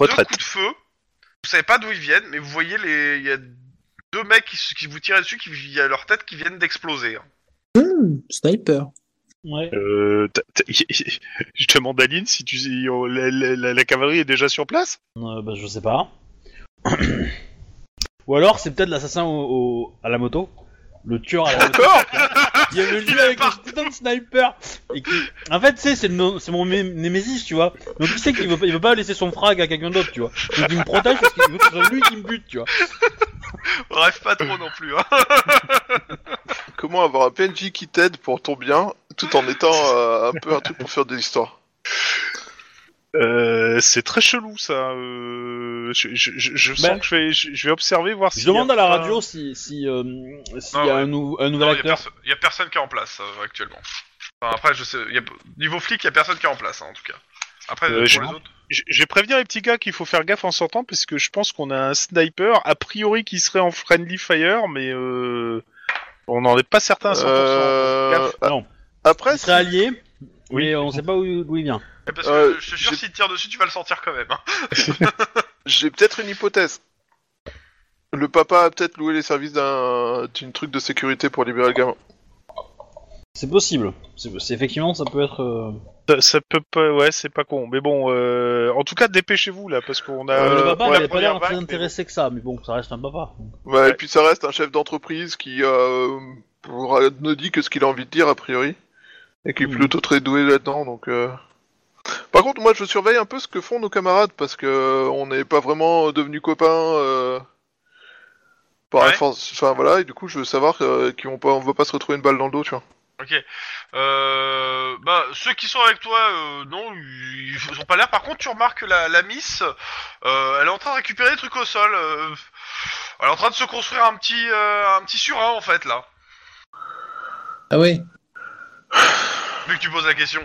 [SPEAKER 2] deux
[SPEAKER 6] retraite.
[SPEAKER 2] coups de feu. Vous savez pas d'où ils viennent, mais vous voyez les, il y a deux mecs qui, se- qui vous tirent dessus, qui il y a leur tête qui viennent d'exploser. hein.
[SPEAKER 4] Hmm, sniper.
[SPEAKER 1] Ouais.
[SPEAKER 6] Euh, t'as- t'as- je demande à Lynn si tu si on- la, la- la- la cavalerie est déjà sur place.
[SPEAKER 1] Euh, bah, je sais pas. Ou alors, c'est peut-être l'assassin au, au- à la moto. Le tueur à la moto.
[SPEAKER 6] D'accord.
[SPEAKER 1] Il y avait lui
[SPEAKER 2] Il a
[SPEAKER 1] avec
[SPEAKER 2] pas-
[SPEAKER 1] le putain de sniper. Et qui... En fait, tu sais, c'est mon, c'est mon mé- némésis, tu vois. Donc il sait qu'il veut, pas- il veut pas laisser son frag à quelqu'un d'autre, tu vois. Donc il me protège parce qu'il veut que ce soit lui qui me bute, tu vois.
[SPEAKER 2] Rêve pas trop non plus. Hein.
[SPEAKER 3] Comment avoir un PNJ qui t'aide pour ton bien, tout en étant euh, un peu un truc pour faire des histoires
[SPEAKER 6] Euh, c'est très chelou ça. Euh, je je, je, je sens
[SPEAKER 1] Ben,
[SPEAKER 6] que je vais, je, je vais observer voir si.
[SPEAKER 1] Je demande à la radio si, si, euh, s'il y a
[SPEAKER 2] Ah ouais.
[SPEAKER 1] un, nou- un nouvel
[SPEAKER 2] Non, il y, a
[SPEAKER 1] acteur.
[SPEAKER 2] perso- il y a personne qui est en place euh, actuellement. Enfin, après, je sais, il y a- niveau flic, il y a personne qui est en place hein, en tout cas. Après,
[SPEAKER 6] Euh,
[SPEAKER 2] pour
[SPEAKER 6] je-
[SPEAKER 2] les autres,
[SPEAKER 6] Je je vais prévenir les petits gars qu'il faut faire gaffe en sortant parce que je pense qu'on a un sniper a priori qui serait en friendly fire, mais euh, on n'en est pas certain à 100%.
[SPEAKER 3] Euh,
[SPEAKER 6] Gaffe.
[SPEAKER 2] bah.
[SPEAKER 3] a-
[SPEAKER 1] Non.
[SPEAKER 3] Après,
[SPEAKER 1] Il serait allié.
[SPEAKER 6] Oui.
[SPEAKER 1] Mais on sait pas où, d'où il vient.
[SPEAKER 2] Eh, parce que
[SPEAKER 3] Euh,
[SPEAKER 2] je suis sûr
[SPEAKER 3] j'ai-
[SPEAKER 2] s'il tire dessus, tu vas le sentir quand même. hein.
[SPEAKER 3] j'ai peut-être une hypothèse. Le papa a peut-être loué les services d'un d'une truc de sécurité pour libérer le gamin.
[SPEAKER 1] C'est possible. C'est c'est- effectivement, ça peut être. euh,
[SPEAKER 6] Ça, ça peut pas, ouais, c'est pas con. Mais bon, euh, en tout cas, dépêchez-vous là parce qu'on a.
[SPEAKER 3] Euh,
[SPEAKER 1] le papa
[SPEAKER 3] ouais,
[SPEAKER 1] il
[SPEAKER 3] la
[SPEAKER 1] avait pas l'air
[SPEAKER 3] première
[SPEAKER 1] très
[SPEAKER 3] vague, mais
[SPEAKER 1] intéressé que ça, mais bon, ça reste un papa.
[SPEAKER 3] Ouais, Bah, et puis ça reste un chef d'entreprise qui euh, pour- ne dit que ce qu'il a envie de dire, a priori, et qui est
[SPEAKER 1] Mhm.
[SPEAKER 3] plutôt très doué là-dedans, donc... euh. Par contre, moi, je surveille un peu ce que font nos camarades, parce que euh, on n'est pas vraiment devenus copains... euh, Par
[SPEAKER 2] Ouais.
[SPEAKER 3] infor- Enfin, voilà, et du coup, je veux savoir euh, qu'on va pas, on va pas se retrouver une balle dans le dos, tu vois.
[SPEAKER 2] Ok. Euh, bah, ceux qui sont avec toi, euh, non, ils ils ont pas l'air. Par contre, tu remarques que la, la miss, euh, elle est en train de récupérer des trucs au sol. euh, elle est en train de se construire un petit, euh, un petit surin en fait là.
[SPEAKER 4] Ah ouais.
[SPEAKER 2] Vu que tu poses la question.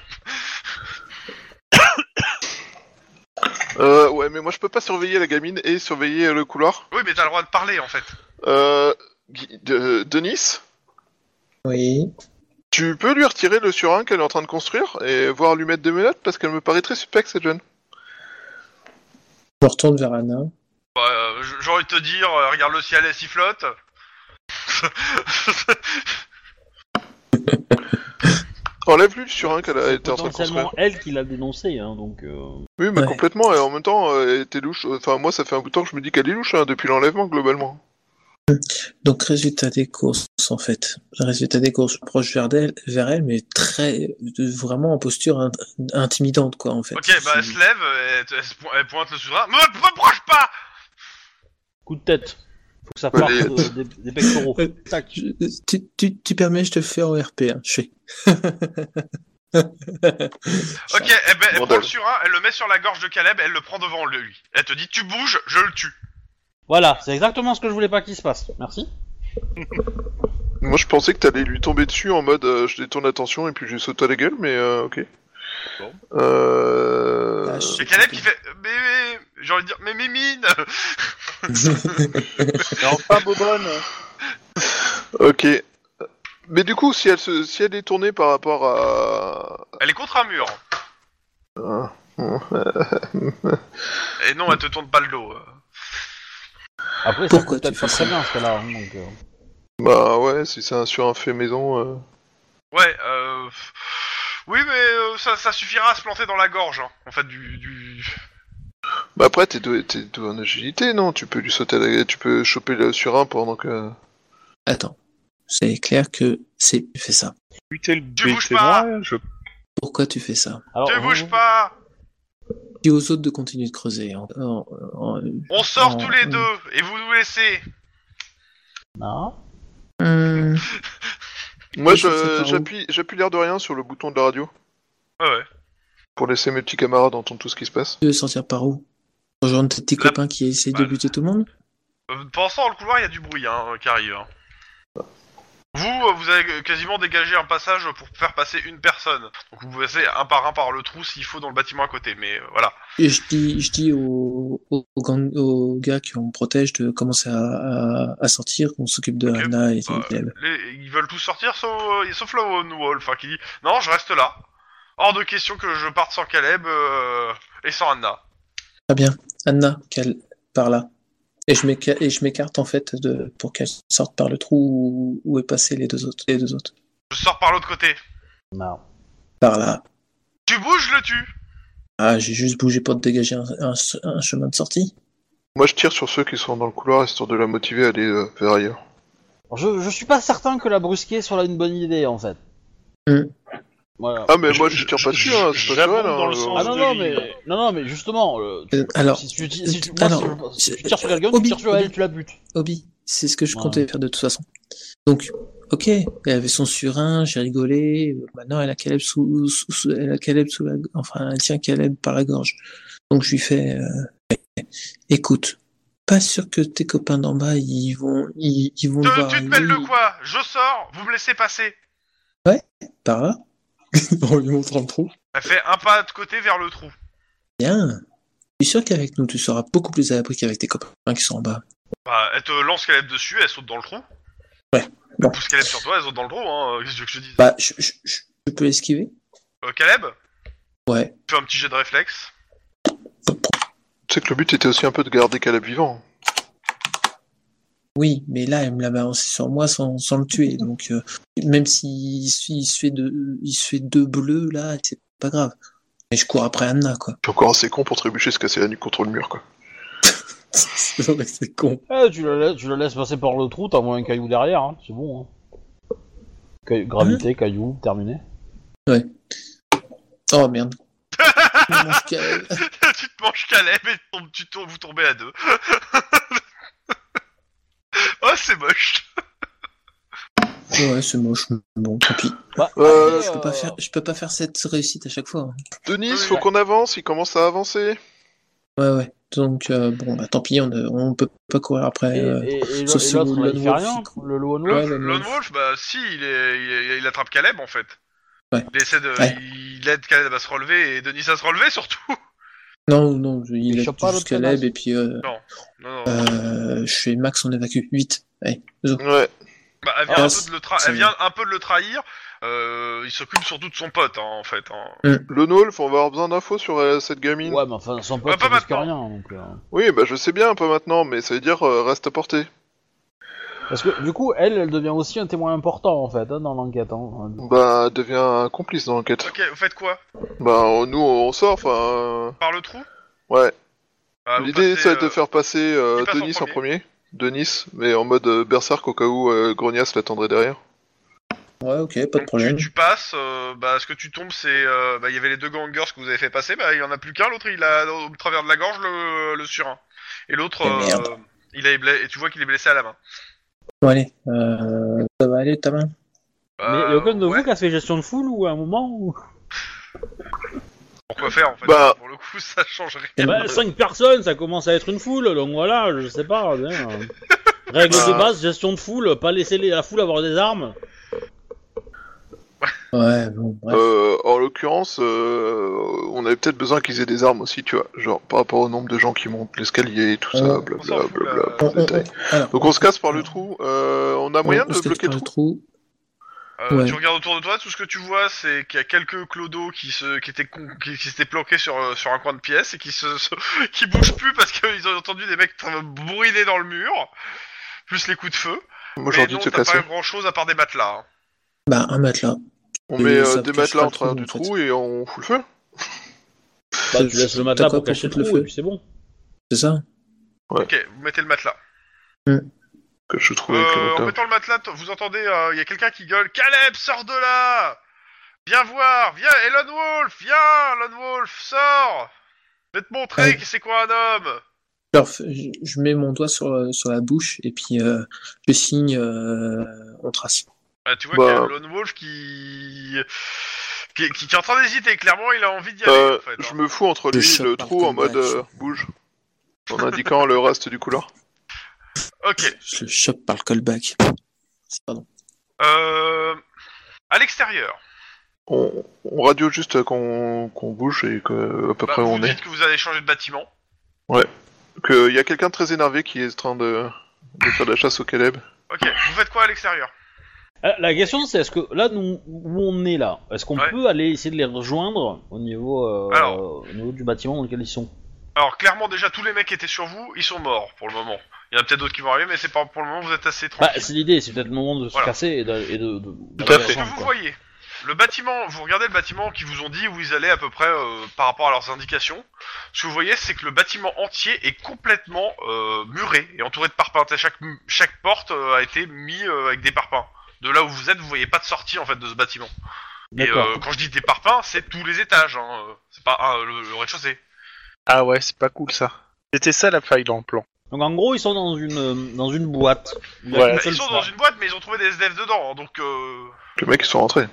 [SPEAKER 3] Euh, ouais, mais moi, je peux pas surveiller la gamine et surveiller euh, le couloir.
[SPEAKER 2] Oui, mais t'as le droit de parler en fait.
[SPEAKER 3] Euh, Guy- de- Denis,
[SPEAKER 4] Oui.
[SPEAKER 3] tu peux lui retirer le surin qu'elle est en train de construire, et voir lui mettre des menottes, parce qu'elle me paraît très suspecte, cette jeune.
[SPEAKER 4] Je me retourne vers Anna.
[SPEAKER 2] Bah, euh, j- j'ai envie de te dire, euh, regarde le ciel, elle s'y flotte.
[SPEAKER 3] Enlève-lui le surin qu'elle a
[SPEAKER 1] C'est
[SPEAKER 3] été en train de construire.
[SPEAKER 1] potentiellement elle qui l'a dénoncé, hein, donc. euh,
[SPEAKER 3] Oui, mais
[SPEAKER 4] Ouais.
[SPEAKER 3] complètement, et en même temps, euh, elle était louche. Enfin, moi, ça fait un bout de temps que je me dis qu'elle est louche, hein, depuis l'enlèvement, globalement.
[SPEAKER 4] Donc résultat des courses en fait. Résultat des courses proche vers elle, vers elle mais très de- vraiment en posture in- intimidante quoi en fait.
[SPEAKER 2] ok, bah elle se lève, elle, elle se po- elle pointe le surin. Me reproche pas
[SPEAKER 1] Coup de tête. Faut que ça
[SPEAKER 3] Ouais,
[SPEAKER 1] parte
[SPEAKER 3] les-
[SPEAKER 1] euh, des, des pectoraux.
[SPEAKER 4] Ouais.
[SPEAKER 1] Tac.
[SPEAKER 4] Je- tu, tu, tu permets, je te le fais en RP. Hein. Je fais.
[SPEAKER 2] Ok, eh ben, elle
[SPEAKER 3] Bon,
[SPEAKER 2] prend le
[SPEAKER 3] d'accord.
[SPEAKER 2] surin, elle le met sur la gorge de Caleb, elle le prend devant lui. Elle te dit, tu bouges, je le tue.
[SPEAKER 1] Voilà, c'est exactement ce que je voulais pas qu'il se passe. Merci.
[SPEAKER 3] Moi, je pensais que t'allais lui tomber dessus en mode euh, je détourne l'attention et puis je lui saute à la gueule, mais euh, ok.
[SPEAKER 6] Bon.
[SPEAKER 3] Euh...
[SPEAKER 4] Ah, je-
[SPEAKER 2] C'est Caleb qui fait, mais, mais- j'ai envie de dire, mais Mimine
[SPEAKER 8] Mais enfin, Bobonne
[SPEAKER 3] Ok. Mais du coup, si elle, se... si elle est tournée par rapport à.
[SPEAKER 2] Elle est contre un mur.
[SPEAKER 3] Ah.
[SPEAKER 2] Et non, elle te tourne pas le dos. euh.
[SPEAKER 1] Après, ça
[SPEAKER 4] Pourquoi
[SPEAKER 1] coûte peut-être
[SPEAKER 4] tu
[SPEAKER 1] pas
[SPEAKER 4] fais
[SPEAKER 1] très
[SPEAKER 4] ça
[SPEAKER 1] bien ce cas-là. hein, donc, euh.
[SPEAKER 3] Bah ouais, si c'est un surin fait maison. euh.
[SPEAKER 2] Ouais, euh... Oui, mais euh, ça, ça suffira à se planter dans la gorge, hein, en fait, du... du...
[SPEAKER 3] Bah après, t'es doué... t'es doué en agilité, non Tu peux lui sauter à la gueule, tu peux choper le surin pendant que.
[SPEAKER 4] Attends, c'est clair que c'est tu fais ça.
[SPEAKER 6] Buter le
[SPEAKER 2] Tu bouges
[SPEAKER 6] baiser
[SPEAKER 2] pas.
[SPEAKER 6] noir, je-
[SPEAKER 4] Pourquoi tu fais ça
[SPEAKER 1] Alors,
[SPEAKER 2] Tu
[SPEAKER 1] vous-
[SPEAKER 2] bouges pas
[SPEAKER 4] Dis aux autres de continuer de creuser. en- en- en-
[SPEAKER 2] On sort
[SPEAKER 4] Oh,
[SPEAKER 2] tous les
[SPEAKER 4] oui.
[SPEAKER 2] deux, et vous nous laissez.
[SPEAKER 1] Non.
[SPEAKER 4] Hmm.
[SPEAKER 3] Moi,
[SPEAKER 4] Oui, je
[SPEAKER 3] je-
[SPEAKER 4] sais
[SPEAKER 3] hein.
[SPEAKER 4] pas où.
[SPEAKER 3] j'appuie j'appuie l'air de rien sur le bouton de la radio.
[SPEAKER 2] Ouais, ouais.
[SPEAKER 3] pour laisser mes petits camarades entendre tout ce qui se passe.
[SPEAKER 4] Tu veux sortir par où Rejoindre tes petits
[SPEAKER 2] La-
[SPEAKER 4] copains qui essayent
[SPEAKER 2] Bah,
[SPEAKER 4] de buter tout le monde
[SPEAKER 2] Euh, Pensant dans le couloir, il y a du bruit hein, qui arrive. hein. Vous, euh, vous avez quasiment dégagé un passage pour faire passer une personne. Donc vous passez un par un par le trou s'il faut dans le bâtiment à côté. Mais euh, voilà.
[SPEAKER 4] Et je dis, je dis aux, aux, gang- aux gars qui on me protège de commencer à, à, à sortir, qu'on s'occupe de
[SPEAKER 2] Ok,
[SPEAKER 4] Anna et
[SPEAKER 2] bah,
[SPEAKER 4] Deb.
[SPEAKER 2] Les- ils veulent tous sortir sauf, euh, sauf la Lone Wolf hein, qui dit non, je reste là. Hors de question que je parte sans Caleb euh, et sans Anna.
[SPEAKER 4] Très bien. Anna, qu'elle par là. Et je m'éca- et je m'écarte en fait de, pour qu'elle sorte par le trou où, où est passé les deux autres. Les deux autres.
[SPEAKER 2] Je sors par l'autre côté.
[SPEAKER 7] Non.
[SPEAKER 4] Par là.
[SPEAKER 2] Tu bouges, je le tue.
[SPEAKER 4] Ah, j'ai juste bougé pour te dégager un, un- un chemin de sortie.
[SPEAKER 3] Moi, je tire sur ceux qui sont dans le couloir histoire de la motiver à aller euh, vers ailleurs.
[SPEAKER 7] Je, je suis pas certain que la brusquer soit une bonne idée en fait.
[SPEAKER 4] Hmm.
[SPEAKER 7] Voilà.
[SPEAKER 3] Ah, mais
[SPEAKER 6] Je-
[SPEAKER 3] moi, je
[SPEAKER 6] je-
[SPEAKER 3] tire pas
[SPEAKER 6] je-
[SPEAKER 3] dessus, hein,
[SPEAKER 6] je-
[SPEAKER 3] c'est pas
[SPEAKER 6] j'abonde
[SPEAKER 3] toi, là,
[SPEAKER 6] dans le
[SPEAKER 3] euh,
[SPEAKER 6] sens-
[SPEAKER 7] Ah non non
[SPEAKER 6] de-
[SPEAKER 7] mais non non mais justement euh,
[SPEAKER 4] Euh, alors,
[SPEAKER 7] si tu dis- si tu- moi,
[SPEAKER 4] alors,
[SPEAKER 7] si je-
[SPEAKER 4] c'est-
[SPEAKER 7] tu tires sur quelqu'un tu
[SPEAKER 4] Obi-
[SPEAKER 7] tires sur elle
[SPEAKER 4] Obi-
[SPEAKER 7] tu la butes.
[SPEAKER 4] Obi, c'est ce que je
[SPEAKER 7] Ouais.
[SPEAKER 4] comptais faire de toute façon. Donc, ok, elle avait son surin, j'ai rigolé. euh, Maintenant, elle a Caleb sous, sous- sous- elle a Caleb sous la, enfin, elle tient Caleb par la gorge. Donc, je lui fais, euh, écoute, pas sûr que tes copains d'en bas, ils vont, ils, ils vont
[SPEAKER 2] Te-
[SPEAKER 4] le voir
[SPEAKER 2] tu te
[SPEAKER 4] arriver,
[SPEAKER 2] mêles de quoi Je sors, vous me laissez passer.
[SPEAKER 4] par là. en lui montrant le trou.
[SPEAKER 2] Elle fait un pas de côté vers le trou.
[SPEAKER 4] Bien. Je suis sûr qu'avec nous, tu seras beaucoup plus à l'abri qu'avec tes copains qui sont en bas.
[SPEAKER 2] Bah, elle te lance Caleb dessus, elle saute dans le trou.
[SPEAKER 4] Ouais, bon.
[SPEAKER 2] Elle pousse Caleb sur toi, elle saute dans le trou. Hein. Qu'est-ce que tu veux que je te dise
[SPEAKER 4] Bah, je, je, je, je peux esquiver
[SPEAKER 2] Euh, Caleb,
[SPEAKER 4] Ouais.
[SPEAKER 2] fais un petit jet de réflexe.
[SPEAKER 3] Tu sais que le but était aussi un peu de garder Caleb vivant.
[SPEAKER 4] Oui, mais là, elle me l'a balancé sur moi sans, sans le tuer. Donc, euh, même s'il si, il se fait deux, il se fait deux bleus, là, c'est pas grave. Mais je cours après Anna, quoi.
[SPEAKER 3] Puis encore assez con pour trébucher, se casser la nuque contre le mur, quoi.
[SPEAKER 4] c'est vrai, c'est con.
[SPEAKER 7] Eh, tu, la laisses, tu la laisses passer par le trou, t'envoies un caillou derrière, hein, c'est bon. hein. Caillou- gravité, caillou, terminé.
[SPEAKER 4] Oh merde. Je mange Caleb.
[SPEAKER 2] tu te manges Caleb et tombe- tu tombes- vous tombez à deux. oh, c'est moche.
[SPEAKER 4] ouais, c'est moche, mais bon, tant pis.
[SPEAKER 7] Bah,
[SPEAKER 3] Euh,
[SPEAKER 7] après,
[SPEAKER 4] Je peux
[SPEAKER 7] euh,
[SPEAKER 4] pas faire, je peux pas faire cette réussite à chaque fois. hein.
[SPEAKER 3] Denis,
[SPEAKER 2] Oui,
[SPEAKER 3] faut
[SPEAKER 2] ouais.
[SPEAKER 3] qu'on avance, il commence à avancer.
[SPEAKER 4] Ouais, ouais. Donc, euh, bon, bah, tant pis, on, ne- on peut pas courir
[SPEAKER 7] Et,
[SPEAKER 4] après. euh,
[SPEAKER 7] et- et
[SPEAKER 4] sauf
[SPEAKER 7] l'autre,
[SPEAKER 4] si
[SPEAKER 7] il
[SPEAKER 4] vous
[SPEAKER 7] a
[SPEAKER 4] le
[SPEAKER 7] fait
[SPEAKER 4] Lone
[SPEAKER 7] rien,
[SPEAKER 4] Wolf.
[SPEAKER 7] le Lone Wolf.
[SPEAKER 4] Ouais,
[SPEAKER 2] Lone
[SPEAKER 4] Lone
[SPEAKER 2] Lone
[SPEAKER 4] Wolf.
[SPEAKER 2] Wolf, bah si, il, est- il, est- il attrape Caleb en fait.
[SPEAKER 4] Ouais.
[SPEAKER 2] Il essaie de,
[SPEAKER 4] Ouais.
[SPEAKER 2] il aide Caleb à se relever et Denis à se relever surtout.
[SPEAKER 4] Non, non, il
[SPEAKER 7] Il
[SPEAKER 4] a
[SPEAKER 7] chope pas
[SPEAKER 4] juste
[SPEAKER 7] l'autre
[SPEAKER 4] Caleb
[SPEAKER 7] menace.
[SPEAKER 4] et puis euh,
[SPEAKER 2] Non, non.
[SPEAKER 4] euh, je fais max, on évacue. 8. Allez,
[SPEAKER 3] Ouais.
[SPEAKER 2] Bah, elle vient,
[SPEAKER 4] Ah,
[SPEAKER 2] un peu de le tra-
[SPEAKER 4] c'est-
[SPEAKER 2] elle vient un peu de le trahir. Euh, il s'occupe surtout de son pote hein, en fait. hein.
[SPEAKER 3] Le Nolf, on va avoir besoin d'infos sur euh, cette gamine.
[SPEAKER 7] Ouais, mais enfin, sans
[SPEAKER 2] Bah,
[SPEAKER 7] pote,
[SPEAKER 2] pas
[SPEAKER 7] ça risque
[SPEAKER 2] maintenant.
[SPEAKER 7] rien. Donc, euh.
[SPEAKER 3] Oui, bah je sais bien, pas maintenant, mais ça veut dire euh, reste à portée.
[SPEAKER 7] Parce que du coup, elle, elle devient aussi un témoin important en fait hein, dans l'enquête. hein.
[SPEAKER 3] Bah, devient un complice dans l'enquête.
[SPEAKER 2] Ok, vous faites quoi
[SPEAKER 3] Bah, on- nous, on sort, enfin... euh,
[SPEAKER 2] Par le trou
[SPEAKER 3] Ouais.
[SPEAKER 2] Ah, vous
[SPEAKER 3] L'idée,
[SPEAKER 2] passez,
[SPEAKER 3] c'est de
[SPEAKER 2] euh,
[SPEAKER 3] faire passer euh,
[SPEAKER 2] qui passe en
[SPEAKER 3] Denis en premier. Denis, mais en mode euh, berserk au cas où euh, Grognas l'attendrait derrière.
[SPEAKER 4] ouais, ok, pas de
[SPEAKER 2] Donc,
[SPEAKER 4] problème.
[SPEAKER 2] Tu, tu passes, euh, bah, ce que tu tombes, c'est. euh, bah, Il y avait les deux gangers que vous avez fait passer, bah, il y en a plus qu'un, l'autre il a au travers de la gorge le, le surin. Et l'autre,
[SPEAKER 4] Eh merde.
[SPEAKER 2] euh, il est bla- et tu vois qu'il est blessé à la main.
[SPEAKER 4] Bon, allez, euh, ça va aller, ta main
[SPEAKER 7] Mais y a
[SPEAKER 2] Euh,
[SPEAKER 7] aucun de
[SPEAKER 2] ouais,
[SPEAKER 7] vous qui a fait gestion de foule ou à un moment où.
[SPEAKER 2] Pourquoi faire en fait
[SPEAKER 3] Bah.
[SPEAKER 2] Pour le coup, ça change rien.
[SPEAKER 7] Eh ben,
[SPEAKER 1] Bah, 5 personnes, ça commence à être une foule, donc voilà, je sais pas. bien, euh, Règle de
[SPEAKER 3] Bah.
[SPEAKER 1] base, gestion de foule, pas laisser les- la foule avoir des armes. Bah,
[SPEAKER 4] Ouais, bon, bref.
[SPEAKER 3] Euh, en l'occurrence, euh, on avait peut-être besoin qu'ils aient des armes aussi, tu vois. Genre, par rapport au nombre de gens qui montent l'escalier et tout ça,
[SPEAKER 4] Euh,
[SPEAKER 2] on s'en
[SPEAKER 3] blablabla.
[SPEAKER 2] fout, là.
[SPEAKER 3] blablabla,
[SPEAKER 4] On-
[SPEAKER 3] c'est
[SPEAKER 4] on-
[SPEAKER 3] détail.
[SPEAKER 4] on- alors,
[SPEAKER 3] Donc on se casse par le trou. Euh, on a
[SPEAKER 4] on-
[SPEAKER 3] moyen
[SPEAKER 4] on
[SPEAKER 3] de
[SPEAKER 4] se casse
[SPEAKER 3] bloquer
[SPEAKER 4] par
[SPEAKER 3] le trou
[SPEAKER 2] Euh,
[SPEAKER 4] ouais.
[SPEAKER 2] Tu regardes autour de toi, tout ce que tu vois, c'est qu'il y a quelques clodos qui se, qui étaient, con- qui, qui s'étaient planqués sur, euh, sur un coin de pièce et qui se, se- qui bougent plus parce qu'ils ont entendu des mecs tra- bourriner dans le mur, plus les coups de feu. Mais
[SPEAKER 3] Aujourd'hui,
[SPEAKER 2] non,
[SPEAKER 3] c'est
[SPEAKER 2] t'as
[SPEAKER 3] cassé.
[SPEAKER 2] pas grand chose à part des matelas. hein.
[SPEAKER 4] Bah, un matelas.
[SPEAKER 3] On
[SPEAKER 4] Mais
[SPEAKER 3] met
[SPEAKER 4] ça
[SPEAKER 3] euh, des
[SPEAKER 4] cache pas
[SPEAKER 3] matelas
[SPEAKER 4] le
[SPEAKER 3] en travers
[SPEAKER 4] trou,
[SPEAKER 3] du
[SPEAKER 4] en fait.
[SPEAKER 3] trou et on fout le feu.
[SPEAKER 1] Bah, tu laisses le matelas
[SPEAKER 4] T'as quoi
[SPEAKER 1] pour cacher le
[SPEAKER 4] foutre
[SPEAKER 1] trou, et puis c'est bon.
[SPEAKER 4] C'est ça
[SPEAKER 2] Ok, vous mettez le matelas.
[SPEAKER 3] Que je trouvais avec le
[SPEAKER 2] Euh, en
[SPEAKER 3] moteur.
[SPEAKER 2] mettant le matelas, t- vous entendez, il y a quelqu'un qui gueule Caleb, sors de là Viens voir, viens, Elon Wolf, viens, Elon Wolf, sors Je vais te montrer
[SPEAKER 4] Ouais.
[SPEAKER 2] qui c'est quoi un homme
[SPEAKER 4] Alors, f- je, je mets mon doigt sur, euh, sur la bouche et puis euh, je signe, euh, on trace.
[SPEAKER 2] Ah, Tu vois
[SPEAKER 3] Bah.
[SPEAKER 2] qu'il y a Elon Wolf qui... Qui, qui- qui est en train d'hésiter, clairement il a envie d'y aller
[SPEAKER 3] Euh,
[SPEAKER 2] en fait. hein.
[SPEAKER 3] je me fous entre
[SPEAKER 4] Je
[SPEAKER 3] lui et
[SPEAKER 4] chope
[SPEAKER 3] le
[SPEAKER 4] par
[SPEAKER 3] trou en
[SPEAKER 4] contre,
[SPEAKER 3] mode
[SPEAKER 4] ouais, je-
[SPEAKER 3] euh, bouge. En indiquant le reste du couloir.
[SPEAKER 2] Ok,
[SPEAKER 4] Je le chope par le callback. C'est- Pardon.
[SPEAKER 2] Euh, à l'extérieur.
[SPEAKER 3] On, on radio juste qu'on qu'on bouge et que, à peu
[SPEAKER 2] Bah,
[SPEAKER 3] près où
[SPEAKER 2] vous
[SPEAKER 3] on
[SPEAKER 2] dites
[SPEAKER 3] est.
[SPEAKER 2] que vous allez changer de bâtiment.
[SPEAKER 3] Qu'il y a quelqu'un de très énervé qui est en train de, de faire de la chasse au Caleb.
[SPEAKER 2] Ok, vous faites quoi à l'extérieur
[SPEAKER 1] Ah, La question c'est est-ce que là nous où on est là, est-ce qu'on
[SPEAKER 2] Ouais.
[SPEAKER 1] peut aller essayer de les rejoindre au niveau, euh,
[SPEAKER 2] Alors.
[SPEAKER 1] au niveau du bâtiment dans lequel ils sont
[SPEAKER 2] Alors clairement déjà tous les mecs qui étaient sur vous, ils sont morts pour le moment. Il y en a peut-être d'autres qui vont arriver, mais c'est pas pour le moment vous êtes assez
[SPEAKER 1] Bah
[SPEAKER 2] tranquille.
[SPEAKER 1] c'est l'idée, c'est peut-être le moment de se
[SPEAKER 2] Voilà.
[SPEAKER 1] casser et de. Et de, de-
[SPEAKER 3] à
[SPEAKER 1] d'aller
[SPEAKER 3] fait.
[SPEAKER 2] Ce que
[SPEAKER 1] ensemble,
[SPEAKER 2] vous
[SPEAKER 1] quoi.
[SPEAKER 2] voyez, le bâtiment, vous regardez le bâtiment qui vous ont dit où ils allaient à peu près euh, par rapport à leurs indications. Ce que vous voyez, c'est que le bâtiment entier est complètement euh, muré et entouré de parpaings. T'as Chaque, mu- chaque porte euh, a été mise avec des parpaings. De là où vous êtes, vous voyez pas de sortie en fait de ce bâtiment. Et
[SPEAKER 1] D'accord.
[SPEAKER 2] euh, quand je dis des parpaings, c'est tous les étages. Hein. euh, C'est pas un- le, le rez-de-chaussée.
[SPEAKER 6] Ah ouais, c'est pas cool ça. C'était ça la faille dans le plan.
[SPEAKER 1] Donc en gros ils sont dans une euh, dans une boîte. Il y a qu'une
[SPEAKER 6] Voilà.
[SPEAKER 2] Bah,
[SPEAKER 1] seule
[SPEAKER 2] ils sont dans
[SPEAKER 1] porte.
[SPEAKER 2] une boîte, mais ils ont trouvé des SDF dedans. hein, donc euh,
[SPEAKER 3] Les mecs, ils sont rentrés.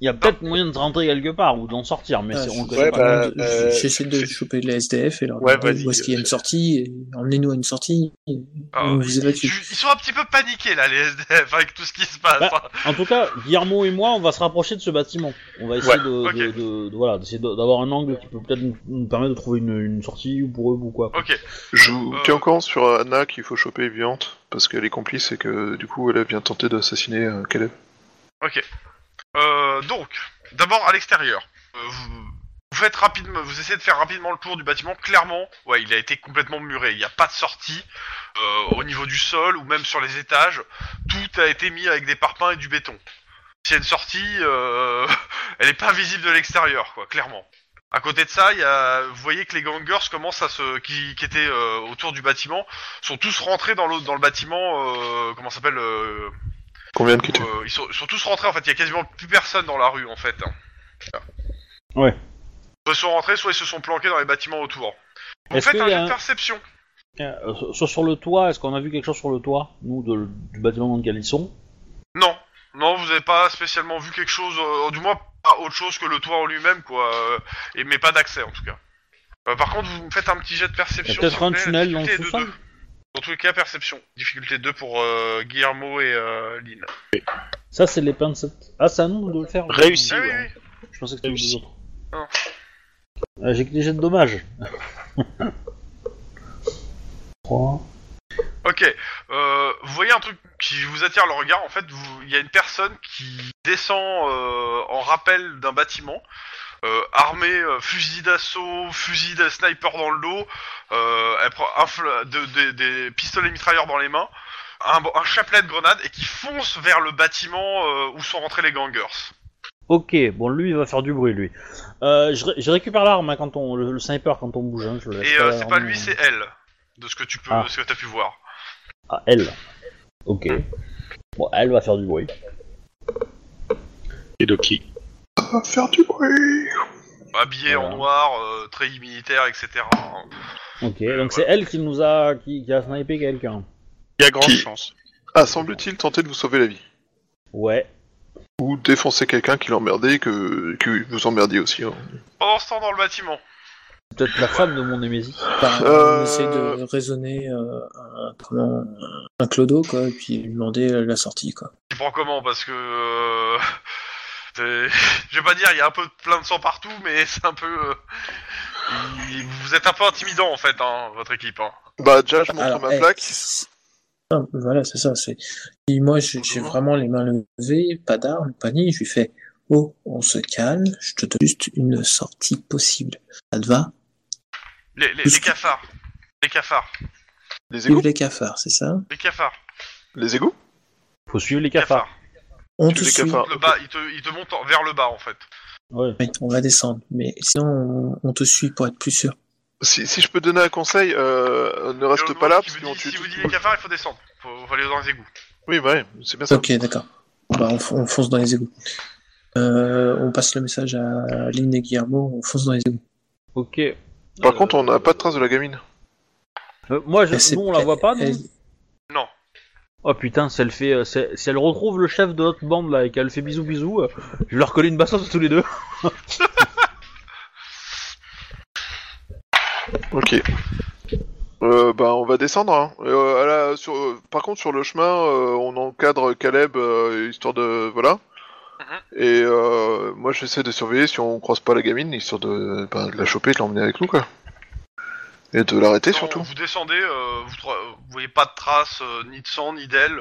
[SPEAKER 1] Il y a peut-être moyen de rentrer quelque part ou d'en sortir, mais
[SPEAKER 4] Ah,
[SPEAKER 1] c'est- on le
[SPEAKER 4] je-
[SPEAKER 1] connaît
[SPEAKER 6] ouais,
[SPEAKER 1] pas.
[SPEAKER 6] bah,
[SPEAKER 4] je-
[SPEAKER 6] euh,
[SPEAKER 4] J'essaie de
[SPEAKER 6] c'est-
[SPEAKER 4] choper les SDF et leur
[SPEAKER 6] Ouais,
[SPEAKER 4] demander
[SPEAKER 6] vas-y.
[SPEAKER 4] où est-ce qu'il y a une sortie. et Emmenez-nous à une sortie. et
[SPEAKER 2] Ah,
[SPEAKER 4] on vous
[SPEAKER 2] ils,
[SPEAKER 4] évacue.
[SPEAKER 2] ils sont un petit peu paniqués là, les SDF, avec tout ce qui se passe.
[SPEAKER 1] Bah,
[SPEAKER 2] hein.
[SPEAKER 1] En tout cas, Guillermo et moi, on va se rapprocher de ce bâtiment. On va essayer
[SPEAKER 6] Ouais,
[SPEAKER 1] de,
[SPEAKER 2] ok.
[SPEAKER 1] de- de- de- voilà, d'essayer de- d'avoir un angle qui peut peut-être nous, nous permettre de trouver une, une sortie ou pour eux ou quoi.
[SPEAKER 2] Ok.
[SPEAKER 3] Je vous
[SPEAKER 2] Euh.
[SPEAKER 3] tiens encore sur Anna qu'il faut choper évidente, parce qu'elle est complice et que du coup elle vient tenter d'assassiner euh, Caleb.
[SPEAKER 2] Euh, donc, d'abord à l'extérieur. Euh, vous, vous faites rapidement, vous essayez de faire rapidement le tour du bâtiment. Clairement, ouais, il a été complètement muré. Il n'y a pas de sortie euh, au niveau du sol ou même sur les étages. Tout a été mis avec des parpaings et du béton. S'il y a une sortie, euh, elle est pas visible de l'extérieur, quoi, clairement. À côté de ça, il y a, vous voyez que les gangers commencent à se, qui, qui étaient euh, autour du bâtiment, sont tous rentrés dans l'autre, dans le bâtiment, euh, comment ça s'appelle, euh,
[SPEAKER 3] Combien de quitter
[SPEAKER 2] euh, ils, sont, ils sont tous rentrés en fait, il y a quasiment plus personne dans la rue en fait. hein. Voilà.
[SPEAKER 1] Ouais.
[SPEAKER 2] Soit ils sont rentrés, soit ils se sont planqués dans les bâtiments autour. Vous
[SPEAKER 1] Est-ce
[SPEAKER 2] faites
[SPEAKER 1] qu'il
[SPEAKER 2] un
[SPEAKER 1] y a
[SPEAKER 2] jet
[SPEAKER 1] un-
[SPEAKER 2] de perception.
[SPEAKER 1] Euh, so- soit sur le toit, est-ce qu'on a vu quelque chose sur le toit, nous, de- du bâtiment dans lequel ils sont
[SPEAKER 2] Non, non, vous n'avez pas spécialement vu quelque chose, euh, du moins pas autre chose que le toit en lui-même quoi, euh, et, mais pas d'accès en tout cas. Euh, par contre, vous me faites un petit jet de
[SPEAKER 1] Il y a
[SPEAKER 2] perception.
[SPEAKER 1] peut-être
[SPEAKER 2] s'il vous
[SPEAKER 1] un
[SPEAKER 2] plaît, la
[SPEAKER 1] tunnel dans le
[SPEAKER 2] difficulté est de
[SPEAKER 1] sous-sol
[SPEAKER 2] deux. Dans tous les cas, perception. Difficulté 2 pour euh, Guillermo et euh, Lynn.
[SPEAKER 1] Ça, c'est les pins de cette... Ah, c'est à nous de le faire
[SPEAKER 6] Réussi,
[SPEAKER 2] Ah oui,
[SPEAKER 6] ouais.
[SPEAKER 2] oui.
[SPEAKER 1] Je pensais que c'était les
[SPEAKER 6] Réussi.
[SPEAKER 1] autres.
[SPEAKER 2] Non.
[SPEAKER 1] Euh, J'ai que des jets de dommages. 3.
[SPEAKER 2] Ok, euh, vous voyez un truc qui vous attire le regard. En fait, vous- il y a une personne qui descend euh, en rappel d'un bâtiment, euh, armée, euh, fusil d'assaut, fusil de sniper dans le dos, euh, elle prend un fl- de- de- des pistolets mitrailleurs dans les mains, un, un chapelet de grenades et qui fonce vers le bâtiment euh, où sont rentrés les gangers.
[SPEAKER 1] Ok, bon, lui, il va faire du bruit, lui. Euh, je, ré- je récupère l'arme, hein, quand on, le, le sniper, quand on bouge. hein, je le laisse
[SPEAKER 2] Et euh,
[SPEAKER 1] pas
[SPEAKER 2] c'est pas
[SPEAKER 1] armé,
[SPEAKER 2] lui,
[SPEAKER 1] hein.
[SPEAKER 2] c'est elle, de ce que tu peux,
[SPEAKER 1] Ah.
[SPEAKER 2] de ce que t'as pu voir.
[SPEAKER 1] Ah, elle. Ok. Bon, elle va faire du bruit.
[SPEAKER 6] Et Doki.
[SPEAKER 3] Ah, faire du bruit
[SPEAKER 2] Habillé en
[SPEAKER 1] Voilà.
[SPEAKER 2] noir, euh, très militaire, etc.
[SPEAKER 1] Ok, donc c'est elle qui nous a... qui, qui a snipé quelqu'un.
[SPEAKER 6] Il y a grande
[SPEAKER 3] Qui-
[SPEAKER 6] chance.
[SPEAKER 3] Ah, semble-t-il tenter de vous sauver la vie.
[SPEAKER 1] Ouais.
[SPEAKER 3] Ou défoncer quelqu'un qui l'emmerdait et que, que vous emmerdiez aussi. hein.
[SPEAKER 2] Pendant ce temps, dans le bâtiment.
[SPEAKER 1] C'est peut-être la femme de mon Némésis.
[SPEAKER 4] Bah,
[SPEAKER 3] Euh,
[SPEAKER 4] On essaie de raisonner euh, un, comment, un clodo, quoi, et puis lui demander la sortie, quoi.
[SPEAKER 2] Tu prends comment Parce que. euh, t'es- Je vais pas dire, il y a un peu de- plein de sang partout, mais c'est un peu. euh, il- Vous êtes un peu intimidant en fait, hein, votre équipe. Hein.
[SPEAKER 3] Bah, déjà, je montre ma
[SPEAKER 4] eh,
[SPEAKER 3] plaque.
[SPEAKER 4] c'est- Ah, voilà, c'est ça. C'est... Et moi, j'ai,
[SPEAKER 3] Mhm.
[SPEAKER 4] j'ai vraiment les mains levées, pas d'armes, pas ni. Je lui fais Oh, on se calme, je te donne juste une sortie possible. Ça te va
[SPEAKER 2] Les, les, les cafards. Les cafards.
[SPEAKER 3] Les
[SPEAKER 4] Suivre
[SPEAKER 3] égouts
[SPEAKER 4] les cafards, c'est ça
[SPEAKER 2] Les cafards.
[SPEAKER 3] Les égouts
[SPEAKER 1] Faut suivre les
[SPEAKER 2] Les
[SPEAKER 1] cafards.
[SPEAKER 4] On
[SPEAKER 3] Suivre
[SPEAKER 4] te
[SPEAKER 3] les
[SPEAKER 4] suit,
[SPEAKER 3] cafards.
[SPEAKER 2] Le bas, ils te, ils te montent en- vers le bas en fait.
[SPEAKER 1] Ouais.
[SPEAKER 4] Oui, on va descendre. Mais sinon, on, on te suit pour être plus sûr.
[SPEAKER 3] Si, si je peux donner un conseil, euh, ne reste
[SPEAKER 2] Et au
[SPEAKER 3] pas là,
[SPEAKER 2] moment
[SPEAKER 3] parce
[SPEAKER 2] qui
[SPEAKER 3] que
[SPEAKER 2] vous dit-
[SPEAKER 3] tu...
[SPEAKER 2] Si vous dites les cafards, il faut descendre. Faut, faut aller dans les égouts.
[SPEAKER 3] Oui, bah ouais, c'est bien ça.
[SPEAKER 4] Ok, d'accord. Bah, on, f- on fonce dans les égouts. Euh, on passe le message à Lynn et Guillermo, on fonce dans les égouts.
[SPEAKER 1] Ok.
[SPEAKER 3] Par
[SPEAKER 2] Euh,
[SPEAKER 3] contre, on n'a pas de trace de la gamine.
[SPEAKER 1] Euh, moi, je...
[SPEAKER 4] Elle s'est-
[SPEAKER 1] nous, on la voit pas,
[SPEAKER 4] elle-
[SPEAKER 1] nous
[SPEAKER 2] Non.
[SPEAKER 1] Oh putain, si elle fait, euh, si si elle retrouve le chef de notre bande là et qu'elle fait bisous bisous, euh, je vais leur coller une baston tous les deux.
[SPEAKER 3] Ok. Euh, bah, on va descendre. Hein. Euh, à la- sur, euh, par contre, sur le chemin, euh, on encadre Caleb, euh, histoire de... Voilà.
[SPEAKER 2] Mhm.
[SPEAKER 3] Et euh, moi, j'essaie de surveiller si on croise pas la gamine, histoire de, ben, de la choper, de l'emmener avec nous, quoi. Et de l'arrêter,
[SPEAKER 2] Quand
[SPEAKER 3] surtout.
[SPEAKER 2] Vous descendez, euh, vous, tra- vous voyez pas de traces, euh, ni de sang, ni d'ailes,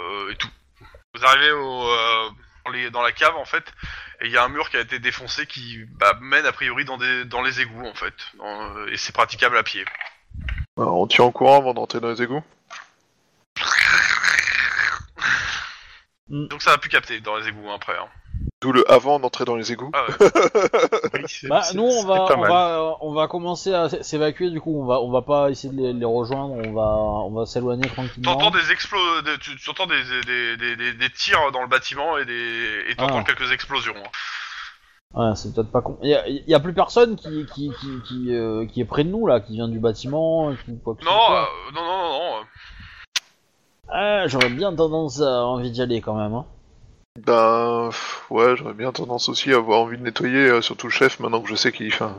[SPEAKER 2] euh, et tout. Vous arrivez au, euh, dans, les- dans la cave, en fait, et il y a un mur qui a été défoncé qui bah, mène, a priori, dans, des, dans les égouts, en fait. Dans- euh, et c'est praticable à pied.
[SPEAKER 3] Alors, Bah, on tire en courant avant d'entrer dans les égouts.
[SPEAKER 2] Donc ça a pu capter dans les égouts, hein, après. hein.
[SPEAKER 3] D'où le avant d'entrer dans les égouts.
[SPEAKER 2] Ah ouais.
[SPEAKER 1] Bah, nous, on va,
[SPEAKER 6] pas
[SPEAKER 1] on
[SPEAKER 6] mal.
[SPEAKER 1] va, euh, on va commencer à s- s'évacuer. Du coup, on va, on va pas essayer de les, les rejoindre. On va, on va s'éloigner tranquillement.
[SPEAKER 2] T'entends des explos, des- tu tu entends des, des, des, des- des tirs dans le bâtiment et des, et t'entends
[SPEAKER 1] Ah.
[SPEAKER 2] quelques explosions. hein.
[SPEAKER 1] Ouais, c'est peut-être pas con. Y a, y a plus personne qui, qui, qui, qui, euh, qui est près de nous là, qui vient du bâtiment, qui, quoi que ce
[SPEAKER 2] Non,
[SPEAKER 1] soit.
[SPEAKER 2] euh, non, non, non, non, euh,
[SPEAKER 1] Ah, j'aurais bien tendance à envie d'y aller quand même. Hein.
[SPEAKER 3] Ben, pff, ouais, j'aurais bien tendance aussi à avoir envie de nettoyer, euh, surtout le chef, maintenant que je sais qu'il y fin.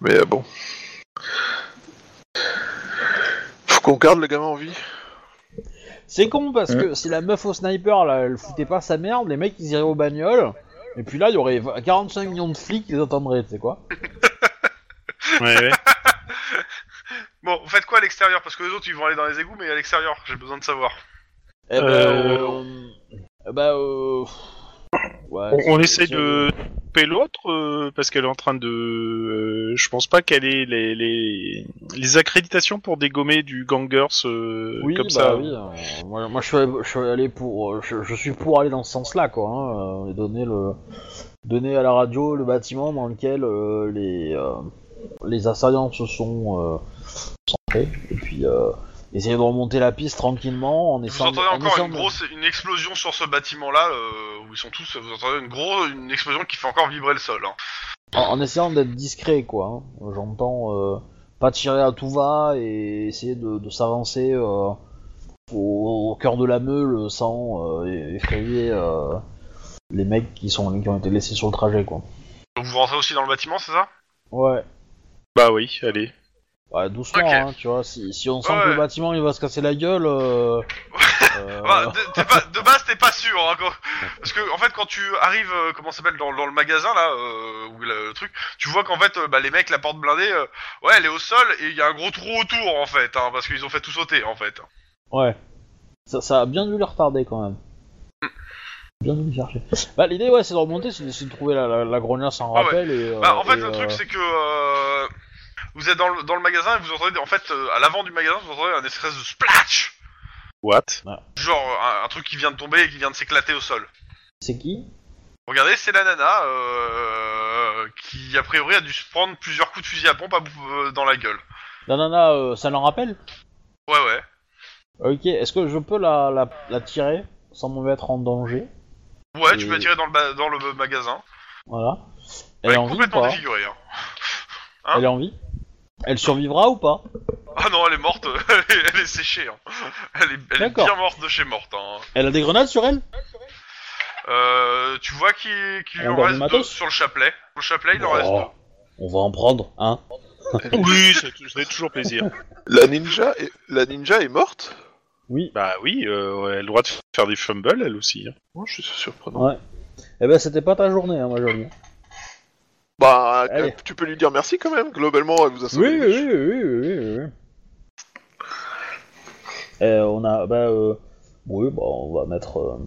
[SPEAKER 3] Mais euh, bon. Faut qu'on garde le gamin en vie.
[SPEAKER 1] C'est con parce
[SPEAKER 4] Ouais.
[SPEAKER 1] que si la meuf au sniper là, elle foutait pas sa merde, les mecs ils iraient aux bagnoles. Et puis là, il y aurait 45 millions de flics qui les attendraient, tu sais quoi.
[SPEAKER 6] Ouais, ouais.
[SPEAKER 2] Bon, vous faites quoi à l'extérieur Parce que les autres, ils vont aller dans les égouts, mais à l'extérieur, j'ai besoin de savoir.
[SPEAKER 1] Eh ben,
[SPEAKER 6] Euh,
[SPEAKER 1] euh, eh ben, euh, ouais,
[SPEAKER 6] On, on
[SPEAKER 1] c'est-
[SPEAKER 6] essaie
[SPEAKER 1] c'est-
[SPEAKER 6] de couper l'autre euh, parce qu'elle est en train de. euh, je pense pas qu'elle ait les, les, les accréditations pour dégommer du gangers euh,
[SPEAKER 1] Oui,
[SPEAKER 6] comme
[SPEAKER 1] bah
[SPEAKER 6] ça.
[SPEAKER 1] oui. euh, moi, moi, je, suis, allé- je suis allé pour, euh, je, je suis pour aller dans ce sens-là, quoi. hein, euh, et donner le, donner à la radio le bâtiment dans lequel euh, les, euh, les assaillants se sont euh, centrés, et puis euh, essayer de remonter la piste tranquillement en
[SPEAKER 2] Vous
[SPEAKER 1] essayant.
[SPEAKER 2] entendez
[SPEAKER 1] en
[SPEAKER 2] encore
[SPEAKER 1] essayant
[SPEAKER 2] une
[SPEAKER 1] de-
[SPEAKER 2] grosse une explosion sur ce bâtiment-là, euh, où ils sont tous. Vous entendez une grosse une explosion qui fait encore vibrer le sol. hein.
[SPEAKER 1] En, en essayant d'être discret, quoi. hein. J'entends euh, pas tirer à tout va et essayer de, de s'avancer euh, au, au cœur de la meule sans euh, effrayer euh, les mecs qui sont qui ont été laissés sur le trajet, quoi.
[SPEAKER 2] Donc vous rentrez aussi dans le bâtiment, c'est ça
[SPEAKER 1] Ouais.
[SPEAKER 6] Bah oui, allez.
[SPEAKER 1] Ouais, doucement,
[SPEAKER 2] Ok.
[SPEAKER 1] hein, tu vois. Si, si on sent
[SPEAKER 2] Ouais,
[SPEAKER 1] que le
[SPEAKER 2] ouais.
[SPEAKER 1] bâtiment il va se casser la gueule. euh, euh,
[SPEAKER 2] Bah, de, t'es pas- de base, t'es pas sûr. hein, quand- Parce que, en fait, quand tu arrives, euh, comment ça s'appelle, dans, dans le magasin, là, euh, ou le, le truc, tu vois qu'en fait, euh, bah, les mecs, la porte blindée, euh, ouais, elle est au sol et il y a un gros trou autour, en fait, hein, parce qu'ils ont fait tout sauter, en fait.
[SPEAKER 1] Euh, Ouais. Ça, ça a bien dû les retarder quand même. Bien dû les chercher. Bah, l'idée, ouais, c'est de remonter, c'est d'essayer de trouver la, la, la grenière sans
[SPEAKER 2] Ah ouais.
[SPEAKER 1] rappel. Et, euh,
[SPEAKER 2] Bah, en fait,
[SPEAKER 1] et,
[SPEAKER 2] le truc,
[SPEAKER 1] euh,
[SPEAKER 2] c'est que euh, vous êtes dans le, dans le magasin et vous entendez, en fait, euh, à l'avant du magasin, vous entendez un espèce de splash
[SPEAKER 6] What
[SPEAKER 2] Genre euh, un, un truc qui vient de tomber et qui vient de s'éclater au sol.
[SPEAKER 1] C'est qui
[SPEAKER 2] Regardez, c'est la nana euh, qui, a priori, a dû se prendre plusieurs coups de fusil à pompe à bou- euh, dans la gueule.
[SPEAKER 1] La nana, euh, ça l'en rappelle
[SPEAKER 2] Ouais, ouais.
[SPEAKER 1] Ok, est-ce que je peux la, la, la tirer sans me mettre en danger
[SPEAKER 2] Ouais, tu
[SPEAKER 1] Et-
[SPEAKER 2] peux tirer dans le, ba- dans le magasin.
[SPEAKER 1] Voilà. Euh. Elle
[SPEAKER 2] Elle
[SPEAKER 1] est
[SPEAKER 2] est
[SPEAKER 1] en vie ou
[SPEAKER 2] complètement
[SPEAKER 1] pas
[SPEAKER 2] défigurée. Hein. hein.
[SPEAKER 1] Elle est en vie Elle survivra ou pas
[SPEAKER 2] Ah non, elle est morte. elle, est, elle est séchée. hein. Elle, est, elle est
[SPEAKER 1] D'accord.
[SPEAKER 2] bien morte de chez morte. Hein.
[SPEAKER 1] Elle a des grenades sur elle
[SPEAKER 2] Euh, tu vois qu'il qu'il
[SPEAKER 1] Elle
[SPEAKER 2] lui
[SPEAKER 1] a encore
[SPEAKER 2] en
[SPEAKER 1] du
[SPEAKER 2] reste deux
[SPEAKER 1] matos
[SPEAKER 2] sur le chapelet. Sur le chapelet, Ah, il en reste
[SPEAKER 1] Oh,
[SPEAKER 2] deux.
[SPEAKER 1] On va en prendre, hein
[SPEAKER 6] Oui, ça, ça fait toujours plaisir.
[SPEAKER 3] La ninja est, la ninja est morte
[SPEAKER 1] Oui.
[SPEAKER 6] bah oui, euh, elle a le droit de faire des fumbles, elle aussi. hein.
[SPEAKER 3] Moi, je suis surprenant.
[SPEAKER 1] Ouais. Eh ben, c'était pas ta journée, hein, ma jolie.
[SPEAKER 3] Bah,
[SPEAKER 1] Allez.
[SPEAKER 3] tu peux lui dire merci quand même. Globalement, elle vous a sauvé. les miches.
[SPEAKER 1] oui, oui, oui, Euh, on a, bah, euh... oui, bah, on va mettre. euh,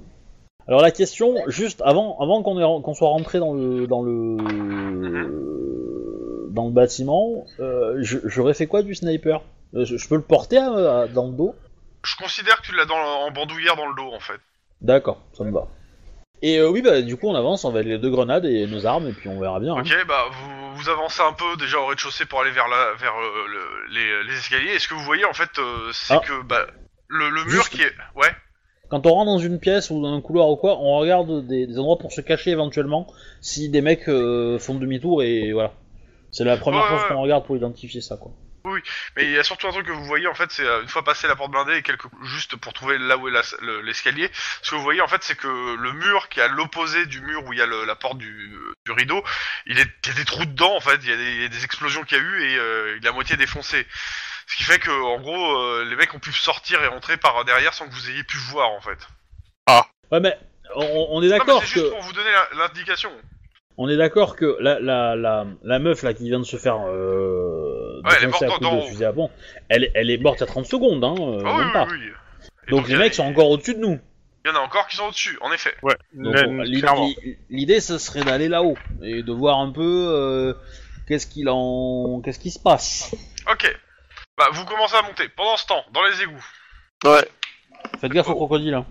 [SPEAKER 1] Alors la question, juste avant, avant qu'on ait ren- qu'on soit rentré dans le, dans le, dans le bâtiment, euh, je- j'aurais fait quoi du sniper Euh, je, je peux le porter euh, à- à- dans le dos
[SPEAKER 2] Je considère que tu l'as dans- en bandoulière dans le dos, en fait.
[SPEAKER 1] D'accord, ça me va. Et euh, oui, bah du coup on avance, on va les deux grenades et nos armes et puis on verra bien. hein.
[SPEAKER 2] Ok, bah vous, vous avancez un peu déjà au rez-de-chaussée pour aller vers la, vers euh, le- les, les escaliers. Et ce que vous voyez en fait, euh, c'est
[SPEAKER 1] Ah.
[SPEAKER 2] que bah le, le mur
[SPEAKER 1] Juste-
[SPEAKER 2] qui est, ouais,
[SPEAKER 1] Quand on rentre dans une pièce ou dans un couloir ou quoi, on regarde des, des endroits pour se cacher éventuellement si des mecs euh, font demi-tour et voilà. C'est la première
[SPEAKER 2] Ouais,
[SPEAKER 1] chose
[SPEAKER 2] ouais.
[SPEAKER 1] qu'on regarde pour identifier ça quoi.
[SPEAKER 2] Mais il y a surtout un truc que vous voyez en fait, c'est euh, une fois passé la porte blindée et quelques juste pour trouver là où est la- le- l'escalier, ce que vous voyez en fait, c'est que le mur qui est à l'opposé du mur où il y a le- la porte du, du rideau, il, est, il y a des trous dedans en fait, il y a des, il y a des explosions qu'il y a eu et euh, il est à moitié défoncé. Ce qui fait que en gros, euh, les mecs ont pu sortir et rentrer par derrière sans que vous ayez pu voir en fait.
[SPEAKER 1] Ouais, mais on, on est
[SPEAKER 2] Non, mais
[SPEAKER 1] d'accord
[SPEAKER 2] c'est
[SPEAKER 1] que.
[SPEAKER 2] juste pour vous donner la- l'indication.
[SPEAKER 1] On est d'accord que la, la, la, la meuf là qui vient de se faire euh,
[SPEAKER 2] Ouais, elle est
[SPEAKER 1] défoncer à
[SPEAKER 2] morte
[SPEAKER 1] coups de
[SPEAKER 2] dans-
[SPEAKER 1] fusil à pompe, elle, elle est morte il y a 30 secondes, hein, euh,
[SPEAKER 2] Ah oui,
[SPEAKER 1] même pas.
[SPEAKER 2] oui, oui. Et
[SPEAKER 1] Donc
[SPEAKER 2] il y
[SPEAKER 1] les
[SPEAKER 2] a-
[SPEAKER 1] mecs sont encore au-dessus de nous.
[SPEAKER 2] Il y en a encore qui sont au-dessus, en effet.
[SPEAKER 6] Ouais,
[SPEAKER 1] Donc,
[SPEAKER 6] là,
[SPEAKER 1] on- l'i-
[SPEAKER 6] clairement.
[SPEAKER 1] l'i- l'idée ce serait d'aller là-haut et de voir un peu euh, qu'est-ce qu'il en qu'est-ce qui se passe.
[SPEAKER 2] Ok. Bah, vous commencez à monter. Pendant ce temps, dans les égouts.
[SPEAKER 3] Ouais.
[SPEAKER 1] Faites gaffe au crocodile. hein.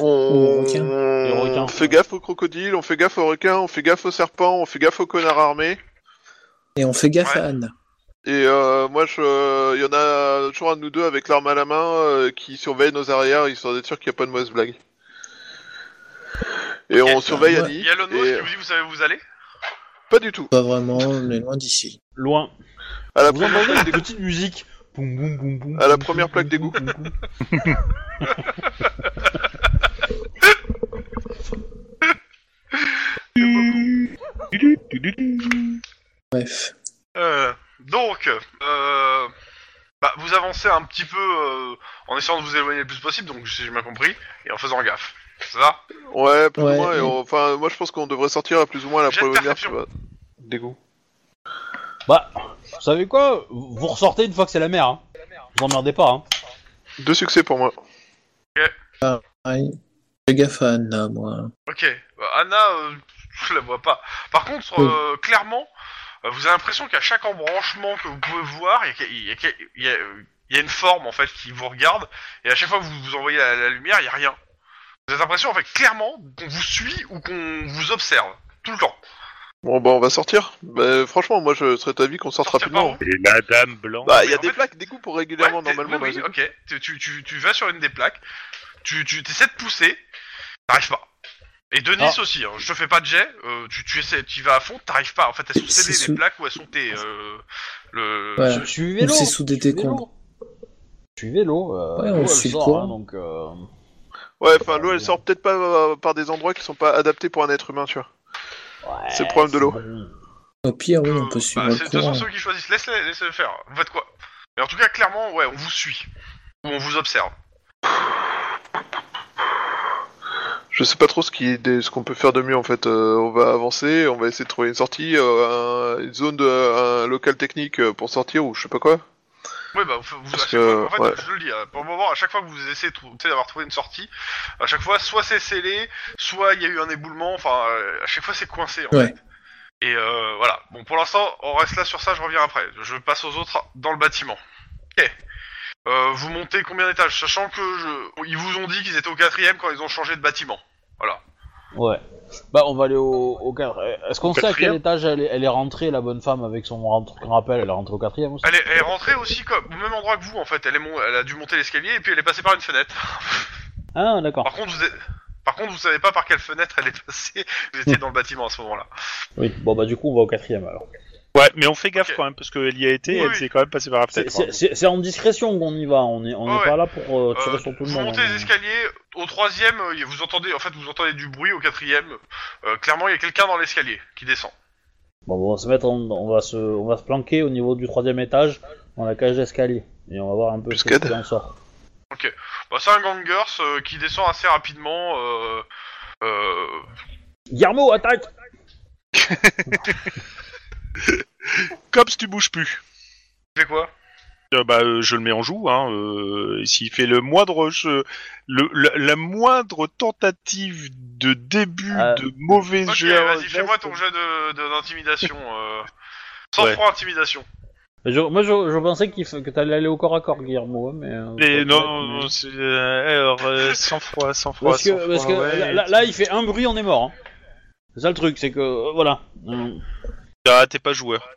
[SPEAKER 3] On...
[SPEAKER 4] requins.
[SPEAKER 3] on
[SPEAKER 1] Les requins.
[SPEAKER 3] fait gaffe aux crocodiles, on fait gaffe aux requins, on fait gaffe aux serpents, on fait gaffe aux connards armés.
[SPEAKER 4] Et on fait gaffe
[SPEAKER 2] Ouais.
[SPEAKER 4] à Anne.
[SPEAKER 3] Et euh, moi, je- il y en a toujours un de nous deux avec l'arme à la main euh, qui surveille nos arrières, histoire d'être sûr qu'il n'y a pas de mauvaise blague. Et
[SPEAKER 2] Ok.
[SPEAKER 3] on surveille
[SPEAKER 4] Ouais.
[SPEAKER 3] Annie.
[SPEAKER 2] Il y a Lon Moss
[SPEAKER 3] et-
[SPEAKER 2] qui vous dit vous savez où vous allez
[SPEAKER 3] Pas du tout.
[SPEAKER 4] Pas vraiment, on est loin d'ici.
[SPEAKER 1] Loin.
[SPEAKER 3] À la
[SPEAKER 1] Vous
[SPEAKER 3] première
[SPEAKER 1] entendez
[SPEAKER 3] plaque
[SPEAKER 1] une
[SPEAKER 3] d'égout.
[SPEAKER 1] petite musique. Boum, boum, boum, boum,
[SPEAKER 3] À la
[SPEAKER 1] boum,
[SPEAKER 3] première
[SPEAKER 1] boum,
[SPEAKER 3] plaque
[SPEAKER 1] boum,
[SPEAKER 3] d'égout.
[SPEAKER 1] boum, boum.
[SPEAKER 4] Bref.
[SPEAKER 2] Euh, donc, euh, bah, vous avancez un petit peu euh, en essayant de vous éloigner le plus possible, donc si j'ai bien compris, et en faisant gaffe. C'est ça
[SPEAKER 3] Ouais, plus
[SPEAKER 4] Ouais.
[SPEAKER 3] ou moins. et on- Enfin, moi, je pense qu'on devrait sortir à plus ou moins à la
[SPEAKER 2] Jet de
[SPEAKER 3] première
[SPEAKER 2] perception.
[SPEAKER 3] plaque d'égout.
[SPEAKER 1] Bah, vous savez quoi Vous vous ressortez une fois que c'est la mer. Hein. Vous emmerdez pas. Hein.
[SPEAKER 3] Deux succès pour moi.
[SPEAKER 4] Pareil. Fais gaffe à Anna, moi.
[SPEAKER 2] Ok. Bah, Anna, euh, je la vois pas. Par contre,
[SPEAKER 4] Oui.
[SPEAKER 2] euh, clairement, euh, vous avez l'impression qu'à chaque embranchement que vous pouvez voir, il y a- il y, a- il y a- euh, il y a une forme en fait qui vous regarde, et à chaque fois que vous vous envoyez la, la lumière, il y a rien. Vous avez l'impression en fait clairement qu'on vous suit ou qu'on vous observe tout le temps.
[SPEAKER 3] Bon, bah, on va sortir. Bah, franchement, moi, je serais d'avis qu'on sorte
[SPEAKER 2] Sortir par
[SPEAKER 3] rapidement.
[SPEAKER 2] où
[SPEAKER 6] Et la dame blanche.
[SPEAKER 3] Bah, il y a
[SPEAKER 2] hein. En
[SPEAKER 3] des
[SPEAKER 2] fait-
[SPEAKER 3] plaques d'égout pour régulièrement,
[SPEAKER 2] Ouais, t'es-
[SPEAKER 3] normalement.
[SPEAKER 2] oui,
[SPEAKER 3] dans les
[SPEAKER 2] oui,
[SPEAKER 3] égouts.
[SPEAKER 2] ok. Tu, tu, tu, tu vas sur une des plaques, tu, tu essaies de pousser, t'arrives pas. Et Denis
[SPEAKER 1] Ah.
[SPEAKER 2] aussi, hein, je te fais pas de jet, euh, tu, tu essaies, tu y vas à fond, t'arrives pas. En fait, elles sont
[SPEAKER 4] C'est
[SPEAKER 2] cédées
[SPEAKER 4] sous-
[SPEAKER 2] les plaques ou elles sont tes. euh, le...
[SPEAKER 4] Voilà.
[SPEAKER 1] Su- Suivez l'eau.
[SPEAKER 4] C'est sous des
[SPEAKER 1] suivez
[SPEAKER 4] décombres.
[SPEAKER 1] l'eau. Suivez l'eau. euh,
[SPEAKER 4] Ouais, on
[SPEAKER 1] l'eau, elle
[SPEAKER 4] suit le
[SPEAKER 1] sort,
[SPEAKER 4] courant.
[SPEAKER 1] hein, donc, euh,
[SPEAKER 3] Ouais, enfin, l'eau, elle sort peut-être pas euh, par des endroits qui sont pas adaptés pour un être humain, tu vois.
[SPEAKER 1] ouais,
[SPEAKER 3] C'est le problème de l'eau.
[SPEAKER 1] bon.
[SPEAKER 4] Au pire, oui, on
[SPEAKER 2] Euh,
[SPEAKER 4] peut suivre
[SPEAKER 2] bah, c'est-
[SPEAKER 4] le
[SPEAKER 2] De toute façon,
[SPEAKER 4] courant.
[SPEAKER 2] ceux qui choisissent, laisse-les laisse-les faire. Vous faites quoi Mais en tout cas, clairement, ouais, on vous suit. Ou on vous observe.
[SPEAKER 3] Je sais pas trop ce qui est des- ce qu'on peut faire de mieux en fait. Euh, on va avancer, on va essayer de trouver une sortie, euh, un- une zone de un local technique euh, pour sortir ou je sais pas quoi.
[SPEAKER 2] Oui, bah, vous, vous-
[SPEAKER 3] Parce
[SPEAKER 2] à chaque
[SPEAKER 3] que,
[SPEAKER 2] fois, en fait,
[SPEAKER 3] ouais.
[SPEAKER 2] je le dis, euh, pour le moment, à chaque fois que vous essayez de trou- tu sais, d'avoir trouvé une sortie, à chaque fois, soit c'est scellé, soit il y a eu un éboulement, enfin, euh, à chaque fois, c'est coincé, en
[SPEAKER 4] Ouais.
[SPEAKER 2] fait. Et euh, voilà. Bon, pour l'instant, on reste là sur ça, je reviens après. Je passe aux autres dans le bâtiment. Ok. Euh, vous montez combien d'étages Sachant que je... ils vous ont dit qu'ils étaient au quatrième quand ils ont changé de bâtiment. Voilà.
[SPEAKER 1] Ouais. Bah, on va aller au, au quart- Est-ce qu'on sait à quel
[SPEAKER 6] quatrième
[SPEAKER 1] étage elle est, elle est rentrée, la bonne femme, avec son rentre- rappel Elle est rentrée au quatrième aussi
[SPEAKER 2] Elle est, elle est rentrée aussi comme, au même endroit que vous, en fait. Elle, est mon- elle a dû monter l'escalier et puis elle est passée par une fenêtre.
[SPEAKER 1] Ah, d'accord.
[SPEAKER 2] Par contre, vous êtes- Par contre, vous savez pas par quelle fenêtre elle est passée. Vous étiez dans le bâtiment à ce moment-là.
[SPEAKER 1] Oui, bon, bah, du coup, on va au quatrième alors.
[SPEAKER 6] Bah, Ouais, mais on fait gaffe
[SPEAKER 2] Ok.
[SPEAKER 6] quand même, parce qu'elle y a été et
[SPEAKER 2] Oui,
[SPEAKER 6] elle
[SPEAKER 2] oui.
[SPEAKER 6] s'est quand même passée par la
[SPEAKER 1] C'est- C'est
[SPEAKER 6] fenêtre.
[SPEAKER 1] c'est- c'est en discrétion qu'on y va, on est, on
[SPEAKER 2] Ouais,
[SPEAKER 1] est pas là pour euh,
[SPEAKER 2] Euh,
[SPEAKER 1] tirer sur tout le
[SPEAKER 2] vous
[SPEAKER 1] monde.
[SPEAKER 2] montez
[SPEAKER 1] hein.
[SPEAKER 2] les escaliers. Au troisième, euh, vous entendez, en fait, vous entendez du bruit. Au quatrième, euh, clairement, il y a quelqu'un dans l'escalier qui descend.
[SPEAKER 1] Bon, bon, on va se mettre, en- on va se, on va se planquer au niveau du troisième étage, dans la cage d'escalier, et on va voir un peu ce
[SPEAKER 3] Buscade.
[SPEAKER 1] qui en sort.
[SPEAKER 2] Bah, c'est un gangers euh, qui descend assez rapidement. Euh, euh,
[SPEAKER 1] Guillermo, attaque
[SPEAKER 6] Cops, tu bouges plus.
[SPEAKER 2] fait quoi
[SPEAKER 6] Euh, bah, euh, je le mets en joue. Hein, euh, et S'il fait le moindre, jeu- le, la, la moindre tentative de début
[SPEAKER 1] Euh,
[SPEAKER 6] de mauvais
[SPEAKER 2] Ok,
[SPEAKER 6] jeu. euh,
[SPEAKER 2] vas-y, fais-moi ton jeu de de- d'intimidation. euh, sans
[SPEAKER 6] Ouais.
[SPEAKER 2] froid intimidation.
[SPEAKER 1] Je- Moi, je, je pensais qu'il fa- que t'allais aller au corps à corps, Guillermo, mais... euh,
[SPEAKER 6] Mais
[SPEAKER 1] peut-être,
[SPEAKER 6] non,
[SPEAKER 1] mais-
[SPEAKER 6] non, c'est euh, alors, euh, sans froid, sans froid.
[SPEAKER 1] Parce que,
[SPEAKER 6] sans
[SPEAKER 1] parce que
[SPEAKER 6] froid, ouais,
[SPEAKER 1] là, là- là, il fait un bruit, on est mort. hein. C'est ça le truc, c'est que, euh, voilà. Euh,
[SPEAKER 6] Ah, t'es pas joueur.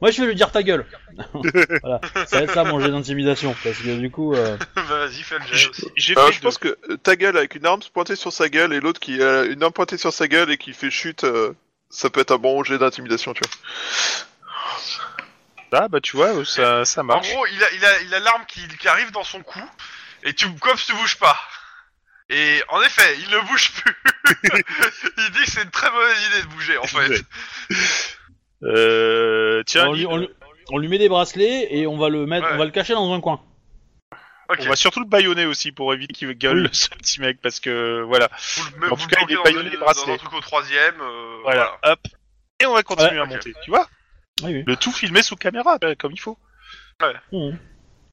[SPEAKER 1] Moi, je vais lui dire ta gueule Voilà, ça va être ça, mon jeu d'intimidation, parce que du coup... euh,
[SPEAKER 2] bah, vas-y, fais le jet.
[SPEAKER 6] J'ai
[SPEAKER 2] aussi.
[SPEAKER 6] j'ai
[SPEAKER 3] Alors,
[SPEAKER 6] fait
[SPEAKER 3] je pense que euh, ta gueule avec une arme pointée sur sa gueule et l'autre qui a une arme pointée sur sa gueule euh, et qui fait chute, euh, ça peut être un bon jet d'intimidation, tu vois.
[SPEAKER 6] Ah bah tu vois, ça, ça
[SPEAKER 2] En
[SPEAKER 6] marche.
[SPEAKER 2] gros, il a, il a, il a l'arme qui, qui arrive dans son cou, et tu comme tu bouges pas. Et en effet, il ne bouge plus. il dit que c'est une très mauvaise idée de bouger, en fait.
[SPEAKER 6] Euh, tiens,
[SPEAKER 1] on, lui,
[SPEAKER 6] Lynn,
[SPEAKER 1] on, lui, on lui met des bracelets et on va le mettre,
[SPEAKER 2] Ouais.
[SPEAKER 1] on va le cacher dans un coin.
[SPEAKER 2] Ok.
[SPEAKER 6] on va surtout le baïonner aussi pour éviter qu'il gueule ce petit mec parce que voilà.
[SPEAKER 2] Vous le-
[SPEAKER 6] En
[SPEAKER 2] vous
[SPEAKER 6] tout
[SPEAKER 2] le
[SPEAKER 6] cas, il est
[SPEAKER 2] bloquez
[SPEAKER 6] baïonné
[SPEAKER 2] dans-
[SPEAKER 6] et bracelet.
[SPEAKER 2] dans un truc au troisième. euh,
[SPEAKER 6] Voilà, hop. Et on va continuer
[SPEAKER 2] Ouais,
[SPEAKER 6] à
[SPEAKER 2] ok.
[SPEAKER 6] monter, tu vois
[SPEAKER 1] Oui, oui.
[SPEAKER 6] Le tout filmé sous caméra, euh, comme il faut.
[SPEAKER 1] Mhm.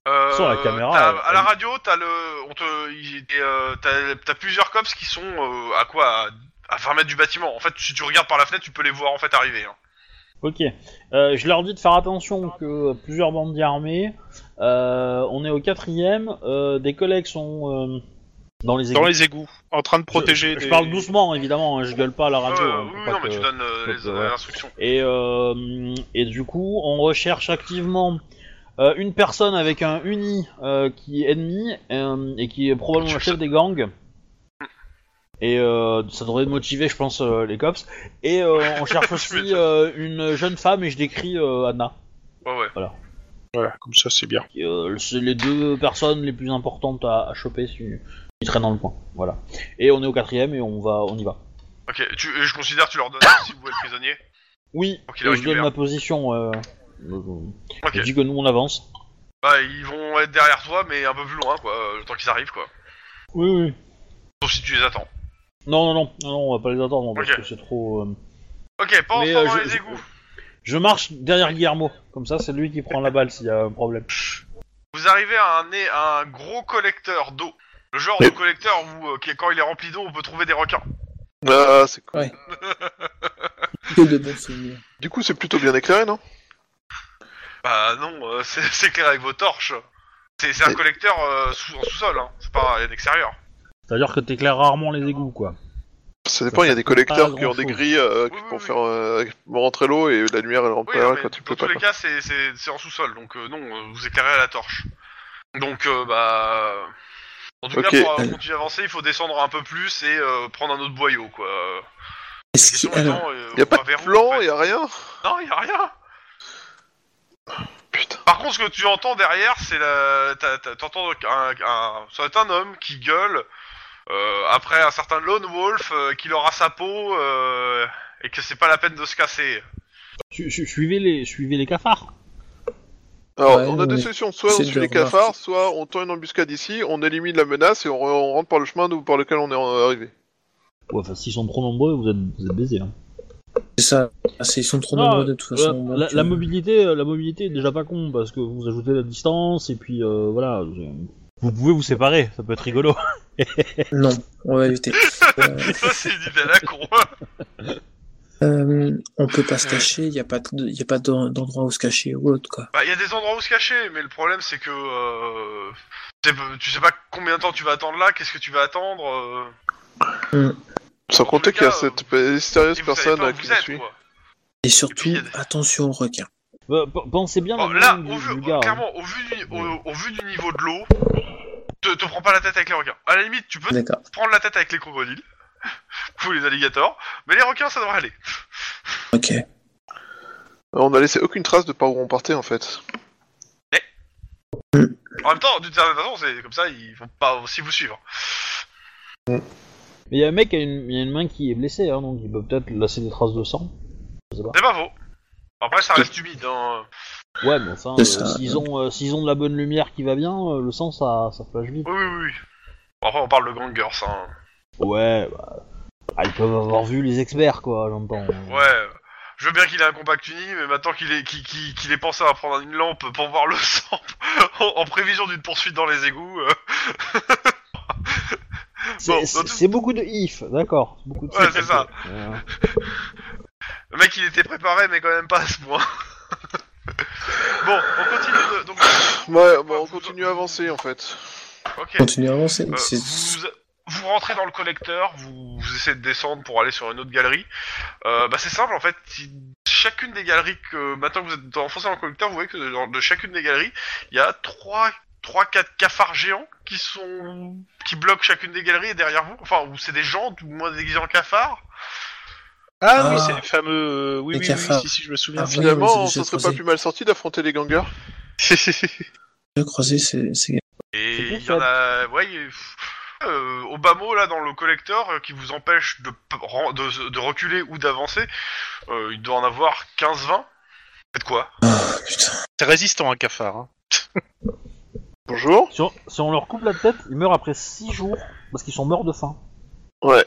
[SPEAKER 2] Euh,
[SPEAKER 1] Sur la caméra,
[SPEAKER 2] t'as-
[SPEAKER 1] euh,
[SPEAKER 2] à la
[SPEAKER 1] oui.
[SPEAKER 2] radio, t'as le, on te, il- t'es, euh, t'as, t'as plusieurs cops qui sont euh, à quoi, à, à 20 mètres du bâtiment. En fait, si tu regardes par la fenêtre, tu peux les voir en fait arriver. hein.
[SPEAKER 1] Ok. Euh, je leur dis de faire attention que plusieurs bandes armées. Euh, on est au quatrième. euh, des collègues sont euh, dans les
[SPEAKER 6] Dans
[SPEAKER 1] égouts.
[SPEAKER 6] les égouts, en train de protéger.
[SPEAKER 1] Je
[SPEAKER 6] des-
[SPEAKER 1] parle doucement, évidemment. hein, je gueule pas à la radio.
[SPEAKER 2] Euh,
[SPEAKER 1] hein, pour
[SPEAKER 2] oui,
[SPEAKER 1] pas
[SPEAKER 2] non, mais
[SPEAKER 1] que-
[SPEAKER 2] tu donnes euh,
[SPEAKER 1] faut
[SPEAKER 2] les,
[SPEAKER 1] que- ouais.
[SPEAKER 2] euh, instructions.
[SPEAKER 1] Et, euh, et du coup, on recherche activement euh, une personne avec un uni euh, qui est ennemi euh, et qui est probablement le chef des gangs. Et euh, ça devrait motiver, je pense, euh, les cops. Et euh, on cherche aussi euh, une jeune femme, et je décris euh, Anna.
[SPEAKER 2] Ouais, ouais.
[SPEAKER 6] Voilà, comme ça c'est bien.
[SPEAKER 1] Qui, euh, c'est les deux personnes les plus importantes à, à choper si, qui traînent dans le coin. Voilà. Et on est au quatrième et on va, on y va.
[SPEAKER 2] Ok. Tu, et je considère que tu leur donnes si vous êtes prisonnier.
[SPEAKER 1] Oui,
[SPEAKER 2] Ok,
[SPEAKER 1] je
[SPEAKER 2] récupère.
[SPEAKER 1] donne ma position. Euh, euh,
[SPEAKER 2] Ok.
[SPEAKER 1] Je dis que nous on avance.
[SPEAKER 2] Bah, ils vont être derrière toi, mais un peu plus loin, quoi. euh, Le temps qu'ils arrivent, quoi.
[SPEAKER 1] Oui, oui.
[SPEAKER 2] Sauf si tu les attends.
[SPEAKER 1] Non, non, non, non, non, on va pas les attendre parce
[SPEAKER 2] Ok.
[SPEAKER 1] que c'est trop. euh,
[SPEAKER 2] Ok, pense
[SPEAKER 1] Mais, euh,
[SPEAKER 2] dans
[SPEAKER 1] je-
[SPEAKER 2] les
[SPEAKER 1] je-
[SPEAKER 2] égouts.
[SPEAKER 1] Je marche derrière Guillermo, comme ça c'est lui qui prend la balle s'il y a un problème.
[SPEAKER 2] Vous arrivez à un, nez- à un gros collecteur d'eau. Le genre de collecteur où, euh, qui- quand il est rempli d'eau, on peut trouver des requins.
[SPEAKER 3] Ah, c'est cool.
[SPEAKER 4] Ouais. Que de bons souvenirs.
[SPEAKER 3] Du coup, c'est plutôt bien éclairé, non
[SPEAKER 2] Bah non, euh, c'est c'est clair avec vos torches. C'est c'est un
[SPEAKER 3] Et-
[SPEAKER 2] collecteur euh, sous, en sous-sol, hein. c'est pas à l'extérieur.
[SPEAKER 1] C'est-à-dire que t'éclaires rarement les égouts, quoi.
[SPEAKER 3] Ça dépend, il y a des
[SPEAKER 1] pas
[SPEAKER 3] collecteurs qui ont des
[SPEAKER 1] grand-chose.
[SPEAKER 3] grilles euh,
[SPEAKER 2] Oui,
[SPEAKER 3] qui
[SPEAKER 2] oui,
[SPEAKER 3] pour
[SPEAKER 2] oui.
[SPEAKER 3] faire euh, rentrer l'eau et la lumière elle rentre
[SPEAKER 2] Oui,
[SPEAKER 3] pas
[SPEAKER 2] non,
[SPEAKER 3] quand
[SPEAKER 2] mais
[SPEAKER 3] tu
[SPEAKER 2] dans
[SPEAKER 3] peux pas.
[SPEAKER 2] tous les
[SPEAKER 3] quoi.
[SPEAKER 2] cas, c'est- c'est c'est en sous-sol, donc euh, non, euh, vous éclairez à la torche. Donc, euh, bah... En tout
[SPEAKER 3] Ok.
[SPEAKER 2] cas, pour euh, continuer à avancer, il faut descendre un peu plus et euh, prendre un autre boyau, quoi. Euh,
[SPEAKER 4] Est-ce
[SPEAKER 2] question
[SPEAKER 4] que, alors,
[SPEAKER 2] étant, euh,
[SPEAKER 3] Y a
[SPEAKER 2] on
[SPEAKER 3] pas
[SPEAKER 2] va
[SPEAKER 3] de
[SPEAKER 2] vers où, en
[SPEAKER 3] plan,
[SPEAKER 2] fait
[SPEAKER 3] y a rien
[SPEAKER 2] Non, y a rien
[SPEAKER 3] Putain.
[SPEAKER 2] Par contre, ce que tu entends derrière, c'est la. t'as- t'as- T'entends un, un. Ça va être un homme qui gueule euh, après un certain Lone Wolf euh, qu'il aura sa peau euh, et que c'est pas la peine de se casser.
[SPEAKER 1] Su- su- suivez, les, suivez les cafards.
[SPEAKER 3] Alors,
[SPEAKER 4] Ouais,
[SPEAKER 3] on a
[SPEAKER 4] ouais.
[SPEAKER 3] deux solutions. Soit on
[SPEAKER 4] C'est
[SPEAKER 3] suit
[SPEAKER 4] de
[SPEAKER 3] les
[SPEAKER 4] remarquer.
[SPEAKER 3] cafards, soit on tend une embuscade ici, on élimine la menace et on, re- on rentre par le chemin d'où par lequel on est en- arrivé.
[SPEAKER 1] Ouais, enfin, s'ils sont trop nombreux, vous êtes, vous êtes baisés. hein.
[SPEAKER 4] c'est ça. Ah, c'est- ils sont trop
[SPEAKER 1] Non,
[SPEAKER 4] nombreux de toute façon.
[SPEAKER 1] la,
[SPEAKER 4] Bon,
[SPEAKER 1] euh, la-
[SPEAKER 4] tu-
[SPEAKER 1] la mobilité, euh, la mobilité est déjà pas con parce que vous ajoutez la distance et puis euh, voilà. c'est- Vous pouvez vous séparer, ça peut être rigolo.
[SPEAKER 4] Non, on va éviter. Euh,
[SPEAKER 2] Ça, c'est une idée à la con.
[SPEAKER 4] euh, on peut pas se cacher, il n'y a pas, de- y a pas d'en- d'endroit où se cacher ou autre, quoi.
[SPEAKER 2] Bah, il y a des endroits où se cacher, mais le problème, c'est que. Euh, t'es- tu sais pas combien de temps tu vas attendre là, qu'est-ce que tu vas attendre. euh,
[SPEAKER 3] Sans compter
[SPEAKER 2] tous les
[SPEAKER 3] qu'il y a
[SPEAKER 2] cas,
[SPEAKER 3] cette
[SPEAKER 2] et
[SPEAKER 3] mystérieuse
[SPEAKER 2] vous savez
[SPEAKER 3] personne
[SPEAKER 2] pas où
[SPEAKER 3] euh, qui
[SPEAKER 2] vous
[SPEAKER 3] nous
[SPEAKER 2] êtes,
[SPEAKER 3] suit.
[SPEAKER 2] quoi.
[SPEAKER 4] Et surtout,
[SPEAKER 2] y a des-
[SPEAKER 4] attention aux requins.
[SPEAKER 1] Euh, p- pensez bien à
[SPEAKER 2] Bon,
[SPEAKER 1] la
[SPEAKER 2] Oh, là,
[SPEAKER 1] demande
[SPEAKER 2] au
[SPEAKER 1] du-
[SPEAKER 2] vu,
[SPEAKER 1] du gars, hein.
[SPEAKER 2] clairement, au vu, du, au, au vu du niveau de l'eau, te, te prends pas la tête avec les requins. À la limite, tu peux
[SPEAKER 4] D'accord.
[SPEAKER 2] prendre la tête avec les crocodiles, ou les alligators, mais les requins, ça devrait aller.
[SPEAKER 4] Ok.
[SPEAKER 3] On a laissé aucune trace de par où on partait en fait.
[SPEAKER 2] En même temps, d'une certaine façon, c'est comme ça, ils vont pas aussi vous suivre.
[SPEAKER 1] Mais il y a un mec qui a une, y a une main qui est blessée, hein, donc il peut peut-être laisser des traces de sang. Je sais pas.
[SPEAKER 2] C'est pas faux. Après, ça reste humide. Hein.
[SPEAKER 1] Ouais, mais enfin,
[SPEAKER 4] C'est
[SPEAKER 1] euh,
[SPEAKER 4] ça.
[SPEAKER 1] s'ils ont, euh, s'ils ont de la bonne lumière qui va bien, euh, le sang, ça, ça flash vite.
[SPEAKER 2] Oui, oui, oui. Bon, Après, on parle de gangers. Hein.
[SPEAKER 1] Ouais, bah... ah, ils peuvent avoir vu les experts, quoi, j'entends.
[SPEAKER 2] Ouais. Je veux bien qu'il ait un compact uni, mais maintenant qu'il est, qu'il, qu'il- qu'il est pensé à prendre une lampe pour voir le sang en, en prévision d'une poursuite dans les égouts, euh,
[SPEAKER 1] C'est,
[SPEAKER 2] Bon,
[SPEAKER 1] c'est-
[SPEAKER 2] dans tout-
[SPEAKER 1] c'est beaucoup de if, d'accord. c'est Beaucoup de
[SPEAKER 2] Ouais, c'est ça.
[SPEAKER 1] Euh,
[SPEAKER 2] Le mec, il était préparé, mais quand même pas à ce point. bon, on continue. De... Donc,
[SPEAKER 3] Ouais, bah, on continue à avancer en fait.
[SPEAKER 4] Ah
[SPEAKER 2] ok.
[SPEAKER 4] Continue à avancer.
[SPEAKER 2] Euh,
[SPEAKER 4] c'est-
[SPEAKER 2] vous, vous rentrez dans le collecteur, vous, vous essayez de descendre pour aller sur une autre galerie. Euh, bah, c'est simple en fait. si- Chacune des galeries que maintenant que vous êtes enfoncé dans le collecteur, vous voyez que de, de chacune des galeries, il y a trois, trois, quatre cafards géants qui sont qui bloquent chacune des galeries et derrière vous. Enfin, ou c'est des gens, ou moins déguisés en cafards.
[SPEAKER 6] Ah, oui,
[SPEAKER 4] Ah.
[SPEAKER 6] c'est les fameux. euh, oui,
[SPEAKER 4] Les
[SPEAKER 6] oui, oui,
[SPEAKER 4] cafards.
[SPEAKER 6] si, si, je me souviens.
[SPEAKER 4] Ah,
[SPEAKER 6] c'est-
[SPEAKER 4] oui,
[SPEAKER 3] Finalement,
[SPEAKER 4] oui,
[SPEAKER 3] on
[SPEAKER 4] j'ai
[SPEAKER 3] s'en serait pas
[SPEAKER 4] creusé.
[SPEAKER 3] plus mal sorti d'affronter les gangers.
[SPEAKER 4] Deux croisés, c'est. c'est-
[SPEAKER 2] Et
[SPEAKER 1] C'est
[SPEAKER 2] il y en a, ouais, il y a- pff, euh, au bas mot là dans le collecteur euh, qui vous empêche de, p- ren- de, de reculer ou d'avancer, euh, il doit en avoir 15-20. Faites quoi
[SPEAKER 4] Ah, putain.
[SPEAKER 6] C'est résistant, un cafard. hein.
[SPEAKER 3] Bonjour.
[SPEAKER 1] Si on, si on leur coupe la tête, ils meurent après 6 jours parce qu'ils sont morts de faim.
[SPEAKER 3] Ouais.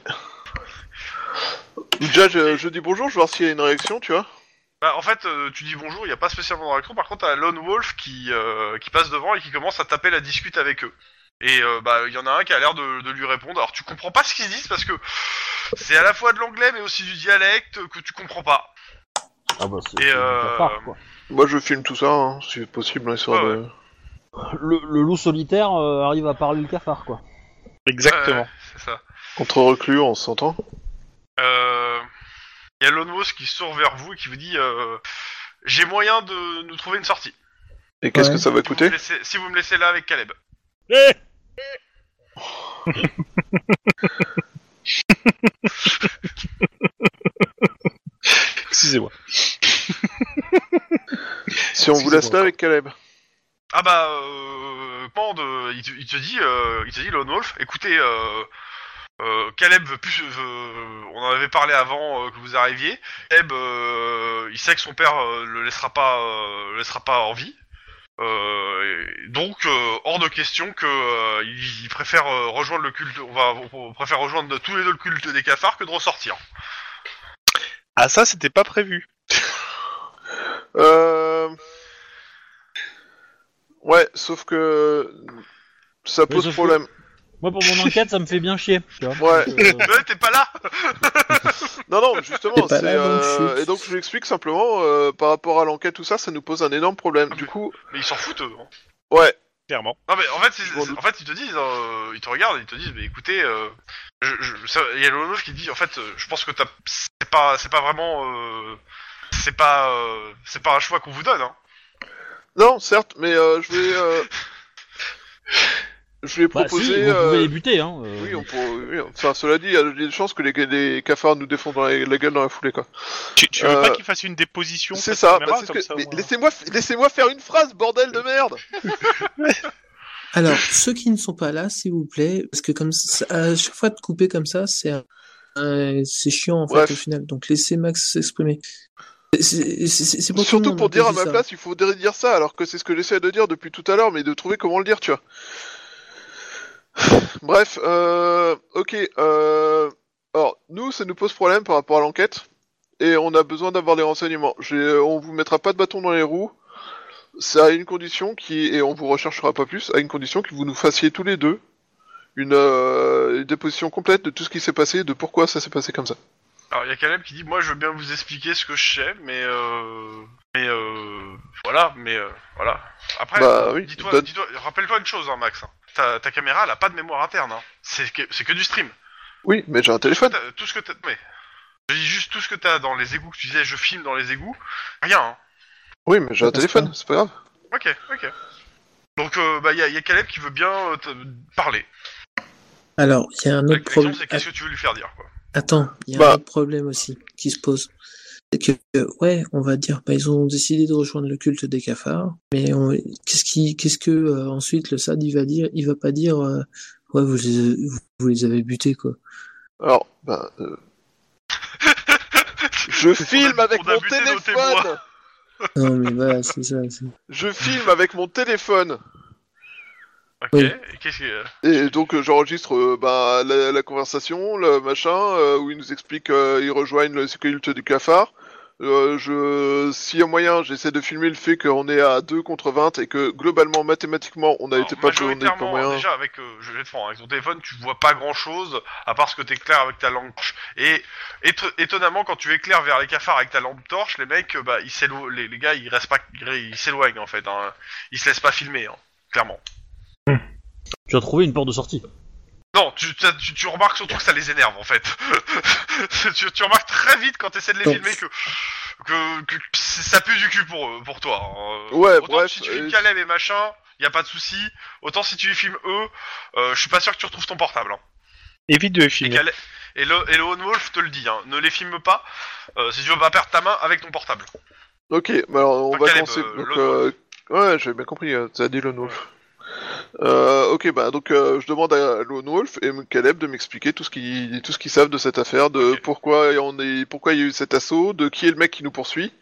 [SPEAKER 3] Déjà, je, je dis bonjour, je vais voir s'il y a une réaction, tu vois.
[SPEAKER 2] bah, En fait, euh, tu dis bonjour, il n'y a pas spécialement de réaction. Par contre, t'as Lone Wolf qui, euh, qui passe devant et qui commence à taper la discute avec eux. Et euh, bah, il y en a un qui a l'air de, de lui répondre. Alors, tu comprends pas ce qu'ils disent parce que c'est à la fois de l'anglais mais aussi du dialecte que tu comprends pas.
[SPEAKER 1] Ah bah c'est.
[SPEAKER 2] Et,
[SPEAKER 1] c'est
[SPEAKER 2] euh,
[SPEAKER 1] une cafard, quoi.
[SPEAKER 3] Moi, je filme tout ça, hein, si possible, hein, histoire
[SPEAKER 2] Ouais,
[SPEAKER 3] de.
[SPEAKER 1] Le, le loup solitaire euh, arrive à parler le cafard quoi.
[SPEAKER 6] Exactement.
[SPEAKER 2] Ouais, c'est ça.
[SPEAKER 3] Entre reclus, on s'entend.
[SPEAKER 2] Euh, Il y a Lone Wolf qui sort vers vous et qui vous dit euh, J'ai moyen de nous trouver une sortie.
[SPEAKER 3] Et qu'est-ce
[SPEAKER 4] Ouais.
[SPEAKER 3] que ça
[SPEAKER 2] Si vous,
[SPEAKER 3] va
[SPEAKER 2] me
[SPEAKER 3] coûter
[SPEAKER 2] laissez, si vous me laissez là avec Caleb.
[SPEAKER 6] Eh. Excusez-moi.
[SPEAKER 3] Si on vous laisse là avec Caleb.
[SPEAKER 2] Ah bah, euh, Pand, euh, il, te, il te dit, euh, il te dit Lone Wolf, écoutez, euh, euh, Caleb veut plus, veut- on en avait parlé avant euh, que vous arriviez. Caleb, euh, il sait que son père euh, le laissera pas, euh, le laissera pas en vie. Euh, et donc euh, hors de question que euh, il, il préfère euh, rejoindre le culte, on va, on préfère rejoindre tous les deux le culte des cafards que de ressortir.
[SPEAKER 6] Ah, ça, c'était pas prévu.
[SPEAKER 3] Euh... Ouais, sauf que ça
[SPEAKER 1] Mais
[SPEAKER 3] pose
[SPEAKER 1] sauf
[SPEAKER 3] problème.
[SPEAKER 1] Moi pour mon enquête ça me fait bien chier. tu vois.
[SPEAKER 3] Ouais.
[SPEAKER 1] Parce que, euh,
[SPEAKER 2] Ouais, t'es pas là.
[SPEAKER 3] Non, non, justement,
[SPEAKER 4] T'es pas
[SPEAKER 3] c'est,
[SPEAKER 4] là, donc,
[SPEAKER 3] euh,
[SPEAKER 4] chut.
[SPEAKER 3] et donc je lui explique simplement euh, par rapport à l'enquête tout ça, ça nous pose un énorme problème. Du coup,
[SPEAKER 2] Mais ils s'en foutent. eux, hein.
[SPEAKER 3] ouais,
[SPEAKER 6] Clairement.
[SPEAKER 2] Non mais en fait, c'est-
[SPEAKER 3] Je m'en doute.
[SPEAKER 2] en fait ils te disent, euh, ils te regardent, et ils te disent, mais écoutez, euh, je- je- ça- il y a Lonof qui dit, en fait, euh, je pense que t'as- c'est pas, c'est pas vraiment, euh, c'est pas, euh, c'est pas un choix qu'on vous donne. Hein.
[SPEAKER 3] non, certes, mais euh, je vais, euh, je vais
[SPEAKER 1] bah, si,
[SPEAKER 3] proposer.
[SPEAKER 1] vous pouvez
[SPEAKER 3] euh,
[SPEAKER 1] les buter hein. euh,
[SPEAKER 3] Oui, on peut. oui, enfin, cela dit, il y a des chances que les, les cafards nous défendent dans la, la gueule dans la foulée, quoi.
[SPEAKER 6] Tu, tu veux
[SPEAKER 3] Euh,
[SPEAKER 6] pas qu'il fasse une déposition
[SPEAKER 3] C'est
[SPEAKER 6] face
[SPEAKER 3] ça.
[SPEAKER 6] caméra,
[SPEAKER 3] bah, c'est ce
[SPEAKER 6] comme
[SPEAKER 3] que-
[SPEAKER 6] ça, au
[SPEAKER 3] mais
[SPEAKER 6] moins.
[SPEAKER 3] laissez-moi, laissez-moi faire une phrase, bordel de merde.
[SPEAKER 4] Alors, ceux qui ne sont pas là, s'il vous plaît, parce que comme ça, à chaque fois de couper comme ça, c'est un- un- c'est chiant en fait
[SPEAKER 3] Bref.
[SPEAKER 4] au final. Donc laissez Max s'exprimer. C'est- C'est c'est pour tout le
[SPEAKER 3] Surtout
[SPEAKER 4] monde,
[SPEAKER 3] pour
[SPEAKER 4] en
[SPEAKER 3] dire
[SPEAKER 4] plus,
[SPEAKER 3] à ma
[SPEAKER 4] ça.
[SPEAKER 3] place, il faudrait dire ça, alors que c'est ce que j'essaie de dire depuis tout à l'heure, mais de trouver comment le dire, tu vois. Bref, euh, ok. Euh, alors, nous, ça nous pose problème par rapport à l'enquête, et on a besoin d'avoir des renseignements. J'ai- euh, On vous mettra pas de bâton dans les roues, c'est à une condition qui, et on vous recherchera pas plus, à une condition que vous nous fassiez tous les deux une, euh, une déposition complète de tout ce qui s'est passé, de pourquoi ça s'est passé comme ça.
[SPEAKER 2] Alors il y a Caleb qui dit, moi, je veux bien vous expliquer ce que je sais, mais, euh, mais euh, voilà, mais euh, voilà. Après,
[SPEAKER 3] Bah oui,
[SPEAKER 2] dis-toi,
[SPEAKER 3] donne-
[SPEAKER 2] dis-toi- rappelle-toi une chose, hein, Max. hein. Ta, ta caméra, elle a pas de mémoire interne. Hein. C'est que, c'est que du stream.
[SPEAKER 3] Oui, mais j'ai un
[SPEAKER 2] Tout ce que
[SPEAKER 3] téléphone.
[SPEAKER 2] t'as- Tout ce que t'as. Mais. Je dis juste tout ce que t'as dans les égouts que tu disais, je filme dans les égouts. Rien, hein.
[SPEAKER 3] Oui, mais j'ai un
[SPEAKER 4] Parce que-
[SPEAKER 3] téléphone, c'est pas grave.
[SPEAKER 2] Ok, ok. Donc, euh, bah, il y, a- y a Caleb qui veut bien euh, te- parler.
[SPEAKER 4] Alors, il y a un
[SPEAKER 2] La
[SPEAKER 4] autre
[SPEAKER 2] question,
[SPEAKER 4] problème.
[SPEAKER 2] c'est qu'est-ce que tu veux lui faire dire, quoi.
[SPEAKER 4] Attends, il y a
[SPEAKER 3] Bah.
[SPEAKER 4] un autre problème aussi qui se pose. C'est que, euh, ouais, on va dire, bah, ils ont décidé de rejoindre le culte des cafards, mais on- qu'est-ce qui, qu'est-ce que euh, ensuite le SAD il va dire Il va pas dire, euh, ouais, vous les, vous, vous les avez butés quoi.
[SPEAKER 3] Alors, ben, euh, je filme
[SPEAKER 2] a-
[SPEAKER 3] avec
[SPEAKER 2] on a
[SPEAKER 3] mon
[SPEAKER 2] buté nos
[SPEAKER 3] téléphone.
[SPEAKER 4] Non mais voilà, c'est ça. c'est-
[SPEAKER 3] Je filme avec mon téléphone.
[SPEAKER 2] Ok,
[SPEAKER 4] Oui.
[SPEAKER 2] et qu'est-ce que.
[SPEAKER 3] Et donc euh, j'enregistre euh, ben, la, la conversation, le machin, euh, où ils nous expliquent euh, ils rejoignent le culte du cafard. Euh, je, s'il y a moyen, j'essaie de filmer le fait qu'on est à 2 contre 20 et que globalement, mathématiquement, on a
[SPEAKER 2] Alors,
[SPEAKER 3] été pas on n'est pas
[SPEAKER 2] majoritairement,
[SPEAKER 3] moyen.
[SPEAKER 2] déjà, avec, euh, je vais être franc, avec ton téléphone, tu vois pas grand chose, à part ce que t'éclaires avec ta lampe torche. Et éto- étonnamment, quand tu éclaires vers les cafards avec ta lampe torche, les mecs, euh, bah, ils s'élo- les, les gars, ils restent pas, ils s'éloignent, en fait, hein. Ils se laissent pas filmer, hein, clairement.
[SPEAKER 1] Tu as trouvé une porte de sortie.
[SPEAKER 2] Non, tu, t'as- tu, tu remarques surtout que ça les énerve en fait. tu, tu remarques très vite quand t'essaies de les
[SPEAKER 4] Donc.
[SPEAKER 2] filmer que, que, que c'est- ça pue du cul pour, eux- pour toi. hein. Euh,
[SPEAKER 3] Ouais,
[SPEAKER 2] autant
[SPEAKER 3] bref,
[SPEAKER 2] si tu filmes
[SPEAKER 3] euh,
[SPEAKER 2] Caleb et machin, y a pas de souci. Autant si tu les filmes eux, euh, je suis pas sûr que tu retrouves ton portable. hein.
[SPEAKER 6] Évite de les
[SPEAKER 2] Et,
[SPEAKER 6] filmer.
[SPEAKER 2] qu'elle- et le, et le Lone Wolf te le dit, hein, ne les filme pas euh, si tu veux pas perdre ta main avec ton portable.
[SPEAKER 3] Ok, bah alors on
[SPEAKER 2] Enfin,
[SPEAKER 3] va
[SPEAKER 2] Caleb,
[SPEAKER 3] commencer.
[SPEAKER 2] euh,
[SPEAKER 3] donc,
[SPEAKER 2] Lone
[SPEAKER 3] euh, ouais, j'ai bien compris, euh, ça a dit Lone Wolf. Euh, ok, bah donc euh, je demande à Lone Wolf et M- Caleb de m'expliquer tout ce qu'ils tout ce qu'ils savent de cette affaire, de
[SPEAKER 2] Ok.
[SPEAKER 3] pourquoi on est pourquoi il y a eu cet assaut, de qui est le mec qui nous poursuit.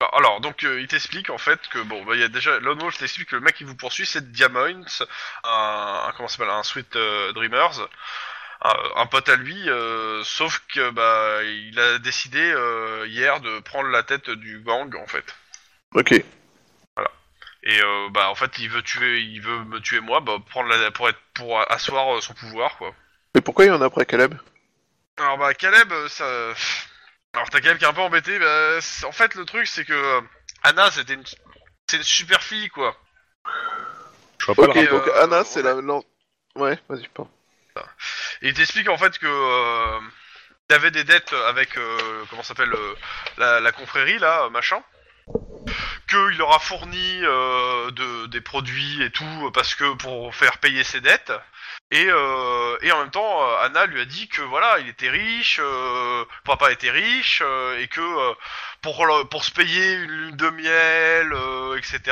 [SPEAKER 2] Bah, Alors, donc, euh, il t'explique en fait que, bon, bah, il y a déjà. Lone Wolf t'explique que le mec qui vous poursuit, c'est Diamonds, un. un- Comment ça s'appelle Un Sweet euh, Dreamers, un, un pote à lui, euh, sauf que, bah, il a décidé euh, hier de prendre la tête du gang en fait.
[SPEAKER 3] Ok.
[SPEAKER 2] Et, euh, bah, en fait, il veut tuer, il veut me tuer moi, bah, prendre la, pour, être, pour asseoir euh, son pouvoir, quoi.
[SPEAKER 3] Mais pourquoi il y en a après Caleb
[SPEAKER 2] Alors bah Caleb, euh, ça. Alors t'as Caleb qui est un peu embêté. Bah, c'est- en fait le truc c'est que euh, Anna c'était une... c'est une super fille quoi.
[SPEAKER 6] Je vois pas
[SPEAKER 3] Ok,
[SPEAKER 6] le
[SPEAKER 2] euh,
[SPEAKER 6] rapport.
[SPEAKER 3] donc Anna, c'est
[SPEAKER 2] on
[SPEAKER 3] la. l'en- Ouais, vas-y, pardon.
[SPEAKER 2] Et il t'explique en fait que euh, il avait des dettes avec euh, comment ça s'appelle euh, la, la confrérie là euh, machin. Qu'il leur a fourni euh, de, des produits et tout euh, parce que pour faire payer ses dettes. Et, euh, et en même temps, euh, Anna lui a dit que voilà, il était riche, euh, papa était riche, euh, et que euh, pour, le- pour se payer une lune de miel, euh, etc.,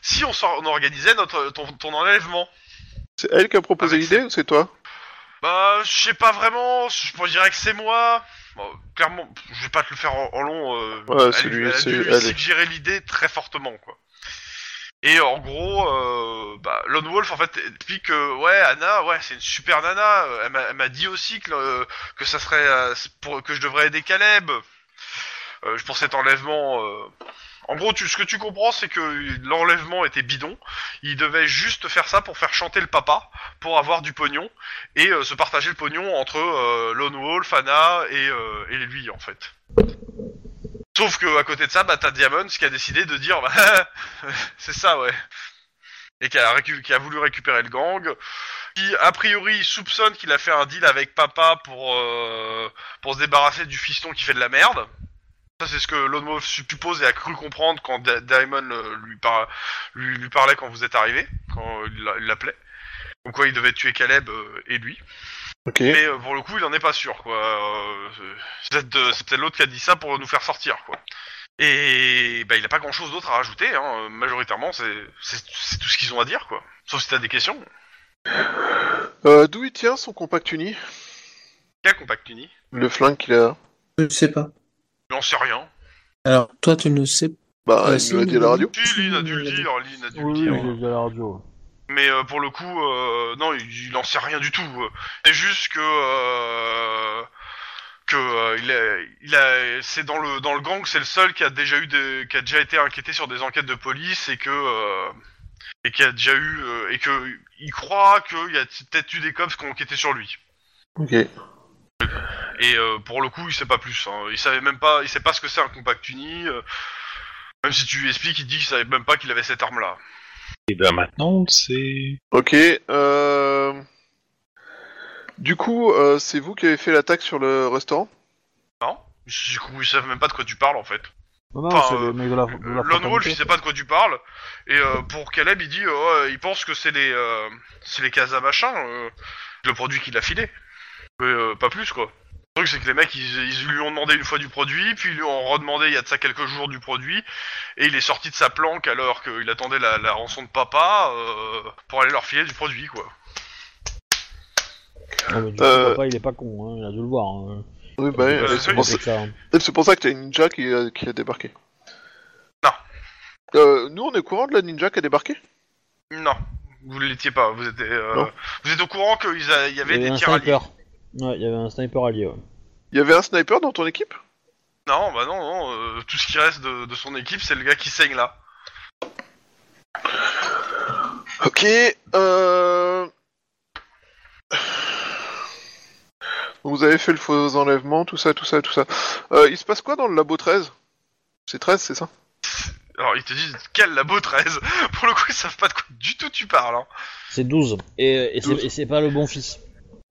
[SPEAKER 2] si on, s'or- on organisait notre, ton, ton enlèvement.
[SPEAKER 3] C'est elle qui a proposé
[SPEAKER 2] Avec
[SPEAKER 3] l'idée ou c'est toi
[SPEAKER 2] Bah, je sais pas vraiment, je pourrais dire que c'est moi. Bon, clairement, je vais pas te le faire en, en long. euh,
[SPEAKER 3] Ouais,
[SPEAKER 2] elle-
[SPEAKER 3] c'est lui,
[SPEAKER 2] elle a
[SPEAKER 3] c'est
[SPEAKER 2] dû
[SPEAKER 3] lui,
[SPEAKER 2] lui
[SPEAKER 3] allez.
[SPEAKER 2] suggérer l'idée très fortement, quoi. Et en gros, euh, bah, Lone Wolf, en fait, explique que, ouais, Anna, ouais, c'est une super nana. euh, Elle m'a- elle m'a dit aussi que, euh, que ça serait euh, pour, que je devrais aider Caleb euh, pour cet enlèvement. euh. En gros, tu, ce que tu comprends, c'est que l'enlèvement était bidon. Il devait juste faire ça pour faire chanter le papa, pour avoir du pognon et euh, se partager le pognon entre euh, Lone Wolf, Anna et, euh, et lui en fait. Sauf que à côté de ça, bah t'as Diamonds qui a décidé de dire bah, c'est ça ouais. Et qui a, récu- qui a voulu récupérer le gang, qui a priori soupçonne qu'il a fait un deal avec papa pour, euh, pour se débarrasser du fiston qui fait de la merde. Ça c'est ce que Lone Wolf suppose et a cru comprendre quand Da- Diamond euh, lui, par- lui, lui parlait quand vous êtes arrivé, quand euh, il l'a- il l'appelait. Comme quoi il devait tuer Caleb euh, et lui.
[SPEAKER 3] Ok.
[SPEAKER 2] Mais euh, pour le coup, il en est pas sûr, quoi. Euh, c'est peut-être de- c'est peut-être l'autre qui a dit ça pour nous faire sortir, quoi. Et bah, il a pas grand-chose d'autre à rajouter, hein. majoritairement, c'est c'est- c'est tout ce qu'ils ont à dire, quoi. Sauf si t'as des questions.
[SPEAKER 3] Euh, D'où il tient son compact uni
[SPEAKER 2] Qu'a Compact Uni
[SPEAKER 3] Le flingue qu'il a.
[SPEAKER 4] Je ne sais pas.
[SPEAKER 2] J'en sais rien.
[SPEAKER 4] Alors, toi, tu ne le sais pas.
[SPEAKER 3] Bah,
[SPEAKER 4] Euh,
[SPEAKER 3] il
[SPEAKER 4] si,
[SPEAKER 3] nous l'a
[SPEAKER 4] il
[SPEAKER 3] dit à la
[SPEAKER 4] nous
[SPEAKER 3] radio.
[SPEAKER 2] Si, Lynn a dû le dire, Lynn a dû le
[SPEAKER 7] Oui,
[SPEAKER 2] dire.
[SPEAKER 7] oui, j'ai la radio.
[SPEAKER 2] Mais euh, pour le coup, euh, non, il, il en sait rien du tout. euh. C'est juste que euh, que euh, il a, il a, c'est dans le dans le gang, c'est le seul qui a déjà eu des, qui a déjà été inquiété sur des enquêtes de police et que euh, et qui a déjà eu euh, et que il croit qu'il y a peut-être eu des cops qui ont enquêté sur lui.
[SPEAKER 3] Ok.
[SPEAKER 2] Et euh, pour le coup, il sait pas plus. hein. Il savait même pas, il sait pas ce que c'est un compact uni. euh, même si tu lui expliques, il dit qu'il savait même pas qu'il avait cette arme-là.
[SPEAKER 6] Et ben maintenant, c'est.
[SPEAKER 3] Ok. Euh... Du coup, euh, c'est vous qui avez fait l'attaque sur le restaurant
[SPEAKER 2] Non, du coup, ils savent même pas de quoi tu parles en fait.
[SPEAKER 7] Non, non,
[SPEAKER 2] Enfin,
[SPEAKER 7] c'est
[SPEAKER 2] euh,
[SPEAKER 7] le mec de la, de la
[SPEAKER 2] Lone Wolf,
[SPEAKER 7] fraternité.
[SPEAKER 2] il sait pas de quoi tu parles. Et euh, pour Caleb, il dit, euh, ouais, il pense que c'est les, euh, c'est les casas machin, euh, le produit qu'il a filé. Mais euh, pas plus quoi. Le truc c'est que les mecs, ils, ils lui ont demandé une fois du produit, puis ils lui ont redemandé il y a de ça quelques jours du produit, et il est sorti de sa planque alors qu'il attendait la, la rançon de papa euh, pour aller leur filer du produit quoi.
[SPEAKER 1] Ah,
[SPEAKER 7] Non, mais du coup,
[SPEAKER 3] Euh,
[SPEAKER 7] papa, il est pas con, hein, il a dû le voir. hein.
[SPEAKER 3] Oui, bah,
[SPEAKER 7] Euh,
[SPEAKER 3] oui,
[SPEAKER 2] oui.
[SPEAKER 3] c'est pour,
[SPEAKER 7] Il
[SPEAKER 3] ça-
[SPEAKER 7] fait ça, hein.
[SPEAKER 3] c'est pour ça que t'as une ninja qui a, qui a débarqué.
[SPEAKER 2] Non.
[SPEAKER 3] Euh, nous, on est au courant de la ninja qui a débarqué
[SPEAKER 2] Non, vous l'étiez pas. Vous étiez, euh,
[SPEAKER 3] Non.
[SPEAKER 2] vous êtes au courant qu'il y a- il y avait
[SPEAKER 7] Il y
[SPEAKER 2] des
[SPEAKER 7] avait un
[SPEAKER 2] tirs alliés.
[SPEAKER 7] sniper. Ouais, il y avait un sniper allié. ouais.
[SPEAKER 3] Il y avait un sniper dans ton équipe
[SPEAKER 2] Non, bah non, non. euh, tout ce qui reste de, de son équipe, c'est le gars qui saigne là.
[SPEAKER 3] Ok. Euh... Vous avez fait le faux enlèvement, tout ça, tout ça, tout ça. Euh, il se passe quoi dans le labo 13 C'est 13, c'est ça
[SPEAKER 2] Alors ils te disent quel labo 13 Pour le coup ils savent pas de quoi du tout tu parles. Hein.
[SPEAKER 1] C'est 12.
[SPEAKER 7] Et, et c'est-
[SPEAKER 3] 12.
[SPEAKER 7] et c'est pas le bon fils.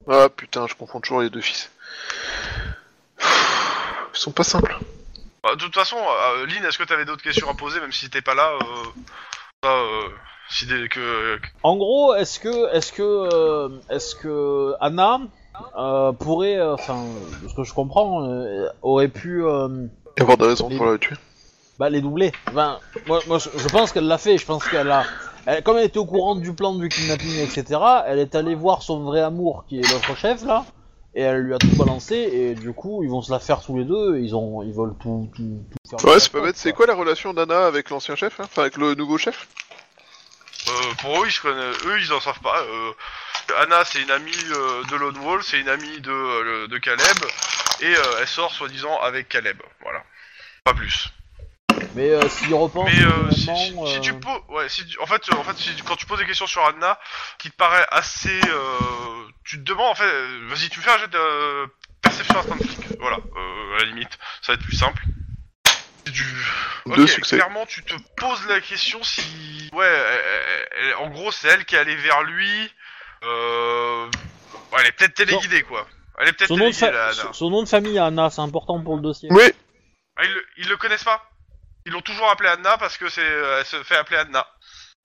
[SPEAKER 3] Ah putain, je confonds toujours les deux fils. Ils sont pas simples.
[SPEAKER 2] Bah, de toute façon, euh, Lynn, est-ce que t'avais d'autres questions à poser même si t'es pas là euh, ça, euh, si des, que,
[SPEAKER 7] En gros, est-ce que, est-ce que, euh, est-ce que Anna euh, pourrait, euh, enfin, de ce que je comprends, euh, aurait pu euh,
[SPEAKER 3] Il y a encore des raisons pour la tuer.
[SPEAKER 7] bah, les doubler. Enfin, moi, moi, je je pense qu'elle l'a fait. Je pense qu'elle a, elle- comme elle était au courant du plan du kidnapping, etc. Elle est allée voir son vrai amour, qui est l'autre chef là, et elle lui a tout balancé. Et du coup, ils vont se la faire tous les deux. et Ils ont, ils veulent tout, tout, tout faire.
[SPEAKER 3] Ouais, c'est pas bête. C'est quoi la relation d'Anna avec l'ancien chef hein Enfin, avec le nouveau chef
[SPEAKER 2] Euh, pour eux, ils se connaissent- eux, ils en savent pas. euh, Anna, c'est une amie euh, de Lone Wolf, c'est une amie de, euh, le- de Caleb, et euh, elle sort soi-disant avec Caleb. Voilà. Pas plus.
[SPEAKER 7] Mais euh, s'ils repensent,
[SPEAKER 2] Mais euh, si, si-
[SPEAKER 7] vraiment,
[SPEAKER 2] si
[SPEAKER 7] euh,
[SPEAKER 2] tu poses, ouais, si tu- en fait, euh, en fait, si- quand tu poses des questions sur Anna, qui te paraît assez, euh, tu te demandes en fait, euh, vas-y, tu me fais un jet de euh, perception instant flic, voilà, euh, à la limite, ça va être plus simple. Si tu-
[SPEAKER 3] Deux
[SPEAKER 2] Ok,
[SPEAKER 3] succès.
[SPEAKER 2] Clairement, tu te poses la question si, ouais, elle- elle- en gros, c'est elle qui est allée vers lui. Euh... ouais, elle est peut-être téléguidée quoi. Elle est peut-être
[SPEAKER 7] son nom, de
[SPEAKER 2] téléguidée
[SPEAKER 7] fa-
[SPEAKER 2] là, Anna.
[SPEAKER 7] son- son nom de famille, Anna, c'est important pour le dossier.
[SPEAKER 3] Oui.
[SPEAKER 2] Ah, ils, le- ils le connaissent pas. Ils l'ont toujours appelé Anna parce que c'est, elle se fait appeler Anna.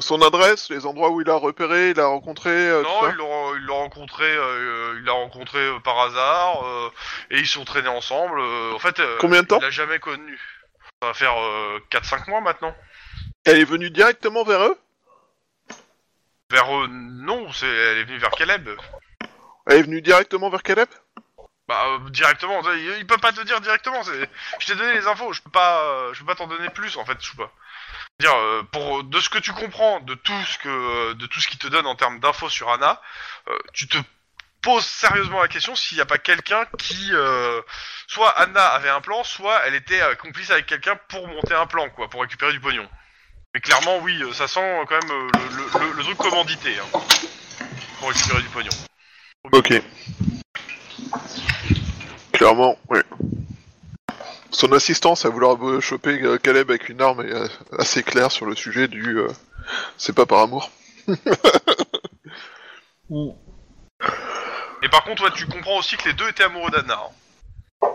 [SPEAKER 3] Son adresse, les endroits où il a repéré, il a rencontré. euh, tout
[SPEAKER 2] Non,
[SPEAKER 3] ça.
[SPEAKER 2] il l'a- il l'a rencontré, euh, il l'a rencontré euh, par hasard euh, et ils sont traînés ensemble. euh, en fait, euh,
[SPEAKER 3] Combien de temps
[SPEAKER 2] Il l'a jamais connu. Ça va faire euh, 4-5 mois maintenant.
[SPEAKER 3] Elle est venue directement vers eux
[SPEAKER 2] Vers euh, non, c'est elle est venue vers Caleb.
[SPEAKER 3] Elle est venue directement vers Caleb
[SPEAKER 2] Bah euh, directement, il, il peut pas te dire directement. c'est- Je t'ai donné les infos, je peux pas, euh, je peux pas t'en donner plus en fait, je sais pas. Dire euh, pour de ce que tu comprends, de tout ce que, euh, de tout ce qui te donne en termes d'infos sur Anna, euh, tu te poses sérieusement la question s'il n'y a pas quelqu'un qui, euh, soit Anna avait un plan, soit elle était euh, complice avec quelqu'un pour monter un plan quoi, pour récupérer du pognon. Mais clairement oui, euh, ça sent euh, quand même euh, le, le- le- le truc commandité hein, pour récupérer du pognon.
[SPEAKER 3] Ok. Clairement, oui. Son assistance à vouloir euh, choper euh, Caleb avec une arme est euh, assez claire sur le sujet du euh, c'est pas par amour.
[SPEAKER 7] Mm.
[SPEAKER 2] Et par contre, ouais, tu comprends aussi que les deux étaient amoureux d'Anna. hein.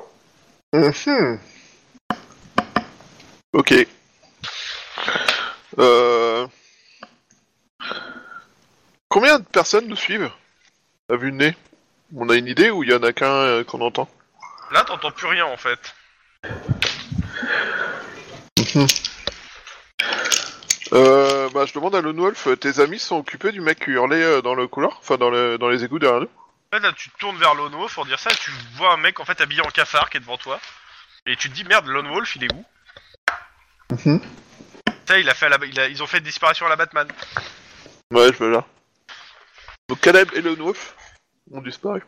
[SPEAKER 3] Mhm. Ok. Euh... Combien de personnes nous suivent à vue de nez On a une idée ou il y en a qu'un euh, qu'on entend
[SPEAKER 2] Là, t'entends plus rien en fait.
[SPEAKER 3] euh, bah, Je demande à Lone Wolf, tes amis sont occupés du mec qui hurlait euh, dans le couloir Enfin, dans, le- dans les égouts derrière nous
[SPEAKER 2] En fait, là, tu te tournes vers Lone Wolf pour dire ça et tu vois un mec en fait habillé en cafard qui est devant toi. Et tu te dis merde, Lone Wolf, il est où
[SPEAKER 3] Mhm.
[SPEAKER 2] Ça, il a fait à la... il a- ils ont fait une disparition à la Batman.
[SPEAKER 3] Ouais, je vais là. Donc Caleb et Lone Wolf ont disparu.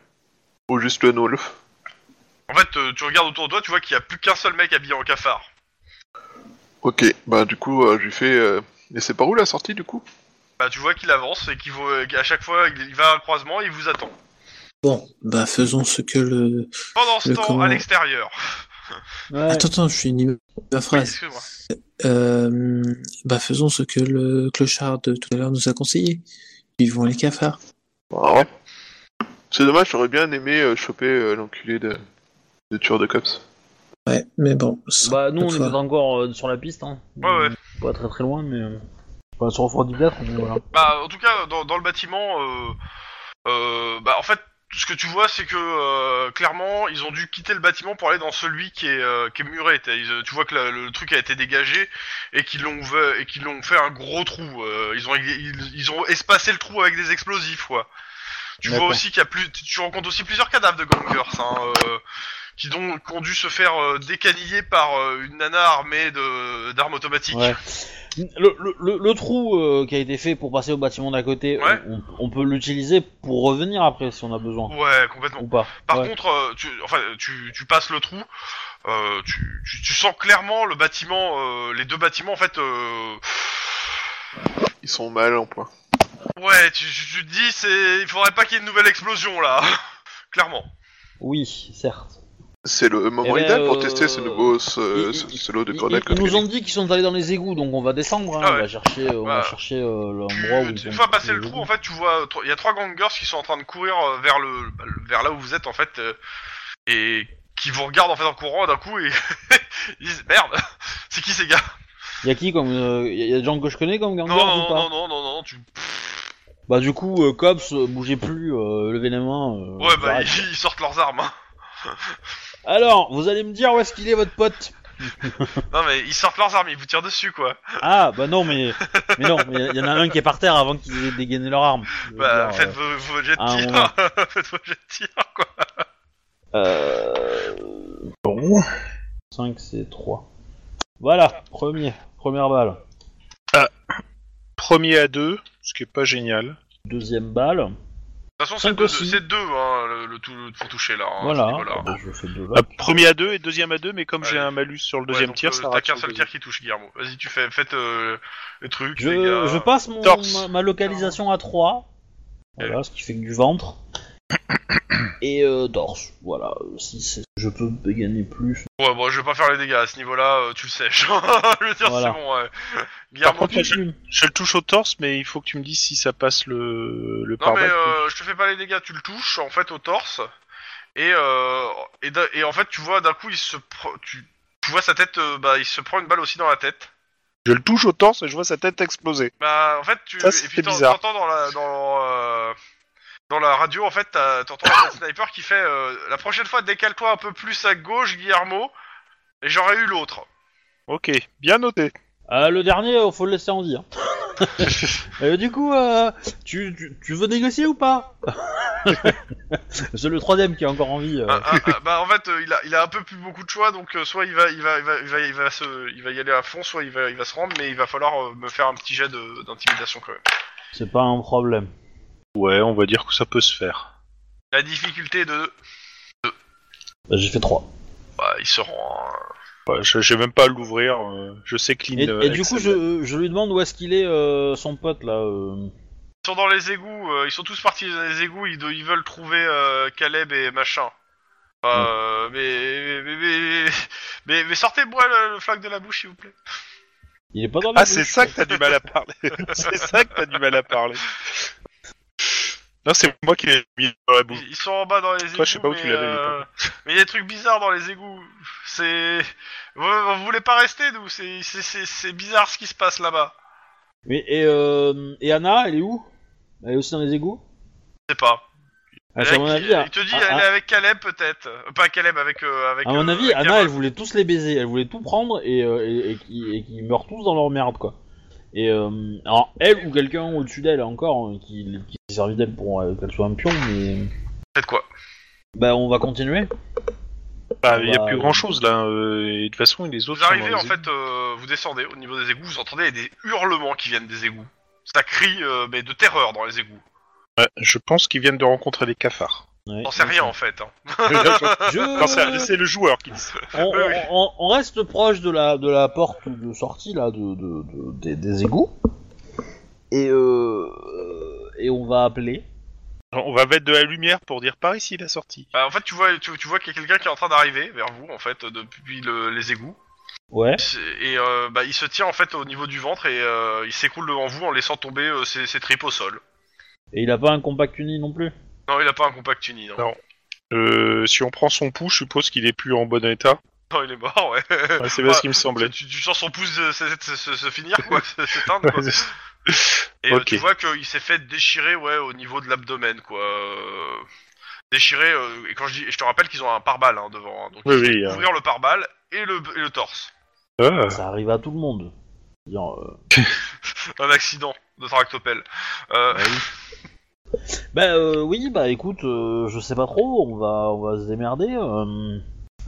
[SPEAKER 3] Ou juste Lone Wolf
[SPEAKER 2] En fait, euh, tu regardes autour de toi, tu vois qu'il n'y a plus qu'un seul mec habillé en cafard.
[SPEAKER 3] Ok, bah du coup, euh, j'ai fait... euh, Et c'est par où la sortie du coup
[SPEAKER 2] Bah, tu vois qu'il avance et qu'il vaut... qu'à chaque fois, il il va à un croisement et il vous attend.
[SPEAKER 4] Bon, bah faisons ce que le.
[SPEAKER 2] Pendant ce
[SPEAKER 4] Le
[SPEAKER 2] temps,
[SPEAKER 4] comment-
[SPEAKER 2] à l'extérieur.
[SPEAKER 7] Ouais.
[SPEAKER 4] Attends, attends, je finis ma
[SPEAKER 2] Oui,
[SPEAKER 4] phrase.
[SPEAKER 2] Excuse-moi.
[SPEAKER 4] Euh, bah faisons ce que le clochard de tout à l'heure nous a conseillé. Vivons les cafards.
[SPEAKER 3] Ah ouais. C'est dommage, j'aurais bien aimé euh, choper euh, l'enculé de... de tueur de cops.
[SPEAKER 4] Ouais, mais bon. ça-
[SPEAKER 1] Bah, nous, on
[SPEAKER 4] Cette
[SPEAKER 1] est
[SPEAKER 4] fois.
[SPEAKER 1] encore euh, sur la piste, hein.
[SPEAKER 2] Ouais, ouais.
[SPEAKER 1] Pas très très loin, mais. euh,
[SPEAKER 7] Enfin, sur refroidit bien, mais voilà.
[SPEAKER 2] Bah, en tout cas, dans, dans le bâtiment, euh, euh, bah, en fait, ce que tu vois, c'est que euh, clairement, ils ont dû quitter le bâtiment pour aller dans celui qui est, euh, qui est muré. T'as- ils, euh, tu vois que la- le truc a été dégagé et qu'ils l'ont ouvert- et qu'ils l'ont fait un gros trou. euh, ils ont ils, ils ont espacé le trou avec des explosifs, quoi. Tu vois
[SPEAKER 1] D'accord.
[SPEAKER 2] aussi qu'il y a plus, tu- tu rencontres aussi plusieurs cadavres de gangers, hein, euh, qui, donc, qui ont dû se faire euh, décaniller par euh, une nana armée de d'armes automatiques.
[SPEAKER 7] Ouais. Le, le- le- le trou euh, qui a été fait pour passer au bâtiment d'à côté,
[SPEAKER 2] Ouais.
[SPEAKER 7] on, on peut l'utiliser pour revenir après si on a besoin.
[SPEAKER 2] ouais complètement.
[SPEAKER 7] Ou pas.
[SPEAKER 2] Par
[SPEAKER 7] Ouais.
[SPEAKER 2] contre, euh, tu, enfin, tu, tu passes le trou, euh, tu, tu, tu sens clairement le bâtiment, euh, les deux bâtiments en fait. euh,
[SPEAKER 3] Ils sont mal en point.
[SPEAKER 2] ouais, tu, tu, tu te dis, c'est, il faudrait pas qu'il y ait une nouvelle explosion là, clairement.
[SPEAKER 7] Oui, certes.
[SPEAKER 3] C'est le moment
[SPEAKER 7] Eh ben,
[SPEAKER 3] idéal pour
[SPEAKER 7] euh,
[SPEAKER 3] tester ce nouveau ce,
[SPEAKER 2] euh,
[SPEAKER 7] ils-
[SPEAKER 3] ce- ce lot de
[SPEAKER 7] Ils,
[SPEAKER 3] grenades.
[SPEAKER 7] ils- ils nous
[SPEAKER 3] cocktail.
[SPEAKER 7] ont dit qu'ils sont allés dans les égouts, donc on va descendre, hein,
[SPEAKER 2] Ah
[SPEAKER 7] on
[SPEAKER 2] ouais.
[SPEAKER 7] va chercher, euh, on
[SPEAKER 2] Bah,
[SPEAKER 7] va chercher euh,
[SPEAKER 2] Tu-
[SPEAKER 7] l'endroit où. ils
[SPEAKER 2] Une
[SPEAKER 7] ont
[SPEAKER 2] fois
[SPEAKER 7] coupé
[SPEAKER 2] passé le
[SPEAKER 7] les
[SPEAKER 2] trou,
[SPEAKER 7] égouts.
[SPEAKER 2] en fait, tu vois, euh, tro- il y a trois gangers qui sont en train de courir euh, vers le, bah, le- vers là où vous êtes en fait, euh, et qui vous regardent en fait en courant d'un coup et ils disent merde, c'est qui ces gars
[SPEAKER 1] Y a qui comme. euh, y a y a des gens que je connais comme
[SPEAKER 2] Non,
[SPEAKER 1] gangers ou
[SPEAKER 2] non,
[SPEAKER 1] pas
[SPEAKER 2] non, non, non, non, tu...
[SPEAKER 1] Bah, du coup, euh, cops, euh, bougez plus, euh, levez les mains. euh,
[SPEAKER 2] Ouais, bah,
[SPEAKER 1] j'arrête.
[SPEAKER 2] ils, ils sortent leurs armes. hein.
[SPEAKER 1] Alors, vous allez me dire où est-ce qu'il est votre pote
[SPEAKER 2] Non, mais ils sortent leurs armes, ils vous tirent dessus, quoi.
[SPEAKER 1] Ah, bah non, mais. Mais non, mais y en a un qui est par terre avant qu'ils aient dégainé leur arme. Je veux
[SPEAKER 2] Bah,
[SPEAKER 1] dire,
[SPEAKER 2] faites vos, vos jets
[SPEAKER 1] à euh, un
[SPEAKER 2] de tir. faites vos jets de tir, quoi.
[SPEAKER 1] Euh... Bon. 5, c'est 3. Voilà, premier. Première balle.
[SPEAKER 6] Premier à deux, ce qui est pas génial.
[SPEAKER 1] Deuxième balle.
[SPEAKER 2] Oh, De toute façon,
[SPEAKER 1] Cinq
[SPEAKER 2] c'est deux,
[SPEAKER 1] aussi.
[SPEAKER 2] c'est deux, hein, le, le tout, le- pour toucher, là. hein, à ce
[SPEAKER 1] voilà.
[SPEAKER 2] niveau-là.
[SPEAKER 1] Ah, bah, je fais deux
[SPEAKER 6] Ah,
[SPEAKER 1] balles.
[SPEAKER 6] premier à deux et deuxième à deux, mais comme j'ai
[SPEAKER 2] Ouais.
[SPEAKER 6] un malus sur le
[SPEAKER 2] Ouais,
[SPEAKER 6] deuxième
[SPEAKER 2] donc,
[SPEAKER 6] tir,
[SPEAKER 2] euh,
[SPEAKER 6] ça
[SPEAKER 2] T'as
[SPEAKER 6] rate.
[SPEAKER 2] qu'un
[SPEAKER 6] sur
[SPEAKER 2] seul
[SPEAKER 6] le
[SPEAKER 2] tir qui touche, Guillermo. Vas-y, tu fais, faites euh, le truc, les gars.
[SPEAKER 1] je, je passe mon,
[SPEAKER 6] Torse.
[SPEAKER 1] ma, ma localisation à 3.
[SPEAKER 2] Euh.
[SPEAKER 1] Voilà, ce qui fait que du ventre. Et euh, torse. Voilà, euh, si c'est- je peux gagner plus.
[SPEAKER 2] Ouais, bon, je vais pas faire les dégâts à ce niveau-là, euh, tu le sèches. je veux dire,
[SPEAKER 1] Voilà.
[SPEAKER 2] c'est bon, ouais.
[SPEAKER 6] Par
[SPEAKER 2] Guillermo,
[SPEAKER 6] contre,
[SPEAKER 2] tu...
[SPEAKER 6] je, je le touche au torse, mais il faut que tu me dises si ça passe le, le
[SPEAKER 2] Non, mais
[SPEAKER 6] pare-balles.
[SPEAKER 2] euh, je te fais pas les dégâts, tu le touches, en fait, au torse. Et, euh, et, d'un- et en fait, tu vois, d'un coup, il se prend. Tu, tu vois sa tête, euh, bah, il se prend une balle aussi dans la tête.
[SPEAKER 6] Je le touche au torse et je vois sa tête exploser.
[SPEAKER 2] Bah, en fait, tu.
[SPEAKER 6] Ça,
[SPEAKER 2] et puis,
[SPEAKER 6] c'était
[SPEAKER 2] t'en-
[SPEAKER 6] bizarre.
[SPEAKER 2] t'entends dans la. Dans, euh, dans la radio, en fait, t'as- t'entends un sniper qui fait euh, La prochaine fois, décale-toi un peu plus à gauche, Guillermo, et j'aurais eu l'autre.
[SPEAKER 6] Ok, bien noté.
[SPEAKER 1] Euh, le dernier, euh, faut le laisser en vie. hein. Euh, du coup, euh, tu, tu, tu veux négocier ou pas C'est le troisième qui est encore en vie. euh.
[SPEAKER 2] Ah, ah, ah, bah en fait euh, il a il a un peu plus beaucoup de choix donc euh, soit il va il va il va il va il va se il va y aller à fond soit il va il va se rendre mais il va falloir euh, me faire un petit jet de- d'intimidation quand même.
[SPEAKER 1] C'est pas un problème.
[SPEAKER 6] Ouais, on va dire que ça peut se faire.
[SPEAKER 2] La difficulté de
[SPEAKER 1] Bah, J'ai fait 3.
[SPEAKER 2] bah il se rend. hein.
[SPEAKER 6] Ouais, je j'ai même pas à l'ouvrir. euh, je sais clean.
[SPEAKER 1] Et,
[SPEAKER 6] euh,
[SPEAKER 1] et du
[SPEAKER 6] Excel.
[SPEAKER 1] coup, je, je lui demande où est-ce qu'il est, euh, son pote là. euh.
[SPEAKER 2] Ils sont dans les égouts, euh, ils sont tous partis dans les égouts, ils, do- ils veulent trouver euh, Caleb et machin.
[SPEAKER 6] Mm.
[SPEAKER 2] Euh, mais, mais, mais, mais, mais sortez-moi le, le flag de la bouche, s'il vous plaît.
[SPEAKER 1] Il est pas dans la
[SPEAKER 6] Ah,
[SPEAKER 1] bouche.
[SPEAKER 6] c'est ça que t'as du mal à parler. c'est ça que t'as du mal à parler. Non, c'est moi qui l'ai mis dans la bouche.
[SPEAKER 2] Ils, ils sont en bas dans les égouts.
[SPEAKER 6] Toi, je sais pas où
[SPEAKER 2] mais,
[SPEAKER 6] tu l'avais,
[SPEAKER 2] euh, mais il y a des trucs bizarres dans les égouts. C'est. Vous, vous voulez pas rester, nous C'est- c'est- C'est c'est bizarre ce qui se passe là-bas.
[SPEAKER 1] Mais, et, euh, et Anna, elle est où Elle est aussi dans les égouts
[SPEAKER 2] Je sais pas.
[SPEAKER 1] Ah,
[SPEAKER 2] Elle
[SPEAKER 1] c'est
[SPEAKER 2] est
[SPEAKER 1] à mon
[SPEAKER 2] avec-
[SPEAKER 1] avis, à-
[SPEAKER 2] il te dit,
[SPEAKER 1] à-
[SPEAKER 2] elle
[SPEAKER 1] à-
[SPEAKER 2] est avec Caleb peut-être. Euh, Pas Caleb, avec. euh, avec
[SPEAKER 1] À mon
[SPEAKER 2] euh,
[SPEAKER 1] avis,
[SPEAKER 2] avec
[SPEAKER 1] Anna,
[SPEAKER 2] Aaron.
[SPEAKER 1] elle voulait tous les baiser, elle voulait tout prendre et, euh, et, et qui- et qu'ils meurent tous dans leur merde, quoi. Et euh, alors, elle ou quelqu'un au-dessus d'elle encore, hein, qui, qui s'est servi d'elle pour euh, qu'elle soit un pion, mais.
[SPEAKER 2] Faites quoi
[SPEAKER 1] Bah, on va continuer.
[SPEAKER 6] Bah, il y a
[SPEAKER 1] Bah,
[SPEAKER 6] plus
[SPEAKER 1] euh,
[SPEAKER 6] grand chose là. euh, Et de toute façon, les autres.
[SPEAKER 2] Vous
[SPEAKER 6] sont
[SPEAKER 2] arrivez
[SPEAKER 6] dans
[SPEAKER 2] en
[SPEAKER 6] les
[SPEAKER 2] fait, euh, vous descendez au niveau des égouts, vous entendez des hurlements qui viennent des égouts. Ça crie euh, mais de terreur dans les égouts.
[SPEAKER 6] égouts. Ouais, Bah, je pense qu'ils viennent de rencontrer des cafards.
[SPEAKER 1] Ouais.
[SPEAKER 2] J'en sais rien en fait. hein.
[SPEAKER 1] Je-
[SPEAKER 6] Non, c'est c'est le joueur qui dit ça.
[SPEAKER 1] on,
[SPEAKER 2] Oui, oui.
[SPEAKER 1] on- on- on reste proche de la, de la porte de sortie là, de, de- de- des, des égouts. Et, euh, et on va appeler.
[SPEAKER 6] On va mettre de la lumière pour dire par ici la sortie.
[SPEAKER 2] Bah, en fait, tu vois, tu, tu vois qu'il y a quelqu'un qui est en train d'arriver vers vous en fait euh, depuis le- les égouts.
[SPEAKER 1] Ouais.
[SPEAKER 2] C'est- Et euh, bah, il se tient en fait au niveau du ventre et euh, il s'écoule devant vous en laissant tomber euh, ses, ses tripes au sol.
[SPEAKER 1] Et il a pas un compact uni non plus.
[SPEAKER 2] Non, il a pas un compact uni. Non,
[SPEAKER 6] Non. Euh, si on prend son pouls, je suppose qu'il est plus en bon état.
[SPEAKER 2] Non, il est mort. Ouais.
[SPEAKER 6] Ouais, c'est bien ce
[SPEAKER 2] Ouais.
[SPEAKER 6] qui me semblait.
[SPEAKER 2] tu, tu sens son pouce euh, se- se se- se finir quoi, se- s'éteindre quoi. Et euh,
[SPEAKER 6] Ok.
[SPEAKER 2] tu vois qu'il s'est fait déchirer ouais au niveau de l'abdomen quoi. Euh, Déchirer euh, et quand je dis, et je te rappelle qu'ils ont un pare-balles hein, devant. hein, donc
[SPEAKER 6] Oui,
[SPEAKER 2] ils
[SPEAKER 6] oui,
[SPEAKER 2] vont
[SPEAKER 6] euh.
[SPEAKER 2] couvrir le pare-balles et le, et le torse.
[SPEAKER 6] Ah.
[SPEAKER 1] Ça arrive à tout le monde. Genre, euh,
[SPEAKER 2] Un accident de tractopelle. Euh,
[SPEAKER 1] Bah euh, oui, bah écoute, euh, je sais pas trop, on va, on va se démerder. euh,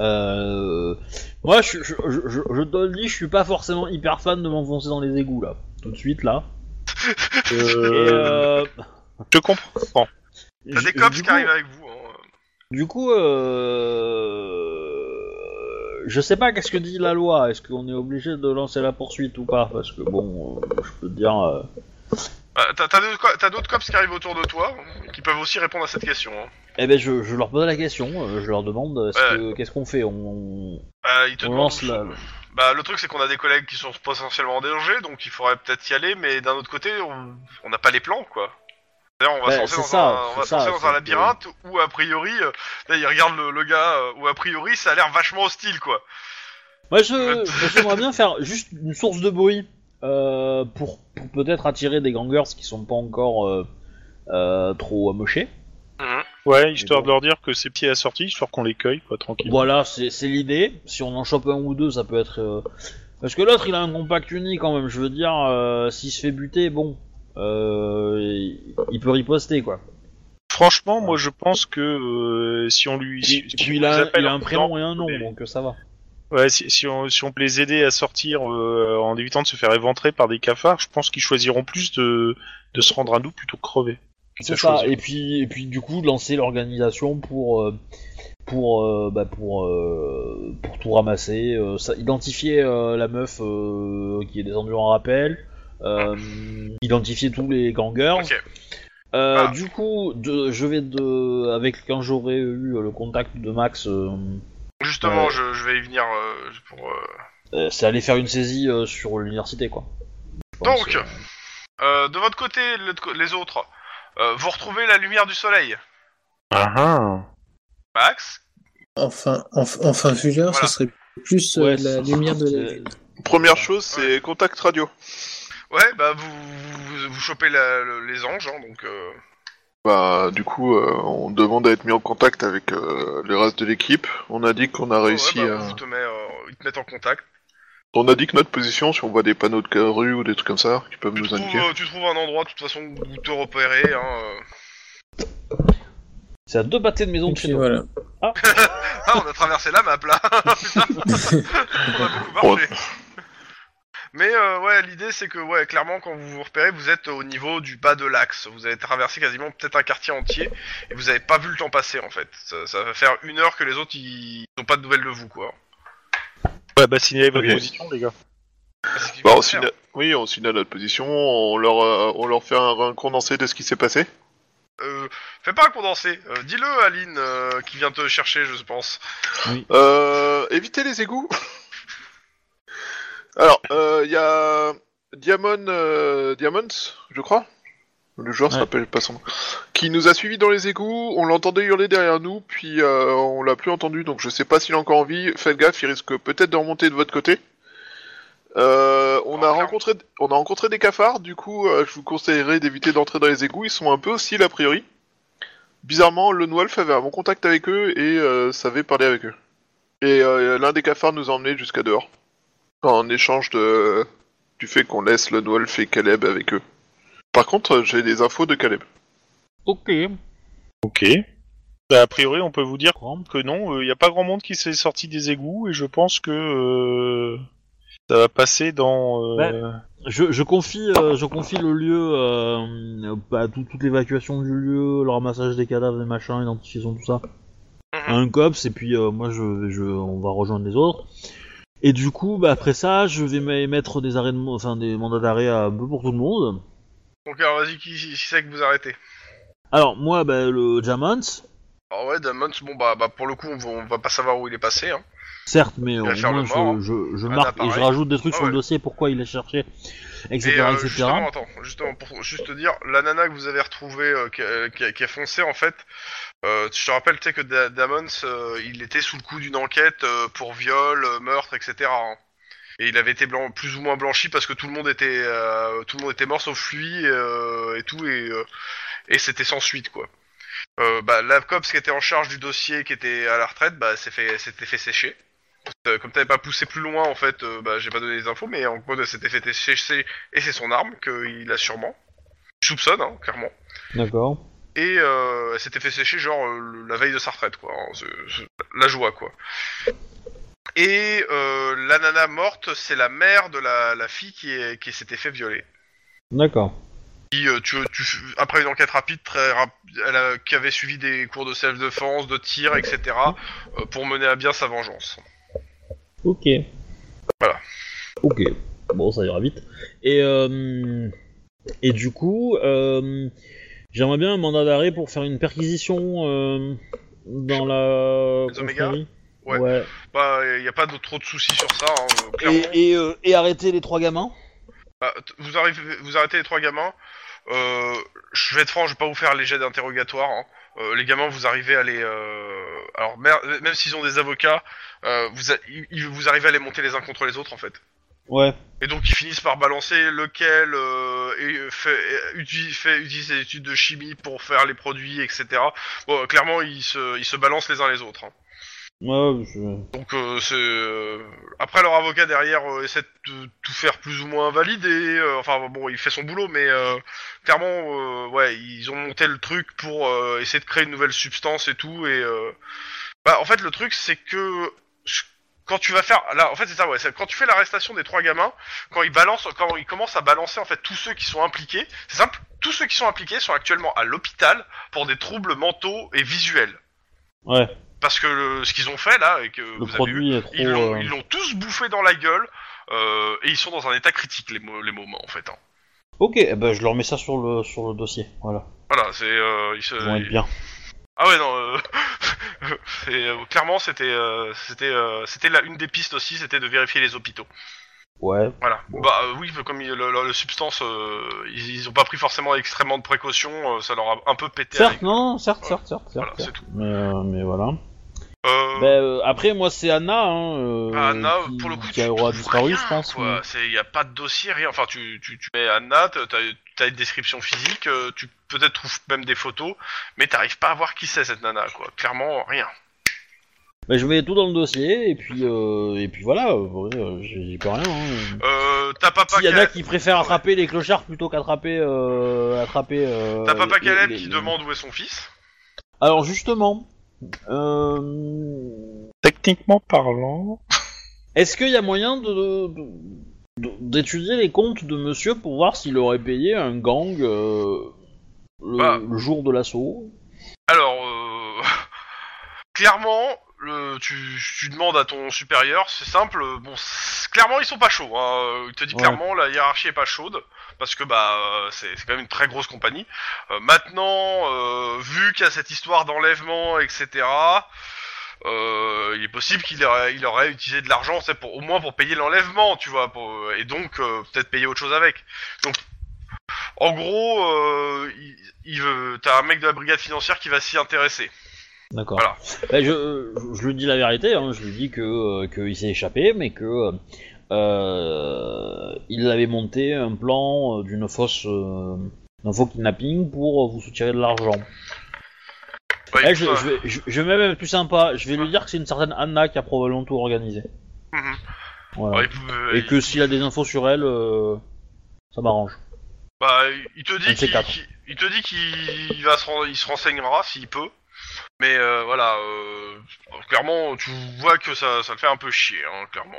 [SPEAKER 1] euh, moi, je, je, je, je- je te le dis, je suis pas forcément hyper fan de m'enfoncer dans les égouts là, tout de suite là.
[SPEAKER 6] Euh,
[SPEAKER 1] Et, euh,
[SPEAKER 6] Je comprends.
[SPEAKER 2] euh, T'as
[SPEAKER 1] je-
[SPEAKER 2] des cops
[SPEAKER 1] du
[SPEAKER 2] qui
[SPEAKER 1] coup-
[SPEAKER 2] arrivent avec vous. hein.
[SPEAKER 1] Du coup, euh, je sais pas qu'est-ce que dit la loi. Est-ce qu'on est obligé de lancer la poursuite ou pas Parce que bon, euh, je peux te dire. euh,
[SPEAKER 2] Ah, t'as- T'as d'autres co- t'as d'autres cops qui arrivent autour de toi hein, qui peuvent aussi répondre à cette question. hein.
[SPEAKER 1] Eh ben, je, je leur pose la question. euh, je leur demande euh, est-ce que- qu'est-ce qu'on fait On, on-
[SPEAKER 2] Euh, ils te
[SPEAKER 1] on
[SPEAKER 2] demandent
[SPEAKER 1] lance
[SPEAKER 2] où-
[SPEAKER 1] la.
[SPEAKER 2] Bah, le truc, c'est qu'on a des collègues qui sont potentiellement en danger, donc il faudrait peut-être y aller, mais d'un autre côté, on on n'a pas les plans, quoi. D'ailleurs, on va
[SPEAKER 1] Ouais,
[SPEAKER 2] se lancer
[SPEAKER 1] c'est
[SPEAKER 2] dans,
[SPEAKER 1] ça,
[SPEAKER 2] un, on va
[SPEAKER 1] c'est
[SPEAKER 2] se lancer
[SPEAKER 1] ça,
[SPEAKER 2] dans
[SPEAKER 1] c'est
[SPEAKER 2] un
[SPEAKER 1] que-
[SPEAKER 2] labyrinthe où, a priori, euh, là, il regarde le, le gars, euh, où, a priori, ça a l'air vachement hostile, quoi.
[SPEAKER 1] Moi, je- j'aimerais bien faire juste une source de bruit euh, pour, pour peut-être attirer des gangers qui sont pas encore euh, euh, trop amochés.
[SPEAKER 6] Ouais, histoire
[SPEAKER 1] bon.
[SPEAKER 6] de leur dire que c'est petit à la sortie, histoire qu'on les cueille, quoi, tranquille.
[SPEAKER 1] Voilà, c'est c'est l'idée. Si on en chope un ou deux, ça peut être. euh, Parce que l'autre, il a un compact uni quand même. Je veux dire, euh, s'il se fait buter, bon, euh, il, il peut riposter quoi.
[SPEAKER 6] Franchement, moi, je pense que euh, si on lui, si,
[SPEAKER 1] Et
[SPEAKER 6] si
[SPEAKER 1] puis
[SPEAKER 6] on
[SPEAKER 1] il
[SPEAKER 6] les
[SPEAKER 1] a,
[SPEAKER 6] appelle
[SPEAKER 1] il a
[SPEAKER 6] en
[SPEAKER 1] un
[SPEAKER 6] disant-
[SPEAKER 1] prénom et un nom,
[SPEAKER 6] mais-
[SPEAKER 1] donc ça va.
[SPEAKER 6] Ouais, si, si on, si on peut les aider à sortir euh, en évitant de se faire éventrer par des cafards, je pense qu'ils choisiront plus de, de se rendre à nous plutôt que crever.
[SPEAKER 1] C'est
[SPEAKER 6] Ça
[SPEAKER 1] ça.
[SPEAKER 6] choisit.
[SPEAKER 1] Et puis, et puis du coup, de lancer l'organisation pour, euh, pour, euh, bah, pour, euh, pour tout ramasser, euh, ça- identifier euh, la meuf euh, qui est descendue en rappel, euh, identifier tous les gangers.
[SPEAKER 2] Ok.
[SPEAKER 1] Euh,
[SPEAKER 2] Ah.
[SPEAKER 1] Du coup, de, je vais de, avec quand j'aurai eu euh, le contact de Max, euh,
[SPEAKER 2] Justement,
[SPEAKER 1] Ouais.
[SPEAKER 2] je, je vais y venir euh, pour. euh,
[SPEAKER 1] euh, c'est aller faire une saisie euh, sur l'université, quoi. Je pense,
[SPEAKER 2] Donc,
[SPEAKER 1] euh,
[SPEAKER 2] Euh, de votre côté, le- les autres, euh, vous retrouvez la lumière du soleil.
[SPEAKER 6] Ah ah.
[SPEAKER 2] Max
[SPEAKER 4] Enfin, enf- enfin, vu l'heure,
[SPEAKER 2] Voilà.
[SPEAKER 4] ça serait plus euh,
[SPEAKER 1] Ouais,
[SPEAKER 4] la
[SPEAKER 1] ça-
[SPEAKER 4] lumière de la
[SPEAKER 1] c'est-
[SPEAKER 4] ville.
[SPEAKER 3] Première chose, c'est contact radio.
[SPEAKER 2] Ouais, bah vous, vous, vous chopez la- le- les anges, hein, donc. euh,
[SPEAKER 3] Bah, du coup, euh, on demande à être mis en contact avec euh, le reste de l'équipe. On a dit qu'on a réussi
[SPEAKER 2] ouais, bah,
[SPEAKER 3] à...
[SPEAKER 2] vous te met, euh, ils te mettent en contact.
[SPEAKER 3] On a dit que notre position, si on voit des panneaux de rue ou des trucs comme ça, qui peuvent
[SPEAKER 2] Tu
[SPEAKER 3] nous
[SPEAKER 2] trouves,
[SPEAKER 3] indiquer.
[SPEAKER 2] euh, tu trouves un endroit, de toute façon, où te repérer. Hein, euh.
[SPEAKER 1] c'est à deux pâtés de maison de
[SPEAKER 4] Ok,
[SPEAKER 1] chez nous.
[SPEAKER 4] voilà.
[SPEAKER 2] Ah, on a traversé la map là Putain. On a beaucoup marché Mais euh, ouais, l'idée c'est que, ouais, clairement, quand vous vous repérez, vous êtes au niveau du bas de l'axe. Vous avez traversé quasiment peut-être un quartier entier et vous avez pas vu le temps passer en fait. Ça, ça va faire une heure que les autres ils n'ont pas de nouvelles de vous quoi.
[SPEAKER 6] Ouais, bah signalez votre
[SPEAKER 3] Ok.
[SPEAKER 6] position, les gars.
[SPEAKER 2] C'est ce qu'ils
[SPEAKER 3] Bah,
[SPEAKER 2] vont
[SPEAKER 3] on
[SPEAKER 2] faire.
[SPEAKER 3] signale- Oui, on signale notre position, on leur, euh, on leur fait un, un condensé de ce qui s'est passé.
[SPEAKER 2] Euh, fais pas un condensé. Euh, Dis-le, Aline, euh, qui vient te chercher, je pense.
[SPEAKER 3] Euh, évitez les égouts Alors, euh, il y a Diamond, euh, Diamonds, je crois le joueur
[SPEAKER 1] Ouais.
[SPEAKER 3] s'appelle pas son nom. Qui nous a suivis dans les égouts, on l'entendait hurler derrière nous, puis euh, on l'a plus entendu, donc je sais pas s'il est encore en vie. Faites gaffe, il risque peut-être de remonter de votre côté. Euh, on, a
[SPEAKER 2] Oh,
[SPEAKER 3] rencontré, on a rencontré des cafards, du coup euh, je vous conseillerais d'éviter d'entrer dans les égouts, ils sont un peu hostiles a priori. Bizarrement, le Noelf avait un bon contact avec eux et euh, savait parler avec eux. Et euh, l'un des cafards nous a emmenés jusqu'à dehors. En échange de... du fait qu'on laisse le Noelf et Caleb avec eux. Par contre, euh, j'ai des infos de Caleb.
[SPEAKER 1] Ok.
[SPEAKER 6] Ok. Bah, a priori, on peut vous dire
[SPEAKER 1] Grand.
[SPEAKER 6] que non, il n'y a pas grand monde qui s'est sorti des égouts, et je pense que euh, ça va passer dans... euh,
[SPEAKER 1] Je, je confie, euh, je confie le lieu, euh, bah, tout- toute l'évacuation du lieu, le ramassage des cadavres, des machins, identification, tout ça,
[SPEAKER 2] Mhm.
[SPEAKER 1] à un cops, et puis euh, moi, je, je, on va rejoindre les autres. Et du coup, bah, après ça, je vais m'émettre des arrêts de, mo- enfin, des mandats d'arrêt à- un peu pour tout le monde.
[SPEAKER 2] Donc, alors, vas-y, qui, qui c'est que vous arrêtez
[SPEAKER 1] Alors, moi, bah, le Jamans,
[SPEAKER 2] Ah ouais, Damon, bon bah, bah, pour le coup, on va, on va pas savoir où il est passé. Hein.
[SPEAKER 1] certes, mais au
[SPEAKER 2] va faire
[SPEAKER 1] moins,
[SPEAKER 2] le mort,
[SPEAKER 1] je, je, je
[SPEAKER 2] Ah,
[SPEAKER 1] marque
[SPEAKER 2] bah,
[SPEAKER 1] et je
[SPEAKER 2] pareil.
[SPEAKER 1] rajoute des trucs
[SPEAKER 2] Ah,
[SPEAKER 1] sur le
[SPEAKER 2] ouais.
[SPEAKER 1] dossier, pourquoi il est cherché, etc.,
[SPEAKER 2] Et euh,
[SPEAKER 1] etc.
[SPEAKER 2] justement, attends, justement, pour juste te dire, la nana que vous avez retrouvée, euh, qui, euh, qui a- qui a foncé en fait, euh, je te rappelle, tu sais que Da- Damons, euh, il était sous le coup d'une enquête euh, pour viol, euh, meurtre, etc. hein. Et il avait été blan- plus ou moins blanchi parce que tout le monde était, euh, tout le monde était mort sauf lui euh, et tout, et, euh, et c'était sans suite quoi. Euh, bah, la COPS qui était en charge du dossier, qui était à la retraite, bah, s'est fait, s'était fait sécher. Euh, Comme t'avais pas poussé plus loin, en fait, euh, bah, j'ai pas donné les infos, mais en gros, elle s'était fait sécher et c'est son arme qu'il a sûrement. Je soupçonne, hein, clairement.
[SPEAKER 1] D'accord.
[SPEAKER 2] Et euh, elle s'était fait sécher, genre, euh, le- la veille de sa retraite, quoi. hein, c'est- c'est la joie, quoi. Et euh, la nana morte, c'est la mère de la, la fille qui, est- qui s'était fait violer.
[SPEAKER 1] D'accord.
[SPEAKER 2] Qui, euh, tu, tu, après une enquête rapide, très rap- elle a- qui avait suivi des cours de self-defense, de tir, etc., euh, pour mener à bien sa vengeance.
[SPEAKER 1] Ok.
[SPEAKER 2] Voilà.
[SPEAKER 1] Ok. Bon, ça ira vite. Et, euh, et du coup, euh, j'aimerais bien un mandat d'arrêt pour faire une perquisition euh, dans la.
[SPEAKER 2] Les Oméga
[SPEAKER 1] confrérie.
[SPEAKER 2] Ouais. Bah, y a pas de, trop de soucis sur ça, hein, euh, clairement.
[SPEAKER 1] Et, et, euh, et arrêter les trois gamins
[SPEAKER 2] Bah, t- vous, arrivez, vous arrêtez les trois gamins. Euh, je vais être franc, je vais pas vous faire les jets d'interrogatoire. hein. euh, les gamins, vous arrivez à les. euh, alors, mer- même s'ils ont des avocats, euh, vous, a- ils- ils- vous arrivez à les monter les uns contre les autres en fait.
[SPEAKER 1] Ouais.
[SPEAKER 2] Et donc, ils finissent par balancer lequel euh, et fait, et uti- fait- utilise des études de chimie pour faire les produits, etc. Bon, euh, clairement, ils se, ils se balancent les uns les autres. hein.
[SPEAKER 1] Ouais, je...
[SPEAKER 2] Donc, euh, c'est. euh, Après, leur avocat derrière euh, essaie de tout faire plus ou moins valide et. euh, enfin, bon, il fait son boulot, mais euh, clairement, euh, ouais, ils ont monté le truc pour euh, essayer de créer une nouvelle substance et tout. Et. euh, Bah, en fait, le truc, c'est que. Quand tu vas faire. Là, en fait, c'est ça, ouais. c'est Quand tu fais l'arrestation des trois gamins, quand ils balancent. Quand ils commencent à balancer, en fait, tous ceux qui sont impliqués, c'est simple, tous ceux qui sont impliqués sont actuellement à l'hôpital pour des troubles mentaux et visuels.
[SPEAKER 1] ouais.
[SPEAKER 2] Parce que le- ce qu'ils ont fait là, et que
[SPEAKER 1] Le
[SPEAKER 2] vous avez eu,
[SPEAKER 1] produit est trop.
[SPEAKER 2] ils l'ont,
[SPEAKER 1] euh,
[SPEAKER 2] ils l'ont tous bouffé dans la gueule euh, et ils sont dans un état critique les, mo- les moments en fait. hein.
[SPEAKER 1] Ok, eh ben, je leur mets ça sur le sur le dossier. Voilà.
[SPEAKER 2] Voilà, c'est euh, ils se-
[SPEAKER 1] Ils vont être bien.
[SPEAKER 2] ah ouais non euh, c'est, euh, clairement c'était euh, c'était euh, c'était la, une des pistes aussi c'était de vérifier les hôpitaux.
[SPEAKER 1] Ouais.
[SPEAKER 2] Voilà. Bah euh, oui comme ils- le, le- le substance euh, ils, ils ont pas pris forcément extrêmement de précautions, euh, ça leur a un peu pété.
[SPEAKER 1] Certes,
[SPEAKER 2] avec-
[SPEAKER 1] non, non, certes, certes, certes, certes.
[SPEAKER 2] Voilà, c'est
[SPEAKER 1] certes.
[SPEAKER 2] tout.
[SPEAKER 1] Mais, euh, mais voilà.
[SPEAKER 2] Euh,
[SPEAKER 1] Bah, euh, après, moi, c'est Anna. Hein, euh,
[SPEAKER 2] Anna,
[SPEAKER 1] qui-
[SPEAKER 2] Ah, pour le coup,
[SPEAKER 1] qui
[SPEAKER 2] tu
[SPEAKER 1] aura
[SPEAKER 2] trouves
[SPEAKER 1] disparu,
[SPEAKER 2] rien,
[SPEAKER 1] je pense.
[SPEAKER 2] quoi.
[SPEAKER 1] mais-
[SPEAKER 2] C'est, y a pas de dossier, rien. Enfin, tu, tu, tu mets Anna, t'as, t'as- t'as une description physique, euh, tu peut-être trouves même des photos, mais t'arrives pas à voir qui c'est cette nana, quoi. Clairement, rien.
[SPEAKER 1] Bah, je mets tout dans le dossier et puis euh, et puis voilà. euh, ouais, euh, J'y j'y peux rien. Hein.
[SPEAKER 2] Euh, t'as papa,
[SPEAKER 1] S'il y en a
[SPEAKER 2] Caleb,
[SPEAKER 1] qui préfèrent attraper les clochards plutôt qu'attraper euh, attraper. euh,
[SPEAKER 2] t'as papa
[SPEAKER 1] les-
[SPEAKER 2] Caleb
[SPEAKER 1] les-
[SPEAKER 2] qui
[SPEAKER 1] les-
[SPEAKER 2] demande où est son fils.
[SPEAKER 1] Alors justement, euh,
[SPEAKER 6] Techniquement parlant.
[SPEAKER 1] est-ce qu'il y a moyen de, de- de- d'étudier les comptes de Monsieur pour voir s'il aurait payé un gang euh, le,
[SPEAKER 2] Bah.
[SPEAKER 1] le jour de l'assaut
[SPEAKER 2] Alors, euh, clairement, le, tu, tu demandes à ton supérieur, c'est simple. euh, Bon, c'est- clairement, ils sont pas chauds. Hein. Il te dit
[SPEAKER 1] Ouais.
[SPEAKER 2] clairement, la hiérarchie est pas chaude parce que bah, euh, c'est c'est quand même une très grosse compagnie. Euh, maintenant, euh, vu qu'il y a cette histoire d'enlèvement, etc. euh, il est possible qu'il aurait, il aurait utilisé de l'argent, c'est pour au moins pour payer l'enlèvement, tu vois, pour- et donc euh, peut-être payer autre chose avec. Donc, en gros, euh, il, il veut- t'as un mec de la brigade financière qui va s'y intéresser.
[SPEAKER 1] D'accord.
[SPEAKER 2] Voilà.
[SPEAKER 1] Bah, je, euh, je lui dis la vérité. hein, je lui dis que euh, qu'il s'est échappé, mais que euh, il avait monté un plan euh, d'une fausse euh, d'un faux kidnapping pour euh, vous soutirer de l'argent. Eh,
[SPEAKER 2] Ouais, Bah, il
[SPEAKER 1] je,
[SPEAKER 2] faut-
[SPEAKER 1] je vais, je, je vais même être plus sympa, je vais lui dire que c'est une certaine Anna qui a probablement tout organisé.
[SPEAKER 2] Mhm.
[SPEAKER 1] Voilà.
[SPEAKER 2] Ouais, il peut- euh,
[SPEAKER 1] Et
[SPEAKER 2] il-
[SPEAKER 1] que s'il a des infos sur elle, euh, ça m'arrange.
[SPEAKER 2] bah, il te
[SPEAKER 1] Un
[SPEAKER 2] dit
[SPEAKER 1] de ces
[SPEAKER 2] qu'il
[SPEAKER 1] quatre.
[SPEAKER 2] qu'il- il te dit qu'il il va se ren- il se renseignera s'il peut. Mais euh, voilà, euh, clairement, tu vois que ça, ça le fait un peu chier, hein, clairement.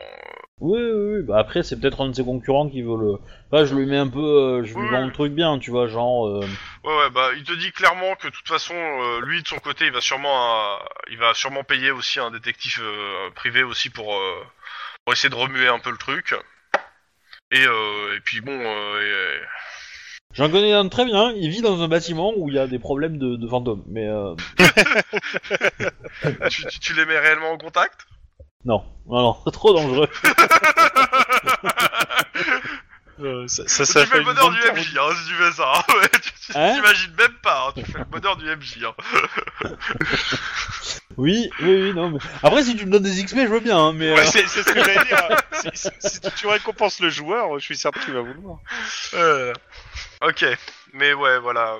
[SPEAKER 1] Oui, oui, oui. Bah, après, c'est peut-être un de ses concurrents qui veut le. Enfin, je lui mets un peu. euh, je lui
[SPEAKER 2] Oui,
[SPEAKER 1] vends
[SPEAKER 2] oui.
[SPEAKER 1] le truc bien, tu vois, genre. euh,
[SPEAKER 2] Ouais, ouais, bah, il te dit clairement que de toute façon, euh, lui de son côté, il va sûrement, euh, il va sûrement payer aussi un détective euh, privé aussi pour, euh, pour essayer de remuer un peu le truc. Et, euh, et puis bon, euh, et-
[SPEAKER 1] J'en connais un très bien, il vit dans un bâtiment où il y a des problèmes de, de fantômes. Mais euh,
[SPEAKER 2] tu, tu- tu les mets réellement en contact
[SPEAKER 1] non, non, non, c'est trop dangereux.
[SPEAKER 6] Euh, ça ça
[SPEAKER 2] Tu Euh, fais
[SPEAKER 6] s'appelle
[SPEAKER 2] le
[SPEAKER 6] une
[SPEAKER 2] bonheur
[SPEAKER 6] bonne
[SPEAKER 2] du
[SPEAKER 6] carte.
[SPEAKER 2] MJ, hein, si tu fais ça. hein. Ouais, tu tu-
[SPEAKER 1] Hein
[SPEAKER 2] t'imagines même pas, hein, tu fais le bonheur du MJ. Hein.
[SPEAKER 1] Oui, oui, oui, non. Mais... Après, si tu me donnes des XP, je veux bien, hein, mais. euh,
[SPEAKER 6] Ouais, c'est c'est ce que j'allais dire. Si, si- si tu récompenses le joueur, je suis certain qu'il va vouloir.
[SPEAKER 2] Euh, ok, mais ouais, voilà.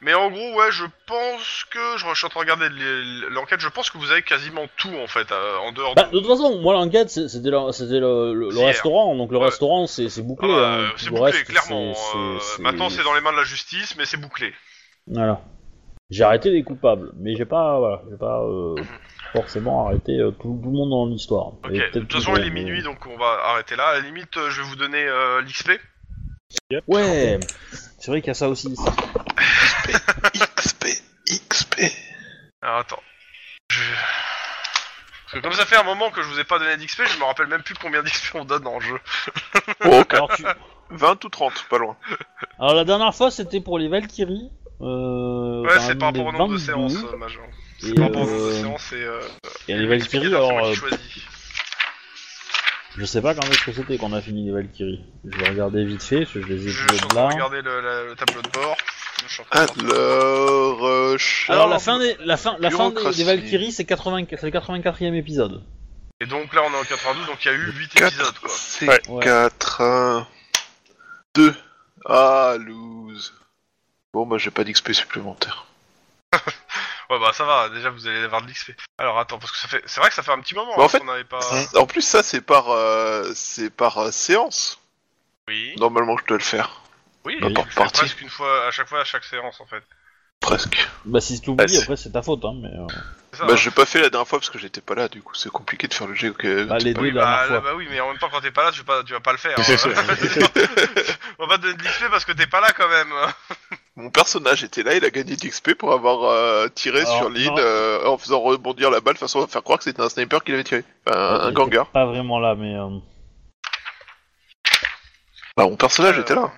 [SPEAKER 2] Mais en gros, ouais, je pense que. Je, suis en train de regarder l- l'enquête, je pense que vous avez quasiment tout en fait, euh, en dehors de.
[SPEAKER 1] Bah, de toute façon, moi l'enquête c'est- c'était le, c'était le, le- le
[SPEAKER 2] Hier.
[SPEAKER 1] restaurant, donc le
[SPEAKER 2] hein. Ouais.
[SPEAKER 1] restaurant c'est c'est bouclé.
[SPEAKER 2] Ah,
[SPEAKER 1] hein.
[SPEAKER 2] euh, c'est
[SPEAKER 1] Le
[SPEAKER 2] bouclé,
[SPEAKER 1] reste,
[SPEAKER 2] clairement.
[SPEAKER 1] c'est-
[SPEAKER 2] euh,
[SPEAKER 1] c'est-
[SPEAKER 2] maintenant, c'est dans les mains de la justice, mais c'est bouclé.
[SPEAKER 1] Voilà. J'ai arrêté les coupables, mais j'ai pas, voilà, j'ai pas euh, forcément arrêté euh, tout, tout le monde dans l'histoire.
[SPEAKER 2] Mhm. Ok,
[SPEAKER 1] Et
[SPEAKER 2] de
[SPEAKER 1] peut-être
[SPEAKER 2] toute façon,
[SPEAKER 1] toujours,
[SPEAKER 2] il est
[SPEAKER 1] mais-
[SPEAKER 2] minuit, donc on va arrêter là. À la limite, euh, je vais vous donner l'XP.
[SPEAKER 1] Ouais, c'est vrai qu'il y a ça aussi.
[SPEAKER 3] XP, XP.
[SPEAKER 2] Alors attends. Je... Parce que comme ça fait un moment que je vous ai pas donné d'XP, je me rappelle même plus combien d'XP on donne en jeu.
[SPEAKER 3] Oh, ok.
[SPEAKER 1] Alors, tu-
[SPEAKER 3] 20 ou 30, pas loin.
[SPEAKER 1] Alors, la dernière fois c'était pour les Valkyries. Euh,
[SPEAKER 2] Ouais,
[SPEAKER 1] par
[SPEAKER 2] c'est
[SPEAKER 1] un
[SPEAKER 2] par rapport au
[SPEAKER 1] des
[SPEAKER 2] nombre
[SPEAKER 1] 22,
[SPEAKER 2] de séances, euh, Major. C'est
[SPEAKER 1] Et,
[SPEAKER 2] par rapport au nombre de
[SPEAKER 1] euh,
[SPEAKER 2] séances et... Euh,
[SPEAKER 1] Et les
[SPEAKER 2] l'explicateur,
[SPEAKER 1] Valkyries,
[SPEAKER 2] c'est moi
[SPEAKER 1] alors
[SPEAKER 2] qui
[SPEAKER 1] euh,
[SPEAKER 2] choisis.
[SPEAKER 1] je sais pas quand est-ce que c'était qu'on a fini les Valkyries. Je vais regarder vite fait, parce que je les ai
[SPEAKER 2] Je suis en
[SPEAKER 1] de
[SPEAKER 2] train
[SPEAKER 1] là.
[SPEAKER 2] de regarder le, la- le tableau de bord. Je suis en
[SPEAKER 3] Ah,
[SPEAKER 2] train de faire-
[SPEAKER 3] Alors, euh,
[SPEAKER 1] Alors la fin des, la fin, la fin des,
[SPEAKER 3] Bureaucratie.
[SPEAKER 1] des Valkyries, c'est 80 c'est le 84e épisode.
[SPEAKER 2] Et donc là, on est en 92, donc il y a eu 8
[SPEAKER 3] Quatre.
[SPEAKER 2] épisodes, quoi.
[SPEAKER 3] C'est
[SPEAKER 6] Ouais.
[SPEAKER 3] 4, 1, 2. Ah, lose. Bon, bah, j'ai pas d'XP supplémentaire.
[SPEAKER 2] Ouais, bah ça va, déjà, vous allez avoir de l'XP. Alors, attends, parce que ça fait... C'est vrai que ça fait un petit moment
[SPEAKER 3] Bah, en
[SPEAKER 2] hein,
[SPEAKER 3] fait-
[SPEAKER 2] qu'on n'avait pas...
[SPEAKER 3] En plus, ça, c'est par, euh, c'est par euh, séance.
[SPEAKER 2] Oui,
[SPEAKER 3] Normalement, je dois le faire.
[SPEAKER 2] oui, je
[SPEAKER 3] n'importe
[SPEAKER 2] le fais
[SPEAKER 3] partie.
[SPEAKER 2] presque une fois, à chaque fois, à chaque séance, en fait.
[SPEAKER 3] Presque.
[SPEAKER 1] Bah si tu
[SPEAKER 3] Ah,
[SPEAKER 1] oublies,
[SPEAKER 3] c'est-
[SPEAKER 1] après c'est ta faute. Hein, mais, euh,
[SPEAKER 2] C'est ça,
[SPEAKER 3] bah,
[SPEAKER 2] hein.
[SPEAKER 3] j'ai pas fait la dernière fois parce que j'étais pas là, du coup, c'est compliqué de faire le jet. que
[SPEAKER 1] bah, les deux
[SPEAKER 2] Oui, bah,
[SPEAKER 1] dernières
[SPEAKER 2] là,
[SPEAKER 1] fois.
[SPEAKER 2] bah oui, mais en même temps, quand t'es pas là, tu vas pas, tu vas pas le faire. hein. on va pas te donner de l'XP parce que t'es pas là quand même.
[SPEAKER 3] Mon personnage était là, il a gagné d'XP pour avoir euh, tiré
[SPEAKER 1] Alors,
[SPEAKER 3] sur l'île
[SPEAKER 1] non.
[SPEAKER 3] euh, en faisant rebondir la balle, de façon à faire croire que c'était un sniper qui l'avait tiré. Enfin,
[SPEAKER 1] Ouais,
[SPEAKER 3] un
[SPEAKER 1] t'es
[SPEAKER 3] gangard.
[SPEAKER 1] Pas vraiment là, mais euh,
[SPEAKER 3] Bah, mon personnage
[SPEAKER 2] Euh,
[SPEAKER 3] était là.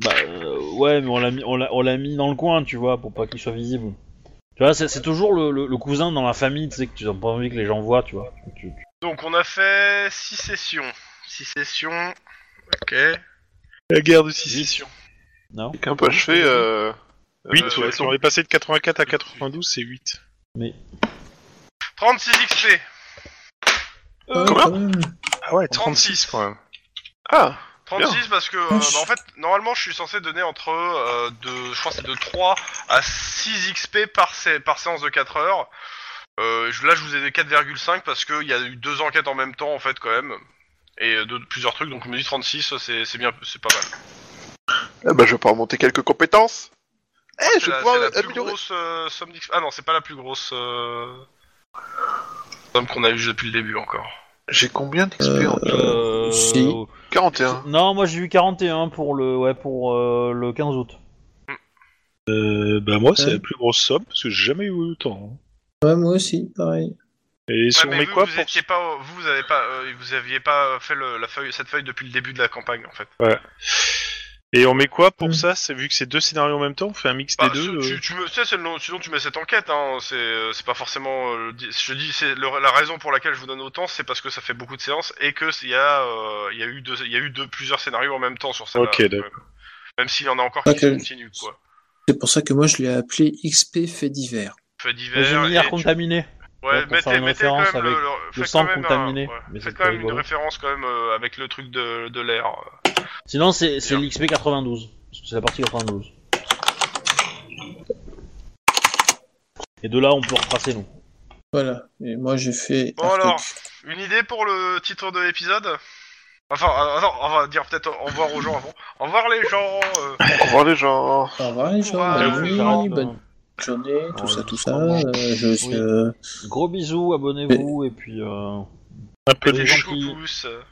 [SPEAKER 1] bah euh, ouais, mais on l'a mis, on l'a, on l'a mis dans le coin, tu vois, pour pas qu'il soit visible. Tu vois, c'est, c'est toujours le, le, le cousin dans la famille, tu sais que tu n'as pas envie que les gens voient, tu vois. Tu- tu-
[SPEAKER 2] Donc, on a fait 6 sessions. 6 sessions. Ok.
[SPEAKER 6] La guerre de Sicile.
[SPEAKER 1] Non.
[SPEAKER 3] Quelqu'un peut achever. Euh...
[SPEAKER 6] 8,
[SPEAKER 3] euh,
[SPEAKER 2] Euh,
[SPEAKER 6] ouais,
[SPEAKER 2] ouais,
[SPEAKER 6] si on est passé de 84 à 92, c'est 8.
[SPEAKER 2] 36 XP.
[SPEAKER 3] Comment
[SPEAKER 6] Ah ouais,
[SPEAKER 2] 36,
[SPEAKER 6] quand même.
[SPEAKER 3] Ah,
[SPEAKER 2] 36 parce que euh, bah, en fait normalement je suis censé donner entre euh, de je crois que c'est de 3 à 6 XP par, sé- par séance de 4 heures. Euh, je- là je vous ai des 4,5 parce qu'il y a eu deux enquêtes en même temps en fait quand même et euh, de, plusieurs trucs donc je me dis 36 c'est c'est bien c'est pas mal.
[SPEAKER 3] Eh ben, je vais pouvoir monter quelques compétences. Eh,
[SPEAKER 2] C'est
[SPEAKER 3] je vais
[SPEAKER 2] la,
[SPEAKER 3] pouvoir
[SPEAKER 2] c'est la plus
[SPEAKER 3] améliorer.
[SPEAKER 2] grosse euh, somme d'XP. Ah non c'est pas la plus grosse euh, somme qu'on a eu depuis le début encore.
[SPEAKER 3] J'ai combien d'XP en tout
[SPEAKER 1] Euh,
[SPEAKER 4] si.
[SPEAKER 2] hein.
[SPEAKER 3] 41.
[SPEAKER 1] Non, moi j'ai eu 41 pour le, ouais, pour euh, le 15 août.
[SPEAKER 6] Euh, bah moi, c'est
[SPEAKER 4] Ouais.
[SPEAKER 6] la plus grosse somme, parce que j'ai jamais eu autant. hein.
[SPEAKER 4] Ouais, moi aussi, pareil.
[SPEAKER 6] Et si
[SPEAKER 2] Ouais,
[SPEAKER 6] on
[SPEAKER 2] mais
[SPEAKER 6] met
[SPEAKER 2] vous,
[SPEAKER 6] quoi
[SPEAKER 2] vous,
[SPEAKER 6] pour...
[SPEAKER 2] étiez pas, au- vous, vous avez pas euh, vous aviez pas fait le- la feuille cette feuille depuis le début de la campagne en fait.
[SPEAKER 6] Et on met quoi pour
[SPEAKER 4] Hmm.
[SPEAKER 6] ça c'est- Vu que c'est deux scénarios en même temps, on fait un mix
[SPEAKER 2] Bah,
[SPEAKER 6] des
[SPEAKER 2] ce-
[SPEAKER 6] deux.
[SPEAKER 2] tu,
[SPEAKER 6] euh.
[SPEAKER 2] tu me, tu sais, c'est le nom- sinon tu mets cette enquête. Hein, c'est, euh, c'est pas forcément. euh, le di- je dis, c'est le- la raison pour laquelle je vous donne autant, c'est parce que ça fait beaucoup de séances et que c'est- il y a, euh, il y a eu, deux, il y a eu deux, plusieurs scénarios en même temps sur ça.
[SPEAKER 6] Ok, d'accord.
[SPEAKER 2] Même s'il y en a encore
[SPEAKER 4] Pas
[SPEAKER 2] qui
[SPEAKER 4] que-
[SPEAKER 2] continuent, quoi.
[SPEAKER 4] C'est pour ça que moi, je l'ai appelé XP fait divers.
[SPEAKER 2] Fait
[SPEAKER 1] J'ai
[SPEAKER 2] divers.
[SPEAKER 1] mis l'air
[SPEAKER 2] Eh, et tu-
[SPEAKER 1] contaminé.
[SPEAKER 2] Ouais,
[SPEAKER 1] pour faire
[SPEAKER 2] mettez,
[SPEAKER 1] une
[SPEAKER 2] mettez quand
[SPEAKER 1] référence
[SPEAKER 2] même le,
[SPEAKER 1] avec
[SPEAKER 2] le- faites
[SPEAKER 1] sang
[SPEAKER 2] quand même un-
[SPEAKER 1] contaminé,
[SPEAKER 2] ouais,
[SPEAKER 1] mais
[SPEAKER 2] Faites
[SPEAKER 1] c'est
[SPEAKER 2] quand
[SPEAKER 1] pas
[SPEAKER 2] même une
[SPEAKER 1] rigolo.
[SPEAKER 2] référence quand même euh, avec le truc de, de l'air. euh.
[SPEAKER 1] Sinon, c'est, c'est
[SPEAKER 2] Bien.
[SPEAKER 1] l'XP 92. parce que C'est la partie 92. Et de là, on peut retracer, nous.
[SPEAKER 4] Voilà. Et moi, j'ai fait.
[SPEAKER 2] Bon, alors. Une idée pour le titre de l'épisode. Enfin, euh, attends, on va dire peut-être au revoir aux gens avant. Au revoir les gens. euh.
[SPEAKER 3] Au revoir, les gens.
[SPEAKER 4] Au revoir, les gens.
[SPEAKER 2] Au
[SPEAKER 4] Bonne
[SPEAKER 2] revoir.
[SPEAKER 4] nuit, hein, Ah, bah bonne journée, tout ça, tout ça. Euh, je
[SPEAKER 1] Oui.
[SPEAKER 4] euh,
[SPEAKER 1] Gros bisous, abonnez-vous, et puis... Euh...
[SPEAKER 6] Un peu
[SPEAKER 2] Mettez
[SPEAKER 6] de
[SPEAKER 2] des
[SPEAKER 1] gens
[SPEAKER 2] choux
[SPEAKER 1] qui-
[SPEAKER 2] pouces, euh.